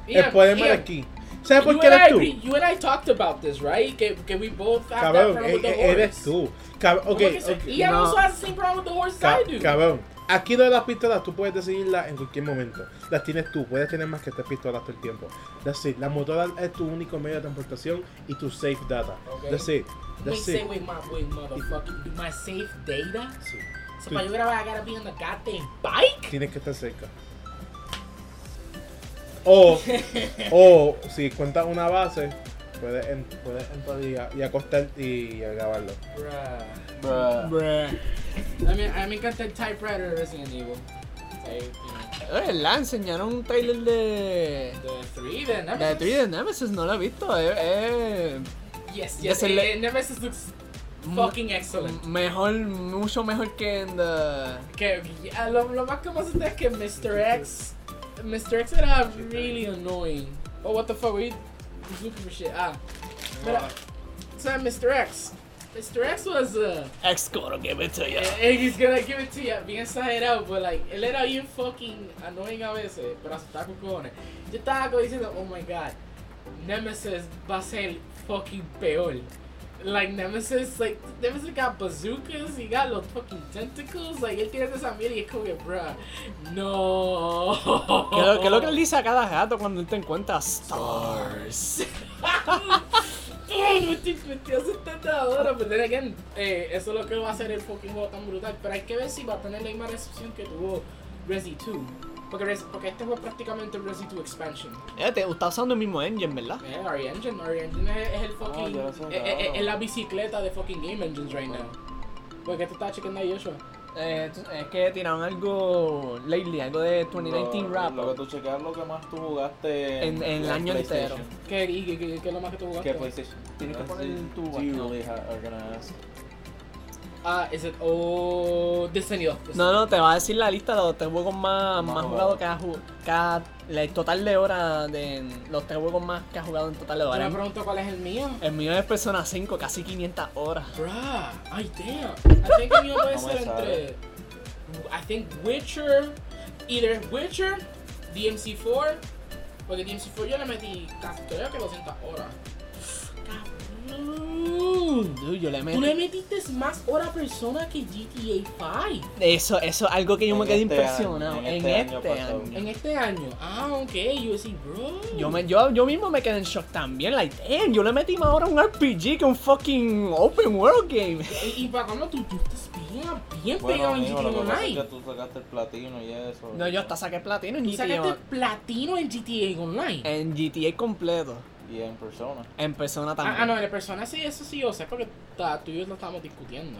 C: Ian,
A: el problema
C: Ian,
A: es aquí. ¿Sabes por
C: Mm, you
A: qué
C: and
A: eres
C: I
A: tú?
C: agree- You and I talked about this, right? Que, que we both have that
A: Cabrón,
C: problem with
A: e-
C: the
A: e-
C: horse.
A: eres tú. Cabrón, ok,
C: Okay, okay.
A: ok.
C: Ian
B: No.
C: also has the same problem with the horse
A: Ca-
C: I do.
A: cabrón, aquí lo de las pistolas tú puedes decidirlas en cualquier momento. Las tienes tú, puedes tener más que tres pistolas todo el tiempo. That's it. La motora es tu único medio de transportación y tu safe data.
C: Ok.
A: That's it.
C: Wait,
A: That's
C: say,
A: it.
C: wait, my, wait, motherfucker. My safe data?
A: Sí.
C: So
A: Tú
C: para yo grabar, I gotta be on the goddamn bike?
A: tienes que estar cerca.
B: [LAUGHS]
A: O, o si cuentas una base, puedes, en- puedes entrar y, a- y acostar y grabarlo.
C: Bruh.
D: Bruh.
B: bruh. Eh,
C: I mean, a mí me encanta el typewriter de Resident Evil. Like, you
B: Es verdad, enseñaron un trailer de.
C: know, the three, the Nemesis.
B: De Tree de Nemesis, no lo he visto. Es, es
C: Yes,
B: Yes,
C: yes,
B: el-
C: eh, Nemesis looks fucking excellent.
B: mejor, mucho mejor que en The.
C: Que yeah, lo, lo más que me asusta es que Mr. X. Mr. X era really annoying. Oh, what the fuck, were you he's looking for shit? Ah. Pero, so Mr. X. Mr. X was uh,
B: Ex Coro, give it to you.
C: and he's gonna give it to you, bien exagerado, but like, él era bien fucking annoying a veces, pero asustaba con cojones. Yo estaba como diciendo, oh my god, Nemesis va a ser fucking peor. Like, Nemesis, like, Nemesis got bazookas, he got los fucking tentacles, like, él tiene esa mierda y es como que, bruh, no.
B: ¿Qué es lo- qué es lo que él dice a cada gato cuando él te encuentra? Stars.
C: Ay, me estoy- me estoy asustando ahora, pero then again, eh, eso es lo que va a hacer el fucking juego tan brutal. Pero hay que ver si va a tener la misma recepción que tuvo Resi 2. Porque, Res- porque este juego es prácticamente un Resi 2 expansion.
B: Eh, te está usando el mismo engine, ¿verdad?
C: Eh, RE Engine, RE Engine es, es el fucking.
D: ya eso es
C: eh, eh,
D: raro.
C: es la bicicleta de fucking Game Engines right now. Porque tú estás chequeando a Yoshua.
B: Eh, tú- es que tiraron algo lately, algo de 2019
D: Lo-
B: rap.
D: Lo que tú chequeas lo que más tú jugaste
B: En- en el año
D: PlayStation.
B: entero.
C: ¿Qué, y, qué- qué- qué es lo más que pues, tú
D: ¿Qué
C: jugaste?
D: PlayStation? Ah,
B: Tienes que poner tu
D: Do you really ha- are gonna ask?
C: Ah, es el. Oh. Destiny 2.
B: No, no, te va a decir la lista de los tres juegos más,
D: Más
B: más
D: jugados.
B: jugados que has jugado. Cada, la- el total de horas de en- los tres juegos más que has jugado en total de
C: Yo me
B: horas.
C: pregunto cuál es el mío.
B: El mío es Persona 5, casi 500 horas.
C: Bruh, ay damn. I think
D: [LAUGHS]
C: el mío puede
D: No me
C: ser
D: sale.
C: entre. I think Witcher. Either Witcher, DMC4. Porque DMC4 yo le metí casi creo que 200 horas. Cabrón.
B: Dude, yo le
C: Tú le
B: metí.
C: metiste más hora a persona que GTA 5
B: Eso, eso es algo que yo
D: En
B: me quedé
D: este
B: impresionado. en
D: año, en
B: este,
D: este año pasado.
B: año.
C: en este año. Ah, ok, yo decía, bro.
B: Yo, me, yo, yo mismo me quedé en shock también. Like, damn, yo le metí más ahora un RPG que un fucking open world game.
C: Y, y para cuando tú, tú estás bien, bien
D: Bueno,
C: pegado
D: amigo,
C: en
D: lo que
C: GTA
D: pasa es que
C: Online.
D: tú sacaste el platino y eso.
B: No, yo hasta saqué platino en
C: Tú sacaste
B: GTA.
C: platino en GTA Online.
B: En GTA completo.
D: Y en persona.
B: En persona
C: Ah,
B: también.
C: ah, no, en persona sí, eso sí, yo sé, porque ta- tú y yo lo estábamos discutiendo.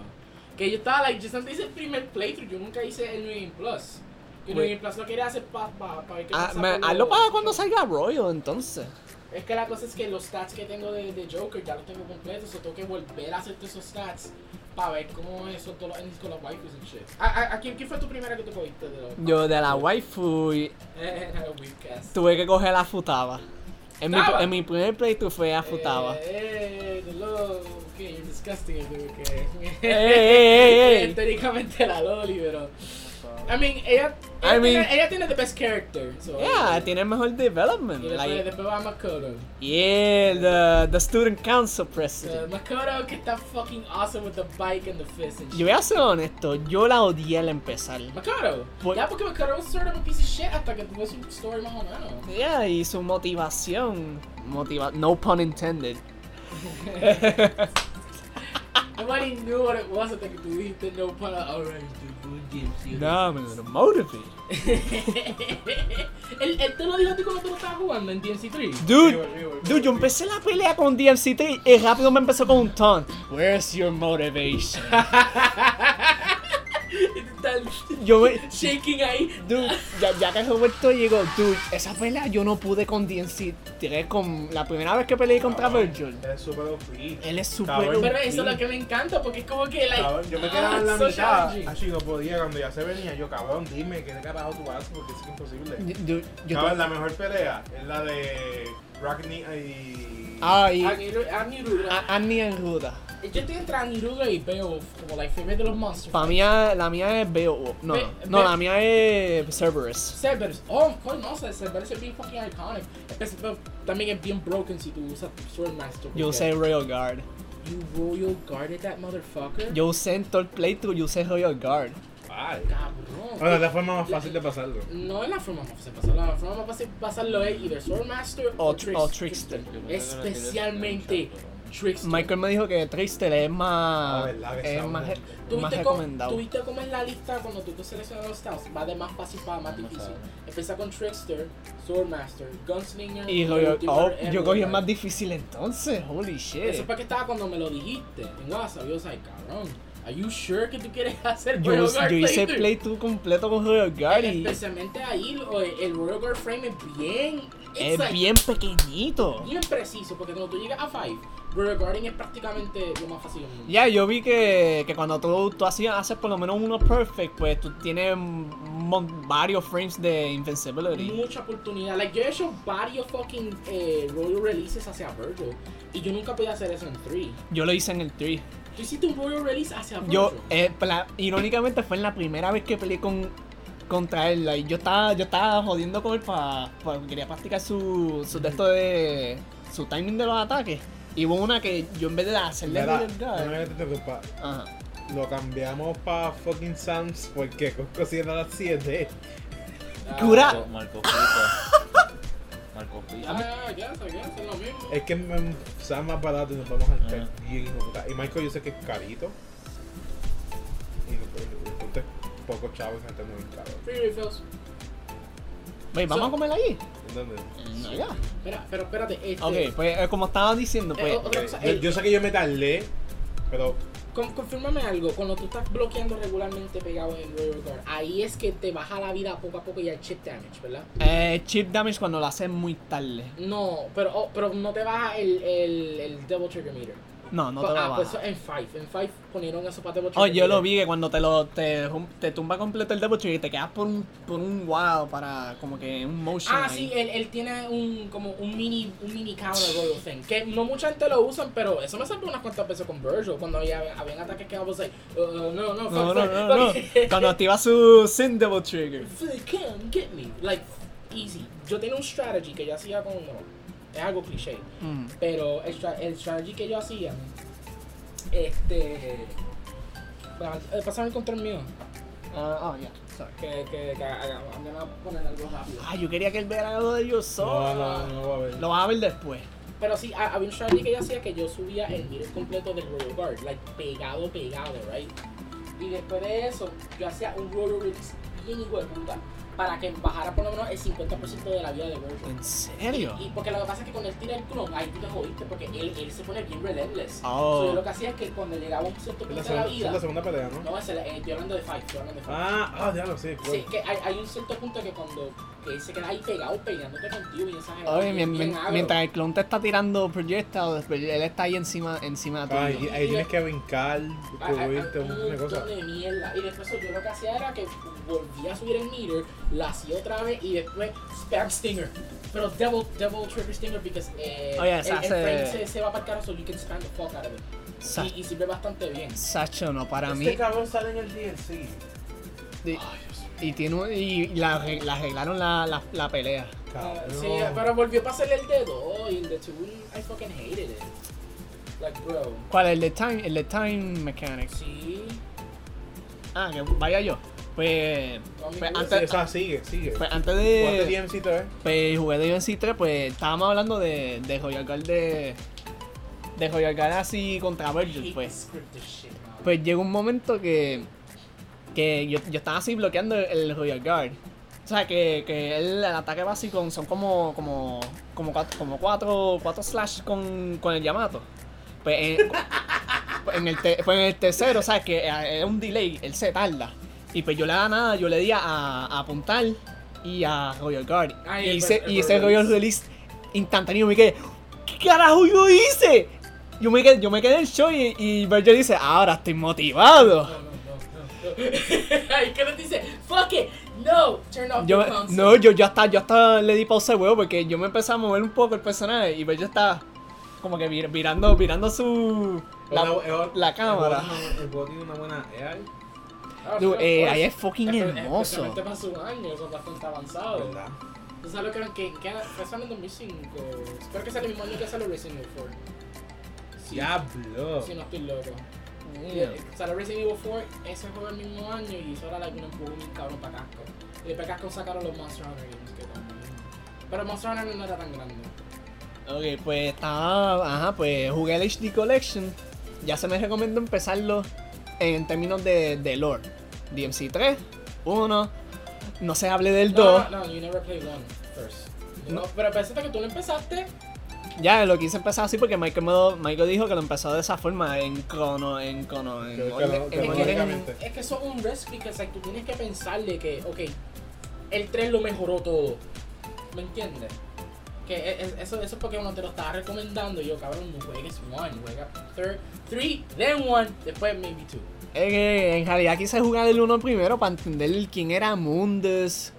C: Que yo estaba, like, yo antes hice el primer playthrough, yo nunca hice el New Game Plus. Y el New
B: Wait.
C: Game Plus lo quería hacer para pa, pa ver qué
B: Pues Ah,
C: pasa
B: me-
C: con
B: hazlo
C: los-
B: para cuando salga Royal, entonces.
C: Es que la cosa es que los stats que tengo de, de Joker ya los tengo completos, o tengo que volver a hacer todos esos stats para ver cómo eso todos los endings con los waifus y shit. ¿A, a, a quién, quién fue tu primera que tú cogiste de los
B: Yo de la waifu y
C: [LAUGHS] Eh, Weebcast.
B: tuve que coger a Futaba. En mi,
C: ¿Futaba?
B: en mi primer playthrough fue a Futaba.
C: Eh, eh, the love. Ok, you're disgusting, dude, que-
B: [LAUGHS] Ey, ey, ey, ey.
C: [LAUGHS] Teóricamente la Loli, pero. I mean, ella,
B: I
C: ella,
B: mean-
C: tiene, ella tiene the best character. So,
B: Yeah, tiene el mejor development.
C: Y después,
B: Like,
C: después va Makoto.
B: yeah, the, the student council
C: Uh,
B: president.
C: Makoto que está fucking awesome with the bike and the fist and
B: Yo
C: shit.
B: voy a ser honesto, yo la odié al empezar.
C: Makoto.
B: Por-
C: Ya porque Makoto was sort of a piece of shit hasta que tuvo su story más o menos.
B: Yeah, y su motivación. Motiva no pun intended.
C: Nobody knew what it was hasta que tú dijiste no para alright, dude, good game, see you
B: me lo motivate.
C: [LAUGHS] él, él te lo dijo a ti cuando tú lo estabas jugando en DMC3.
B: Dude, dude, yo empecé la pelea con DMC3 y rápido me empezó con un ton. Where's your motivation?
C: Y tú estás
B: Yo me- [LAUGHS]
C: shaking ahí.
B: Dude, ya, ya que Roberto llegó, dude, esa pelea yo no pude con DMC3 con la primera vez que peleé contra Virgil.
A: Es Ah, súper OP.
B: Él es súper...
A: Cabrón.
C: Pero eso es lo que me encanta porque es como que, like.
A: Cabrón, yo me
C: ah,
A: quedaba en la
C: so
A: mitad.
C: challenging.
A: Así no podía, cuando ya se venía, yo, cabrón, dime qué carajo tú haces porque es que es imposible.
B: Dude, yo-
A: Cabrón, la mejor pelea es la de Rockney y.
B: Ay,
C: A Niru- a Nirudra.
B: a- Annie en ruda.
C: Yo estoy entre a Nirudra y Beowulf como like favorite de los monsters.
B: Para mí, ah, la mía es Beowulf. No,
C: Be-
B: no, no,
C: Be-
B: la mía es Cerberus.
C: Cerberus, oh, of course, no, Cerberus es bien fucking iconic. Espe- pero También es bien broken si tú usas tu Swordmaster.
B: Yo
C: porque
B: usé Royal Guard.
C: You royal guarded that motherfucker.
B: Yo usé en todo el playthrough, yo usé Royal Guard.
A: Ay.
C: Cabrón.
A: Bueno, es la forma más fácil de pasarlo.
C: No es la forma más fácil de pasarlo. La forma más fácil de pasarlo es either Swordmaster
B: O
C: o,
B: tr-
C: Trix-
B: o Trickster.
C: Especialmente Trickster.
B: Michael me dijo que Trickster es más.
A: Ah, verdad que
B: es
A: está
B: más,
A: bueno.
B: más
C: ¿Tuviste cómo,
B: recomendado.
C: tuviste cómo en la lista cuando tú te seleccionas los styles va de más fácil para más
D: No
C: difícil?
D: sabe.
C: Empieza con Trickster, Swordmaster, Gunslinger
B: Y
C: el
B: Royal
C: último
B: Oh,
C: era
B: yo
C: Royal
B: cogí el
C: Guard.
B: más difícil entonces. Holy
C: Eso
B: shit.
C: fue que estaba cuando me lo dijiste en WhatsApp. Yo like, cabrón, ¿are you sure que tú quieres [LAUGHS] hacer
B: Yo,
C: Royal
B: us-
C: Guard
B: yo hice el
C: playthrough?
B: playthrough completo con Royal Guard y
C: Especialmente ahí, lo- el Royal Guard frame es bien. it's
B: es
C: like,
B: bien pequeñito.
C: bien preciso, porque cuando tú llegas a 5, Royal Guarding es prácticamente lo más fácil del mundo.
B: Ya, yo vi que, que cuando tú, tú hacías, haces por lo menos uno perfect, pues tú tienes un mon- varios frames de invincibility.
C: mucha oportunidad. Like, yo he hecho varios fucking eh, Royal Releases hacia Virgo. Y yo nunca podía hacer eso en 3.
B: Yo lo hice en el 3.
C: Tú hiciste un Royal Release hacia Virgo.
B: Yo, eh, pla- irónicamente fue en la primera vez que peleé con contra él. like, yo estaba, yo estaba jodiendo con él para quería practicar su, su texto de su timing de los ataques. Y hubo una que yo en vez de hacerle
A: Mira,
B: Royal
A: no
B: Guard-
A: me te preocupes.
B: Ajá.
A: Lo cambiamos para fucking Sam's porque Costco cierra a las 7.
C: Ah,
B: cura.
D: Marco Pito.
B: [LAUGHS]
D: Marco Pito.
C: Ah, ya, ya, ya, es lo mismo.
A: Es que mm, Sam's más barato y nos vamos al
D: Ah.
A: pez. bien hijo de puta. Y Michael yo sé que es carito. Y pues, no puede- usted poco chavo y gente muy caro.
C: Free refills.
B: Wait, Pues, ¿vamos
C: So-
B: a comer ahí?
A: ¿Entiendes?
B: No, Mm, ya.
C: Espera, pero espérate. Este,
B: Ok, pues eh, como estaba diciendo,
C: eh,
B: pues.
C: o- otra cosa,
A: Yo,
C: eh,
A: yo sé que yo me tardé, pero
C: con- confírmame algo. Cuando tú estás bloqueando regularmente pegado en Royal Guard, ahí es que te baja la vida poco a poco y el chip damage, ¿verdad?
B: eh, chip damage cuando lo haces muy tarde.
C: No, pero, oh, pero no te baja el, el, el Double Trigger Meter.
B: No, no te lo
C: ah, pues eh,
B: baja.
C: eso en 5. En 5 ponieron eso para Double Trigger
B: Oh, yo lo
C: Meter.
B: vi que cuando te lo te, rum- te tumba completo el double trigger y te quedas por un por un wow para como que un motion.
C: Ah,
B: ahí.
C: sí, él, él tiene un como un mini un mini counter royal thing que no mucha gente lo usan, pero eso me salió unas cuantas veces con Virgil cuando había habían ataques que I was like, uh, uh, no, no, fuck,
B: No, no,
C: fuck,
B: no, no.
C: fuck.
B: Cuando activa su Sin Double Trigger.
C: [LAUGHS] Fuck, come get me, like easy. Yo tenía un strategy que yo hacía con no, es algo cliché,
B: Mm.
C: pero el, stra- el strategy que yo hacía Este. Eh, Pásame a encontrar el mío.
B: Ah, oh, yeah, sorry.
C: Que, que, que haga- I'm gonna poner algo rápido.
B: Ah, yo quería que él viera algo de Yo Soy.
D: No, no, no va a haber.
B: Lo vas a ver después.
C: Pero sí, ha- había un Charlie que yo hacía que yo subía el video completo del Royal Guard, like pegado, pegado, right? Y después de eso, yo hacía un Royal Release bien hijo de puta para que bajara por lo menos el 50% de la vida de Virgil.
B: ¿En serio?
C: Y porque lo que pasa es que cuando él tira el culo, ahí tú te jodiste porque él, él se pone bien relentless.
D: Oh.
C: So, yo lo que hacía es que cuando llegaba a un cierto
A: Ah, Es la,
C: punto de la
A: segunda, es la
C: vida.
A: segunda pelea, ¿no?
C: No, es el, eh, estoy hablando de Fight, estoy hablando de Fight.
A: Ah, ah, diablo, sí. cool.
C: Sí, que hay, hay un cierto punto que cuando que él se queda ahí pegado peleándote contigo y esa gente.
B: Oye, mien- mien- mientras el clon te está tirando projectiles, pero él está ahí encima, encima de
A: Ay,
B: ti.
A: ahí tienes que brincar, cubrirte, un montón de cosas.
C: de mierda. Y después yo lo que hacía era que volvía a subir el meter, la hacía otra vez y después spam stinger. Pero double, double trigger stinger because eh,
B: Oye,
C: el,
B: Oh, se
C: el
B: hace-
C: frame se, se va para el carajo, so you can spam the fuck out of it.
B: Sa-
C: Y, y sirve bastante bien.
B: Sacho, no, para mí.
D: Este cabrón sale en el DLC.
B: Y, y tiene un- y la, arreg- la arreglaron la, la, la pelea.
C: Ah,
A: Cabrón.
C: sí, pero volvió a pasarle el dedo. Oh, y el de two, I fucking hated it. Like, bro.
B: ¿Cuál? El de Time, el de time Mechanics.
C: Sí.
B: Ah, que vaya yo. Pues, pues
A: Sí, o
B: antes,
A: sea, sigue, sigue.
B: pues antes
D: eh,
A: ¿Cuánto
B: de.
A: DMC te ves?
B: Pues jugué de UNC 3, pues estábamos hablando de, de Royal Guard de. De Royal Guard así contra Virgil,
C: Hate
B: pues.
C: script this shit, man.
B: Pues llegó un momento que, que yo, yo estaba así bloqueando el Royal Guard. O sea, que, que el, el ataque básico son como, como, como, cuatro, como cuatro, cuatro slash con, con el Yamato. Pues en, pues en el te- pues en el tercero, o sea, que eh, es un delay, él se tarda. Y pues yo le daba nada, yo le di a, a apuntar y a Royal Guard.
C: Ay,
B: y
C: el-
B: hice,
C: el
B: y hice Royal Release
C: release.
B: instantáneo. Me quedé, ¿qué carajo yo hice? Yo me quedé, yo me quedé en show y, y Virgil dice, ahora estoy motivado.
C: [LAUGHS] Ay, que nos dice, fuck it, no, turn off
B: Yo,
C: the
B: me-
C: console.
B: no, yo, yo hasta, yo hasta le di pausa al huevo porque yo me empecé a mover un poco el personaje y Virgil está como que vir- mirando, mirando su... La,
A: Es una- es-
B: la cámara.
A: El bot tiene una buena E AI.
C: Ah,
B: Dude,
C: of
B: eh,
C: course.
B: ahí es fucking
C: Espe-
B: hermoso.
C: Especialmente para su año, son bastante avanzados.
A: ¿Verdad?
C: ¿Tú sabes lo que eran? Que, que era- fue salido en 2005. Espero que sea el mismo año que salió Resident Evil 4. Sí,
A: Diablo.
C: Si no estoy loco.
B: Yeah.
C: Y, eh, Salió Resident Evil 4, ese juego el mismo año y hizo ahora like, un empujón bien cabrón para Casco. Y después Casco sacaron los Monster Hunter Games que también. Pero Monster Hunter no era tan grande.
B: Ok, pues estaba. Ajá, pues jugué el HD Collection. Ya se me recomendó empezarlo en términos de, de lore. DMC 3, 1. No se hable del 2.
C: No, no, no, you never played one first. No, pero pensaste que tú lo empezaste.
B: Ya lo quise empezar así porque Michael, me lo- Michael dijo que lo empezó de esa forma, en crono, en crono, en
A: Que- que
B: orden-
A: no- que
B: en
A: no
B: orden.
A: llega-
C: Es que eso es un risk because like, tú tienes que pensarle que, ok, el 3 lo mejoró todo. ¿Me entiendes? Que e- e- eso, eso es porque uno te lo estaba recomendando. Y yo, cabrón, no juegues one, juega 3, then one, después maybe two.
B: Es que en realidad quise jugar el 1 primero para entender quién era Mundus,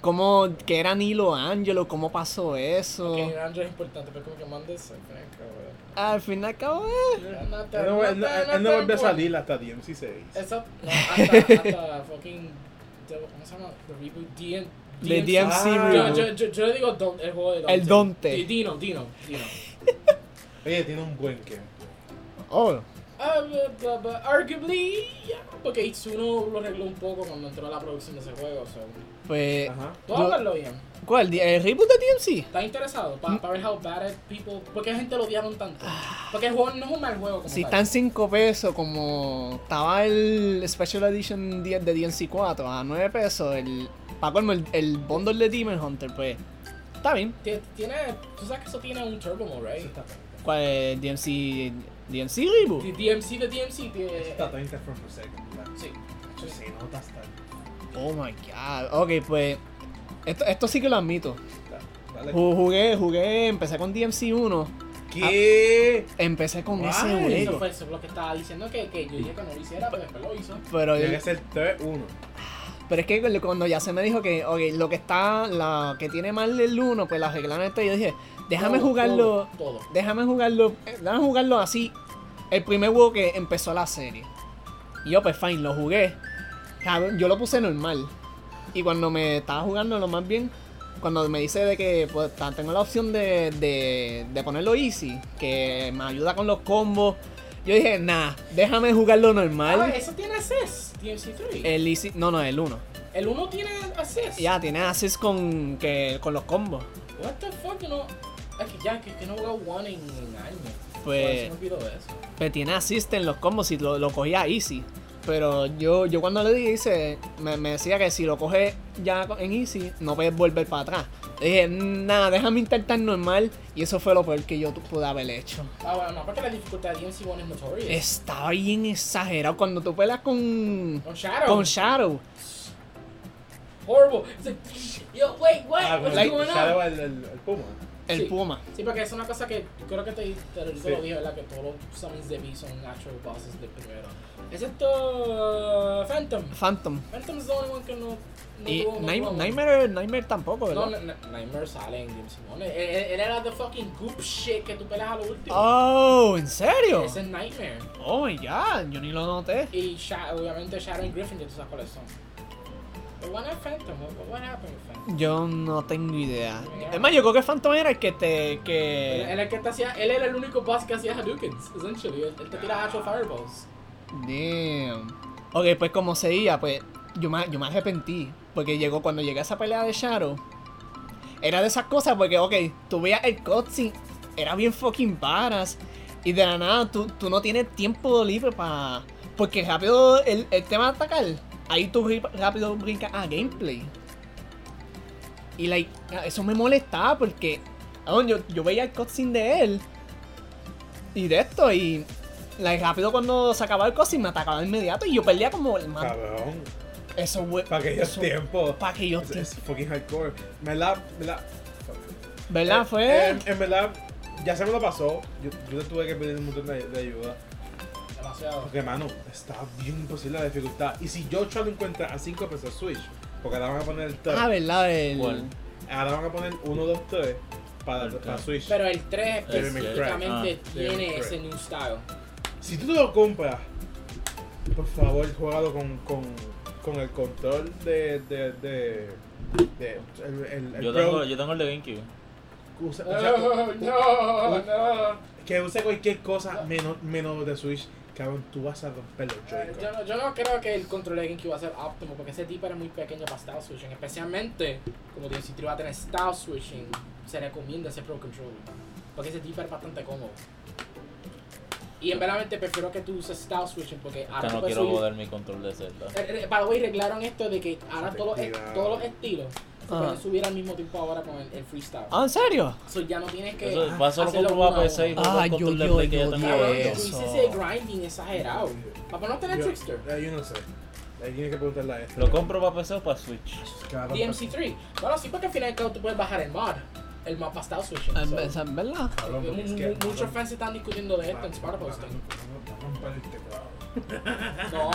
B: cómo, qué era Nilo Angelo, cómo pasó eso.
C: Que
A: Oh.
C: el Android es importante, pero como que mandes, eh, cabrón.
B: Al fin y al cabo, eh,
C: No te-
A: Él no, él no-
C: te-
A: él no
C: te
A: vuelve a
C: importa.
A: salir hasta DMC 6.
C: Eso, no, hasta, hasta [LAUGHS] fucking. ¿Cómo se llama? The reboot DN.
B: de
C: DMC.
B: DMC
A: Ah,
C: Yo,
B: Reboot.
C: yo, yo, yo le digo Don- el juego de Dante.
B: El Dante.
C: Di- Dino, Dino, Dino.
A: Oye, tiene un buen que.
C: Eh,
B: Oh.
C: Ah, bu- bu- bu- arguably, yeah, porque Itsuno lo arregló un poco cuando entró a la producción de ese juego. o sea.
B: Pues,
A: Ajá.
C: Tú
B: Yo-
C: háblalo bien.
B: ¿cuál? ¿El reboot de DMC?
C: ¿Estás interesado? Para ver how bad it people. ¿Por qué la gente lo odiaron tanto? Porque el juego no es un mal juego como
B: Si
C: tal.
B: están 5 pesos, como estaba el Special Edition 10 de DMC 4 a 9 pesos, el, para colmo, el, el bundle de Demon Hunter, pues, está bien.
C: Ti- Tiene. Tú sabes que eso tiene un turbo mode, right?
B: ¿Cuál es DMC? ¿DMC Reboot?
C: The DMC de DMC tiene.
A: Está 30 frames por second. ¿verdad?
C: Sí.
A: Eso Se nota hasta.
B: Oh my god. Ok, pues, esto, esto sí que lo admito.
A: Dale.
B: Ju- Jugué, jugué, empecé con DMC 1,
A: ¿Qué?
B: empecé con
A: Guay.
B: ese
C: Eso
B: juego.
C: fue eso, lo que estaba diciendo que, que yo dije que no lo hiciera, pero después lo hizo.
B: Pero
A: Tiene que ser 3-1.
B: Pero es que cuando ya se me dijo que ok, lo que está, la que tiene mal el 1, pues la arreglaron esto, yo dije, déjame
C: Todo,
B: jugarlo,
C: Todo. todo.
B: déjame jugarlo, eh, déjame jugarlo así. El primer juego que empezó la serie. Y yo, pues fine, lo jugué. Cabrón, Yo lo puse normal. Y cuando me estaba jugando lo más bien, cuando me dice de que pues, ta- tengo la opción de, de, de ponerlo easy, que me ayuda con los combos, Yo dije, nah, déjame jugarlo
C: Ah,
B: normal.
C: eso tiene assist, DMC3.
B: El easy, no, no, el 1.
C: El 1 tiene assist.
B: Eh. Ya, tiene assist con, que, con los combos.
C: What the fuck, yo no. Es que ya, que que no he jugado One en en años. Por eso
B: Pues,
C: me olvidó eso.
B: pues tiene assist en los combos si lo, lo cogía easy. Pero yo, yo cuando le dije, me, me decía que si lo coges ya en easy, no puedes volver para atrás. Le dije, nah, déjame intentar normal. Y eso fue lo peor que yo tu- pude haber hecho.
C: Ah, bueno, no, porque la dificultad de DMC1 es notoria.
B: Estaba bien exagerado. Cuando tú pelas con,
C: Con Shadow.
B: con Shadow,
C: Horrible. It's like, yo, wait, what?
A: Ah,
C: What's
A: con el-
C: going on?
A: sale el, el- el puma.
B: el
C: Sí.
B: Puma.
C: Sí, porque es una cosa que creo que te, te, te
A: Sí.
C: lo dije, ¿verdad? Que todos los summons de B son natural bosses de primero. Excepto uh, Phantom.
B: Phantom.
C: Phantom es el único que no, no
B: Y
C: tuvo- no
B: Nightm-
C: tuvo-
B: Nightmare, Nightmare tampoco,
C: No,
B: ¿verdad?
C: no, no, Nightmare sale en Game Simone. Él, él- él era the fucking goop shit que tú peleas a lo último.
B: Oh, ¿en serio?
C: Ese es Nightmare.
B: Oh my god, yo ni lo noté.
C: Y Sha- obviamente Shadow y Griffin ya tú sabes cuáles son. Pero why not Phantom? What, what happened with Phantom?
B: Yo no tengo idea. Es más, yo creo que Phantom era el que te.
C: Él,
B: que.
C: él es que te hacía, él era el único boss que hacía Hadoukens, essentially. Él, él te tira actual fireballs.
B: Damn. Ok, pues como seguía, pues yo me, yo me arrepentí. Porque llegó cuando llegué a esa pelea de Shadow. Era de esas cosas porque, ok, tú veías el cutscene, era bien fucking varas. Y de la nada, tú, tú no tienes tiempo libre para... Porque rápido el, el tema de atacar, ahí tú ri- rápido brincas a gameplay. Y like, ah, eso me molestaba porque cabrón, yo, yo veía el cutscene de él. Y de esto, y like, rápido cuando se acababa el cutscene me atacaba de inmediato y yo perdía como el man.
A: Cabrón.
B: Eso, güey.
A: Para aquellos
B: Ah. eso- Ah,
A: tiempos.
B: Para que yo
A: Es, es fucking hardcore. Me la. Me la
B: ¿Verdad?
A: Eh,
B: Fue.
A: En, en verdad, ya se me lo pasó. Yo, yo le tuve que pedir un montón de, de ayuda.
C: Demasiado.
A: Porque, mano, está bien imposible la dificultad. Y si Joshua lo encuentra a 5 pesos Switch, porque ahora van a poner el 3.
B: ah, ¿verdad? El...
D: ¿Cuál?
A: Ahora van a poner 1, 2, 3 para,
B: Ah,
D: Ok.
A: para Switch.
C: Pero el 3
D: Devil
A: May Cry.
C: específicamente
A: Ah, Devil May
C: tiene
A: Cry.
C: ese new style.
A: Si tú te lo compras, por favor, juégalo con, con, con el control de. de, de, de- el, el, el
D: Yo
A: Pro.
D: tengo, yo tengo el de GameCube.
A: Usa- usa-
C: [LAUGHS] Oh, No, no.
A: que use cualquier cosa menos, menos de Switch. Cabrón, tú vas a romper los joy
C: Yo, no- yo no creo que el control de GameCube va a ser óptimo porque ese tipo era muy pequeño para Style Switching. Especialmente como dice, si tú vas a tener Style Switching, se recomienda ese Pro Controller. Porque ese tipo es bastante cómodo. Y en verdad prefiero que tú uses Style Switching porque
B: Ah,
D: Que
C: ahora tú
B: pues
D: no
C: puedes
D: quiero
C: subir-
D: joder mi control de Zelda.
C: Eh, eh, By the way, arreglaron esto de que ahora
A: Te
C: todos los,
A: cuidado.
C: todos los estilos se
B: Ajá.
C: pueden subir al mismo tiempo ahora con el, el freestyle.
B: Ah, ¿en serio?
C: So ya no tienes que.
D: Eso va solo
C: hacerlo
D: con
C: uno a
D: tu PC y
C: uno.
B: Ah,
D: jugar con
B: yo-
D: tu
B: yo-
D: Play que
B: yo
D: yo tengo.
C: Cabrón, tú
B: eso.
C: hiciste ese grinding exagerado. Papá, no tenés Trickster.
A: Eh, yo no sé. Ahí tienes que preguntarle a este.
D: ¿Lo compro para PC o para Switch?
A: Cabrón,
C: DMC3. Bueno, sí, porque al final y al cabo tú puedes bajar el mod. El mapa está switching.
B: Ah,
C: so-
B: ¿esa es ¿Verdad?
A: cabrón,
C: Mu-
A: es que-
C: mu- Muchos fans están discutiendo de esto en Spark Posting.
A: este
C: No,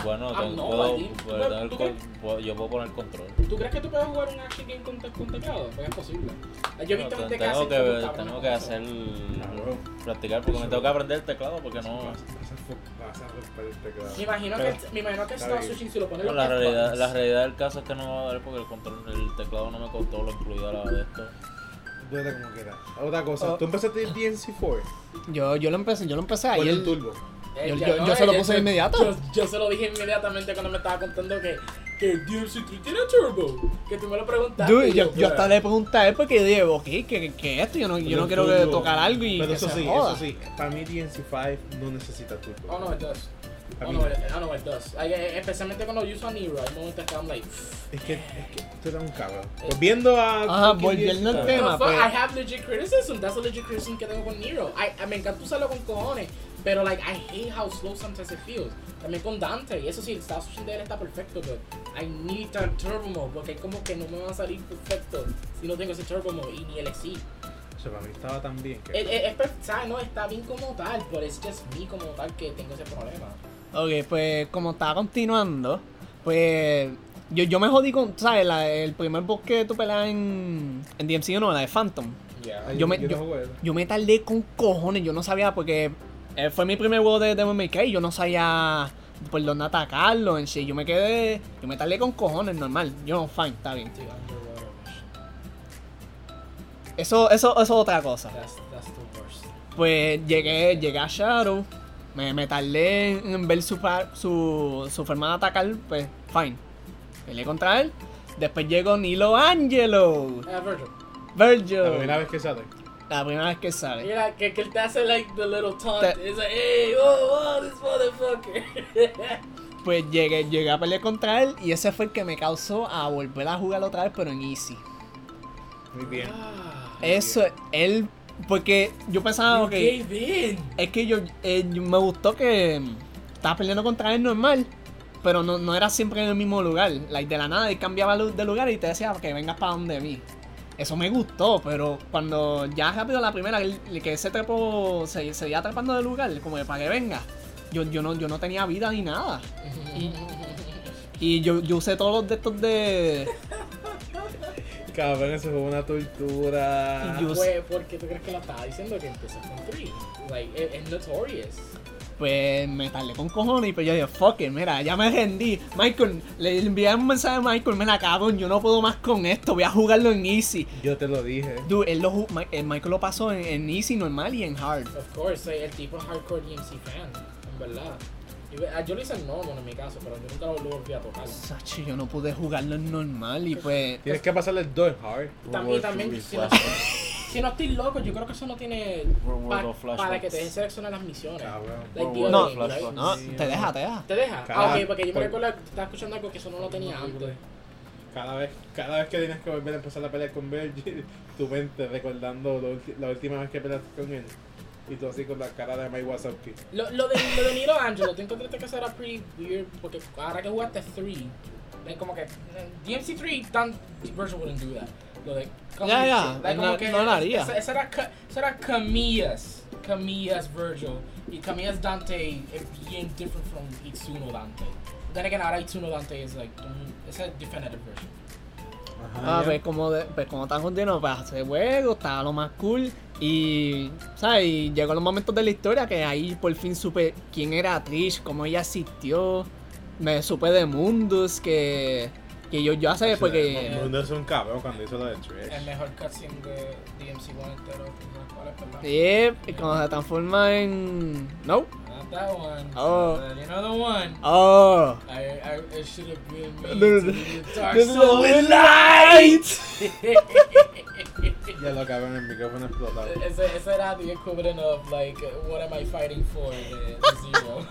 D: Bueno, pues,
C: I'm
D: tengo-
C: not,
D: puedo-
C: Valdi. ¿Tú
D: puedo
C: crees-
D: tener
C: tú
D: con-
C: crees-
D: puedo- yo puedo poner control.
C: ¿Tú crees que tú puedes jugar un action game con, te- con teclado? Pues es posible. Yo he visto
D: Pero
C: gente que hace
D: tengo
C: como
D: que,
C: cabrones
D: tengo
C: con
D: que
C: eso.
D: hacer
A: Cabrón.
D: practicar porque me tengo que aprender el teclado porque
A: este
D: no.
C: Me imagino que, me imagino que
A: Está
C: Star
A: bien.
C: Switching si lo pones
D: No,
C: los
D: la
C: Xbox,
D: realidad, la realidad del caso es que no me va a dar porque el control, el teclado no me costó lo incluido la de esto.
A: Duele como quiera. Otra cosa,
B: Oh.
A: tú empezaste el DNC4
B: Yo, yo lo empecé, yo lo empecé
A: con
B: ayer.
A: el turbo.
C: Eh,
B: Yo-
C: ya
B: yo-
C: no,
B: yo se lo
C: eh,
B: puse
C: yo-
B: inmediato.
C: Yo, yo se lo dije inmediatamente cuando me estaba contando que, que DMC3 tiene turbo. Que tú me lo preguntaste.
B: Dude,
C: y pues,
B: yo, yo
C: "Bruh".
B: hasta le pregunté a él porque yo dije, ok, ¿qué, qué es esto? Yo no, yo no
A: Con
B: quiero
A: el
B: que
A: turbo.
B: tocar algo y
A: Pero
B: que
A: eso
B: se
A: sí,
B: joda.
A: eso sí. Para mí DNC5 no necesita turbo.
C: Oh no, it does.
A: A
C: Oh
A: mí
C: no,
A: no.
C: it, oh, no, it does. Like, eh, especialmente cuando yo uso a Nero, hay momentos que I'm like,
A: Es que, es que tú eres un cabrón. Volviendo a.
B: Ajá,
A: fucking
B: volviendo al
A: DNC5.
C: no,
B: tema,
C: fuck, I
B: pues.
C: have legit criticism. That's a legit criticism que tengo con Nero. I, I- me encanta usarlo con cojones, pero like, I hate how slow sometimes it feels. También con Dante, y eso sí, el Star Switching de él está perfecto, pero I need that turbo mode, porque como que no me va a salir perfecto si no tengo ese turbo mode y ni el exit.
A: O sea, para mí estaba tan bien. Que...
C: Es, es, es per- ¿sabes? No, está bien como tal, pero es just me como tal que tengo ese problema.
B: Ok, pues como estaba continuando, pues yo, yo me jodí con, ¿sabes? La- el primer boss que tú peleas en, en DMC1, la de Phantom.
C: Yeah.
A: Ay,
B: yo me-
A: no
B: yo-
A: juego eso.
B: Yo me tardé con cojones, yo no sabía porque eh, fue mi primer juego de Devil May Cry, yo no sabía por dónde atacarlo, en sí, yo me quedé, yo me tardé con cojones, normal, yo fine, está bien.
C: Dude, underwater. man.
B: Eso, eso, eso es otra cosa.
C: That's, that's the worst.
B: Pues llegué, llegué a Shadow, Me, me tardé en- en ver su, fa- su, su forma de atacar, pues, fine. Peleé contra él. Después llegó Nilo Angelo.
C: Eh, Virgil.
B: Virgil.
A: La primera vez que sale.
B: La primera vez que sale.
C: Mira, que, que él te hace like the little taunt.
B: Te-
C: Es like, hey, oh, oh, this motherfucker.
B: Pues llegué, llegué a pelear contra él y ese fue el que me causó a volver a jugar otra vez, pero en Easy.
A: Muy bien.
C: Ah,
B: Eso, él. Porque yo pensaba, ah, ok.
C: you gave in.
B: Es que yo, eh, yo- me gustó que estaba peleando contra él normal, pero no, no era siempre en el mismo lugar. Like, de la nada él cambiaba lu- de lugar y te decía que vengas para donde mí. Eso me gustó, pero cuando ya rápido la primera, el- el que se trepó, se seguía trepando de lugar, como de para que venga. Yo, yo, no, yo no tenía vida ni nada. Y, y yo, yo usé todos los de estos de.
A: Cabrón, eso fue una tortura.
B: Y yo-
C: Güey, ¿por qué tú crees que la estaba diciendo que empieza con 3? Like, it- it's notorious.
B: Pues me tardé con cojones y pues yo dije, fuck it, mira, ya me rendí. Michael, le envié un mensaje a Michael, me la cago, yo no puedo más con esto, voy a jugarlo en easy.
A: Yo te lo dije.
B: Dude, él lo ju- Ma- eh, Michael lo pasó en, en easy normal y en hard.
C: Of course, soy el tipo hardcore DMC fan, en verdad. Yo, ah, yo lo hice en normal en mi caso, pero yo nunca lo volví a tocar.
B: Sachi, yo no pude jugarlo en normal y pues...
A: Tienes que pasarle el 2 hard.
C: También, también, si no, si no estoy loco, yo creo que eso no tiene
D: World
C: pa-
D: of Flashbacks.
C: para que te dejen seleccionar las misiones.
A: Cabrón.
C: Like,
D: World
C: DOA,
D: of Flashbacks.
C: right?
B: No, te deja, te deja.
C: ¿Te deja? Ah,
A: Carajo.
C: ok, porque yo me
A: Por-
C: recuerdo que estaba escuchando algo que eso no lo tenía antes.
A: Cada vez, cada vez que tienes que volver a empezar la pelea con Virgil, tu mente recordando lo ulti- la última vez que peleaste con él. Y tú así con la cara de Mike Wazowski.
C: Lo, lo, de, lo de Nilo Angelo, tú encontraste que eso era pretty weird, porque ahora que jugaste 3, es como que eh, DMC3, tan Virgil wouldn't do that. Lo de.
B: Ya, ya,
C: Like,
B: no-
C: como que
B: no lo haría.
C: Eso, eso era, ca- eso era Camillas, Camillas Virgil, y Camillas Dante es bien different from Itsuno Dante. Then again, ahora Itsuno Dante es like, un- es a definitive version.
B: Ah, pues como, de, pues como tan continuo, pues hace juego, estaba lo más cool. Y, ¿sabes? Y llegó los momentos de la historia que ahí por fin supe quién era Trish, cómo ella asistió. Me supe de Mundus, que, que yo, yo hace,
A: El
B: porque...
A: mundo es un cabrón cuando hizo lo de
C: pues El
A: Trish.
C: mejor cutscene de DMC1 entero, no, ¿cuál es, verdad?
B: Sí, cuando se transforma en... ¿No?
C: Not that one.
B: Oh.
C: but you know the one.
B: ¡Oh!
C: I, I, it should have been me.
B: Dude,
C: to be the dark
B: this is
C: soul.
B: always light.
C: [LAUGHS]
A: Ya lo cabrón, el micrófono explotado.
C: Is that, is that the equivalent of like what am I fighting for? The,
B: [LAUGHS]
C: the zero.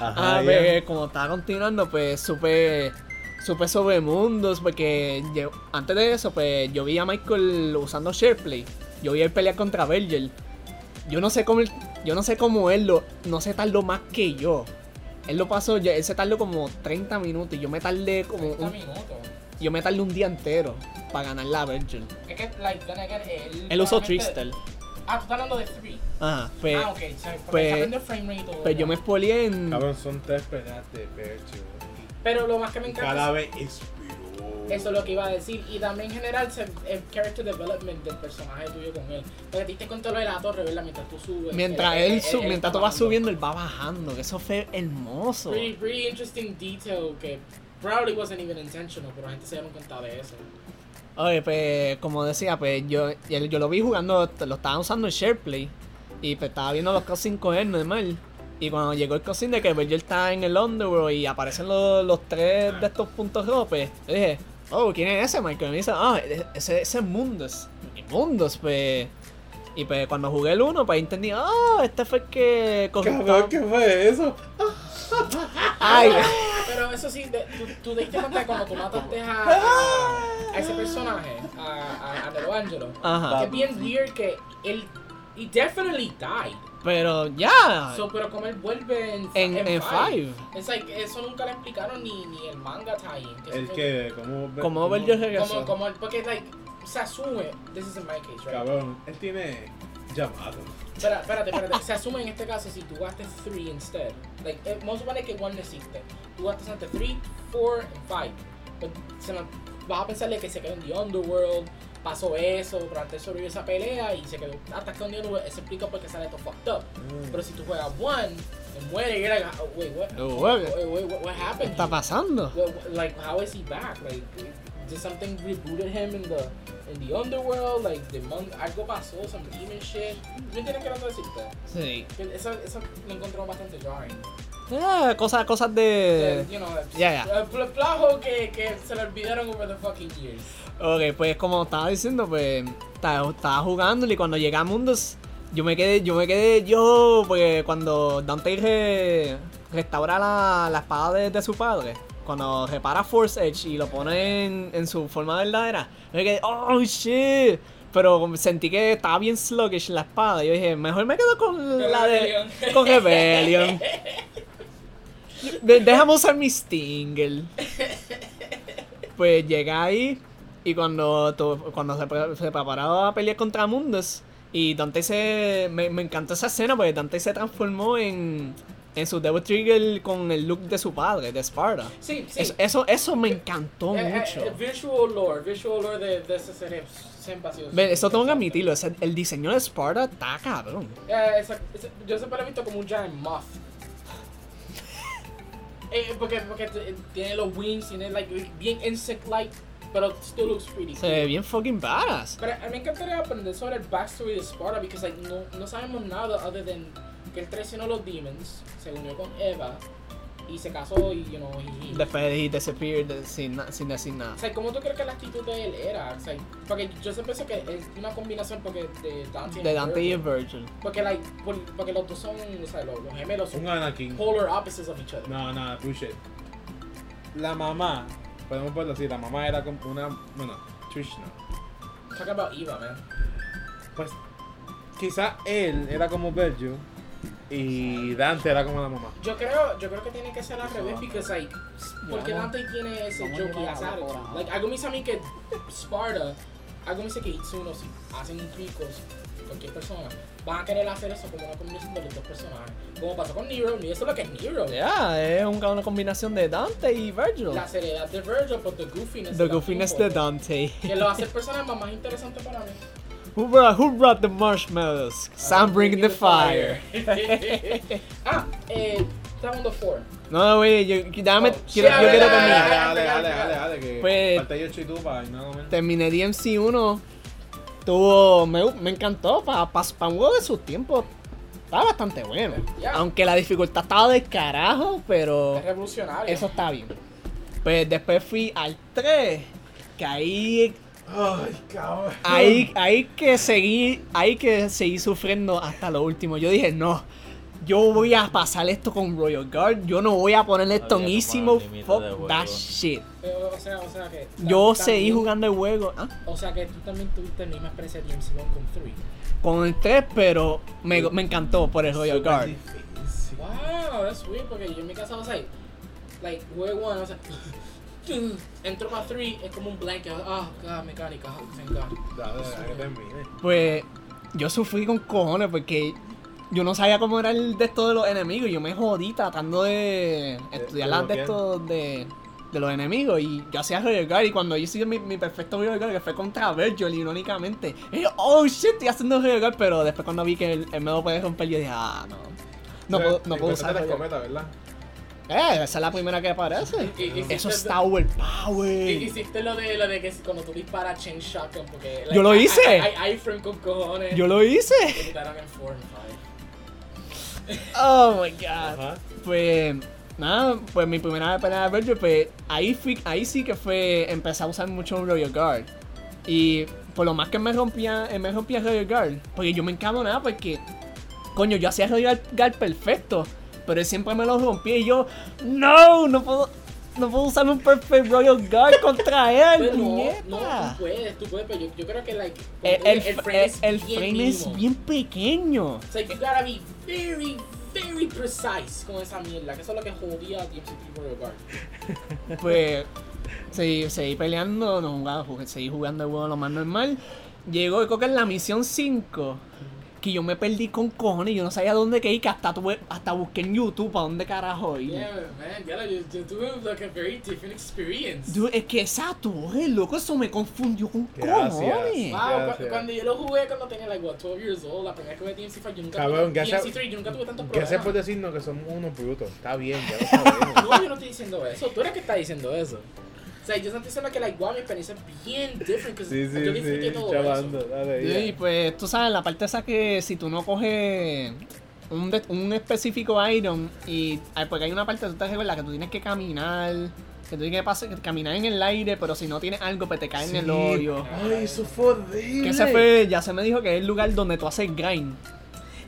B: Ah,
C: eh,
B: pues, como estaba continuando, pues supe, supe sobre mundos, porque yo- antes de eso, pues yo vi a Michael usando SharePlay. Yo vi él pelear contra Virgil. Yo no sé cómo, él- yo no sé cómo él lo, no se tardó más que yo. Él lo pasó, ya- él se tardó como 30 minutos y yo me tardé como
C: 30
B: un,
C: minutos.
B: yo me tardé un día entero para ganar la Virgil.
C: Es que, like, then again, él.
B: Él usó
C: claramente-
B: Tristel.
C: Ah, tú estás hablando de 3.
B: Ajá, pues,
C: ah, ok, sorry.
B: pues-
C: Porque está hablando de frame rate y todo,
B: pues yo me
C: ¿verdad?
B: spoileé en...
A: Cabrón, son tres peleas de Virgil.
C: Pero lo más que me
A: Y
C: encanta.
A: Cada vez expiró.
C: Eso es lo que iba a decir. Y también en general se- el character development del personaje tuyo con él. Porque a ti te cuento lo de la torre, ¿verdad? Mientras tú subes. eh,
B: Mientras él, su-
C: está
B: mientras tú vas
C: bajando.
B: subiendo, él va bajando, que eso fue hermoso.
C: Pretty, pretty interesting detail que probably wasn't even intentional, pero la gente se dieron cuenta de eso.
B: Oye, pues, como decía, pues yo, yo, yo lo vi jugando, lo estaban usando en SharePlay. Y pues estaba viendo los cosines con él, normal. Y cuando llegó el cosine de que Virgil está en el Underworld y aparecen los, los tres de estos puntos rojos, pues yo dije, oh, ¿quién es ese, Michael? Y me dice, ah, e- ese, ese es Mundus. Y Mundus, pues. Y pues cuando jugué el uno, pues entendí, ah, este fue el que
A: Cabrón,
B: corruptó.
A: ¿qué fue eso?
B: Ay,
C: Pero eso sí, de- tú, tú te diste cuenta que cuando tú mataste a, a, a ese personaje, a, a, a Melo Angelo, que
B: ajá.
C: es bien weird que él. He definitely died.
B: Pero ya.
C: So, pero como él vuelve en,
B: Ah. En- en Five.
C: Es like, eso nunca le explicaron ni, ni el manga tie-in.
A: El
C: eso-
A: que, ¿cómo?
B: ¿Cómo Virgil
C: Como,
B: regresó?
C: como el, porque, like, se asume. This is in my case, right?
A: Cabrón, él tiene llamado.
C: Espera, espérate, espérate. Se asume en este caso si tú jugaste 3 instead. Like, eh, vamos a suponer que 1 no existe. Tú jugaste antes 3, 4 y 5. Pero Pues, se la- Vas a pensarle que se quedó en The Underworld, pasó eso, pero antes sobrevivió esa pelea y se quedó atascado en The Underworld. Eso explica por qué sale todo fucked up. Pero si tú juegas 1, él muere y era like, oh, wait, what,
B: Oh, what?
C: wait, wait, what, what happened?
B: ¿Qué está
C: here?
B: pasando?
C: What- what- like, how is he back? Like, did something rebooted him in the in the underworld? Like the monk, algo pasó, some demon shit. ¿Me entiendes qué era decirte?
B: Sí.
C: Que Eso, eso lo encontró bastante jarring.
B: Ah, cosas, cosas
C: The,
B: de.
C: you know,
B: Eh, yeah, yeah.
C: el pl- plajo que, que se le olvidaron over the fucking years.
B: Ok, pues como estaba diciendo, pues estaba, estaba jugando y cuando llegué a mundos, yo me quedé, yo me quedé, yo, porque cuando Dante re- restaura la, la espada de, de su padre, cuando repara Force Edge y lo pone en, en su forma verdadera, yo me quedé, oh shit. Pero sentí que estaba bien sluggish la espada. Yo dije, mejor me quedo con la de.
C: Rebellion.
B: Con Rebellion. De- Déjame usar mi Stingle. Pues llegué ahí y cuando, tu- cuando se, pre- se preparaba a pelear contra Mundus y Dante se... Me, me encantó esa escena porque Dante se transformó en, en su Devil Trigger con el look de su padre, de Sparta.
C: Sí, sí.
B: Eso, eso, eso me encantó
C: Eh, eh,
B: mucho.
C: eh, visual lore, visual lore de, de ese serie siempre ha sido.
B: Ve, Eso tengo que admitirlo, ese- el diseño de Sparta está cabrón.
C: Eh, esa- esa- yo siempre lo he visto como un giant
B: [LAUGHS]
C: muff. Eh, porque porque t- tiene los wings, tiene like, bien insect-like, pero still looks pretty.
B: Se ve bien fucking badass.
C: Pero a mí me encantaría aprender sobre el backstory de Sparta, porque like, no, no sabemos nada other than que él traicionó a los demons, se unió con Eva y se casó y, you know, y- y-
B: Después he disappeared de- sin, na- sin decir nada.
C: O sea, ¿cómo tú crees que la actitud de él era? O sea, porque yo siempre pienso que es una combinación porque de Dante
B: De Dante y
C: Virgil.
B: Virgil.
C: Porque, like, por- porque los dos son, o sea, los, los gemelos son
A: Un Anakin.
C: polar opposites of each other.
A: No, no, bullshit. La mamá, podemos verlo así, la mamá era como una. Bueno, Trishna.
C: Talk about Eva, man.
A: Pues quizás él era como Belgio y Dante era como la mamá.
C: Yo creo, yo creo que tiene que ser al revés, because, like, s- porque
G: vamos-
C: Dante tiene ese
G: vamos a
C: jokey
G: llevar
C: ass
G: a la
C: attitude.
G: hora.
C: Like, algo me dice a mí que Sparta, algo me dice que Itsuno, si hacen un pico, cualquier persona, van a querer hacer eso como una combinación de los dos personajes. Como pasó con Nero, y eso es lo que es Nero.
B: Ya, es un- una combinación de Dante y Virgil.
C: La seriedad de Virgil, but the goofiness
B: The
C: de la
B: goofiness
C: people.
B: de Dante.
C: Que lo hace el personaje más interesante para mí.
B: Who brought, who brought the marshmallows? [LAUGHS] Sam bringing the fire.
C: [LAUGHS] ah, eh, Down the Four.
B: No, güey, yo, dame,
C: Oh,
B: quiero,
C: sí,
B: yo quiero
C: dale,
B: terminar.
A: Dale, dale, dale, dale, dale, que
B: Pues-
A: falta yo y tú para irnos a comer.
B: Terminé DMC1. Tuvo, me, me encantó. Para pa, pa un juego de sus tiempos, estaba bastante bueno.
C: Yeah.
B: Aunque la dificultad estaba de carajo, pero
C: Es revolucionario.
B: Oh. eso está bien. Pues después fui al 3, que ahí
A: Ay, cabrón.
B: Ahí, ahí que seguí, ahí que seguí sufriendo hasta lo último. Yo dije, no, yo voy a pasar esto con Royal Guard, yo no voy a ponerle esto en
D: Había
B: easy
D: tomado
B: mode,
D: el límite de
B: fuck
D: juego.
B: that shit.
C: Pero, o sea, o sea que.
B: Yo
C: también-
B: seguí jugando el juego ah,
C: O sea que tú también tuviste la misma experiencia de James Bond con 3.
B: con el 3, pero me, me encantó por el Royal
A: Ah,
B: Guard.
C: Wow, that's weird, porque yo en mi casa, o sea, like, way one, o sea, [LAUGHS] entro para 3, es como un blank. Ah, oh, God, mecánica, oh, thank God.
A: Dale, dale, que termine.
B: Pues yo sufrí con cojones porque yo no sabía cómo era el de esto de los enemigos. y Yo me jodí tratando de estudiar
A: de
B: las de
A: bloquear.
B: estos de, de los enemigos. Y yo hacía Royal Guard. Y cuando yo hice mi, mi perfecto Royal Guard, que fue contra Virgil irónicamente, y yo, oh shit, estoy haciendo Royal Guard. Pero después cuando vi que él, él me lo puede romper, yo dije, ah, no. No
A: Te-
B: puedo,
A: te
B: no puedo
A: encontraste
B: usar
A: las
B: Royal Guard.
A: cometas, ¿verdad?
B: Eh, esa es la primera que aparece.
C: Y- y-
B: Eso
C: hiciste-
B: está overpowered.
C: Hiciste lo de, lo de que cuando tú disparas chain shotgun, porque. like,
B: Yo lo
C: hay-
B: hice.
C: Hay hay iframe con cojones.
B: Yo lo hice.
C: Te quitaron en Fortnite.
B: Oh my god.
A: Ajá.
B: Pues nada, pues mi primera pelea de Virgil, pues ahí, fui, ahí sí que fue, empecé a usar mucho Royal Guard. Y por lo más que me rompía, eh, me rompía Royal Guard, porque yo me encabronaba porque, coño, yo hacía Royal Guard perfecto, pero él siempre me lo rompía y yo, no, no puedo, no puedo usar un perfect Royal Guard contra él,
C: Pero Pues no,
B: puñeta".
C: no, tú puedes, tú puedes, pero yo, yo creo que like, como
B: El,
C: tú
B: el-
C: dices,
B: el- el frame es
C: mínimo.
B: bien pequeño.
C: O sea, you gotta be very, very precise con esa mierda, que eso es lo que jodía a DMC3 Royal Guard.
B: Pues seguí, seguí peleando, no jugaba, jugué- seguí jugando el juego lo más normal. Llegó, creo que en la misión 5, que yo me perdí con cojones, yo no sabía dónde que ir, que hasta, tuve, hasta busqué en YouTube para dónde carajo ir.
C: Yeah, man, yeah, yo, yo tuve like a very different experience.
B: Dude, es que esa torre, loco, eso me confundió con
A: Gracias.
B: cojones.
C: Wow,
A: Yeah,
C: cu-
A: yeah.
C: cuando yo lo jugué cuando tenía like what, 12 years old, la primera que jugué DMC fue yo nunca
A: Cabrón,
C: tuve
A: gracias-
C: DMC3, yo nunca tuve tantos
A: Gracias
C: problemas.
A: por
C: [LAUGHS]
A: decirnos que somos unos brutos. Está bien, ya lo sabemos.
C: No, yo no estoy diciendo eso, tú eres que estás diciendo eso. O sea, yo estoy diciendo que, like, wow, mi experiencia es bien different. 'cause
A: Sí,
C: yo
A: sí,
C: disfruté
A: sí,
C: todo
A: chavando, dale. ya.
B: Sí, pues tú sabes, la parte esa que si tú no coges un, de- un específico iron y ay, porque hay una parte tú te acuerdas, la que tú tienes que caminar, que tú tienes que pas- caminar en el aire, pero si no tienes algo pues te cae en el hoyo.
A: Ay, eso fue horrible.
B: Que ese fue, ya se me dijo que es el lugar donde tú haces grind.
C: eso.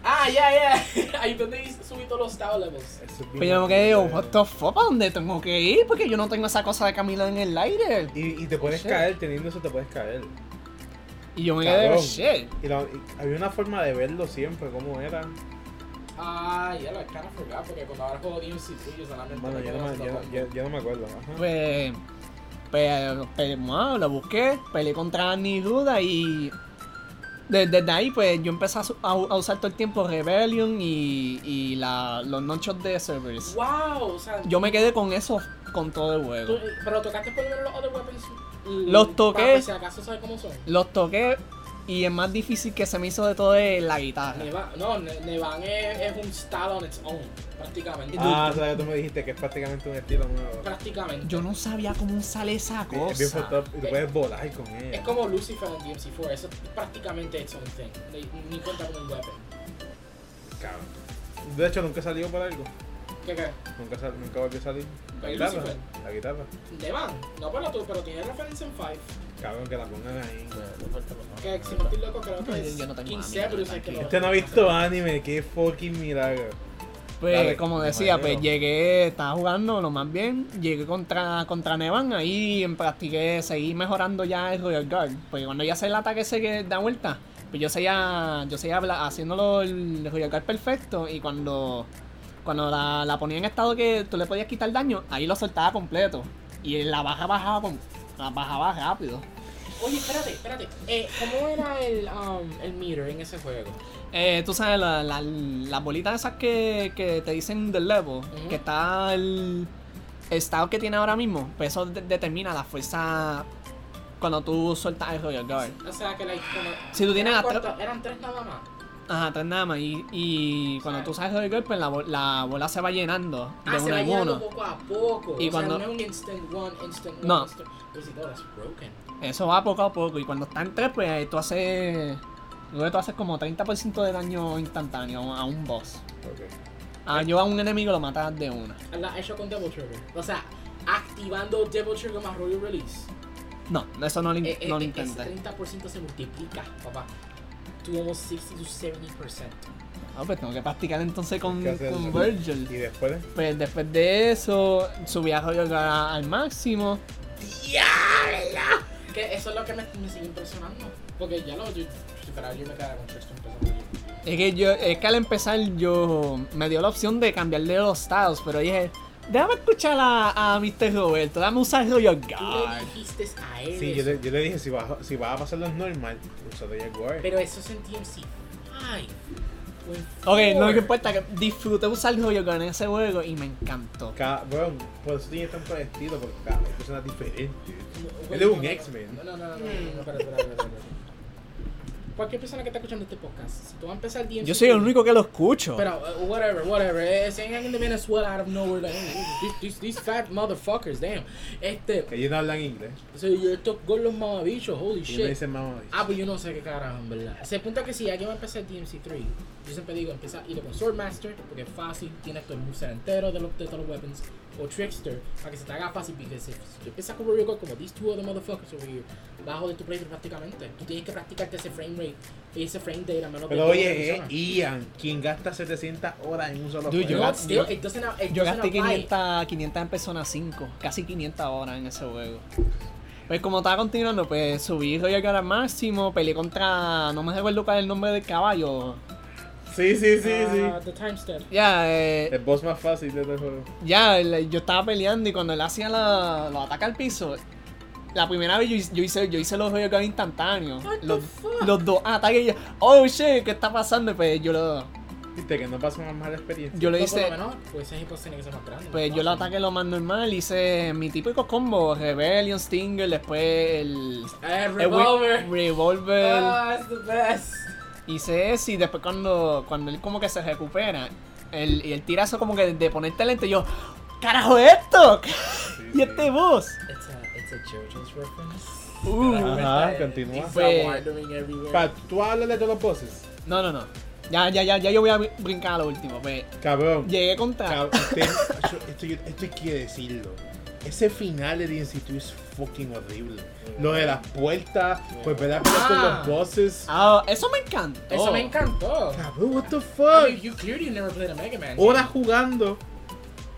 C: Ah, ya, ya. [LAUGHS] Ahí donde subí todos los style levels.
A: Eso es bien
B: Pero Pues yo me quedé,
A: horrible.
B: what the fuck, ¿para dónde tengo que ir? Porque yo no tengo esa cosa de caminar en el aire.
A: Y, y te puedes
B: shit.
A: caer, teniendo eso te puedes caer.
B: Y yo me quedé,
A: Cabrón.
B: shit.
A: Y, la- y había una forma de verlo siempre, cómo era.
C: Ah, ya, la cara forgot porque cuando ahora juego DMC tuyo solamente
A: Bueno,
C: me
A: ya no,
C: quedan
A: me,
C: los
A: ya,
C: dos.
A: ya- ya no me acuerdo. ajá.
B: Pues, pero, pero, bueno, lo busqué, peleé contra ni duda y de- desde, ahí pues yo empecé a, su- a u- a usar todo el tiempo Rebellion y, y la, los nonchos de servers.
C: Wow, o sea,
B: Yo me quedé con eso, con todo el
C: tú-
B: juego.
C: pero tocaste por lo menos los other weapons. mm,
B: Los toqué.
C: para ver Si acaso sabes cómo son.
B: Los toqué y el más difícil que se me hizo de todo es la guitarra.
C: Neva, no, Ne- Nevan es, es un style on its own, prácticamente.
A: Ah, o sea, que tú me dijiste que es prácticamente un estilo nuevo.
C: prácticamente.
B: Yo no sabía cómo sale esa
A: Es- Es bien
B: cosa.
A: fucked up y tú puedes volar con
C: Es
A: ella.
C: como Lucifer en DMC4, eso es prácticamente its own thing. Ni- Ni cuenta con un weapon.
A: Cabrón. De hecho, nunca salió por algo.
C: ¿Qué qué?
A: Nunca, sal- nunca volvió a salir. La
C: Pero
A: guitarra.
C: Lucifer.
A: La guitarra.
C: Nevan, no por lo tú, pero tiene referencia en 5.
A: Cabrón, que la pongan ahí.
C: Que si no estoy loco, creo que
B: Ay,
C: es
B: yo no tengo
C: 15
B: amigo,
C: euros, hay que
B: tranquilo.
C: lo-
A: Este no ha visto anime, qué fucking milagro.
B: Pues,
A: Dale,
B: como decía, pues
D: compañero.
B: llegué, estaba jugando lo más bien, llegué contra, contra Nevan, ahí em- practiqué, seguí mejorando ya el Royal Guard. Porque cuando ya hace el ataque ese que da vuelta, pues yo seguía, yo seguía habla- haciéndolo el Royal Guard perfecto y cuando, cuando la, la ponía en estado que tú le podías quitar daño, ahí lo soltaba completo. Y la baja bajaba con, la bajaba rápido.
C: Oye, espérate, espérate. Eh, ¿Cómo era el, um, el meter en ese juego?
B: Eh, tú sabes, la- la- las bolitas esas que, que te dicen del level,
C: Ujú.
B: que está el el estado que tiene ahora mismo, pues eso de- determina la fuerza cuando tú sueltas el Royal Guard.
C: O sea, que like, como,
B: Si tú tienes
C: eran,
B: hasta-
C: cuánto- eran tres nada más.
B: Ajá, tres nada más. Y, y cuando tú usas el Royal Guard, pues la, bol- la bola se va llenando de
C: Ah, se
B: uno
C: va
B: en
C: llenando
B: uno.
C: poco a poco.
B: Y
C: o
B: cuando-
C: sea, no es un instant one, instant one.
B: No.
C: instant- Pues si no, that's broken.
B: Eso va poco a poco. Y cuando están tres, pues ahí tú haces. Luego tú haces como 30% de daño instantáneo a un boss. Ah,
C: Eh.
B: yo a un enemigo lo matas de una.
C: La has hecho con Devil Trigger. O sea, activando Devil Trigger más Royal Release.
B: No, eso no lo, in-
C: Eh, eh,
B: no lo
C: eh,
B: intenté.
C: Ese 30% se multiplica, papá. To almost 60 to 70%.
B: Ah, pues tengo que practicar entonces con,
A: Hay que hacerlo.
B: con Virgil.
A: Y después,
B: Pues después de eso, subí a Royal Guard a- al máximo.
C: Que eso es lo que me, me sigue impresionando. Porque ya lo. Yo, pero yo me quedaba con Tristan empezando. yo.
B: Es que yo, es que al empezar yo me dio la opción de cambiarle los estados, pero dije, déjame escuchar a, a Mr. Roberto, déjame usar Royal
C: Tú le
B: Guard.
C: dijiste a él.
A: sí, yo
C: eso.
A: le, yo le dije, si vas, si vas a pasarlo normal, usa de Jaguar.
C: Pero eso es en TMC. Ay. fue en
B: Ok, no
C: four.
B: me importa, que disfruté usar Royal Guard en ese juego y me encantó.
A: Cabrón, por eso tiene tanto estilo, porque cada persona es diferente.
C: No,
A: Él es
C: no,
A: un
C: no,
A: X-Men.
C: No, no, no, no, no, no, no, espera, espera, espera, espera. Cualquier persona que está escuchando este podcast, si tú vas a empezar DMC.
B: Yo soy el único que lo escucho.
C: Pero, uh, whatever, whatever. Eh, si hay alguien de Venezuela out of nowhere, like, "Oh, these, these, these fat motherfuckers, damn. Este,
A: Que ellos no hablan inglés.
C: so yo estos gordos mamabichos, holy
A: Y me
C: shit.
A: dicen mamá.
C: Ah, pues yo no sé qué carajo, en verdad. Se punto que si alguien va a empezar DMC3, yo siempre digo, empieza ir con Swordmaster, porque es fácil, tienes todo el moveset entero de, los de todos los weapons, o Trickster, para que se te haga fácil, porque si si empiezas con Royal Guard como these two other motherfuckers over here, vas a joder tu playthrough prácticamente. Tú tienes que practicarte ese frame rate, ese frame data, a menos que
A: Pero
C: tú
A: oye,
C: seas
A: es
C: una persona.
A: Ian quien gasta 700 horas en un solo
B: Dude, eh, yo
A: juego.
C: No,
B: gast-
C: still, it doesn't- it
B: Yo
C: doesn't
B: gasté
C: apply.
B: 500, 500 en Persona 5, casi 500 horas en ese juego. Pues como estaba continuando, pues subí Royal Guard al máximo, peleé contra, no me recuerdo cuál es el nombre del caballo.
A: Sí, sí, sí,
C: Ah,
A: sí.
C: The time step.
B: Ya, eh,
A: El boss más fácil de este juego.
B: ya, el- yo estaba peleando y cuando él hacía la, los ataques al piso, la primera vez yo, hice- yo hice, yo hice los Royal Guard instantáneos.
C: What the
B: Los,
C: fuck?
B: los dos ataques y yo, oh shit, ¿qué está pasando? Y Pues yo lo,
A: Viste que no pasa una mala experiencia.
B: yo lo
C: No, por
B: hice...
C: lo menor, pues ese hipox tiene que ser más grande.
B: Pues
C: ¿no?
B: yo lo ataqué lo más normal, hice mi típico combo, Rebellion, Stinger, después el...
C: Eh,
B: Eh, we-
C: revolver.
B: Revolver.
C: Ah, it's the best.
B: Hice eso y después cuando, cuando él como que se recupera, el, y el tirazo como que de ponerte lento, yo, carajo esto. [LAUGHS]
A: Sí,
B: y
A: sí.
B: este boss.
C: It's a, it's a JoJo's reference.
B: Uh,
C: Ajá,
A: continúa.
B: Pues-
C: wandering everywhere.
A: Pa, tú háblale de los bosses.
B: no, no, no. Ya, ya, ya, ya yo voy a br- brincar a lo último. Pues
A: Cabrón.
B: llegué contra.
A: Cab- este- esto, esto, yo- esto hay que decirlo. Ese final de Density es fucking horrible. Lo de las puertas, pues verdad, con
C: Ah.
A: los bosses.
B: Ah, eso me Oh. encantó.
C: Eso me encantó.
A: Cabrón, what the
C: I mean,
A: fuck?
C: you clearly never played a Mega Man.
A: Horas jugando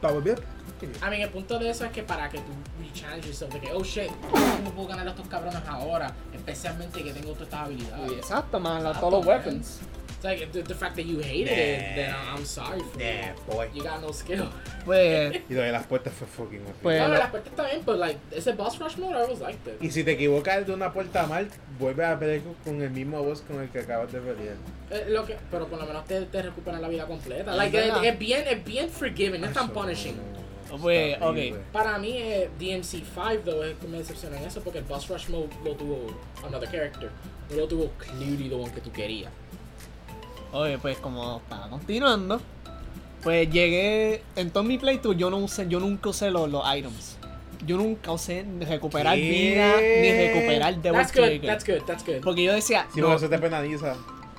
A: para volver.
C: I mean, el punto de eso es que para que tú rechallenge yourself, de que, oh shit, ¿cómo puedo ganar a estos cabrones ahora? Especialmente que tengo todas estas habilidades.
B: Exacto, más las
C: Exacto,
B: todos los
C: man.
B: weapons.
C: It's like, the, the fact that you hated it, then I'm sorry for
A: Yeah, boy.
C: you. You got no skill.
B: Pues,
A: Y lo de las puertas fue fucking horrible.
B: Pues-
C: No,
B: Pero-
C: no, las puertas también, pero like, ese boss rush mode I always liked it.
A: Y si te equivocas de una puerta mal, vuelves a pelear con el mismo boss con el que acabas de pelear.
C: Eh, lo que, pero por lo menos te, te recuperan la vida completa.
B: Es
C: Like, es,
B: verdad.
C: es bien, es bien forgiving, no es tan
A: Eso
C: punishing.
A: no,
B: Pues,
A: está
B: ok.
A: horrible.
C: Para mí, eh, DMC5, though, es que me decepciona en eso porque el boss rush mode lo tuvo another character. No lo tuvo clearly lo que tú querías.
B: oye, pues como estaba continuando, pues llegué. En todo mi playthrough yo no usé, yo nunca usé los, los items. Yo nunca usé ni recuperar
A: ¿Qué?
B: vida ni recuperar Devil
C: That's good,
B: Trigger.
C: that's good, that's good.
B: Porque yo decía,
A: Si
B: no,
A: por eso te penaliza,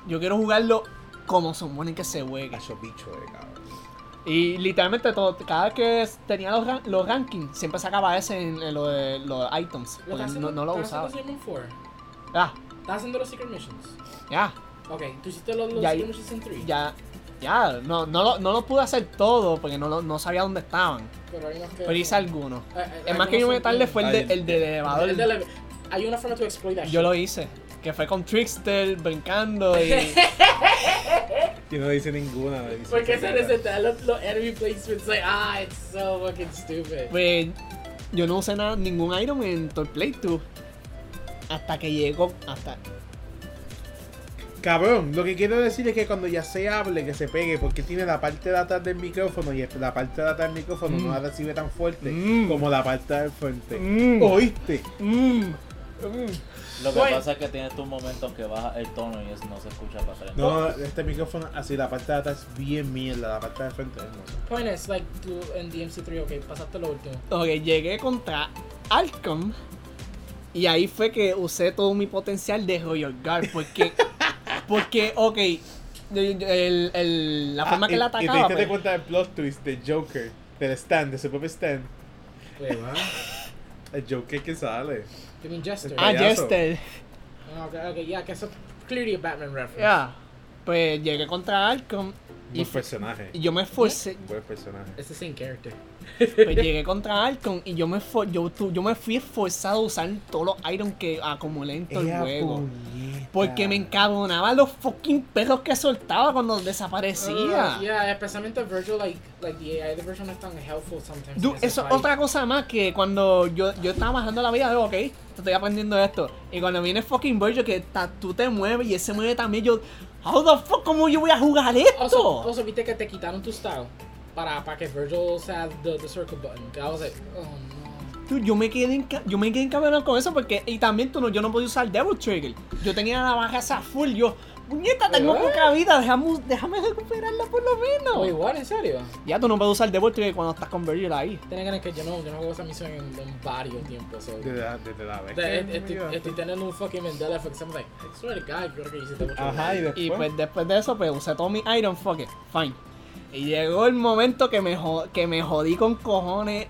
B: yo quiero jugarlo como se supone que se juega.
A: cacho bicho de cabrón.
B: Y literalmente todo, cada vez que s- tenía los, ran- los rankings, siempre sacaba ese en, en lo de los items. Porque
C: Lo estás
B: no,
C: haciendo-
B: no lo
C: estás
B: usaba.
C: haciendo Simon Four.
B: Ya,
C: Estás haciendo los Secret Missions.
B: ya,
C: Ok, tú hiciste los, los
B: Ya,
C: Secret Missions en 3.
B: ya, ya. No, no, lo, no lo pude hacer todo porque no, lo- no sabía dónde estaban.
C: Pero hay unos que.
B: Pero hice algunos.
C: Eh, eh,
B: El más que
C: algunos
B: yo me
C: son
B: tardé
C: bien-
B: fue el, de, el del
C: [LAUGHS] El de
B: elevador.
C: la- Hay una forma to exploit that
B: Yo lo hice. Que fue con Trickster brincando
A: [LAUGHS]
B: y.
A: Y no dice ninguna. no dice
C: [LAUGHS] Porque se
A: ninguna.
C: resetean los, los enemy placements. Like, ah, it's so fucking stupid.
B: Pues yo no usé nada, ningún Iron en todo el playthrough. Hasta que llegó. Hasta.
A: Cabrón, lo que quiero decir es que cuando ya se hable, que se pegue, porque tiene la parte de atrás del micrófono y la parte de atrás del micrófono
B: Mm.
A: no la recibe tan fuerte
B: Mm.
A: como la parte del frente.
B: Mm.
A: ¿Oíste?
B: Mm.
D: Lo que
C: Bueno.
D: pasa es que tienes tus momentos que baja el tono y es- no se escucha para atrás.
B: Oh.
A: No, este micrófono, así la parte de atrás es bien mierda, la parte del frente es hermosa.
C: Point is, like, tú en DMC3, ok, pasaste lo último.
B: Ok, llegué contra Alcom. Y ahí fue que usé todo mi potencial de Royal Guard.
A: [LAUGHS]
B: Porque. porque, ok. el- el- la forma
A: Ah,
B: que
A: y-
B: la
A: Y
B: atacaba.
A: te diste
B: pues,
A: cuenta del plot twist de Joker, del stand, de su propio stand.
C: Wait, what?
A: El Joker que sale.
C: You mean Jester?
B: ah,
A: payaso.
B: Jester.
C: Oh, okay, okay, yeah, que eso clearly a Batman reference.
B: Ya. Pues llegué contra Alcom. Y,
A: Buen personaje.
B: y yo me esforcé.
A: Buen personaje.
C: It's the same character.
B: Pues llegué contra Alcon y yo me, esfor- yo, tu- yo me fui esforzado a usar todos los Iron que acumulé en todo el
A: Ea,
B: juego.
A: puñeta.
B: Porque me encabronaban los fucking perros que soltaba cuando desaparecía.
C: Uh, yeah, especialmente Virgil, like, like the AI, the version no es tan helpful sometimes.
B: Dude,
C: in ese
B: eso es
C: fight.
B: otra cosa más que cuando yo, yo estaba bajando la vida, yo, ok, te estoy aprendiendo esto. Y cuando viene fucking Virgil, que ta- tú te mueves y él se mueve también, yo, how the fuck, ¿cómo yo voy a jugar esto?
C: Also, also, viste que te quitaron tu style para, para que Virgil sea the, the circle button. I was like, oh no.
B: Dude, yo me quedé enca- yo me quedé encabronado con eso porque y también tú no, yo no podía usar Devil Trigger. Yo tenía la baja esa full, yo, puñeta, tengo
C: ¿Eh?
B: poca vida, déjame, déjame recuperarla por lo menos.
C: Wait, what? ¿En serio?
B: Ya tú no puedes usar Devil Trigger cuando estás con Virgil ahí.
C: Tienen ganas que yo no, yo no hago esa misión en, en varios tiempos. So.
A: Desde la, desde la vez.
C: O
B: este,
C: sea,
A: que
C: est-
A: me
C: estoy,
A: llevaste.
C: estoy teniendo un fucking Mandela effect. I'm like, I swear to God, yo creo que hiciste mucho.
A: Ajá, y después.
B: Y pues después de eso, pues usé todo mi Iron Fuck it, fine. Y llegó el momento que me, jo- que me jodí con cojones,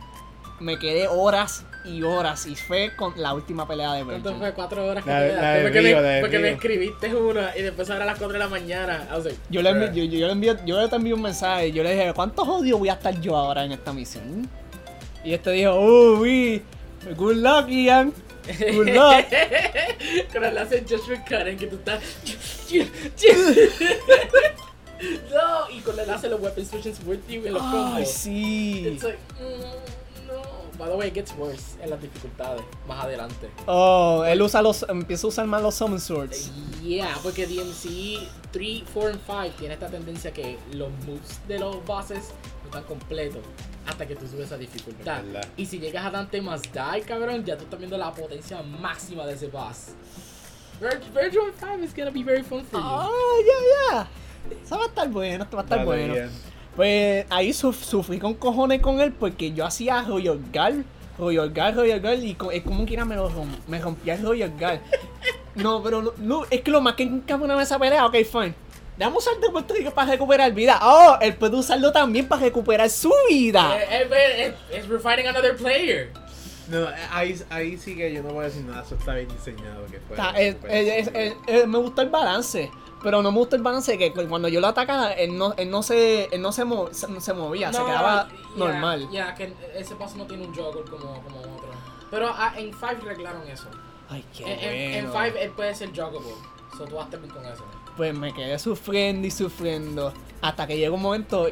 B: me quedé horas y horas y fue con la última pelea de
C: ¿Cuánto
B: Virgil.
C: fue? Cuatro horas que
A: La-
C: te
A: la
C: quedaste?
A: de
C: Porque,
A: Río,
C: me,
A: la de
C: porque me
A: Río.
C: escribiste una y después ahora a las cuatro de la mañana. Ah, I was like,
B: Yo le, envi-
C: bruh.
B: yo, yo le envié- yo le envié un mensaje, yo le dije, ¿cuántos odios voy a estar yo ahora en esta misión? Y este dijo, uy, good luck, Ian. Good
C: [LAUGHS]
B: luck.
C: Cuando le hacen Judgment Karen, que tú estás. [LAUGHS] no, y cuando le hacen los weapon switches with you y los
B: Ay,
C: combos.
B: sí.
C: It's like, mm, no. By the way, it gets worse en las dificultades más adelante.
B: Oh, él usa los, empieza a usar más los summon swords.
C: Yeah, porque DMC 3, 4 and 5 tiene esta tendencia que los moves de los bosses no están completos hasta que tú subes a dificultad.
A: Es verdad.
C: Y si llegas a Dante más die, cabrón, ya tú estás viendo la potencia máxima de ese boss. Vir- Virtual 5 is gonna be very fun for you.
B: Ah, ya, ya. Eso va a estar bueno, esto va a estar
A: Vale,
B: bueno.
A: bien.
B: Pues ahí suf- sufrí con cojones con él porque yo hacía Royal Guard Royal Guard, Royal Guard, y co- es como quiera me, lo rom- me rompía el Royal
C: [LAUGHS]
B: Guard. No, pero lo- lo- es que lo más que encaminaba esa pelea, ok, fine. Damos al de Puerto Rico para recuperar vida. Oh, él puede usarlo también para recuperar su vida.
C: Eh, eh, eh, eh, we're fighting another player.
A: No, no, ahí, ahí sí que yo no voy a decir nada, eso está bien diseñado. Que fue,
B: Está-
C: eh,
B: es-
C: pues,
B: es- es- es- es- me gusta el balance, pero no me gusta el balance de que cu- cuando yo lo atacaba, él no, él no, se, él no se, mo- se- no se movía, se quedaba
C: yeah,
B: normal.
C: Ya, que ese paso no tiene un jogger como, como otro. Pero ah, en 5 arreglaron eso.
B: Ay, qué
C: En- en- En
B: bueno.
C: 5 él puede ser joggable. So tú hazte bien con eso.
B: Pues me quedé sufriendo y sufriendo. Hasta que llegó un momento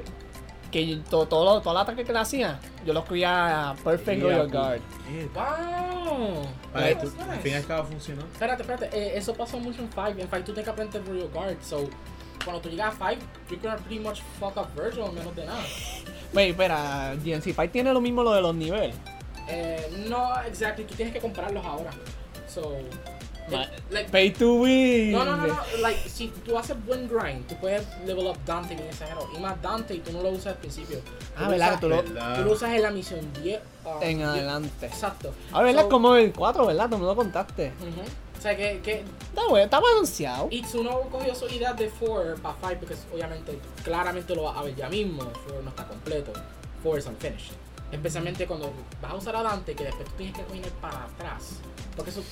B: que yo- todo, todo, lo- todo el ataque que le hacía, yo lo escribía Perfect Royal Guard.
A: Eh,
C: ¡Wow!
A: Vale,
C: That
A: tú,
C: was
A: al
C: nice.
A: fin y al cabo funcionó.
C: Espérate, espérate, eh, eso pasa mucho en 5. En 5 tú tienes que aprender Royal Guard. So, cuando tú llegas a 5, you're gonna pretty much fuck up Virgil en menos de nada.
B: Wey, Pues, espera, DNC Fight tiene lo mismo lo de los niveles.
C: Eh, no, exactly, tú tienes que comprarlos ahora. So, eh,
B: Ma-
C: like,
B: Pay to win.
C: no, no, no, no, like, si tú haces buen grind, tú puedes level up Dante bien exagerado. Y más Dante, tú no lo usas al principio.
B: Ah,
C: Tú
B: ¿verdad?
C: usas-
B: Tú lo-
C: Tú lo usas en la misión 10. ah,
B: En
C: 10.
B: adelante.
C: Exacto.
B: A ver, ¿verdad?
C: So,
B: Como el 4, ¿verdad? Tú me lo contaste.
C: ujú. O sea, que, que
B: Está bueno, está balanceado.
C: Itsuno cogió su idea de 4 para 5 porque obviamente, claramente lo vas a ver ya mismo. 4 no está completo. 4 is unfinished. Especialmente cuando vas a usar a Dante, que después tú tienes que caminar para atrás. Porque eso, tú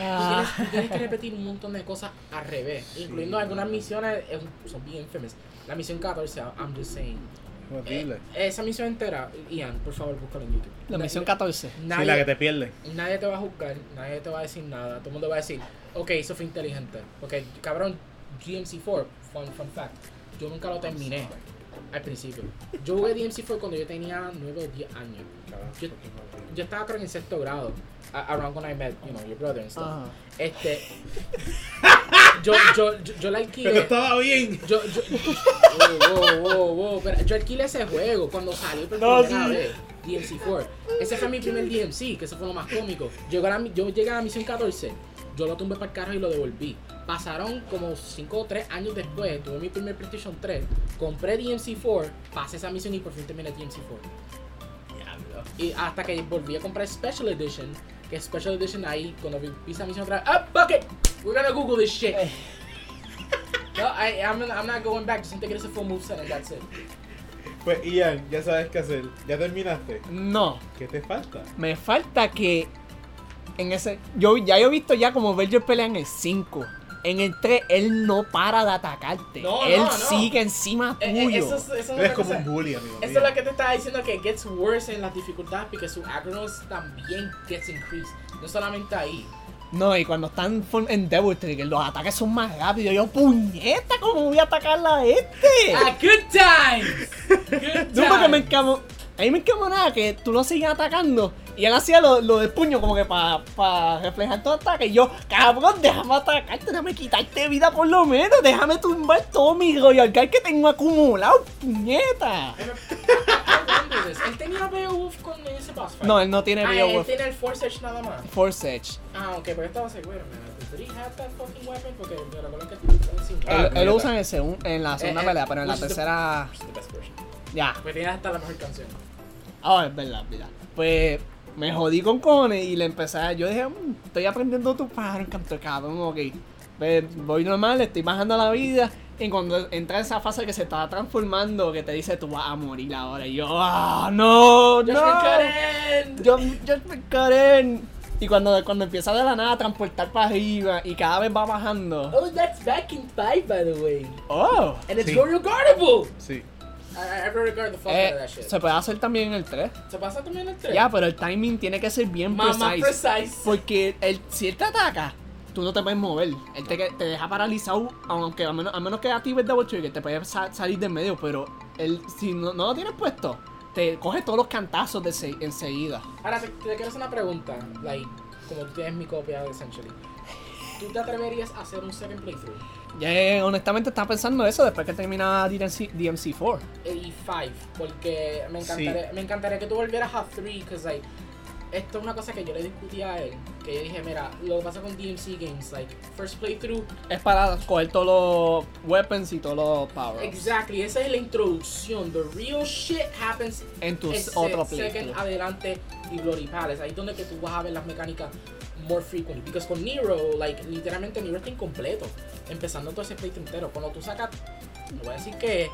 B: Ah.
C: tienes, tú tienes que repetir un montón de cosas al revés. Incluyendo algunas misiones, eh, son bien infamous. La misión 14, I'm just saying.
A: Horrible.
C: Eh, esa misión entera, Ian, por favor, búscala en YouTube.
B: La
C: Na-
B: misión 14.
C: nadie-
A: sí, la que te pierde.
C: Nadie te va a juzgar, nadie te va a decir nada. Todo el mundo va a decir, ok, eso fue inteligente. Porque, cabrón, GMC4, fun, fun fact, yo nunca lo terminé al principio. Yo jugué DMC4 cuando yo tenía 9 o 10 años. Yo, yo estaba, creo, en sexto grado, a- around when I met, you know, your brother and stuff.
B: Ajá.
C: Este. yo, yo, yo, yo la alquilé.
A: Pero estaba bien.
C: Yo, yo, wow, wow, wow, wow, pero yo alquilé ese juego cuando salió por
B: No,
C: primera
B: sí.
C: vez, DMC4. Ese fue mi primer DMC, que ese fue lo más cómico. Llegó a la mi- yo llegué a la misión 14, yo lo tumbé para el carro y lo devolví. Pasaron como 5 o 3 años después, tuve mi primer PlayStation 3, compré DMC4, pasé esa misión y por fin terminé DMC4. Y hasta que volví a comprar Special Edition, que Special Edition ahí, cuando vi vi esa misión otra vez, ¡Ah, bucket! We're gonna Google this shit. No, I, I'm, not- I'm not going back. Just need to get us a full moveset and that's it.
A: Pues Ian, ya sabes qué hacer. Ya terminaste.
B: No,
A: ¿Qué te falta?
B: me falta que en ese yo ya yo he visto ya como Virgil pelea en el 5. En el 3 él no para de atacarte.
C: No, no,
B: él
C: no.
B: sigue encima
C: Eh, eh,
B: tuyo.
C: Eso es, eso es
A: Eres
C: otra
A: como
C: cosa.
A: un bully, amigo.
C: Eso es lo que te estaba diciendo que gets worse en las dificultades porque su agronos también gets increased. No solamente ahí.
B: No, y cuando están full en Devil Trigger, los ataques son más rápidos. Yo, puñeta, ¿cómo voy a atacarla a este?
C: Ah, good times. Good times.
B: Eh. No, porque me encamo. A mí me encamonaba que tú lo sigues atacando y él hacía lo, lo del puño como que para reflejar tu ataque. Y yo, cabrón, déjame atacarte, déjame quitarte vida por lo menos, déjame tumbar todo mi Royal Guard que tengo acumulado, puñeta.
C: I remember this. Él tenía Beowulf con ese boss fight.
B: No, él no tiene
C: ah, él
B: Beowulf
C: tiene el Force Edge nada más.
B: Force Edge.
C: Ah, ok, pero yo estaba seguro, man. Did he have that fucking weapon? Porque me recuerdo que estaba encima.
A: Ah,
B: él, él
A: puñeta.
B: lo usa en, el segun- en la segunda
C: eh,
B: pelea, pero en la
C: which is the-
B: tercera.
C: It's the best version.
B: Ya.
C: Porque tiene hasta la mejor canción.
B: Ah, es verdad, es verdad. Pues me jodí con cojones y le empecé a. Yo dije, "Mm, estoy aprendiendo tu pájaro, canto cabrón, ok. Pues, voy normal, le estoy bajando la vida. Y cuando entra esa fase que se está transformando, que te dice tú vas a morir ahora. Y yo, ¡ah, no!
C: Josh
B: no.
C: McCarran.
B: Yo, yo me Karen. Y cuando, cuando empieza de la nada a transportar para arriba y cada vez va bajando.
C: Oh, that's back in five, by the way.
B: ¡Oh!
C: And it's
A: Sí.
C: Royal Guardable!
A: Sí.
C: I, I ever regard the fuck
B: Eh,
C: out of that shit.
B: se puede hacer también en el 3.
C: ¿Se pasa también el
B: Ya,
C: 3?
B: pero el timing tiene que ser bien
C: Mama
B: precise.
C: precise.
B: Porque él, si él te ataca, tú no te puedes mover. Él te, te deja paralizado, aunque a menos, a menos que actives Double Trigger, te puedes sa- salir del medio, pero él, si no, no lo tienes puesto, te coge todos los cantazos de se- enseguida.
C: Ahora, te, te quiero hacer una pregunta. Like, como tú tienes mi copia, essentially. ¿Tú te atreverías a hacer un second playthrough?
B: Ya, eh, honestamente estaba pensando eso después que termina DMC, DMC4.
C: Eh, Y 5, porque me encantaría, me encantaría que tú volvieras a 3, porque like, esto es una cosa que yo le discutí a él. que yo dije, mira, lo que pasa con DMC Games, like, first playthrough,
B: Es para coger todos los weapons y todos los power
C: exactly, esa es la introducción, the real shit happens
B: en tu
C: ese
B: otro
C: second
B: playthrough.
C: adelante y Glory Palace, ahí es donde que tú vas a ver las mecánicas more frequently, because con Nero, like, literalmente Nero está incompleto, empezando todo ese playthrough entero, cuando tú sacas, no voy a decir que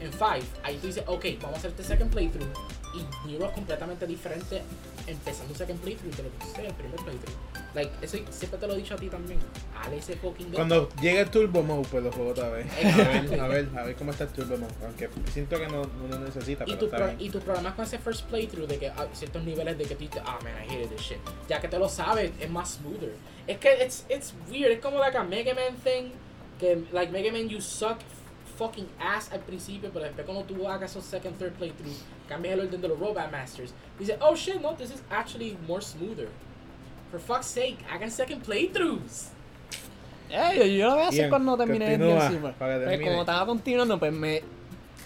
C: en 5, ahí tú dices, ok, vamos a hacer este second playthrough, y Nero es completamente diferente empezando un second playthrough de lo que hiciste en el primer playthrough. Like, eso siempre te lo he dicho a ti también. Hale ese fucking game.
A: Cuando llegue el Turbo Mode, pues lo juego otra vez. A ver,
C: Exacto.
A: a ver, a ver cómo está el Turbo Mode. Aunque siento que no, no lo necesita,
C: Y
A: pero
C: tus
A: está
C: pro-
A: bien.
C: y tus problemas con ese first playthrough de que a ciertos niveles de que tú dices, ah, man, I hated this shit. Ya que te lo sabes, es más smoother. Es que it's, it's weird, es como like a Mega Man thing. Que, like, Mega Man, you suck fucking ass al principio, pero después cuando tú hagas esos second, third playthrough, cambias el orden de los Robot Masters. Dices, oh shit, no, this is actually more smoother. For fuck's sake, hagan second playthroughs.
B: Eh, yo, yo lo voy a hacer
A: Bien,
B: cuando termine el
A: continúa,
B: DMC, pues.
A: para que
B: Pues
A: termine.
B: como estaba continuando, pues me.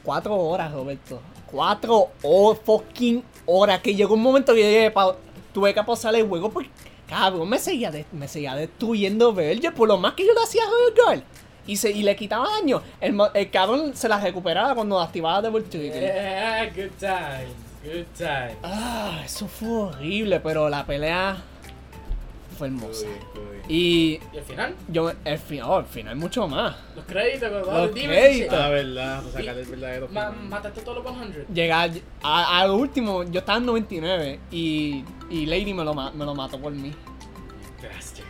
B: Cuatro horas, Roberto. Cuatro o fucking horas. Que llegó un momento que yo dije, "Pa- tuve que pausar el juego porque. Cabrón, me seguía, de- me seguía destruyendo Verge por lo más que yo le hacía a Hell Girl. Y, se, y le quitaba daño. El, mo- el cabrón se las recuperaba cuando activaba Double Trigger.
H: Yeah, good times, good times.
B: Ah, eso fue horrible, pero la pelea fue hermosa.
A: Estuvo bien, estuvo bien.
B: Y
C: Y al final,
B: yo, el final, el final mucho más.
C: los créditos, con
B: Los
C: los demons y shit.
B: créditos.
A: Ah, verdad, pues sacar el verdadero.
C: Ma-
A: final.
C: Mataste todos los 100.
B: Llegar a- al último, yo estaba en 99 y, y Lady me lo, ma- me lo mató por mí.
C: Bastard.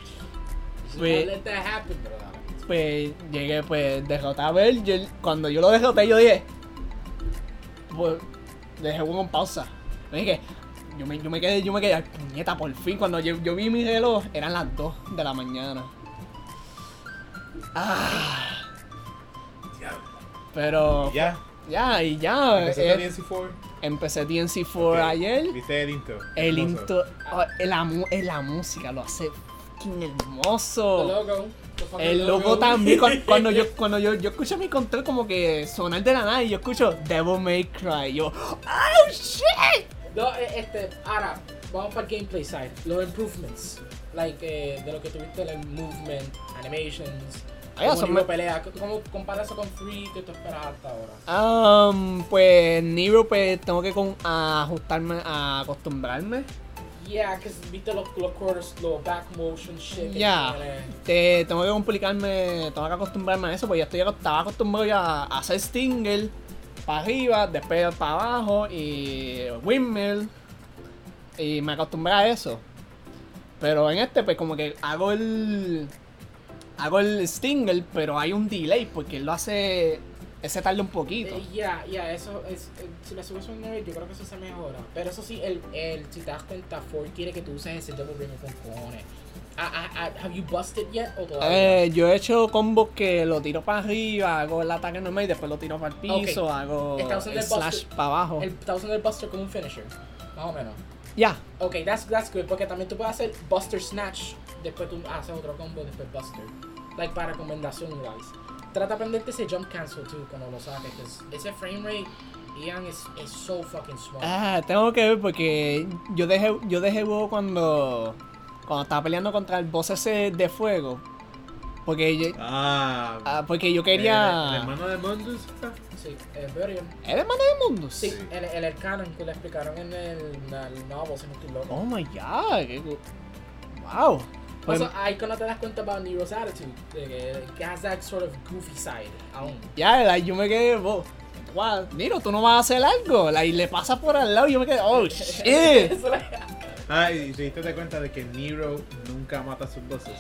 B: Wait.
C: Don't let that happen, bro.
B: Pues llegué, pues derroté a Virgil. Cuando yo lo derroté, yo dije, pues dejé el juego en pausa. Yo dije, yo me, yo me quedé, yo me quedé, "Ay, puñeta, por fin. Cuando yo, yo vi mi reloj, eran las 2 de la mañana. Ah, pero
A: Ya,
B: ya, y ya.
A: empezó
B: eh,
A: también C4.
B: Empecé DNC4
A: Ok,
B: ayer.
A: Viste el intro.
B: El
A: Hermoso.
B: intro, oh, la, mu- eh, la música lo hace fucking hermoso.
C: El logo. the fucking
B: Oh. El logo también, cu-
C: [LAUGHS]
B: cuando yo cuando yo, yo escucho mi control como que sonar de la nada y yo escucho Devil May Cry, yo ¡Oh shit!
C: No, eh, este, ahora, vamos para el gameplay side. Los improvements. Like, eh, de lo que tuviste, el movement, animations.
B: Ay, eso Ah,
C: cómo
B: me-
C: Nero pelea. c- ¿Cómo compara eso con Free que tú esperas hasta ahora?
B: Um, pues Nero, pues tengo que con- a ajustarme, a acostumbrarme.
C: Yeah, que viste los, los quarters, los back motion shit. que
B: Ya.
C: tiene.
B: Te- tengo que complicarme, tengo que acostumbrarme a eso, porque ya estoy, estaba acostumbrado ya a hacer Stinger para arriba, después para abajo y Windmill. Y me acostumbré a eso. Pero en este, pues como que hago el. Hago el Stinger, pero hay un delay, porque él lo hace. Ese tarda un poquito.
C: Eh, Ya, ya, eso es. eh, Si le subes un nivel, yo creo que eso se mejora. Pero eso sí, el, el, si te das cuenta, Ford quiere que tú uses ese double ring con cojones. Ah, ah, ah, ¿Have you busted yet? ¿O todavía?
B: Eh, yo he hecho combos que lo tiro para arriba, hago el ataque normal y después lo tiro para el
C: Ok.
B: piso, hago
C: Está usando
B: el
C: el buster-
B: slash para abajo.
C: el Thousand del Buster como un finisher. Más o menos.
B: Ya,
C: Ok, that's, that's good. Porque también tú puedes hacer Buster Snatch. Después tú haces otro combo, después Buster. Like para recomendación, guys. Trata de aprenderte ese jump cancel, too, cuando lo saques. 'cause Ese frame rate, Ian, is, is so fucking small.
B: Ah, tengo que ver porque yo dejé, yo dejé el juego cuando, cuando estaba peleando contra el boss ese de fuego. Porque yo,
A: Ah,
B: ah, porque yo
A: eh, El,
B: quería...
A: hermano de Mondus.
C: Sí, eh, Burial.
B: ¿Era hermano de Mundus?
C: Sí,
A: Sí.
C: El, el, el canon que le explicaron en el, en el novel, si no estoy loco.
B: Oh my god. qué gu- Wow. Pues,
C: Also, ahí cuando te das cuenta about Nero's attitude, de que eh, que has that sort of goofy side aún.
B: ya, like, yo me quedé... Wow, wow, Niro, tú no vas a hacer algo. Like, le pasa por al lado y yo me quedé...
A: [LAUGHS]
B: Oh, shit.
C: [LAUGHS] Eso es-
A: Ah, y te diste cuenta de que Nero nunca mata a sus bosses.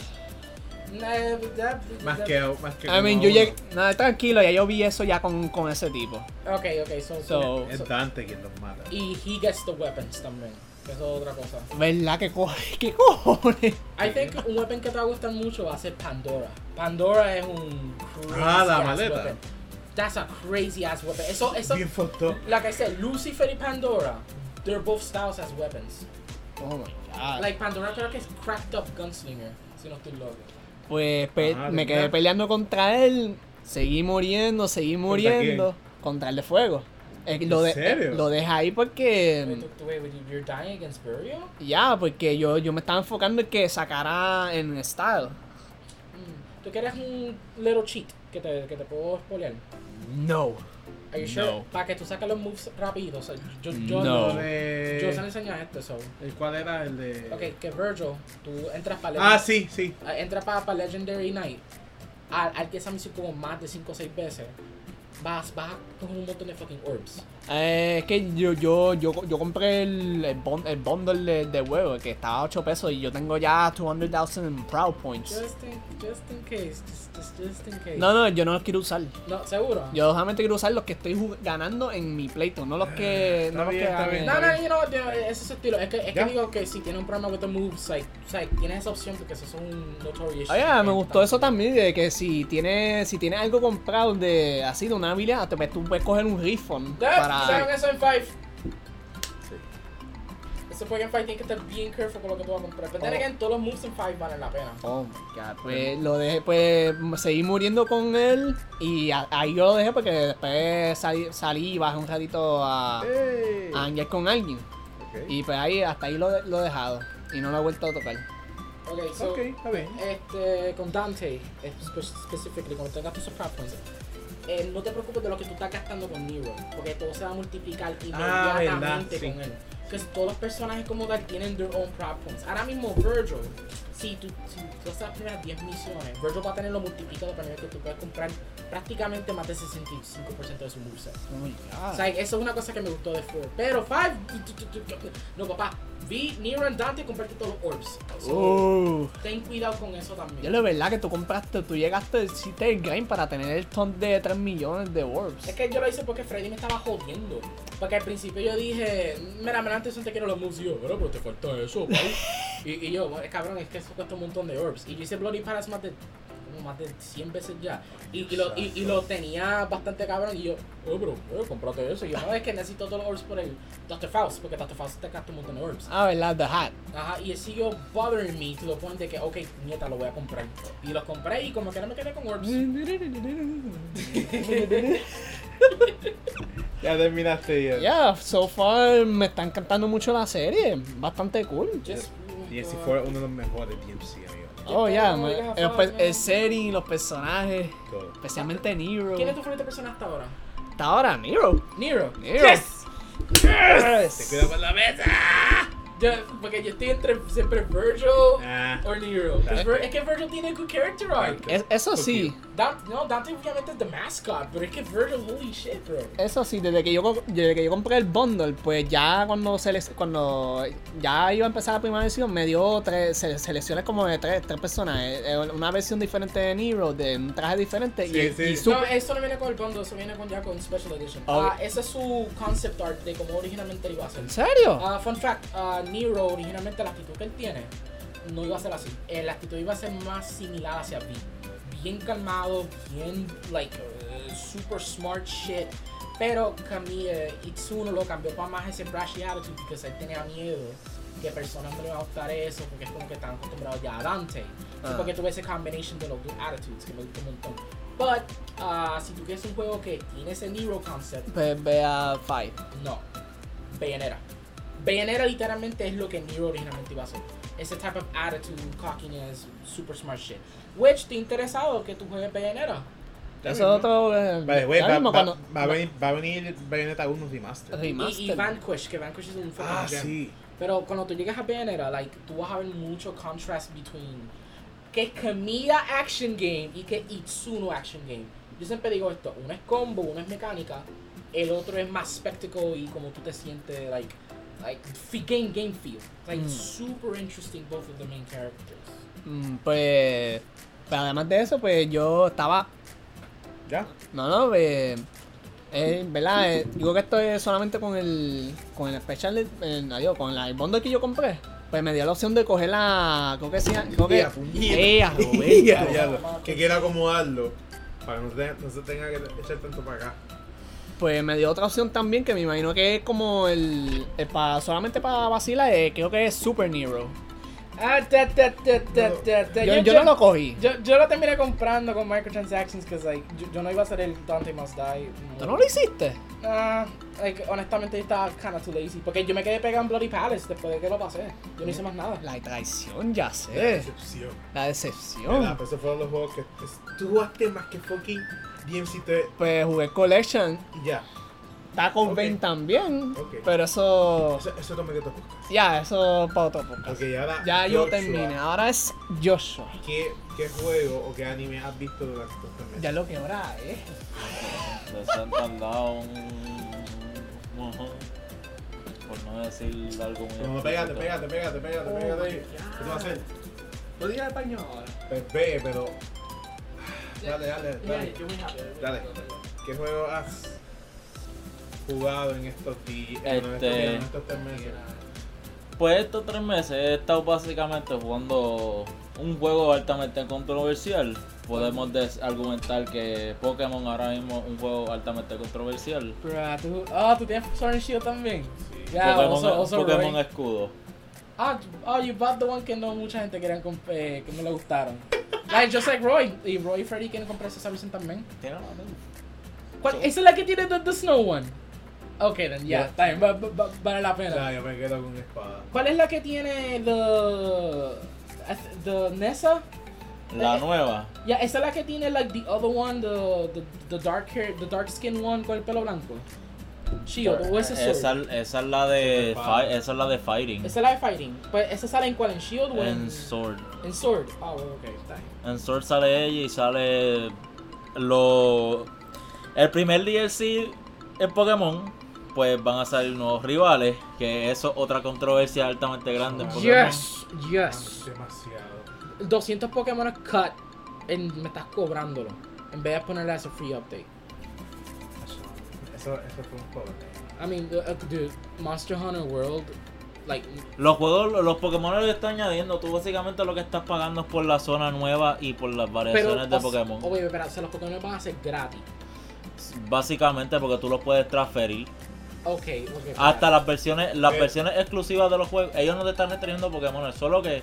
C: Nah, but that-
A: Más
C: that-
A: que. Más que
B: I mean,
A: uno a
B: yo
A: uno.
B: llegué... Nada, tranquilo, ya yo vi eso ya con, con ese tipo.
C: Ok, ok, so,
B: So-
A: Es Dante quien los mata.
C: Y he gets the weapons también. que Eso es otra cosa.
B: ¿Verdad? ¿Qué, co [LAUGHS] ¿Qué cojones?
C: I think un weapon que te va a gustar mucho va a ser Pandora. Pandora es un crazy
A: Ah, la
C: ass
A: maleta.
C: weapon. That's a crazy ass weapon. Eso, eso,
A: Bien fucked up.
C: like I said, Lucifer y Pandora, they're both styles as weapons.
B: Oh my god.
C: Like Pandora creo que es cracked up gunslinger, si no estoy loco.
B: Pues pe-
A: Ajá, Ah,
B: me
A: ¿verdad?
B: quedé peleando contra él, seguí muriendo, seguí muriendo
A: quién?
B: contra el de fuego. Eh, lo,
A: ¿En
B: de-
A: serio?
B: lo dejé ahí porque.
C: Wait, wait, wait, you're dying against burial?
B: Ya, porque yo, yo me estaba enfocando en que sacara en estado.
C: Mm. ¿Tú quieres un little cheat que te, que te puedo spoilear?
B: No.
C: Are you sure?
I: No.
C: Para que tú saques los moves rápido. o sea, yo, yo,
B: No.
A: Lo de-
C: Yo se le enseñé esto, so.
A: ¿El cuál era? El de.
C: Ok, que Virgil, tú entras para
A: Ah, sí, sí.
C: entras para Legendary Knight. Al, al que esa misión como más de 5 o 6 veces. Vas, vas a coger un montón de fucking orbs.
B: Eh, es que yo, yo, yo, yo compré el, el, bun- el bundle de, de huevo que estaba a 8 pesos y yo tengo ya 200,000 en Proud Points.
C: Just in, just in case. Just, just, just in case.
B: No, no, yo no los quiero usar.
C: No, seguro.
B: Yo solamente quiero usar los que estoy jug- ganando en mi pleito, no los
A: Ah,
B: que.
A: Está
B: no los
A: bien,
B: que
A: está
B: gané.
A: bien.
C: No, no, you know, yo- eh, ese es su estilo. Es que, es que
A: Ya.
C: digo que si tiene un problema con the moves, like, like, tienes esa opción porque eso es un notorious.
B: Oye,
C: shit.
B: Ah, me gustó eso también, de que si tienes, si tienes algo comprado de así de una habilidad, te, tú puedes coger un refund
C: Ya,
B: para.
C: usaron eso en Five. Ese fucking Five tiene que estar bien careful con lo que tú vas a comprar. Pero then
B: Oh.
C: again, todos los moves en Five valen la pena.
B: Oh my god. Pues lo dejé, pues seguí muriendo con él y a- ahí yo lo dejé porque después salí, salí y bajé un ratito a, a
A: Ey.
B: hanguear con alguien.
A: Eh. Ok.
B: Ah. Y pues ahí, hasta ahí lo, lo he dejado y no lo he vuelto a tocar.
C: Ok, so,
A: Ok, está bien.
C: este, con Dante, específicamente, cuando tengas tus support points, eh, no te preocupes de lo que tú estás gastando con Nero, porque todo se va a multiplicar
A: Ah,
C: inmediatamente
A: verdad, sí.
C: con él. Que si todos los personajes como tal tienen their own prop points. Ahora mismo Virgil, si tú, si tú haces las primeras 10 misiones, Virgil va a tenerlo multiplicado para nivel que tú puedes comprar prácticamente más del 65% de su moveset.
B: Oh my
C: O
B: god.
C: sea, eso es una cosa que me gustó de Four. Pero Five, tu, tu, tu, tu, no papá, vi Nero y Dante comparte todos los orbs. So,
B: Uh,
C: Ten cuidado con eso también.
B: yo la verdad que tú compraste, tú llegaste, hiciste el game para tener el ton de 3 millones de orbs.
C: Es que yo lo hice porque Freddy me estaba jodiendo. Porque al principio yo dije, mira, mira, antes te quiero los moves. Y yo, pero, pero te falta
A: [LAUGHS]
C: eso, pau. y, y yo, "Bueno, cabrón, es que eso cuesta un montón de orbs. Y yo hice Bloody Paras más de, como más de 100 veces ya. Y, y lo, y, y lo tenía bastante cabrón. Y yo, oh, pero, eh, comprate eso. Y yo, no, es que necesito todos los orbs por el Dr. Faust. Porque Dr. Faust te gasta un montón de orbs.
B: Ah, verdad, The Hat.
C: Ajá, y siguió bothering me to the point de que, ok, nieta, lo voy a comprar. Y los compré y como que no me quedé con orbs.
A: Mm.
B: Pues,
A: Ya terminaste ya.
B: Yeah, so far me está encantando mucho la serie. Bastante cool.
C: Just-
A: Y si fue uno de los mejores DMC, amigo.
B: Oh, yeah,
C: no
B: man.
C: digas
B: El,
C: afán,
B: pe-
C: man.
B: el setting, los personajes,
A: Todo.
B: especialmente Nero.
C: ¿Quién es tu favorita persona hasta ahora?
B: Hasta ahora, Nero.
C: Nero.
B: Nero.
C: Yes.
B: Yes.
A: Cuidado con la mesa.
C: Yo, porque yo estoy entre siempre Virgil
A: Ah.
C: o Nero. Es, Vir- es que Virgil tiene good character arc.
B: Es- eso sí,
C: Dan- no, Dante obviamente es the mascot, pero es que Virgil, holy shit, bro.
B: eso sí, desde que yo co- desde que yo compré el bundle, pues ya cuando se les- cuando ya iba a empezar la primera versión, me dio tres se- selecciones como de tres, tres personajes, Eh, una versión diferente de Nero, de un traje diferente y,
A: Sí, sí.
B: y su-
C: No, eso no viene con el bundle, eso viene con ya con Special Edition.
B: Oh.
C: Ah, ese es su concept art de cómo originalmente iba a ser.
B: ¿En serio?
C: Ah, fun fact, ah, Nero originalmente la actitud que él tiene no iba a ser así. Eh, la actitud iba a ser más similar hacia mí. Bien calmado, bien, like, eh, super smart shit. Pero Kami, eh, Itsuno lo cambió para más ese brashy attitude porque él tenía miedo que personas no le iban a gustar eso porque es como que están acostumbrados ya a Dante. Sí,
B: Ah.
C: Porque tuve ese combination de los dos attitudes que me gustó un montón. But, ah, si tú quieres un juego que tiene ese Nero concept,
B: Pues ve a Five.
C: no. Bayonera. Bayonera literalmente es lo que Nero originalmente iba a ser. Ese type of attitude, cockiness, super smart shit. Which, ¿te interesado que tú juegues Bayonera?
B: Eso es otro. eh,
A: Vale, güey,
B: ya
A: va, va,
B: mismo cuando-
A: va a venir, va a venir Bayonetta 1 Remaster.
B: Remaster.
C: Y, y Vanquish, que Vanquish es un fucking
A: Ah,
C: gem.
A: sí.
C: Pero cuando tú llegas a Bayonetta, like, tú vas a ver mucho contrast between que Camilla action game y que Itsuno action game. Yo siempre digo esto, uno es combo, uno es mecánica, el otro es más spectacle y como tú te sientes, like, like fi- game game feel. Like
B: Mm.
C: super interesting both of the main characters.
B: Mm, pues, pues además de eso, pues yo estaba.
A: Ya.
B: No, no, pues. eh, ¿Verdad? Eh, digo que esto es solamente con el. Con el special. eh, no, digo, con la, el bundle que yo compré. Pues me dio la opción de coger la. Creo que sea. Creo que.
A: Ya, puñeta.
B: ¡Ea, Roberto!
A: Ya, ya, lo- que quiera acomodarlo para que no, te- no se tenga que echar tanto para acá.
B: Pues me dio otra opción también que me imagino que es como el. el pa- solamente para vacilar, eh, creo que es Super Nero.
C: Ah, ta, ta, ta, ta, ta, ta.
B: Yo, yo no lo cogí.
C: yo, yo lo terminé comprando con microtransactions, que like, yo, yo no iba a ser el Dante Must Die.
B: ¿Tú no lo hiciste?
C: Ah, like, honestamente, yo estaba kinda too lazy. Porque yo me quedé pegado en Bloody Palace después de que lo pasé. Yo no hice más nada.
B: La traición, ya
A: La
B: sé.
A: decepción.
B: La
A: Verdad,
B: decepción.
A: pues esos fueron los juegos que es- tú jugaste más que fucking DMC3
B: Pues jugué Collection.
A: y ya.
B: Taco
A: Ok.
B: Bane también.
A: Ok.
B: Pero eso.
A: Eso, eso no me quedó podcast.
B: Ya, eso para otro podcast.
A: Ok, y ahora.
B: Ya yo
A: Joshua,
B: terminé. Ahora es Joshua.
A: ¿Qué, ¿Qué juego o qué anime has visto durante estos tres meses?
B: Ya lo que ahora es.
D: Les han mandado un. mojón, Por no decir algo muy.
A: No, pégate,
D: explícito.
A: pégate, pégate, pégate,
J: Oh
A: pégate.
J: my
A: ¿Qué
J: God.
A: tú vas a hacer?
J: Lo digas en español ahora.
A: Pues ve, pero. Dale, dale,
J: Yeah,
A: dale.
J: yo muy happy.
A: Dale. ¿Qué juego has jugado en estos días? En estos,
D: Este-
A: días, en estos tres meses.
D: Pues estos tres meses he estado básicamente jugando un juego altamente controversial. Podemos des- argumentar que Pokémon ahora mismo es un juego altamente controversial.
C: Bruh, tú. Ah, tú tienes Sword and Shield también. Yeah,
D: Pokémon,
C: also, also
D: Pokémon
C: Roy.
D: Escudo.
C: Ah, you- oh, you bought the one que no mucha gente querían comp- eh, que no le gustaron. Like, just like Roy. Y Roy y Freddy quieren comprarse esa versión también.
D: Tiene la luz.
C: ¿Cuál?
D: Sí.
C: Esa es la que tiene the, the Snow One. Ok,
A: Yeah.
C: then, yeah, está bien, va- va- va- vale la
A: O
C: pena.
A: sea, yo me quedo con espada.
C: ¿Cuál es la que tiene the. eh, the Nessa?
D: La
C: Eh,
D: nueva.
C: Ya, esa es la que tiene, like, the other one, the, the, the dark hair, the dark skin one con el pelo blanco. Shield, o ese sword.
D: Esa, esa es la de fi- esa es la de fighting.
C: Esa es la de fighting. Pues esa sale en cuál, en Shield o en.
D: En Sword.
C: en Sword. Ah, bueno, ok, está bien.
D: En Sword sale ella y sale lo el primer DLC en Pokémon pues van a salir nuevos rivales, que eso es otra controversia altamente grande en Pokémon.
C: Yes, yes.
A: Demasiado.
C: 200 Pokémon cut. en- me estás cobrándolo. En vez de ponerle as a free update.
A: Eso, eso fue un juego.
C: I mean, uh, uh, dude, Monster Hunter World, like,
D: Los juegos, los Pokémon le están añadiendo, tú básicamente lo que estás pagando es por la zona nueva y por las
C: pero.
D: variaciones de
C: o-
D: Pokémon.
C: Oh, wait, espera, o sea, los Pokémon van a ser gratis.
D: Básicamente porque tú los puedes transferir
C: Ok, ok.
D: Hasta las versiones, las
A: Eh.
D: versiones exclusivas de los juegos, ellos no te están restringiendo Pokémon, es solo que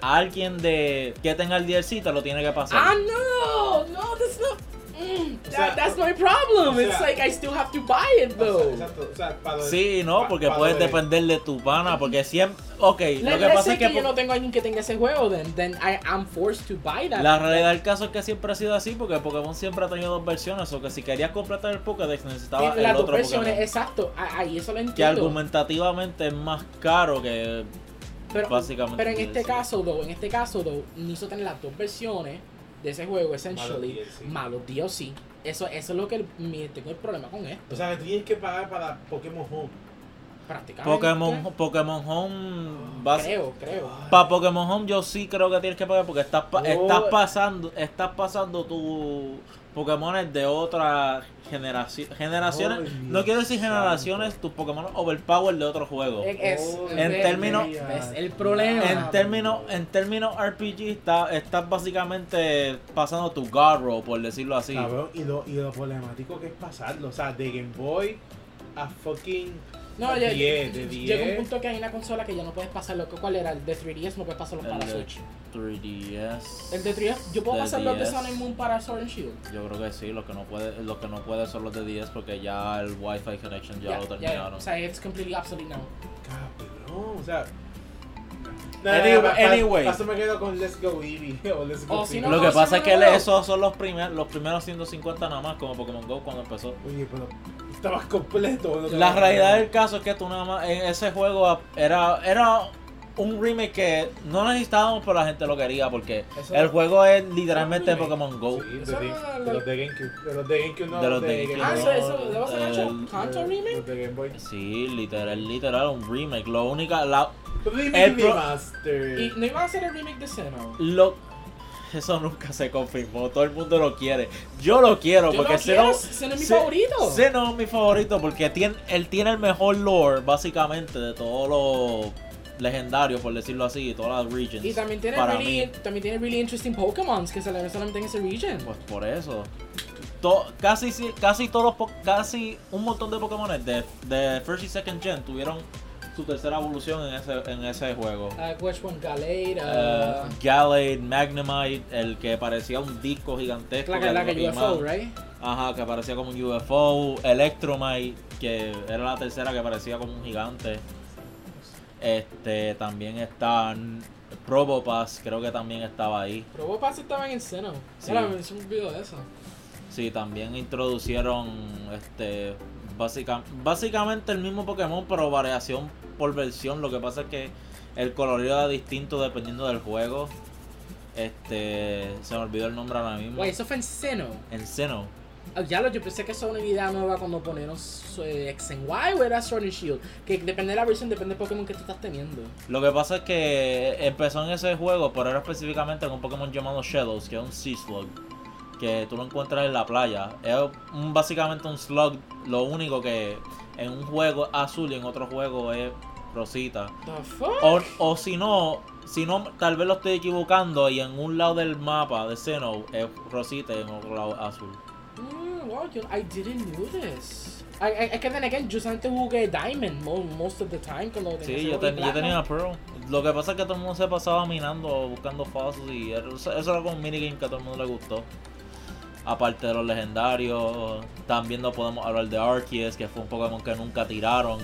D: alguien de que tenga el DLC te lo tiene que pasar.
C: Ah no, no, that's not. Mm,
A: O sea,
C: that, that's my problem.
A: o
C: it's
A: sea-
C: like I still have to buy it though.
A: Exacto, o sea, para
D: sí, no,
A: pa-
D: porque
A: para
D: puedes
A: lo de-
D: depender de tu pana, porque siempre, ok, lo
C: Let,
D: que
C: let's
D: pasa
C: say
D: es
C: que,
D: que
C: yo
D: po-
C: no tengo alguien que tenga ese juego, then, then I am forced to buy that.
D: la realidad del caso es que siempre ha sido así, porque Pokémon siempre ha tenido dos versiones, o que si querías completar el Pokédex necesitabas
C: En
D: el
C: Eh, las dos
D: otro
C: versiones,
D: Pokémon.
C: exacto. Ah, Ahí eso lo
D: Que
C: entiendo.
D: argumentativamente es más caro que
C: Pero,
D: básicamente
C: pero en
D: quiere
C: este
D: decir.
C: caso, though, en este caso, though, Niso tener las dos versiones de ese juego, essentially,
A: DLC.
C: malos DLC. Eso, eso es lo que el- mi- tengo el problema con esto.
A: O sea, que tú tienes que pagar para Pokémon Home.
C: Prácticamente.
D: Pokémon, Pokémon Home basi-
C: Creo, creo.
D: Para Pokémon Home yo sí creo que tienes que pagar porque estás, pa-
C: Oh.
D: estás pasando estás pasando tus Pokémones de otra generación generaciones
A: Ay,
D: no quiero decir
A: santo.
D: generaciones tus Pokémon overpower de otro juego
C: Es- es-
A: Oh,
D: En
C: es-
D: términos-
C: es el problema.
D: en términos en términos RPG está- estás básicamente pasando tu Garro por decirlo así
A: Cabrón, y lo, y lo problemático que es pasarlo. O sea, de Game Boy a fucking.
C: No,
A: De
C: ya,
A: 10, de
C: llega un
A: 10.
C: punto que hay una consola que ya no puedes pasar lo que cuál era el de 3DS no puedes pasarlo
D: El
C: para
D: de-
C: Switch.
D: 3DS
C: El de 3DS yo puedo
D: de
C: pasar los de
D: 10.
C: Sun and Moon para Sword and Shield.
D: yo creo que sí los que no puede los que no puede son los de 10 porque ya el Wi-Fi connection ya, lo terminaron
C: O sea, it's completely obsolete now.
A: Cabrón, o sea.
D: Anyway-
A: pa- pa-
D: anyway.
A: pa- Eso me quedo con Let's Go Eevee [LAUGHS] o Let's Go
C: O Oh, si
A: Eevee.
C: no,
D: Lo que pasa es que
C: nuevo.
D: esos son los primeros, los primeros 150 nada más, como Pokémon GO cuando empezó.
A: Oye, pero estabas completo. ¿no?
D: La realidad del caso es que tú nada más, en ese juego a- era, era un remake que no necesitábamos, pero la gente lo quería porque
A: Eso-
D: el juego es literalmente
C: remake.
D: Pokémon GO.
A: Sí,
C: Eso
A: de,
C: era
A: de,
C: la-
A: los de GameCube. De los de GameCube no.
D: De los de
A: Game
D: GameCube.
C: Ah,
A: Boy.
C: eso, eso, ¿de was an
D: El-
C: actual Kanto
A: De-
C: remake?
A: Los de Game Boy.
D: Sí, literal, literal, un remake. Lo única, la,
A: Remake
D: pro-
A: Remaster.
C: Y no iba a ser el remake de Xeno.
D: lo, eso nunca se confirmó. Todo el mundo lo quiere. Yo lo quiero
C: Yo
D: porque
C: lo
D: si
C: quiero,
D: no-
C: Xeno es mi
D: Se-
C: favorito.
D: Xeno es mi favorito porque tiene, él tiene el mejor lore, básicamente, de todos los legendarios, por decirlo así, de todas las regions.
C: Y también tiene,
D: para
C: really,
D: mí.
C: también tiene really interesting Pokémon que salen solamente en ese region.
D: Pues por eso. To- casi, si- casi todos los po- casi un montón de Pokémon de, de First y Second Gen tuvieron su tercera evolución en ese, en ese juego.
C: Uh, which one? Galate.
D: Eh,
C: Uh,
D: Gallade, Magnemite, el que parecía un disco gigantesco.
C: la que, la
D: algo
C: que
D: y más.
C: UFO, right?
D: Ajá, que parecía como un UFO. Electromite, que era la tercera que parecía como un gigante. Este, también están Probopass, creo que también estaba ahí.
C: Probó Paz estaban en escena.
D: Sí.
C: Sí. Era, me hizo un video de eso.
D: Sí, también introducieron este básica- básicamente el mismo Pokémon, pero variación por versión. Lo que pasa es que el colorido era distinto dependiendo del juego. Este, se me olvidó el nombre ahora mismo.
C: Güey, eso fue en Seno.
D: En Sinnoh.
C: Ah, Ya lo, yo pensé que eso era una idea nueva cuando ponieron su- eh, X and Y o era Sword and Shield. Que depende de la versión, depende del Pokémon que tú estás teniendo.
D: Lo que pasa es que empezó en ese juego, pero era específicamente en un Pokémon llamado Shadows, que es un Sea Slug, que tú lo encuentras en la playa. Es un- básicamente un Slug, lo único que en un juego es azul y en otro juego es rosita.
C: The fuck?
D: O, o si no, si no, tal vez lo estoy equivocando y en un lado del mapa de Xeno es rosita y en otro lado es azul.
C: Mm, wow, yo, I didn't know this. I, I, es que then again, yo solamente jugué Diamond mo- most of the time cuando tenía
D: Sí,
C: ese
D: yo,
C: juego y
D: ten- yo tenía
C: Platinum.
D: a Pearl. Lo que pasa es que todo el mundo se pasaba minando o buscando fossils y era- eso, eso era como un minigame que a todo el mundo le gustó. Aparte de los legendarios, también no podemos hablar de Arceus, que fue un Pokémon que nunca tiraron.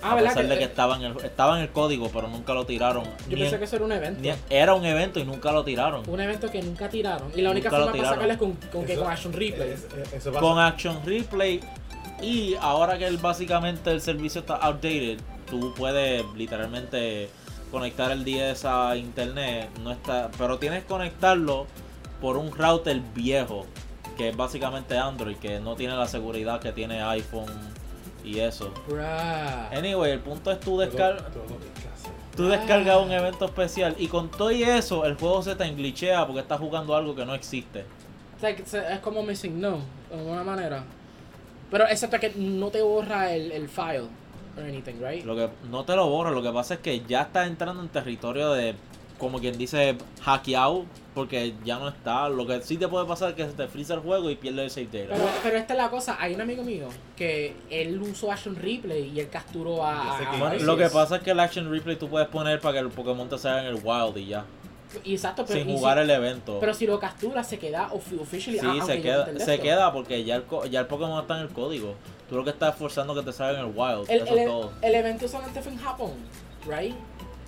C: Ah,
D: a
C: ¿verdad?
D: pesar de
C: Que-
D: que estaba en, el, estaba en el código, pero nunca lo tiraron.
C: Yo
D: Ni
C: pensé
D: en-
C: que eso era un evento.
D: ni en- era un evento y nunca lo tiraron.
C: Un evento que nunca tiraron. Y la única
D: Nunca lo
C: forma para
D: tiraron.
C: sacarlo es con, con, que
A: Eso-
C: con Action Replay.
A: Es- es- eh, Eso pasa.
D: con Action Replay y ahora que el, básicamente el servicio está outdated, tú puedes literalmente conectar el 10 a internet, no está, pero tienes que conectarlo por un router viejo que es básicamente Android que no tiene la seguridad que tiene iPhone y eso.
C: Bruh.
D: Anyway, el punto es tú
A: Todo-
D: descargas
A: todo lo que hace.
D: Tú descargas un evento especial y con todo y eso el juego se te glitchea porque estás jugando algo que no existe.
C: O sea, que se- es como Missing No, de alguna manera. Pero excepto que no te borra el, el file or anything, right?
D: Lo que no te lo borra, lo que pasa es que ya está entrando en territorio de, como quien dice, hackeado, porque ya no está. Lo que sí te puede pasar es que se te frisa el juego y pierde el save data.
C: Pero, pero esta es la cosa, hay un amigo mío que él usó Action Replay y él capturó a...
A: Yo sé
C: a-
A: que-
C: a
D: Bueno,
C: Arceus.
D: lo que pasa es que el Action Replay tú puedes poner para que el Pokémon te salga en el Wild y ya,
C: Y Exacto, pero,
D: sin
C: y si-
D: jugar el evento.
C: pero si lo captura se queda ofi- officially. ah,
D: Sí,
C: aunque
D: se
C: yo no
D: queda,
C: entendí
D: se
C: esto.
D: queda porque ya el, co- ya el Pokémon está en el código. Tú lo que estás forzando que te salga en el Wild,
C: El,
D: eso
C: el-
D: es todo.
C: el evento solamente fue en Japón, right? Eh,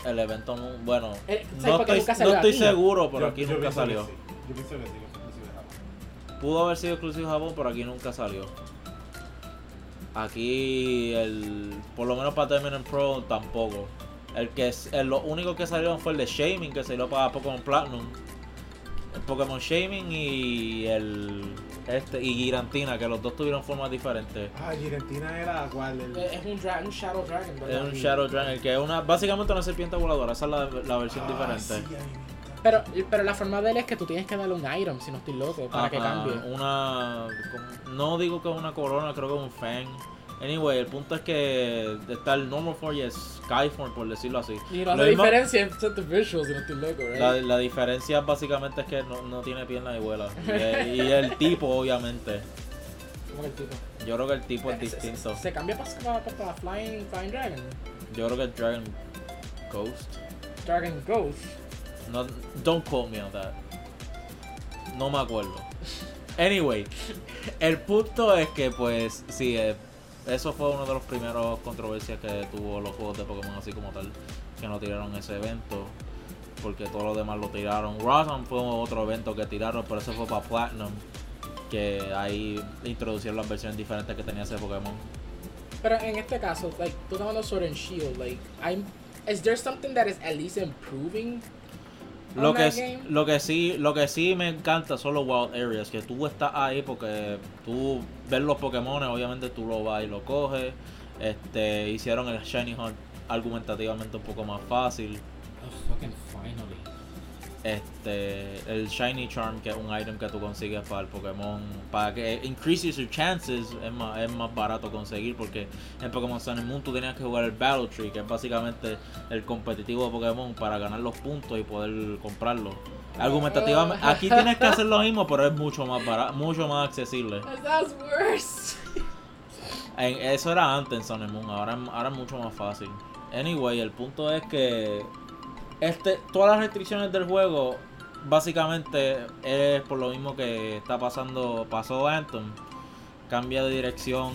D: El evento, no- bueno,
C: El- o sea,
D: no
C: porque
D: estoy,
C: nunca
D: no
C: salió
D: estoy
C: aquí.
D: seguro, pero
A: Yo-
D: aquí
A: yo
D: nunca
A: pienso que
D: salió.
A: sí. Yo pienso que sí, que sí, que sí, que sí.
D: Pudo haber sido exclusivo de Japón, pero aquí nunca salió. Aquí, el, por lo menos para Terminal Pro, tampoco. El que es- el- lo único que salieron fue el de Shaming, que salió para Pokémon Platinum. El Pokémon Shaming y el este y Girantina, que los dos tuvieron formas diferentes.
A: Ah, Argentina era cuál? El...
C: Eh, Es un, dra- un Shadow Dragon,
D: Es
C: ¿verdad?
D: un Shadow Dragon, el que es una, básicamente una serpiente voladora, esa es la, la versión
A: Ah,
D: diferente.
A: sí, Argentina.
C: Pero, pero la forma de él es que tú tienes que darle un item, si no estoy loco, para que
D: Ajá,
C: cambie.
D: Una. como- No digo que es una corona, creo que es un fan. Anyway, el punto es que está el Normal Form y el Skyform, por decirlo así.
C: Y no
D: Lo
C: hace
D: mismo-
C: diferencia entre the visuals, si no estoy loco,
D: La,
C: right?
D: la diferencia básicamente es que no, no tiene piernas y vuela. Y, el- y el tipo, obviamente.
C: Como que el tipo.
D: Yo creo que el
C: [LAUGHS]
D: tipo es
C: Eh, se-
D: pues distinto.
C: Se, se cambia para, para, para Flying, Flying Dragon.
D: Yo creo que el Dragon Ghost.
C: Dragon Ghost.
D: No, don't call me on that. No me acuerdo. Anyway, el punto es que pues sí, eh, eso fue uno de los primeros controversias que tuvo los juegos de Pokémon así como tal, que no tiraron ese evento, porque todos los demás lo tiraron. Rotom fue otro evento que tiraron, pero eso fue para Platinum, que ahí introducieron las versiones diferentes que tenía ese Pokémon.
C: Pero en este caso, like, tú estás hablando sobre Shield, like, I'm, is there something that is at least improving? on
D: Lo que,
C: that
D: s-
C: game?
D: lo que sí, lo que sí me encanta son los wild areas, que tú estás ahí porque tú ves los Pokémon, obviamente tú lo vas y lo coges. Este, hicieron el Shiny Hunt argumentativamente un poco más fácil.
C: Oh, fucking finally.
D: Este, el Shiny Charm, que es un item que tú consigues para el Pokémon, para que increases your chances, es más, es más barato conseguir porque en Pokémon Sun and Moon tú tenías que jugar el Battle Tree, que es básicamente el competitivo de Pokémon para ganar los puntos y poder comprarlo. Argumentativamente, aquí tienes que hacer lo mismo, pero es mucho más barato, mucho más accesible.
C: That's worse.
D: En- eso era antes en Sun and Moon, ahora, ahora es mucho más fácil. Anyway, el punto es que este, todas las restricciones del juego básicamente es por lo mismo que está pasando pasó Anthem, cambia de dirección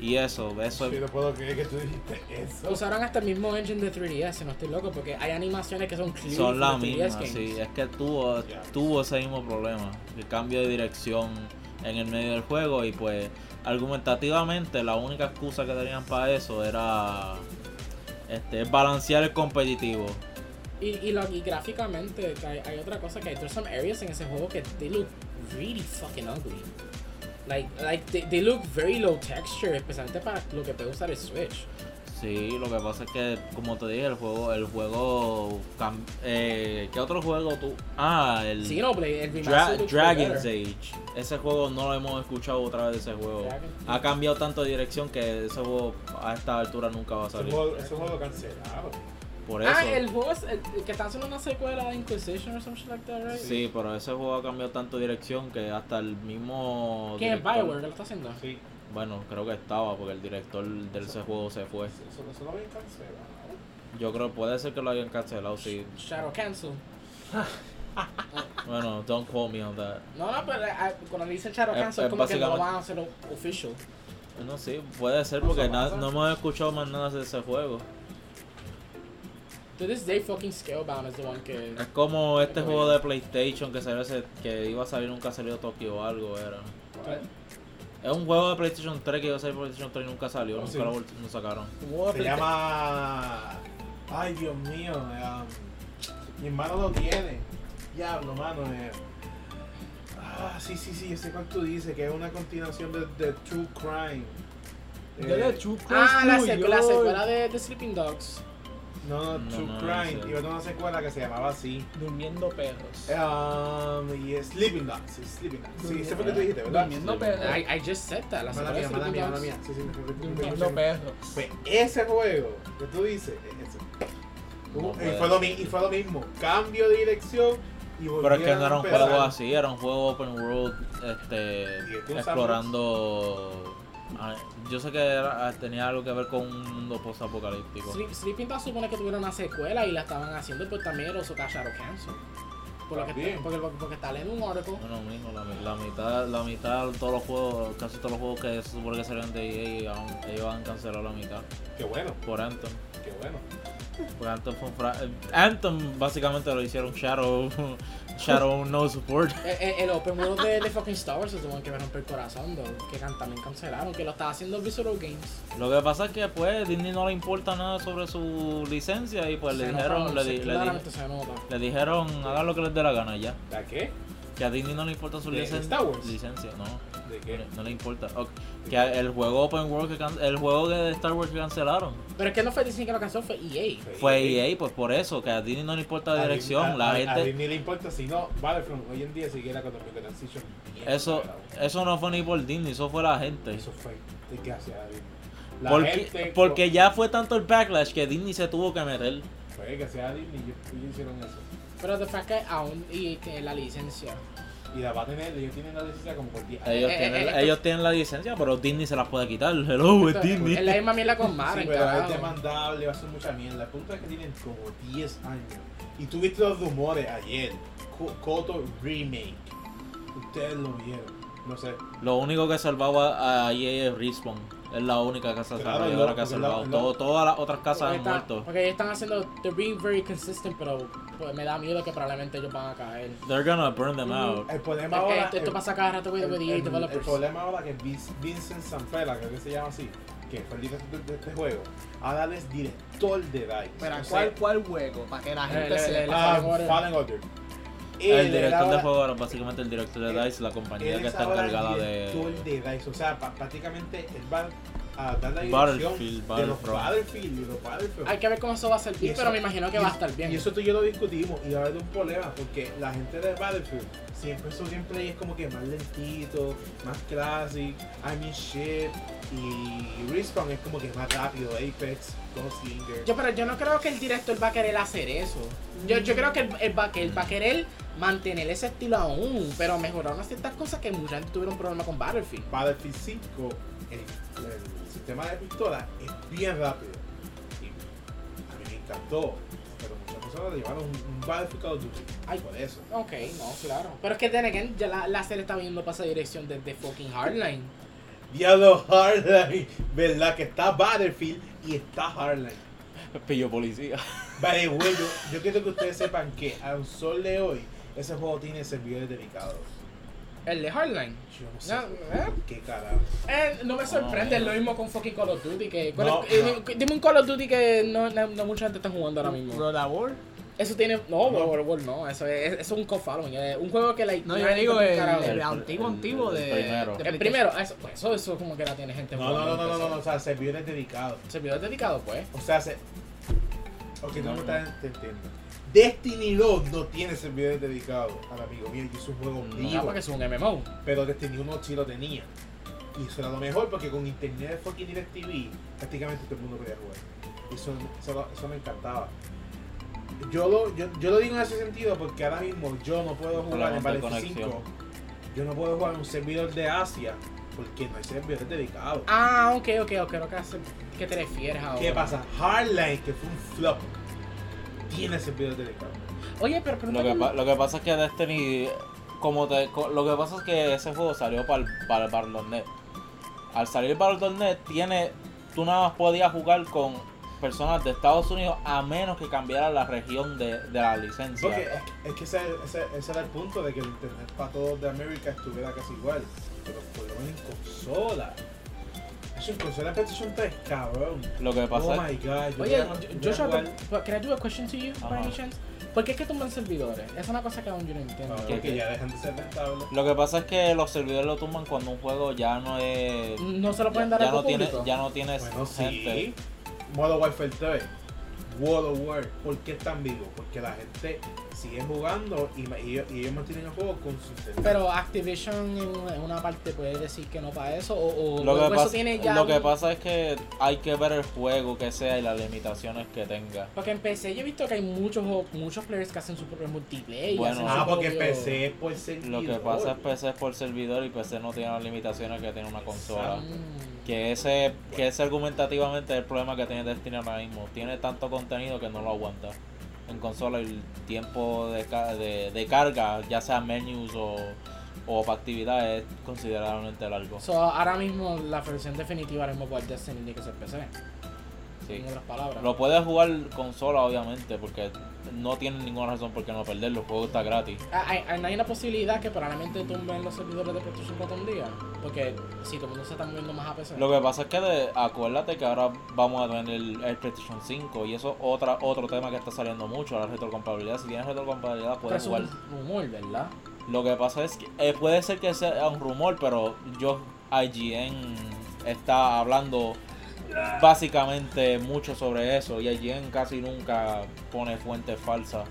D: y eso, eso
A: Sí,
D: es
A: no puedo creer que tú dijiste eso.
C: Usaron hasta el mismo engine de 3DS, si no estoy loco, porque hay animaciones que son clean
D: Son las
C: de 3DS
D: mismas,
C: games.
D: sí. Es que tuvo,
A: Ya.
D: tuvo ese mismo problema. El cambio de dirección en el medio del juego y pues argumentativamente la única excusa que tenían para eso era este, balancear el competitivo.
C: Y, y, lo- y gráficamente, hay, hay otra cosa que hay. There's some areas en ese juego que they look really fucking ugly. Like, like they, they look very low texture, especialmente para lo que puede usar el Switch.
D: Sí, lo que pasa es que, como te dije, el juego, el juego, cam- eh, ¿qué otro juego tú? Ah, el
C: Xenoblade, el
D: Dra-
C: remaster looks way
D: Dragon's
C: better.
D: Age. Ese juego no lo hemos escuchado otra vez ese juego.
C: Dragon-
D: Ha cambiado tanto de dirección que ese juego a esta altura nunca va a
A: Es un
D: salir.
A: juego, es un juego cancelado.
D: Por eso.
C: Ah, el juego es el, el que está haciendo una secuela de Inquisition o something like that, right?
D: Sí, pero ese juego ha cambiado tanto de dirección que hasta el mismo.
C: ¿Quién es
D: director-
C: Bioware que lo está haciendo?
A: Sí,
D: Bueno, creo que estaba, porque el director de ese juego se fue.
A: eso, eso, eso no bien cancelado.
D: Yo creo puede ser que lo hayan cancelado, sí.
C: Shadow Cancel.
D: Bueno, don't call me on that.
C: No, no, pero eh, cuando le dicen Shadow
D: Es-
C: Cancel,
D: es
C: es como que no
D: eh, básicamente-
C: van a hacerlo official.
D: No sé, puede ser porque na- no hemos escuchado más nada de ese juego.
C: To this day, fucking Scalebound is the one que.
D: Es como este juego de PlayStation que salió hace- que iba a salir nunca salió Tokio o algo era. Es un juego de PlayStation 3 que iba a salir para PlayStation 3 y nunca salió,
A: Oh,
D: nunca
A: sí.
D: lo vol- lo sacaron.
A: Se llama. Ay, Dios mío. eh, um, mi hermano lo tiene. Diablo, mano. eh. Ah, sí, sí, sí. Yo sé cuál tú dices. Que es una continuación de, de True Crime. Eh,
B: Yo le chuco
C: Ah, la
B: New
C: secuela, la
B: York.
C: secuela de The Sleeping Dogs.
A: No,
D: No,
A: no, True
D: no,
A: Crime.
D: ese-
A: Y otra secuela que se llamaba así. Eh,
B: Durmiendo perros.
A: Um, y Sleeping Dogs. sí, Sleeping Dogs. Sí, ese fue lo que tú dijiste, ¿verdad?
B: Durmiendo
D: Sí.
B: perros.
C: I, I just said that. La
A: Eh. Mala
C: secuela de
A: mía, mala
C: Sleeping
A: mía, mala
C: Dogs.
A: mía. Sí, sí, me- me- me- me-
B: Durmiendo
A: me-
B: perros.
A: Pues ese juego que tú dices, es ese.
D: No
A: Uh, y,
D: puede
A: fue lo,
D: ser.
A: mi- y fue lo mismo. Cambio de dirección y
D: Pero es que no
A: volvieron
D: era un
A: a
D: juego
A: empezar.
D: así, era un juego open world, este,
A: Y tú sabes-
D: explorando. ah, Yo sé que era- ah, tenía algo que ver con un mundo post-apocalíptico.
C: Sleep- Sleeping Dogs supone que tuvieron una secuela y la estaban haciendo, pero también los soca Shadow Cancel. Por lo que
A: También.
C: porque, porque, porque está leyendo un artículo.
D: Bueno, mismo, la, la mitad, la mitad, todos los juegos, casi todos los juegos que se supone que salieron de E EA, aún- ellos han cancelado la mitad
A: Qué bueno,
D: por Anthem.
A: qué bueno.
D: Porque Anthem fue un fra- eh, Anthem básicamente lo hicieron Shadow, [LAUGHS] Shadow No Support.
C: El, Eh, el- el Open World de, de fucking Star Wars es el que me rompe el corazón, though, que can- también cancelaron, que lo estaba haciendo Visceral Games.
D: Lo que pasa es que pues Disney no le importa nada sobre su licencia y pues le
C: Se
D: dijeron,
C: nota,
D: le,
C: se-
D: di- le, di-
C: claramente se nota.
D: le dijeron hagan lo que les dé la gana ya.
A: ¿De qué?
D: Que a Disney no le importa su
A: ¿De
D: licen-
A: Star Wars?
D: licencia, no, no
A: ¿De
D: le- no le importa. Ok, Que a- el juego Open World, que can- el juego de Star Wars que cancelaron
C: Pero es que no fue Disney que lo canceló, fue E EA.
D: fue EA, pues por eso, que a Disney no le importa la dirección,
A: A,
D: la
A: a-
D: gente...
A: A Disney le importa si no, Battlefront hoy en día siquiera con Transition.
D: Eso, eso no fue ni por Disney, eso fue la gente.
A: Eso fue desgracia a Disney. La
D: Porque,
A: gente-
D: porque ya fue tanto el backlash que Disney se tuvo que meter.
A: Fue desgracia a Disney, ellos, ellos hicieron eso.
C: Pero de fact que aún EA tiene la licencia.
A: Y la va a tener, ellos tienen la licencia como por 10 años.
D: Ellos,
C: Eh, eh,
D: tienen,
C: eh,
D: ellos tienen la licencia, pero Disney se las puede quitar. Hello, es Disney.
C: Es la misma mierda con Maren,
A: Pues Sí, pero este es
C: carajo.
A: demandable, va a ser mucha mierda. El punto es que tienen como 10 años. Y tuviste los rumores ayer. Co- Coto Remake. Ustedes lo vieron. No sé.
D: Lo único que salvaba a EA es Respawn. Es la única casa
A: Claro,
D: desarrolladora
A: no,
D: que ha
A: porque la-
D: salvado.
A: la-
D: Todo- todas las otras casas
C: Porque
D: han
C: está-
D: muerto.
C: Porque ellos están haciendo, they're being very consistent, pero pues, me da miedo que probablemente ellos van a caer.
D: They're gonna burn
A: Mm,
D: them out.
A: El problema
C: Mm. Es que
A: ahora.
C: esto, esto
A: el-
C: pasa cada rato with,
A: el,
C: with
A: el-
C: EA
A: el
C: developers.
A: problema ahora que Vin- Vincent Sanfela, creo que se llama así, que fue el director de, de este juego, ahora él es director de DICE.
B: Pero
A: O sea,
B: ¿cuál, cuál hueco? Para que la
C: Eh,
B: gente
C: eh,
B: sepa.
C: eh,
A: ah,
C: Fallen Order.
A: Fallen Order.
D: El
A: Él era eh,
D: director de
A: ahora-
D: juego era básicamente el director de
A: él-
D: DICE, la compañía
A: Él
D: que
A: es
D: está
A: ahora
D: encargada
A: el director
D: de.
A: de DICE. O sea, pa- prácticamente él va a dar la dirección
D: Battlefield,
A: de los
D: Battlefront.
A: Battlefield y los Battlefield.
C: Hay que ver cómo eso va a servir,
A: Y eso-
C: pero me imagino que va a
A: y-
C: estar bien.
A: Y eso tú y yo lo discutimos y va a haber un problema porque la gente de Battlefield siempre su gameplay es como que más lentito, más classic, I mean shit. Y Respawn es como que más rápido, Apex, Gunslinger.
C: Yo, pero yo no creo que el director va a querer hacer eso. Yo, yo creo que él, él va, que él va a querer mantener ese estilo aún, pero mejorar unas ciertas cosas que mucha gente tuvieron problema con Battlefield.
A: Battlefield 5, el, el sistema de pistola es bien rápido. Y a mí me encantó, pero muchas persona le llevaron un, un Battlefield Call of Duty. Ay, por eso.
C: Ok, no, claro. Pero es que then again, ya la, la serie está viendo para esa dirección desde fucking Hardline.
A: Diablo Hardline, ¿verdad? Que está Battlefield y está Hardline.
D: [LAUGHS] Pillo policía.
A: Vale, bueno, yo quiero que ustedes sepan que al sol de hoy, ese juego tiene servidores dedicados.
C: El de Hardline.
A: Yo no sé
C: No, ¿eh?
A: qué carajo.
C: Eh, no me
B: Ah.
C: sorprende, es lo mismo con fucking Call of Duty. Que, ¿cuál es-
A: No,
C: eh,
A: no.
C: di- Dime un Call of Duty que no, no- no mucha gente está jugando ahora mismo.
B: Roda War.
C: Eso tiene. No, World War War no, eso es, eso es un co-following. eh, Un juego que, like.
B: No, yo
C: nadie
B: digo
C: toca un
B: el-
C: carajo.
B: el-
C: el,
B: antiguo, antiguo de-
D: primero.
B: de-
C: primero, eso, pues, eso, eso como que la tiene gente.
A: No, no,
C: jugando,
A: no, no, no, no,
C: entonces.
A: no, o sea, servidores dedicados.
C: Servidor dedicado, pues.
A: O sea, se... Ok, no,
D: No,
A: me
D: no.
A: estás entendiendo. Destiny 2 no tiene servidores dedicados al amigo mío, y es un juego
D: No,
A: vivo.
C: No, Ah, porque es un MMO.
A: Pero Destiny 1 sí lo tenía. Y eso era lo mejor porque con internet de fucking DirecTV prácticamente todo el mundo podía jugar. Y Eso, eso, eso me encantaba. Yo lo, yo, yo lo digo en ese sentido porque ahora mismo yo no puedo jugar en
D: Problemas de
A: Battlefield 5.
D: conexión.
A: Yo no puedo jugar en un servidor de Asia porque no hay servidores dedicados.
C: Ah, ok, ok, ok, creo que hace. ¿Qué te refieres ahora?
A: ¿Qué pasa? Hardline, que fue un flop, tiene servidores dedicados.
C: Oye, pero
D: Lo que,
C: pregúntame.
D: pa- lo que pasa es que Destiny. Como te, co- lo que pasa es que ese juego salió para el Battle.net. Al salir Battle.net, tiene. Tú nada más podías jugar con personas de Estados Unidos a menos que cambiara la región de, de la licencia.
A: Porque es, es que ese, ese, ese era el punto de que el internet para todos de América estuviera casi igual. Pero por lo menos en consola. Eso en consola de PlayStation 3, cabrón.
D: Lo que pasa
A: Oh
D: es-
A: my god. Yo
C: Oye,
A: voy a- voy a
C: Joshua,
A: jugar-
C: but can I do a question to you by
D: Ajá.
C: any chance? ¿Por qué es que tumban servidores? Es una cosa que aún yo no entiendo.
A: Cabrón,
D: ¿Qué-
A: que
D: qué?
A: ya dejan de ser rentables.
D: Lo que pasa es que los servidores lo tumban cuando un juego ya no es.
C: No se lo pueden
D: ya,
C: dar a
D: no
C: otro
D: tiene,
C: público.
D: ya no tienes
A: Bueno,
D: gente.
A: sí. Modern Warfare 3. World of War, ¿por qué están vivos? Porque la gente sigue jugando y, ma- y, ellos- y ellos mantienen el juego con su servidor.
C: Pero Activision en una, en una parte puede decir que no para eso o, o-
D: Lo que,
C: o Pues eso
D: pasa,
C: tiene ya
D: lo que
C: un-
D: pasa es que hay que ver el juego que sea y las limitaciones que tenga.
C: Porque en PC yo he visto que hay muchos juegos- muchos players que hacen su propio multiplayer.
D: Bueno.
C: hacen su
A: ah, porque
C: propio-
A: PC es por servidor.
D: Lo que pasa es PC es por servidor y PC no tiene las limitaciones que tiene una consola.
C: Mm.
D: Que ese, que ese argumentativamente es el problema que tiene Destiny ahora mismo. Tiene tanto contenido que no lo aguanta. En consola el tiempo de, ca- de, de carga, ya sea menus o, o para actividades, es considerablemente largo.
C: So, ahora mismo la versión definitiva ahora mismo para Destiny tiene que ser PC.
D: Sí.
C: En otras palabras.
D: Lo puedes jugar consola obviamente porque no tiene ninguna razón por qué no perderlo. El juego está gratis.
C: Ah, Hay, hay, hay una posibilidad que probablemente tumben los servidores de PlayStation 4 un día. Porque si todo el mundo se está moviendo más a PC.
D: Lo que pasa es que de- acuérdate que ahora vamos a tener el, el PlayStation 5 y eso es otra, otro tema que está saliendo mucho, la retrocompatibilidad. Si tienes retrocompatibilidad
C: Pero
D: puedes
C: pues es
D: jugar.
C: un rumor, ¿verdad?
D: Lo que pasa es que eh, puede ser que sea un rumor, pero yo IGN está hablando básicamente mucho sobre eso y IGN casi nunca pone fuentes falsas.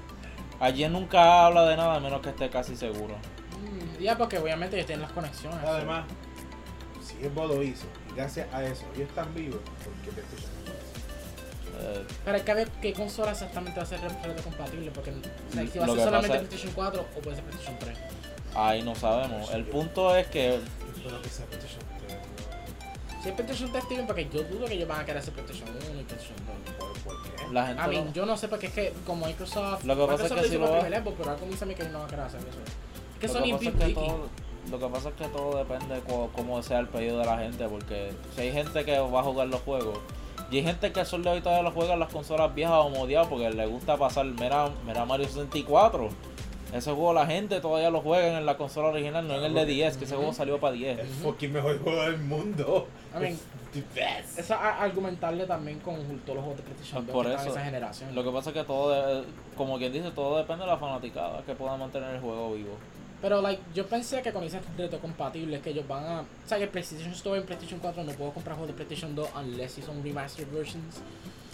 D: IGN nunca habla de nada a menos que esté casi seguro.
C: Mm, ya, porque obviamente ellos tienen las conexiones. so-
A: Además, si el lo hizo, y gracias a eso, ellos están vivos porque PlayStation no lo hace.
D: Eh,
C: Pero hay que ver qué consola exactamente va a ser re- compatible Porque o sea, si va a
D: Lo
C: ser
D: que
C: solamente
D: pasa-
C: PlayStation 4 o puede ser PlayStation 3.
D: ahí no sabemos. El punto es que
A: Yo espero que sea PlayStation 3, ¿no?
C: Si es PlayStation 3, Steven, porque yo dudo que ellos van a querer hacer PlayStation 1 y PlayStation 2.
A: ¿Por, por qué?
D: la gente...
C: A
D: no-
C: mí, yo no sé, porque es que como Microsoft.
D: Lo que pasa es
C: Microsoft
D: que
C: lo
D: si
C: hizo
D: lo
C: para
D: va-
C: primer Xbox, pero ahora comienza a mí que no va a querer hacer eso. Es que
D: Lo
C: Sony es
D: pasa
C: bien
D: es que
C: picky.
D: todo- Lo que pasa es que todo depende de cu- cómo sea el pedido de la gente, porque si hay gente que va a jugar los juegos, y hay gente que al sol de hoy todavía los juega en las consolas viejas o modiadas porque le gusta pasar, mira, mira Mario 64. Ese juego la gente todavía lo juega en la consola original, no en el de 10, que ese juego salió para 10.
A: El fucking mejor juego del mundo.
C: I mean,
A: Es the best.
C: Eso es a- argumentable también con todos los juegos de PlayStation 2
D: Por
C: que están en
D: eso.
C: esa generación.
D: Lo que pasa es que todo, de- como quien dice, todo depende de la fanaticada que pueda mantener el juego vivo.
C: Pero like, yo pensé que con esas retrocompatibles que ellos van a. O sea que el PlayStation Store en PlayStation 4 no puedo comprar juegos de PlayStation 2 unless si son remastered versions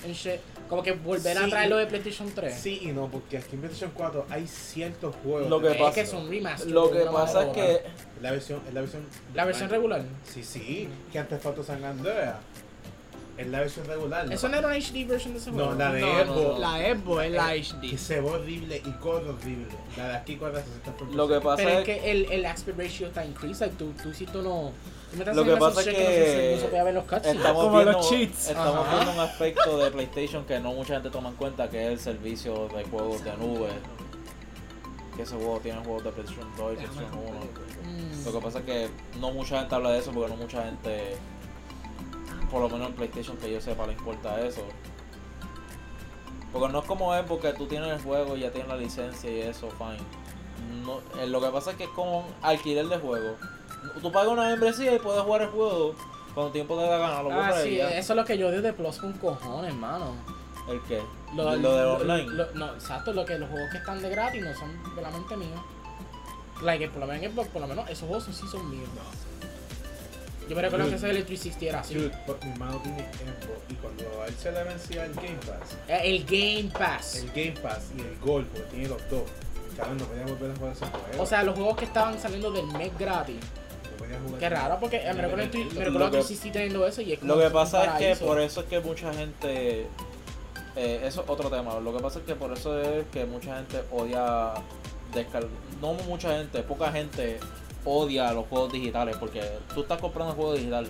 C: and shit. Como que volver a
A: Sí.
C: traer lo de PlayStation 3.
A: Sí y no, porque aquí en PlayStation 4 hay ciertos juegos.
D: Lo
A: de-
C: Es
D: que pasa-
C: que son remastered.
D: Lo
C: de
D: que
C: una
D: pasa es
C: manera u
D: que
C: otra.
A: La versión, es la versión.
C: La versión regular.
A: Sí, sí, que antes faltó San Andreas. Es la versión regular. ¿no?
C: Eso no era una HD version de ese
A: No,
C: juego.
A: la de
B: No, no,
A: Xbox.
B: no, la Xbox es
A: Eh,
B: la
A: Que
B: HD.
A: se ve horrible y corre horrible. La de aquí corre a 60
D: Lo que pasa
C: Pero es
D: es que
C: que el, el aspect ratio está increased. Like, tú, tú hiciste uno. Me estás
D: Lo que
C: haciendo
D: pasa
C: esos
D: es
C: cheques, no se-
D: que
C: No se podía ver los cutscenes.
D: Estamos
B: Como
D: viendo,
B: los cheats.
D: Estamos
C: Ajá.
D: viendo un aspecto de PlayStation que no mucha gente toma en cuenta, que es el servicio de juegos de nube. Que ese juego tiene juegos de PlayStation 2 y PlayStation 1.
C: Mm.
D: Lo que pasa es que no mucha gente habla de eso porque no mucha gente, por lo menos en PlayStation que yo sepa, le importa eso. Porque no es como es porque tú tienes el juego y ya tienes la licencia y eso, fine. No, eh, lo que pasa es que es como un alquiler de juego. Tú pagas una membresía y puedes jugar el juego cuando tiempo te da gana, lo
C: Ah,
D: borras y
C: sí,
D: ya.
C: eso es lo que yo odio de Plus con cojones, hermano.
D: ¿El qué? Lo, de online.
C: lo- no, exacto, lo que los juegos que están de gratis no son solamente míos. Like, por lo menos en Xbox, por lo menos esos juegos sí son míos. Yo me recuerdo que ese del 360 era así.
A: Dude, pero mi hermano tiene tiempo y cuando a él se le vencía el Game Pass,
C: Eh, El Game Pass.
A: el Game Pass y el Gold, porque tiene los dos, cabrón, no podía volver a jugar esos juegos.
C: O sea, los juegos que estaban saliendo del mes gratis.
A: no podía jugar
C: Qué raro, porque eh, me recuerdo el tri- me recuerdo
D: Lo
C: el
D: que-
C: 360 teniendo eso y es como
D: Lo que
C: un
D: pasa es que
C: paraíso.
D: por eso es que mucha gente. eh, eso es otro tema. Lo que pasa es que por eso es que mucha gente odia. descargar no mucha gente, poca gente odia los juegos digitales porque tú estás comprando un juego digital,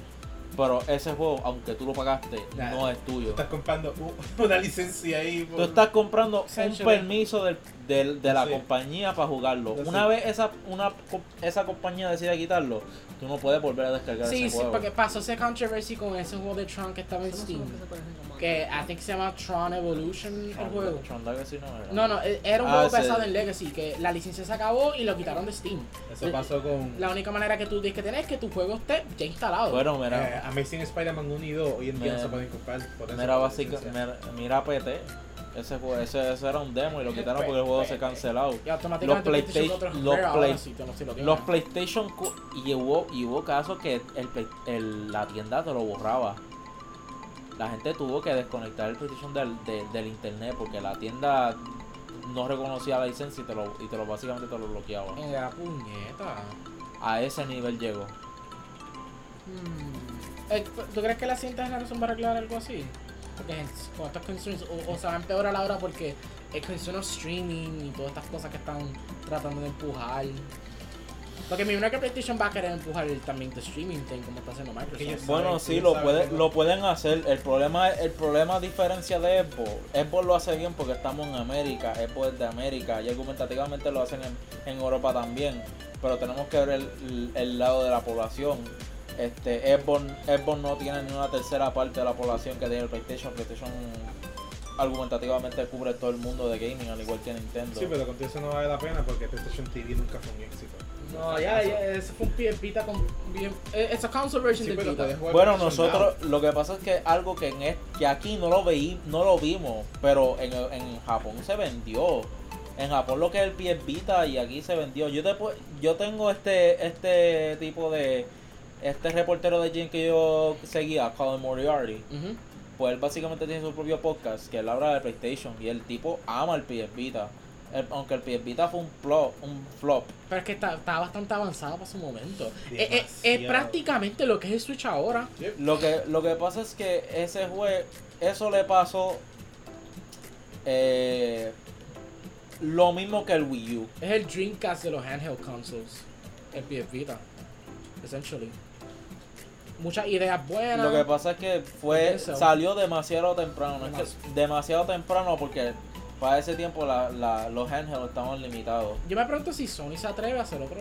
D: pero ese juego, aunque tú lo pagaste,
A: Nah.
D: no es tuyo.
A: Estás comprando u- [LAUGHS] una licencia ahí.
D: Tú estás comprando un
C: Essentially.
D: permiso del- del- de la
A: Sí.
D: compañía para jugarlo.
A: Sí.
D: Una vez esa, una, co- esa compañía decide quitarlo, tú no puedes volver a descargar
C: Sí,
D: ese
C: sí,
D: juego.
C: porque pasó ese controversy con ese juego de Tron que estaba en Steam. Que I think se llama Tron Evolution el
D: Tron-
C: juego.
D: Tron Legacy no era.
C: No, no, eh, era un
D: Ah,
C: juego
D: sí.
C: basado en Legacy, que la licencia se acabó y lo quitaron de Steam.
A: Eso pasó con
C: La única manera que tú tienes que tener es que tu juego esté ya instalado.
D: Bueno,
A: eh,
D: mira,
A: Amazing Spider-Man 1 y 2. Hoy en día no
D: Mira.
A: se pueden comprar. Por eso,
D: mira,
A: por
D: básica-
A: licencia.
D: mira, mira PT. Ese, juego, ese, ese era un demo y lo quitaron porque el juego se cancelado.
C: y automáticamente
D: Los
C: PlayStation
D: Playsta-
C: otro
D: los
C: rare ahora
D: Play-
C: sí, yo no sé lo que
D: Los
C: era.
D: PlayStation cu- y hubo, y hubo casos que el, Play- el- la tienda te lo borraba. La gente tuvo que desconectar el PlayStation del, de- del internet porque la tienda no reconocía la licencia y te lo, y te lo básicamente te lo bloqueaba.
C: Eh, la puñeta.
D: A ese nivel llegó.
C: Hmm. Eh, ¿Tú crees que la cinta de Amazon va a arreglar algo así? Porque gente, con estos concerns, o, o se va a empeorar ahora porque el consumer streaming y todas estas cosas que están tratando de empujar. Porque me imagino que PlayStation va a querer empujar el- también de streaming, thing, como está haciendo Microsoft.
A: Ellos-
D: Bueno,
A: saben,
D: sí,
A: ellos
D: lo,
A: saben
D: puede-
A: que no.
D: lo pueden hacer. El problema, el problema a diferencia de Xbox, Xbox lo hace bien porque estamos en América, Xbox es de América y argumentativamente lo hacen en, en Europa también. Pero tenemos que ver el, el lado de la población. Este, Xbox, Xbox no tiene ni una tercera parte de la población que tiene el PlayStation. PlayStation argumentativamente cubre todo el mundo de gaming, al igual que Nintendo.
A: Sí, pero con eso no vale la pena porque PlayStation TV nunca fue un éxito.
C: No, ya, ya, eso fue un PSP con bien. eh, It's a console version
A: Sí,
C: de
A: pero
C: Vita.
A: puedes jugar
D: Bueno,
A: PlayStation
D: nosotros lo que pasa es que algo que en es- que aquí no lo veí, no lo vimos, pero en, en Japón se vendió. En Japón lo que es el PS Vita y aquí se vendió. Yo te pu- yo tengo este este tipo de este reportero de Jim que yo seguía, Colin Moriarty.
C: Ujú.
D: Pues él básicamente tiene su propio podcast que él habla de PlayStation y el tipo ama el PS Vita. El- aunque el PS Vita fue un flop, un flop.
C: Pero es que está, está bastante avanzado para su momento. Eh, eh, Es,
A: Demasiado.
C: prácticamente lo que es el Switch ahora.
D: Lo que, lo que pasa es que ese juez, eso le pasó eh, lo mismo que el Wii U.
C: Es el Dreamcast de los handheld consoles. El PS Vita. Essentially. Muchas ideas buenas.
D: Lo que pasa es que fue
C: Eso.
D: salió demasiado temprano, no es que- demasiado temprano porque para ese tiempo la- la- los handhelds estaban limitados.
C: Yo me pregunto si Sony se atreve a hacer otro.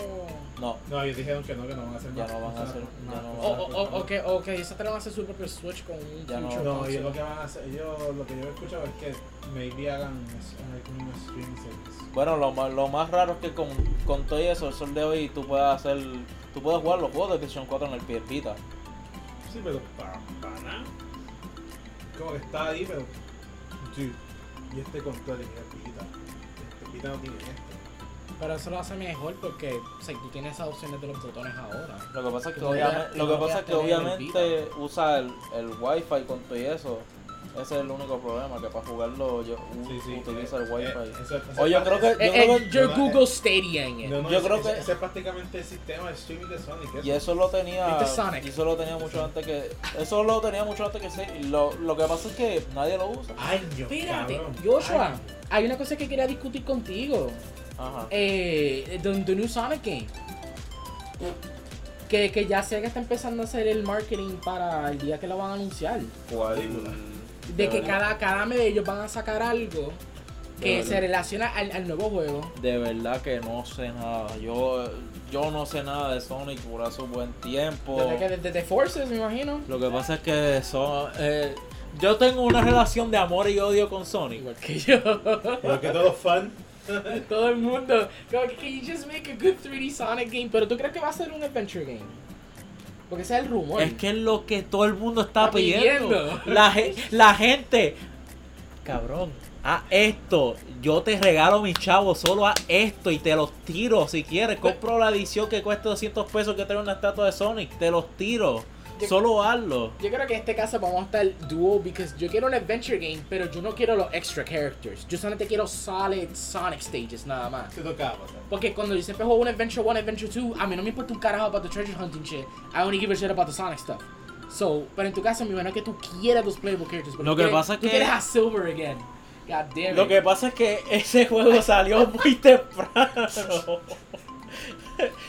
D: No,
A: No, ellos dijeron que no, que no van a hacer
D: Ya
A: más
D: no van a
A: cosas,
D: hacer-
A: más
D: ya no
C: O,
A: cosas,
C: o,
D: Oh,
A: cosas.
C: o, o que, o que ellos se atrevan a hacer su propio Switch con un
D: Ya no.
C: future
A: No,
C: console.
A: ellos lo que van a hacer, ellos lo que yo he escuchado es que maybe hagan es- algún stream service.
D: bueno, lo, más- lo más raro es que con, con todo eso, el sol de hoy, tú puedes hacer, tú puedes jugar los juegos de PlayStation 4 en el PS Vita.
A: Sí, pero para nada. Como que está ahí, pero. Dude, y este control y mira Pita. Este Pita no tiene esto.
C: Pero eso lo hace mejor porque o sea, tú tienes esas opciones de los botones ahora.
D: Lo que pasa es que,
C: No voy a-
D: obviamente, lo
C: no
D: que,
C: voy a
D: pasa es que
C: tener
D: obviamente usa el, el wifi con todo y eso. Ese es el único problema, que para jugarlo yo u- Uh,
A: eh,
D: utiliza el wifi. O yo creo que, yo
C: Eh,
D: creo
C: eh, your
A: no, eh,
C: Google Stadia en
A: que.
C: it.
A: No, no,
D: yo
A: ese-
D: creo
A: ese-
D: que-
A: Ese es prácticamente el sistema de streaming de Sonic.
D: que-
A: eso.
D: y eso lo tenía
C: It's the Sonic.
D: y eso lo tenía mucho antes que eso lo tenía mucho antes que sí. Lo, lo que pasa es que nadie lo usa.
A: Años.
C: Espérate,
A: cabrón,
C: Joshua,
A: años.
C: hay una cosa que quería discutir contigo.
D: Ajá.
C: Eh, the, the new Sonic game. Que, que ya Sega está empezando a hacer el marketing para el día que lo van a anunciar. De que cada, cada mes ellos van a sacar algo que
D: Claro.
C: se relaciona al, al nuevo juego.
D: De verdad que no sé nada. Yo, yo no sé nada de Sonic por hace un buen tiempo.
C: Desde, que, desde Forces, me imagino.
D: Lo que pasa es que son. eh, yo tengo una relación de amor y odio con Sonic.
C: Igual que yo. [LAUGHS]
A: Porque todos fan.
C: Todo el mundo. Como que, can you just make a good 3D Sonic game? Pero tú crees que va a ser un adventure game. Porque ese es el rumor.
D: Es que es lo que todo el mundo está,
C: Está
D: pidiendo.
C: pidiendo.
D: La, ge- la gente. Cabrón, a esto. Yo te regalo mis chavos solo a esto y te los tiro si quieres. Compro la edición que cuesta 200 pesos que trae una estatua de Sonic. Te los tiro.
C: Yo-
D: Solo hazlo.
C: Yo creo que en este caso vamos a estar duo because yo quiero un adventure game, pero yo no quiero los extra characters. Yo solamente quiero solid Sonic stages nada más.
A: Te tocaba. o sea.
C: Porque cuando yo siempre juego un Adventure 1, Adventure 2, a mí no me importa un carajo about the treasure hunting shit. I only give a shit about the Sonic stuff. So, pero en tu caso, mi hermano, es que tú quieras los playable characters. pero
D: Lo
C: tú
D: que
C: quieres-
D: pasa es
C: tú
D: que-
C: quieres a Silver again. God damn it.
D: Lo que pasa es que ese juego salió muy temprano.
C: [LAUGHS]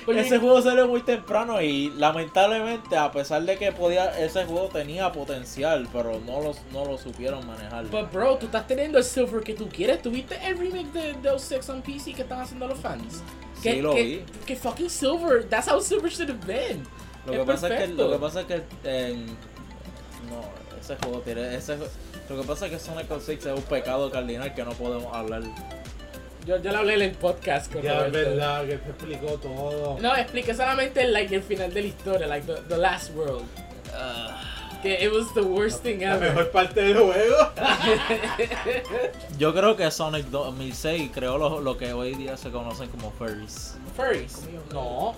C: Oye,
D: ese juego salió muy temprano y lamentablemente a pesar de que podía ese juego tenía potencial, pero no lo, no lo supieron manejar.
C: But bro, tú estás teniendo el Silver que tú quieres. ¿Tuviste el remake de Deus Ex on PC que están haciendo los fans?
D: Sí
C: Que,
D: lo
C: que,
D: vi.
C: Que fucking Silver. That's how Silver should have been.
D: Lo
C: es
D: que pasa es que
C: perfecto.
D: lo que pasa es que eh, no, ese juego tiene ese jue- lo que pasa es que Sonic 6 es un pecado cardinal que no podemos hablar.
C: Yo, yo lo hablé en el podcast con
A: Ya es
C: Roberto.
A: verdad que te explicó todo.
C: No, expliqué solamente like, el final de la historia, like the, the last world. Ah. Que it was the worst thing
A: La
C: ever.
A: mejor parte del [LAUGHS] juego.
D: Yo creo que Sonic 2006 creó lo, lo que hoy día se conocen como furries.
C: Furries. No.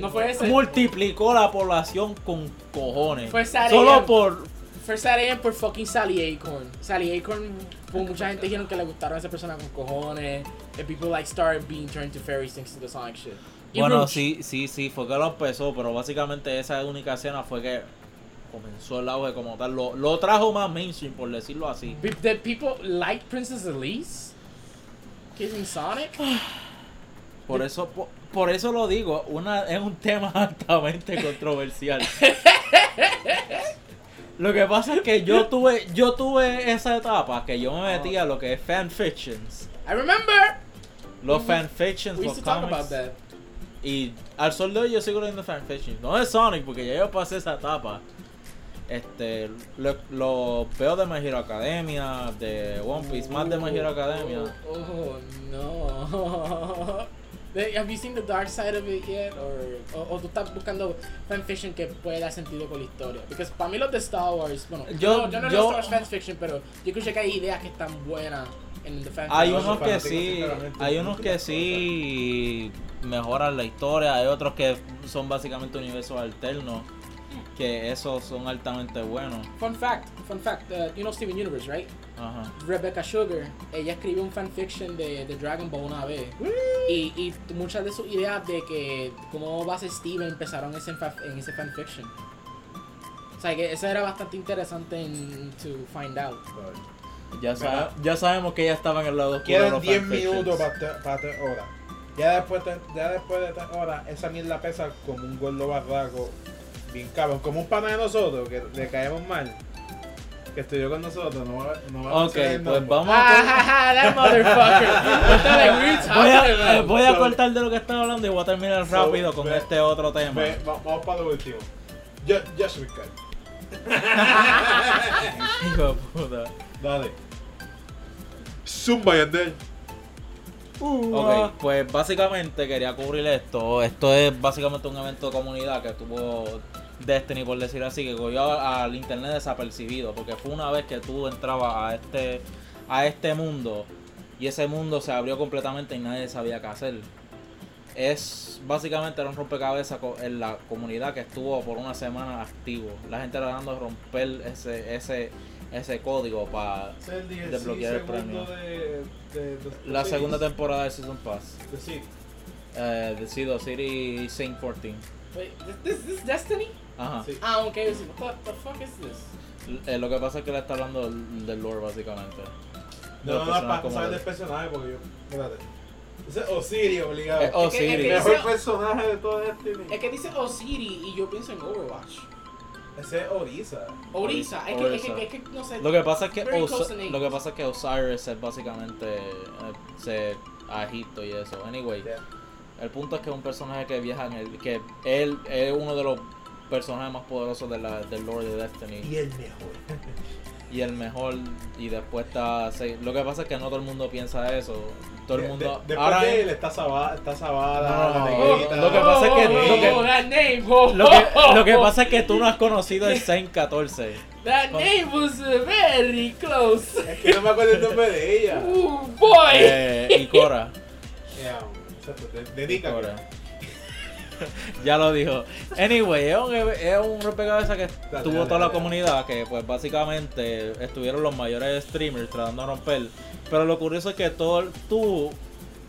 C: No fue ese.
D: multiplicó la población con cojones.
C: Fue Saturday
D: Solo
C: Night.
D: por.
C: Fue Sally Ann por fucking Sally Acorn. Sally Acorn,
D: Ah,
C: pues, mucha gente dijeron que le gustaron a esa persona con cojones. And people like started being turned to fairies thanks to the Sonic shit. Y
D: Bueno,
C: Rouge.
D: sí, sí, sí, fue que lo empezó, pero básicamente esa única escena fue que comenzó el auge como tal. Lo, lo trajo más mainstream, por decirlo así.
C: Be- Did people like Princess Elise? Kissing Sonic?
D: Por eso, por, por eso lo digo, una, es un tema [LAUGHS] altamente controversial. Lo que pasa es que yo tuve, yo tuve esa etapa que yo me
C: Ah.
D: metí a lo que es fanfictions.
C: I remember!
D: Los fanfictions,
C: We
D: los
C: used to talk about
D: comics.
C: that.
D: Y al sol de hoy yo sigo leyendo fanfiction. No de Sonic, porque ya yo pasé esa etapa. Este, lo, lo veo de My Hero Academia, de One Piece, más de My Hero Academia.
C: Oh, no. [LAUGHS] They- Have you seen the dark side of it yet? Or, o, o tú estás buscando fanfiction que pueda dar sentido con la historia. Porque para mí los de Star Wars, bueno, yo,
D: Yo-
C: no, yo no
D: yo-
C: leo Star Wars fanfiction, pero yo escuché que hay ideas que están buenas en the fanfiction.
D: Hay
A: yo soy
D: unos que
A: fanático,
D: sí,
A: sinceramente,
D: hay
A: de
D: unos
A: muchas
D: que sí mejoran la historia, hay otros que son básicamente universos alternos, que esos son altamente buenos.
C: Fun fact, fun fact, uh, you know Steven Universe, right?
D: Ajá.
C: Rebecca Sugar, ella escribió un fanfiction de, de Dragon Ball una vez. Y, y muchas de sus ideas de que cómo va a ser Steven empezaron ese fa- en ese fanfiction. O sea, que eso era bastante interesante en, to find out.
D: Ya, sabe-
A: Mira.
D: ya sabemos que ya estaban en el lado oscuro de
A: Quedan
D: los
A: 10
D: fanfictions.
A: minutos para tres horas. Ya después, de- ya después de 3 horas, esa mierda pesa como un gordo barraco. Bien cabrón. Como un pana de nosotros, que le caemos mal. Que estudió con nosotros. No, va- no va a
D: Ok,
A: mencionar el
D: pues
A: nombre.
D: vamos a...
C: Ah,
B: [LAUGHS]
C: ja, ja,
A: [LAUGHS]
C: that
B: Este
C: motherfucker.
A: Ah,
D: Voy a, eh,
C: Like,
D: voy a
A: So-
D: cortar de lo que estaba hablando y voy a terminar
A: So,
D: rápido con
A: ve-
D: este otro tema.
A: Ve, va- vamos para lo último. Yo, Joshua Card.
D: [LAUGHS] Hijo de puta.
A: Dale. Zumba Yandel.
D: Ok, pues básicamente quería cubrir esto. Esto es básicamente un evento de comunidad que tuvo Destiny, por decir así, que cogió a- al internet desapercibido. Porque fue una vez que tú entrabas a este, a este mundo y ese mundo se abrió completamente y nadie sabía qué hacer. Es básicamente era un rompecabezas co- en la comunidad que estuvo por una semana activo. La gente tratando de romper ese, ese, ese código para
A: Ese es el
D: Desbloquear el
A: segundo
D: premio.
A: de, de- de-
D: la
A: sí,
D: segunda temporada de Season Pass.
A: de- sí.
D: Eh, de Sido City Saint 14.
C: Wait, this, this Destiny?
D: Ajá.
A: Sí.
C: Ah, ok. What the fuck is this?
D: Eh, lo que pasa es que le está hablando del del lore, básicamente. De
A: No, no, no,
D: los personajes
A: para
D: como
A: saber
D: de-
A: del personaje, porque yo. Espérate. Ese es Osirio, obligado.
D: Eh,
H: Es que- es que-
D: Osiris.
A: Mejor personaje de todo este Destiny.
H: Es que dice Osiri y yo pienso en Overwatch.
A: Ese es Orisa.
H: Orisa, es que, es que, es que no sé.
D: Lo que pasa es que,
H: Very
D: Osa-
H: close in age.
D: lo que, pasa es que Osiris es básicamente eh, se, a Egipto y eso. Anyway,
A: Yeah.
D: el punto es que es un personaje que viaja en el. que él es uno de los personajes más poderosos de la, del Lord de Destiny.
A: Y el mejor.
D: Y el mejor. Y después está. se- Lo que pasa es que no todo el mundo piensa eso. Todo el
A: De- de-
D: mundo.
A: después
D: ahora
A: de
D: es-
A: él está Sabada. Está Sabada.
D: No,
A: la
D: no,
A: negrita.
D: lo que pasa es que- lo que-
H: Oh, that name, oh,
D: Lo que, lo que
H: oh,
D: pasa es que tú no has conocido el Zen 14.
H: That name was uh, very close.
A: Es que no me acuerdo el nombre de ella.
D: [LAUGHS]
A: Eh, ah,
H: Ooh, boy.
D: Eh, y Cora.
A: Yeah, exacto, de-
D: y
A: Dedícate.
D: Cora. [LAUGHS] Ya lo dijo. Anyway, es un, es un rompecabezas que
A: Dale,
D: tuvo
A: dale,
D: toda la
A: dale.
D: comunidad, que pues básicamente estuvieron los mayores streamers tratando de romper. Pero lo curioso es que todo el- tú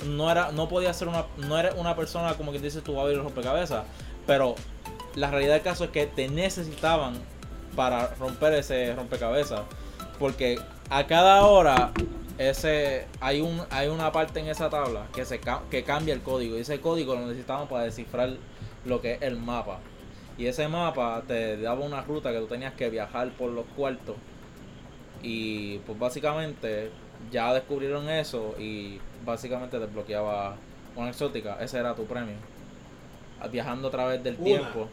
D: no era, no podías ser una, no eres una persona como que dice tú vas a abrir el rompecabezas. Pero la realidad del caso es que te necesitaban para romper ese rompecabezas. Porque a cada hora ese hay un hay una parte en esa tabla que se ca- que cambia el código. Y ese código lo necesitaban para descifrar lo que es el mapa. Y ese mapa te daba una ruta que tú tenías que viajar por los cuartos. Y pues básicamente ya descubrieron eso y básicamente desbloqueaba una exótica. Ese era tu premio. Ah, Viajando a través del
A: Una.
D: tiempo.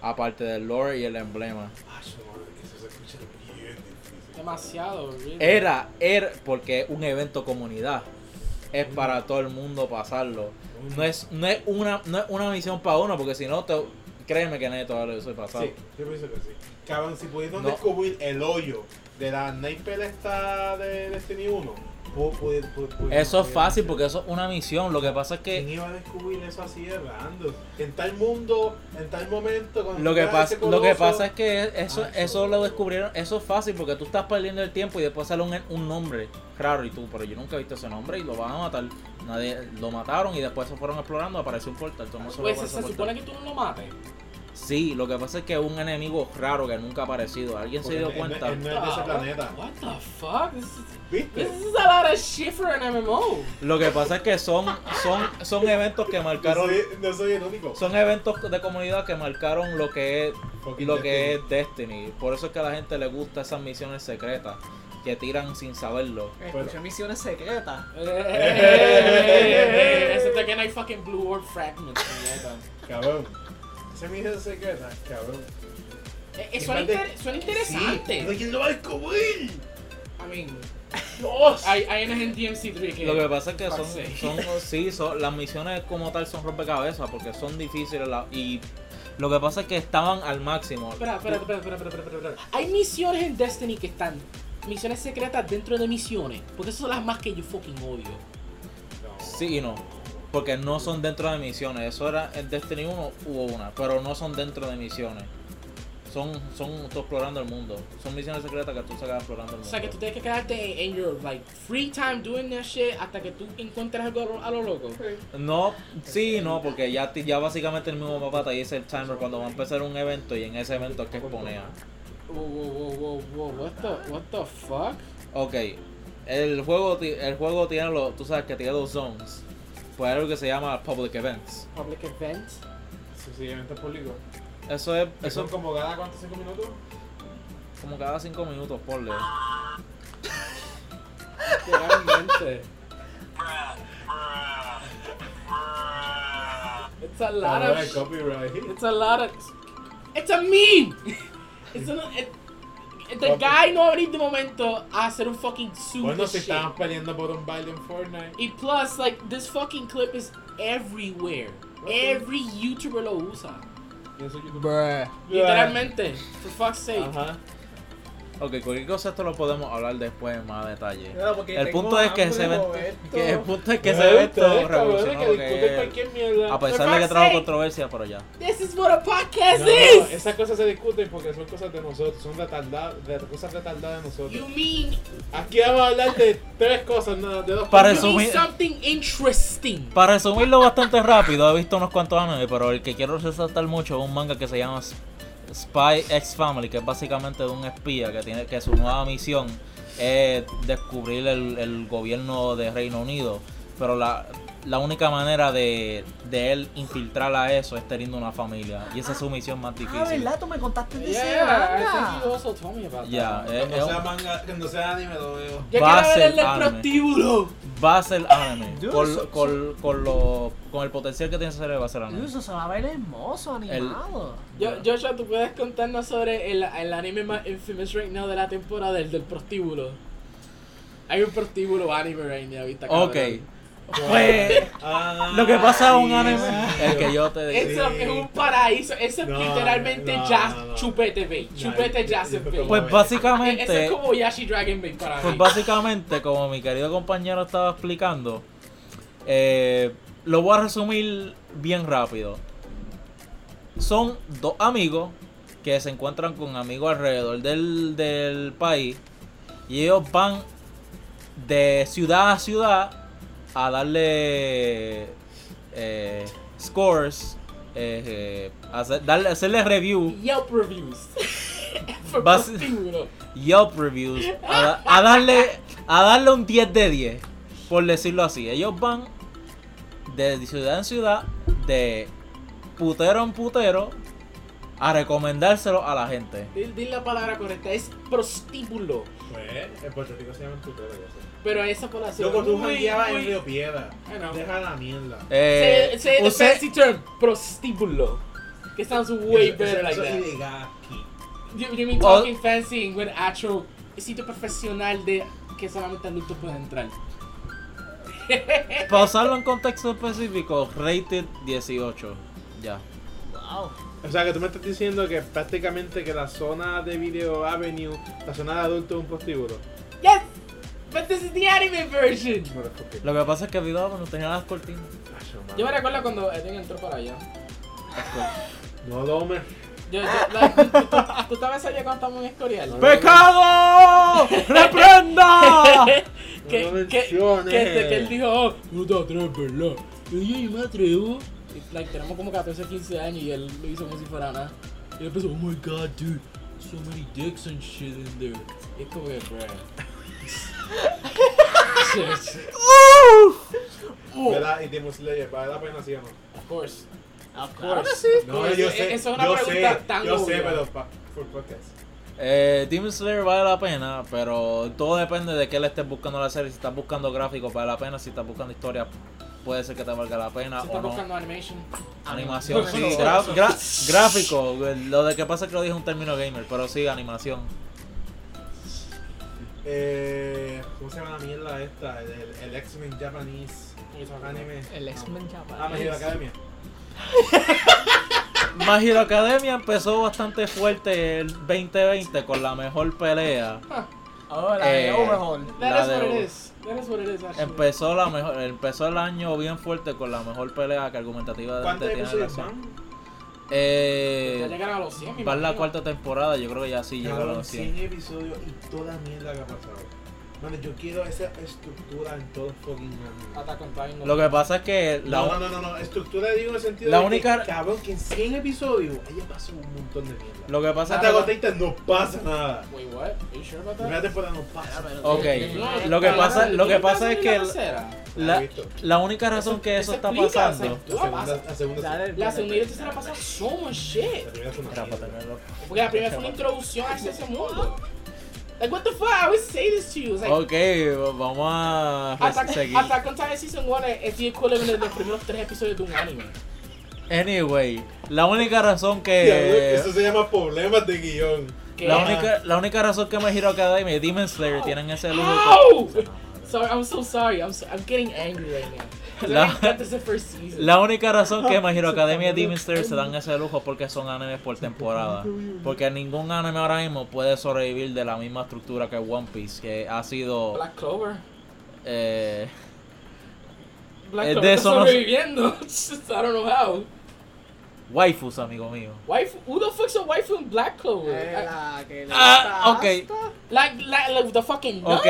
D: Aparte del lore y el emblema.
A: Ah, su madre, que eso se escucha bien difícil.
C: Demasiado, really.
D: Era, era, porque es un evento comunidad. Es para todo el mundo pasarlo. No es, no es, una, no es una misión para uno, porque si no, te, créeme que nadie todavía lo hizo pasado.
A: Sí, yo pienso que sí. Cabrón, si pudieron
D: No.
A: descubrir el hoyo de la sniper esta de Destiny 1, pu- pu- pu- pu-
D: Eso es
A: pudieron
D: fácil
A: hacer.
D: porque eso es una misión. Lo que pasa es
A: ¿Quién
D: que
A: iba a descubrir eso así de random? En tal mundo, en tal momento, cuando
D: lo que
A: llegara
D: pasa,
A: ese
D: lo que
A: coloso,
D: pasa es que eso,
A: Ah, eso-
D: eso lo descubrieron. Eso es fácil porque tú estás perdiendo el tiempo y después sale un, un nombre raro y tú, pero yo nunca he visto ese nombre y lo van a matar. Nadie, lo mataron y después se fueron explorando. Apareció un portal. todo el mundo se fue
C: Pues
D: por
C: se,
D: ese
C: se
D: portal.
C: supone que tú no lo mates.
D: Sí, lo que pasa es que es un enemigo raro que nunca ha aparecido. Alguien se
A: porque
D: dio
A: él- él-
D: cuenta.
A: él no es de ese planeta.
C: What the fuck? This is,
A: ¿Viste?
C: this is a lot of shit for an
A: [LAUGHS]
C: MMO.
D: Lo que pasa es que son, son, son eventos que
A: No
D: marcaron.
A: soy, no soy el único.
D: Son eventos de comunidad que marcaron lo que es
A: Fucking
D: lo que
A: Destiny.
D: es Destiny. Por eso es que a la gente le gusta esas misiones secretas que tiran sin saberlo.
B: Escuché misiones secretas.
C: Excepto que no hay fucking Blue Orb Fragments, mierda.
A: Cabrón. Ese misión secreta, ah, cabrón.
C: Eh, eh, suena,
A: En vez de-
C: inter- suena
A: Sí, pero
C: interesante.
A: ¿quién lo va a descubrir?
C: I mean,
A: Dios.
C: hay, hay unas en DMC3 que.
D: Lo que pasa es que son,
C: Fuck's sake.
D: son, sí, son- las misiones como tal son rompecabezas porque son difíciles la- y lo que pasa es que estaban al máximo.
C: Espera, espera, espera, espera, espera, espera, espera. Hay misiones en Destiny que están. Misiones secretas dentro de misiones. Porque esas son las más que yo fucking odio.
D: Sí y no. Porque no son dentro de misiones. Eso era en Destiny 1 hubo una. Pero no son dentro de misiones. Son, son tú explorando el mundo. Son misiones secretas que tú sacas explorando
C: O
D: el mundo.
C: sea que tú tienes que quedarte en, en your like free time doing that shit hasta que tú encuentres algo a lo, a lo loco.
D: No, sí y no, porque ya, ti- ya básicamente el mismo papá te dice el timer cuando va a empezar un evento y en ese evento es que exponea.
C: Wow, wow, wow, wow, wow, what the, what the fuck?
D: Ok, el juego, ti- el juego tiene los, tú sabes que tiene dos zones. Pues hay algo que se llama public events.
C: Public event.
A: Sencillamente público.
D: Eso es,
A: Que
D: eso
A: son
D: es
A: como cada cuántos cinco minutos.
D: como cada cinco minutos, ponle.
C: Ah, Literalmente. It's a lot
A: Ahora
C: of
A: el copyright.
C: It's a lot of. It's a [LAUGHS] meme. It's a. It, it- the guy no abrí de momento a hacer un fucking suit
A: Bueno,
C: this
A: si
C: shit.
A: estaban peleando por un baile en Fortnite.
C: Y plus, like, this fucking clip is everywhere.
A: Okay.
C: Every YouTuber lo usa.
A: Yo soy youtuber.
B: Bruh.
C: Literalmente. For fuck's sake.
D: Ajá. Ok, cualquier cosa esto lo podemos hablar después en más detalle.
B: No, porque
D: El
B: tengo
D: punto es que
B: hambre
D: ese evento,
B: con esto.
D: que el punto es que
A: Bueno,
D: ese evento
A: ustedes, cabrones,
D: revolucionó
A: ¿eh? que
D: lo
A: discuten
D: que es-
A: cualquier mierda.
D: A pesar
C: For
D: de que
C: fuck's
D: trajo
C: sake.
D: controversia, pero ya.
C: This is what a podcast
A: pues, No, no,
C: is.
A: esas cosas se discuten porque son cosas de nosotros, son retardadas, de, cosas retardadas de nosotros.
C: You mean
A: Aquí vamos a hablar de tres cosas, no, de dos
D: Para
A: cosas.
D: eso-
C: you mean
D: Resumir-
C: something interesting?
D: Para resumirlo bastante rápido, he visto unos cuantos animes, pero el que quiero resaltar mucho es un manga que se llama S- Spy X Family, que es básicamente de un espía que tiene que su nueva misión es descubrir el, el gobierno de Reino Unido. Pero la, la única manera de, de él infiltrar a eso es teniendo una familia. Y esa es su misión más
B: Ah,
D: difícil.
B: ¿verdad? Tú me contaste de ese
C: Yeah, I
B: manga.
C: think you also told me about
D: Ya,
C: that.
D: es- es
A: Cuando sea
D: un-
A: manga, cuando sea anime lo veo.
H: Yo
D: Va a
H: quiero ver
D: ser
H: el del
D: anime.
H: prostíbulo.
D: va a ser anime.
B: Dude,
D: con,
B: so-
D: con, con, lo- con el potencial que tiene esa serie va a ser anime.
B: Eso se va a ver hermoso, animado.
C: Yo- Joshua, ¿tú puedes contarnos sobre el, el anime más infamous right now de la temporada, el del prostíbulo? Hay un prostíbulo anime right now, y está cabrón.
D: Ok. Pues, lo que pasa es un anime. El que yo te
C: Eso [LAUGHS] es un paraíso, eso es
A: No,
C: literalmente
A: no,
C: Jazz
A: no, no.
C: Chupete Bay, Chupete
A: yo- [LAUGHS]
C: Jazz
A: yo creo que-
C: Bay.
D: Pues
C: E, Eso es
D: básicamente,
C: como Yashi Dragon Bay para
D: pues
C: mí.
D: básicamente, como mi querido compañero estaba explicando, eh, lo voy a resumir bien rápido. Son dos amigos que se encuentran con amigos alrededor del, del país y ellos van de ciudad a ciudad a darle eh, scores, eh, eh, hacer- darle- hacerle review.
C: Yelp
D: [LAUGHS]
C: Reviews. For
D: Basi-
C: prostíbulo.
D: Yelp Reviews a, a darle a darle un 10 de 10, por decirlo así. Ellos van de ciudad en ciudad, de putero en putero, a recomendárselo a la gente.
C: Dile dile la palabra correcta, es prostíbulo.
A: Pues, en Puerto Rico se llama tutero. yo sé.
C: Pero esa población.
A: Loco, tú
C: muy,
A: jangueabas
C: muy-
A: en Río Piedra.
C: I know.
A: Deja la mierda.
D: Eh,
C: Say, say the
D: usted-
C: fancy term, prostíbulo. Que sounds way
A: Eso-
C: better
A: eso-
C: like
A: eso es
C: that.
A: ilegal aquí.
C: You, you mean
D: Oh.
C: talking fancy with actual sitio profesional de que solamente adultos pueden entrar.
D: para usarlo en contexto específico, rated 18. Ya.
B: Wow.
A: O sea, que tú me estás diciendo que prácticamente que la zona de Video Avenue, la zona de adultos es un prostíbulo.
C: Yes! But this is the anime version.
A: No lo escupí.
D: Lo que pasa es que Vidal no tenía las cortinas.
A: Acho, mano.
C: Yo me recuerdo cuando Eden entró para allá.
A: No lo me.
C: [LAUGHS] Yo, yo, la- tú, tú- tú estabas allá cuando estábamos en Escorial.
A: Pues,
D: ¡Pecado! [LAUGHS] ¡Reprenda!
C: [LAUGHS] que,
A: No
C: que, este, que,
A: menciones.
C: que- que él dijo, oh, no te atreves, ¿verdad? Y yo, yo me atrevo. Y, like, tenemos como 14, 15 años y él lo hizo como si fuera nada. Y él empezó, oh my god, dude, so many dicks and shit in there. Y es como que, bro.
D: [LAUGHS]
C: Shit, shit,
A: ¿Verdad? Y Demon Slayer, ¿vale la pena sí o no?
C: of course.
B: Of
C: Claro que
B: course.
C: sí. Eso- Eso es una pregunta tan
A: Yo sé,
C: obvia.
A: pero pa, por podcast.
D: Eh, Demon Slayer vale la pena, pero todo depende de qué le estés buscando a la serie. Si estás buscando gráficos, vale la pena. Si estás buscando historia, puede ser que te valga la pena
C: Si
D: Ah, o
C: estás
D: no.
C: buscando animation.
D: Animación,
B: No,
D: sí.
B: no, no.
D: gra- gra- gráfico, lo de que pasa es que lo dije un término gamer, pero sí, animación.
A: Eh, ¿Cómo se llama la mierda esta? El, el, el X-Men Japanese anime.
B: El X-Men
A: Ah, me dio la
B: Japan.
A: academia.
D: My Hero Academia empezó bastante fuerte el 2020 con la mejor pelea.
B: Oh, la de
D: Eh,
B: Overhaul.
C: That
D: La
C: is
D: de- Em, pues,
C: what it is. That is what it is, actually.
D: Empezó la mejor, empezó el año bien fuerte con la mejor pelea que argumentativamente
A: ¿Cuántos
D: tiene
A: episodios
D: relación.
A: van?
C: Ya
D: Eh,
C: llegaron a los 100, me
D: va en la
C: imagino.
D: cuarta temporada, yo creo que ya sí llegaron a
A: Cabrón,
D: los 100.
A: 100 episodios y toda mierda que ha pasado. Mano, yo quiero esa estructura en todo fucking anime.
C: Attack on Titan, no.
D: Lo que pasa es que la,
A: No, no, no, no, no, estructura digo en el sentido
D: La
A: de
D: única-
A: que, cabrón, que en 100 episodios ella pasó un montón de mierda.
D: lo que pasa
A: Hasta
D: es
A: con
D: que,
A: Titan no pasa nada.
C: Wait, what? Are you sure about
A: La
C: that?
A: primera temporada no pasa.
C: No,
D: Ok. Lo que
C: está
D: pasa-
C: hablando-
D: lo que
C: ¿tú
D: pasa
C: estás
D: es que-
C: hablando de la tercera?
A: La he
D: la,
A: visto.
D: la única razón que eso está
C: explica,
D: pasando
A: La segunda, la segunda, sí.
C: La segunda y la tercera pasa so much shit.
A: la primera es una
D: Era para
A: mierda.
D: tenerlo.
C: um Porque la primera fue una introducción a ese mundo. Like, what the fuck? I always say this to you. It's like,
D: Ok, vamos a
C: Attack,
D: seguir.
C: Attack on Titan Season 1 es es the equivalent de los primeros tres episodios de un anime.
D: Anyway, la única razón
A: Diablo,
D: que
A: Eso se llama problemas de guión.
C: Que- é-
D: la única, la única razón que me giro Academia y Demon Slayer tienen ese
A: ¡Ah!
D: lujo.
C: Ow! Sorry, I'm so sorry. I'm, so, I'm getting angry right now. 'Cause
D: La-
C: I think that is the first season.
D: La única razón que My Hero Academia y Demon Slayer se dan ese lujo porque son animes por temporada. Porque ningún anime ahora mismo puede sobrevivir de la misma estructura que One Piece, que ha sido
C: Black Clover.
D: eh,
C: Black
D: Eh,
C: Clover
D: de
C: está
D: eso no-
C: sobreviviendo. [LAUGHS] Just, I don't know how.
D: waifus, amigo mío.
C: Wife, who the fuck's a wife in Black
B: Eh,
C: Clover?
B: É,
C: I-
D: Ah, ok.
C: Like, like, like the fucking nut.
D: Ok,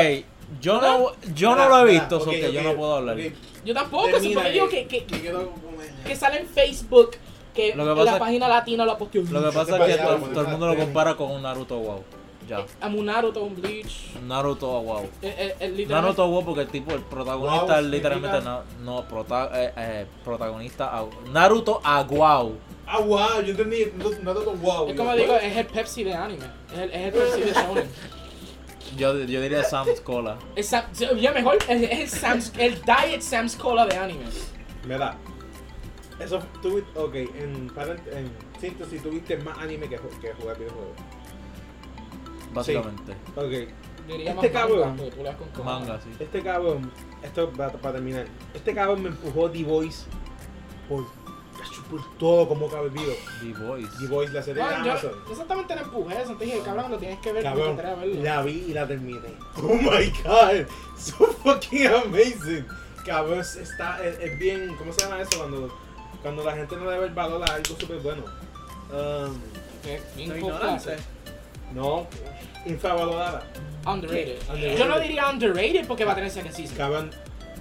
D: yo no, yo no lo he visto,
A: Ah,
D: so que yo no puedo hablar.
C: Yo tampoco, si porque digo que, que,
A: Yo
C: que,
A: quiero comer.
C: sale en Facebook, que
D: Lo
C: la
D: que pasa-
C: página latina la posteó.
D: Lo que pasa es que todo, todo el mundo lo compara con un Naruto wow. Ya.
C: I'm un Naruto, un Bleach.
D: Naruto a WoW.
C: Eh, eh, eh, literalmente-
D: Naruto a WoW porque el tipo, el protagonista
A: WoW
D: es literalmente
A: significa-
D: no, no, prota- eh, eh, protagonista a Naruto a WoW.
A: Ah, wow, yo entendí. No, no tanto wow.
C: Es como
A: yo,
C: digo, es el Pepsi de anime. Es el, es el Pepsi de
D: [LAUGHS]
C: Shonen.
D: Yo, yo diría Sam's Cola.
C: Es Sam- ya mejor, es, es el, Sam's- el Diet Sam's Cola de anime.
A: Mira, eso tuviste. Ok, en, parent- en síntesis, tuviste más anime que, ju- que jugar videojuegos.
D: Básicamente.
A: Ok,
C: Diría
A: Este
C: más
A: cabrón.
C: manga, porque tú le das con cojones.
D: Manga, sí.
A: este cabrón. Esto para, para terminar. Este cabrón me empujó D-Voice por, por todo como cabido.
D: The Voice.
A: D-Voice, la serie de
C: No, yo
A: Amazon.
C: yo exactamente no empujé eso, te dije, cabrón, lo tienes que ver, no
A: Cabrón,
C: te atreves a verlo.
A: la vi y la terminé. Oh my god, so fucking amazing. Cabrón, es- está, es, es bien, ¿cómo se llama eso? Cuando, cuando la gente no le ve el valor a algo súper bueno. Um,
C: Que es bien
D: Soy
C: importante.
D: ignorante.
A: no, infravalorada.
C: Underrated.
A: Underrated.
C: Yo no diría underrated porque va a tener second season.
A: Cabrón,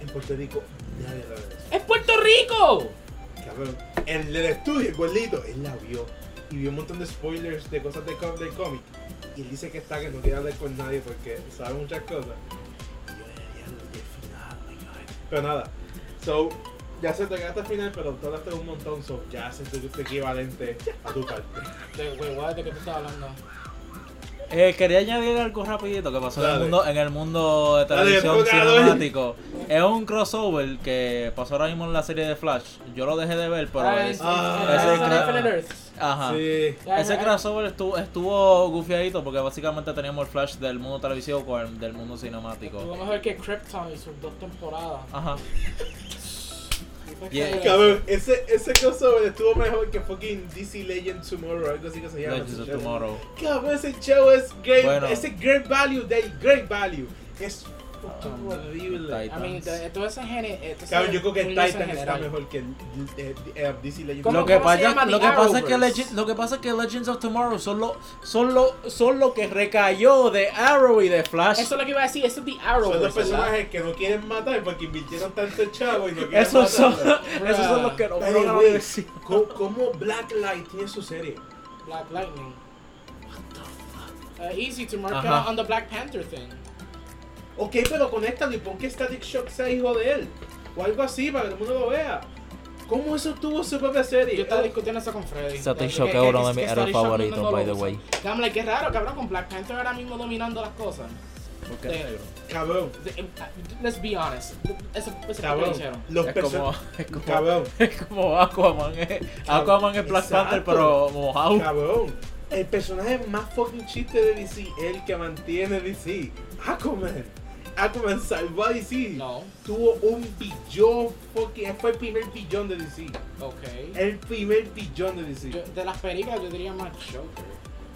A: en Puerto Rico nadie la ve.
C: ¡Es Puerto Rico!
A: Cabrón, en el estudio, el gordito, él la vio. Y vio un montón de spoilers de cosas del com- del cómic. Y él dice que está, que no quiere hablar con nadie porque sabe muchas cosas. Y yo le diría lo del final, oh my God. Pero nada, so, ya se te hasta el final, pero tú hablaste un montón, so ya se te gusta equivalente a tu parte.
C: De, güey, guay, ¿de qué tú estás hablando?
D: Eh, quería añadir algo rapidito que pasó en el
A: Dale.
D: mundo, en el mundo de
A: Dale,
D: televisión
A: empújalo.
D: cinemático. Es un crossover que pasó ahora mismo en la serie de Flash. Yo lo dejé de ver, pero
C: Ah,
D: es-
C: es-
A: ah,
C: es-
D: ese
C: es
D: cra-
C: Infinite Earths.
D: [LAUGHS] ajá.
A: Sí.
C: Ya,
D: Ese
C: ya,
D: crossover estuvo, estuvo gufiadito porque básicamente teníamos el Flash del mundo televisivo con el del mundo
C: Estuvo
D: cinemático.
C: mejor que Krypton y sus dos temporadas.
D: Ajá. Bien.
A: Cabrón, ese, ese crossover estuvo mejor que fucking DC Legend Tomorrow, algo así que se llama.
D: Legends
A: ese
D: of
A: show.
D: Tomorrow.
A: Cabrón, ese show es great,
D: Bueno.
A: ese great value, de great value. Es fucking
D: Um,
A: horrible.
D: Titan.
C: I mean, de- todo ese género.
A: Cabrón, yo creo que Titan está mejor que el- eh, eh, DC Legends.
C: ¿Cómo-
D: Lo que,
C: cómo se
D: pasa,
C: llama?
D: lo,
C: The
D: que pasa es que
C: Arrowverse.
D: Legend- lo que pasa es que Legends of Tomorrow son lo, son lo, son lo que recayó de Arrow y de Flash.
C: Eso es lo que iba a decir, eso es The Arrow.
A: Son los
C: ¿verdad?
A: personajes que no quieren matar porque invirtieron tanto chavo y no quieren
D: Esos son,
A: matar.
D: esos son los que no
A: Ay,
D: fueron a la
A: güey,
D: universidad.
A: ¿cómo- ¿Cómo Black Light tiene su serie?
C: Black Lightning. Uh, easy to mark
D: Ajá.
C: out on the Black Panther thing.
A: Ok, pero conéctalo y pon que Static Shock sea hijo de él. O algo así para que todo el mundo lo vea. ¿Cómo eso tuvo su propia serie? Eh,
C: Yo estaba discutiendo eso con Freddy. Que-
D: Static Shock
C: que-
D: es
C: que-
D: uno de
C: que
D: mis
C: Static
D: héroes
C: Shock
D: favoritos,
C: no lo
D: by the
C: usa.
D: way.
C: I'm like, qué raro, cabrón, con Black Panther ahora mismo dominando las cosas.
D: Porque es negro.
A: Cabrón,
C: De- eh, Let's be honest. Eso es lo que
A: cabrón.
C: hicieron.
A: Los
D: Es como,
A: personajes.
D: [LAUGHS] es como,
A: Cabrón.
C: [LAUGHS]
D: es como Aquaman. eh. Aquaman es Black
A: Exacto.
D: Panther, pero mojado.
A: Cabrón. El personaje más fucking chiste de DC, el que mantiene DC. Aquaman. Aquaman salvó a DC.
C: No,
A: Tuvo un billón fucking. Fue el primer billón de DC.
C: ok.
A: El primer billón de DC.
C: Yo- de las películas yo diría más Joker.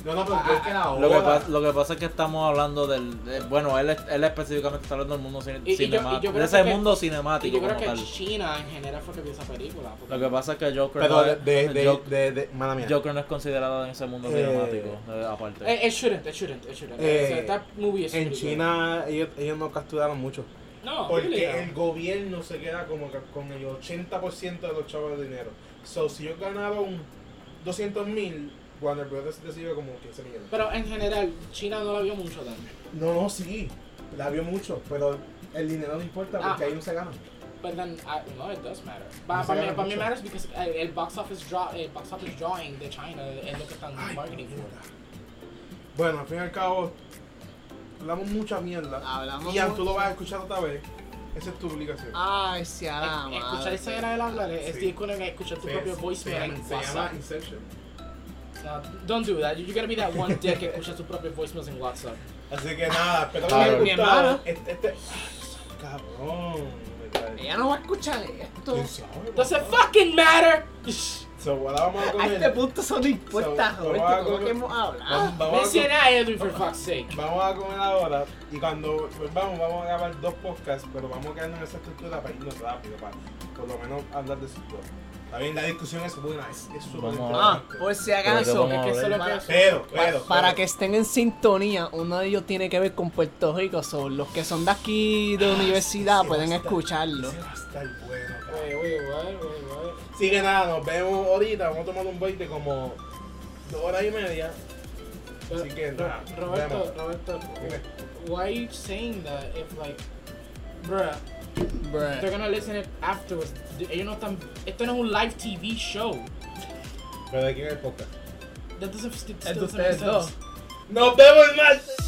A: no, no, pero es que la
D: ah, Lo que, pasa, lo que pasa es que estamos hablando del. de- bueno, él, es- él específicamente está hablando del mundo cine-
C: Y- y yo- y yo creo
D: cinemático. De ese
C: que-
D: mundo
C: Y
D: cinemático
C: yo creo
D: como
C: que
D: tal.
C: China en general fue que vio esa película. porque-
D: Lo que pasa es que Joker,
A: Pero
D: no,
A: de,
D: es,
A: de, de,
D: Joker,
A: de- de- mala mía.
D: Joker no es considerado en ese mundo
A: Eh,
D: cinemático, eh, aparte.
C: Eh, it shouldn't, it shouldn't, it shouldn't.
A: Eh,
C: So that movie is
A: En
C: pretty
A: China ellos, ellos no capturaron mucho.
C: good. No, really,
A: Porque
C: no.
A: el gobierno se queda como que con el 80% de los chavos de dinero. So, si yo ganaba un 200 mil, Warner Brothers recibe como 15 millones.
C: Pero en general, China no la vio mucho también.
A: No, no, sí. La vio mucho, pero el dinero no importa porque
C: Ah.
A: ahí no se gana.
C: But then, I, no, it does matter.
A: No
C: Para
A: se
C: mí,
A: gana
C: pa mí
A: mucho.
C: matters because eh, el box office, draw, el box office drawing de China es lo que están marketing Eh, for.
A: Bueno, al fin y al cabo, hablamos mucha mierda.
B: Hablamos.
A: Y ya tú
B: mucho.
A: lo vas a escuchar otra vez. Esa es tu obligación.
C: Ah,
B: Ay, si a la
C: Es- Escuchar
B: madre.
C: esa era del hablar es
A: Sí.
C: es como que escuchar tu
A: Se-
C: propio
A: se
C: voicemail
A: llama-
C: en
A: se llama
C: WhatsApp.
A: Inception.
C: No, don't do that. You're gonna be that one dick que escucha tus propios voicemails en WhatsApp.
A: Así que nada, espero que les
D: Claro.
A: haya
B: Bien
A: gustado.
B: mala.
A: Este, este... Cabrón.
B: Ella no va a escuchar esto.
A: ¿Quién sabe,
C: Does it
A: papá?
C: fucking matter?
A: So, ahora vamos a
B: A
A: comer.
B: este punto eso no importa,
A: So,
B: Roberto.
A: vamos a
B: Todo lo
A: comer-
B: que hemos hablado.
A: Vamos, vamos a comer,
C: Menciona a Edwin for fuck's sake.
A: vamos a comer ahora. Y cuando volvamos, vamos a grabar dos podcasts, pero vamos a quedarnos en esa estructura para irnos rápido, para por lo menos hablar de sus dos. Está bien, la discusión es buena, es es súper
D: Vamos a-
B: Ah,
A: interesante.
B: por si
D: Pero que
B: acaso.
D: vamos a
B: es que
D: ver.
B: eso es lo que-
A: Pero,
B: Pa-
A: pero,
B: para
A: pero.
B: que estén en sintonía, uno de ellos tiene que ver con Puerto Rico. Son los que son de aquí, de universidad,
A: Ese
B: pueden
A: va a estar-
B: escucharlo. Eh,
A: ese va a estar bueno, cabrón.
C: Wait, wait, what? Wait, what?
A: Así que nada, nos vemos ahorita. Vamos a tomar un break de como dos horas y media. Así que nada.
C: Uh, Roberto,
A: vemos.
C: Roberto,
A: Dime.
C: why are you saying that if like, bruh, they're gonna listen it afterwards? Ellos no están, esto no es un live TV show.
A: Pero de quién es el podcast.
C: That doesn't, it
H: Es de
C: still doesn't make
H: ustedes dos.
C: sense.
A: ¡Nos vemos más!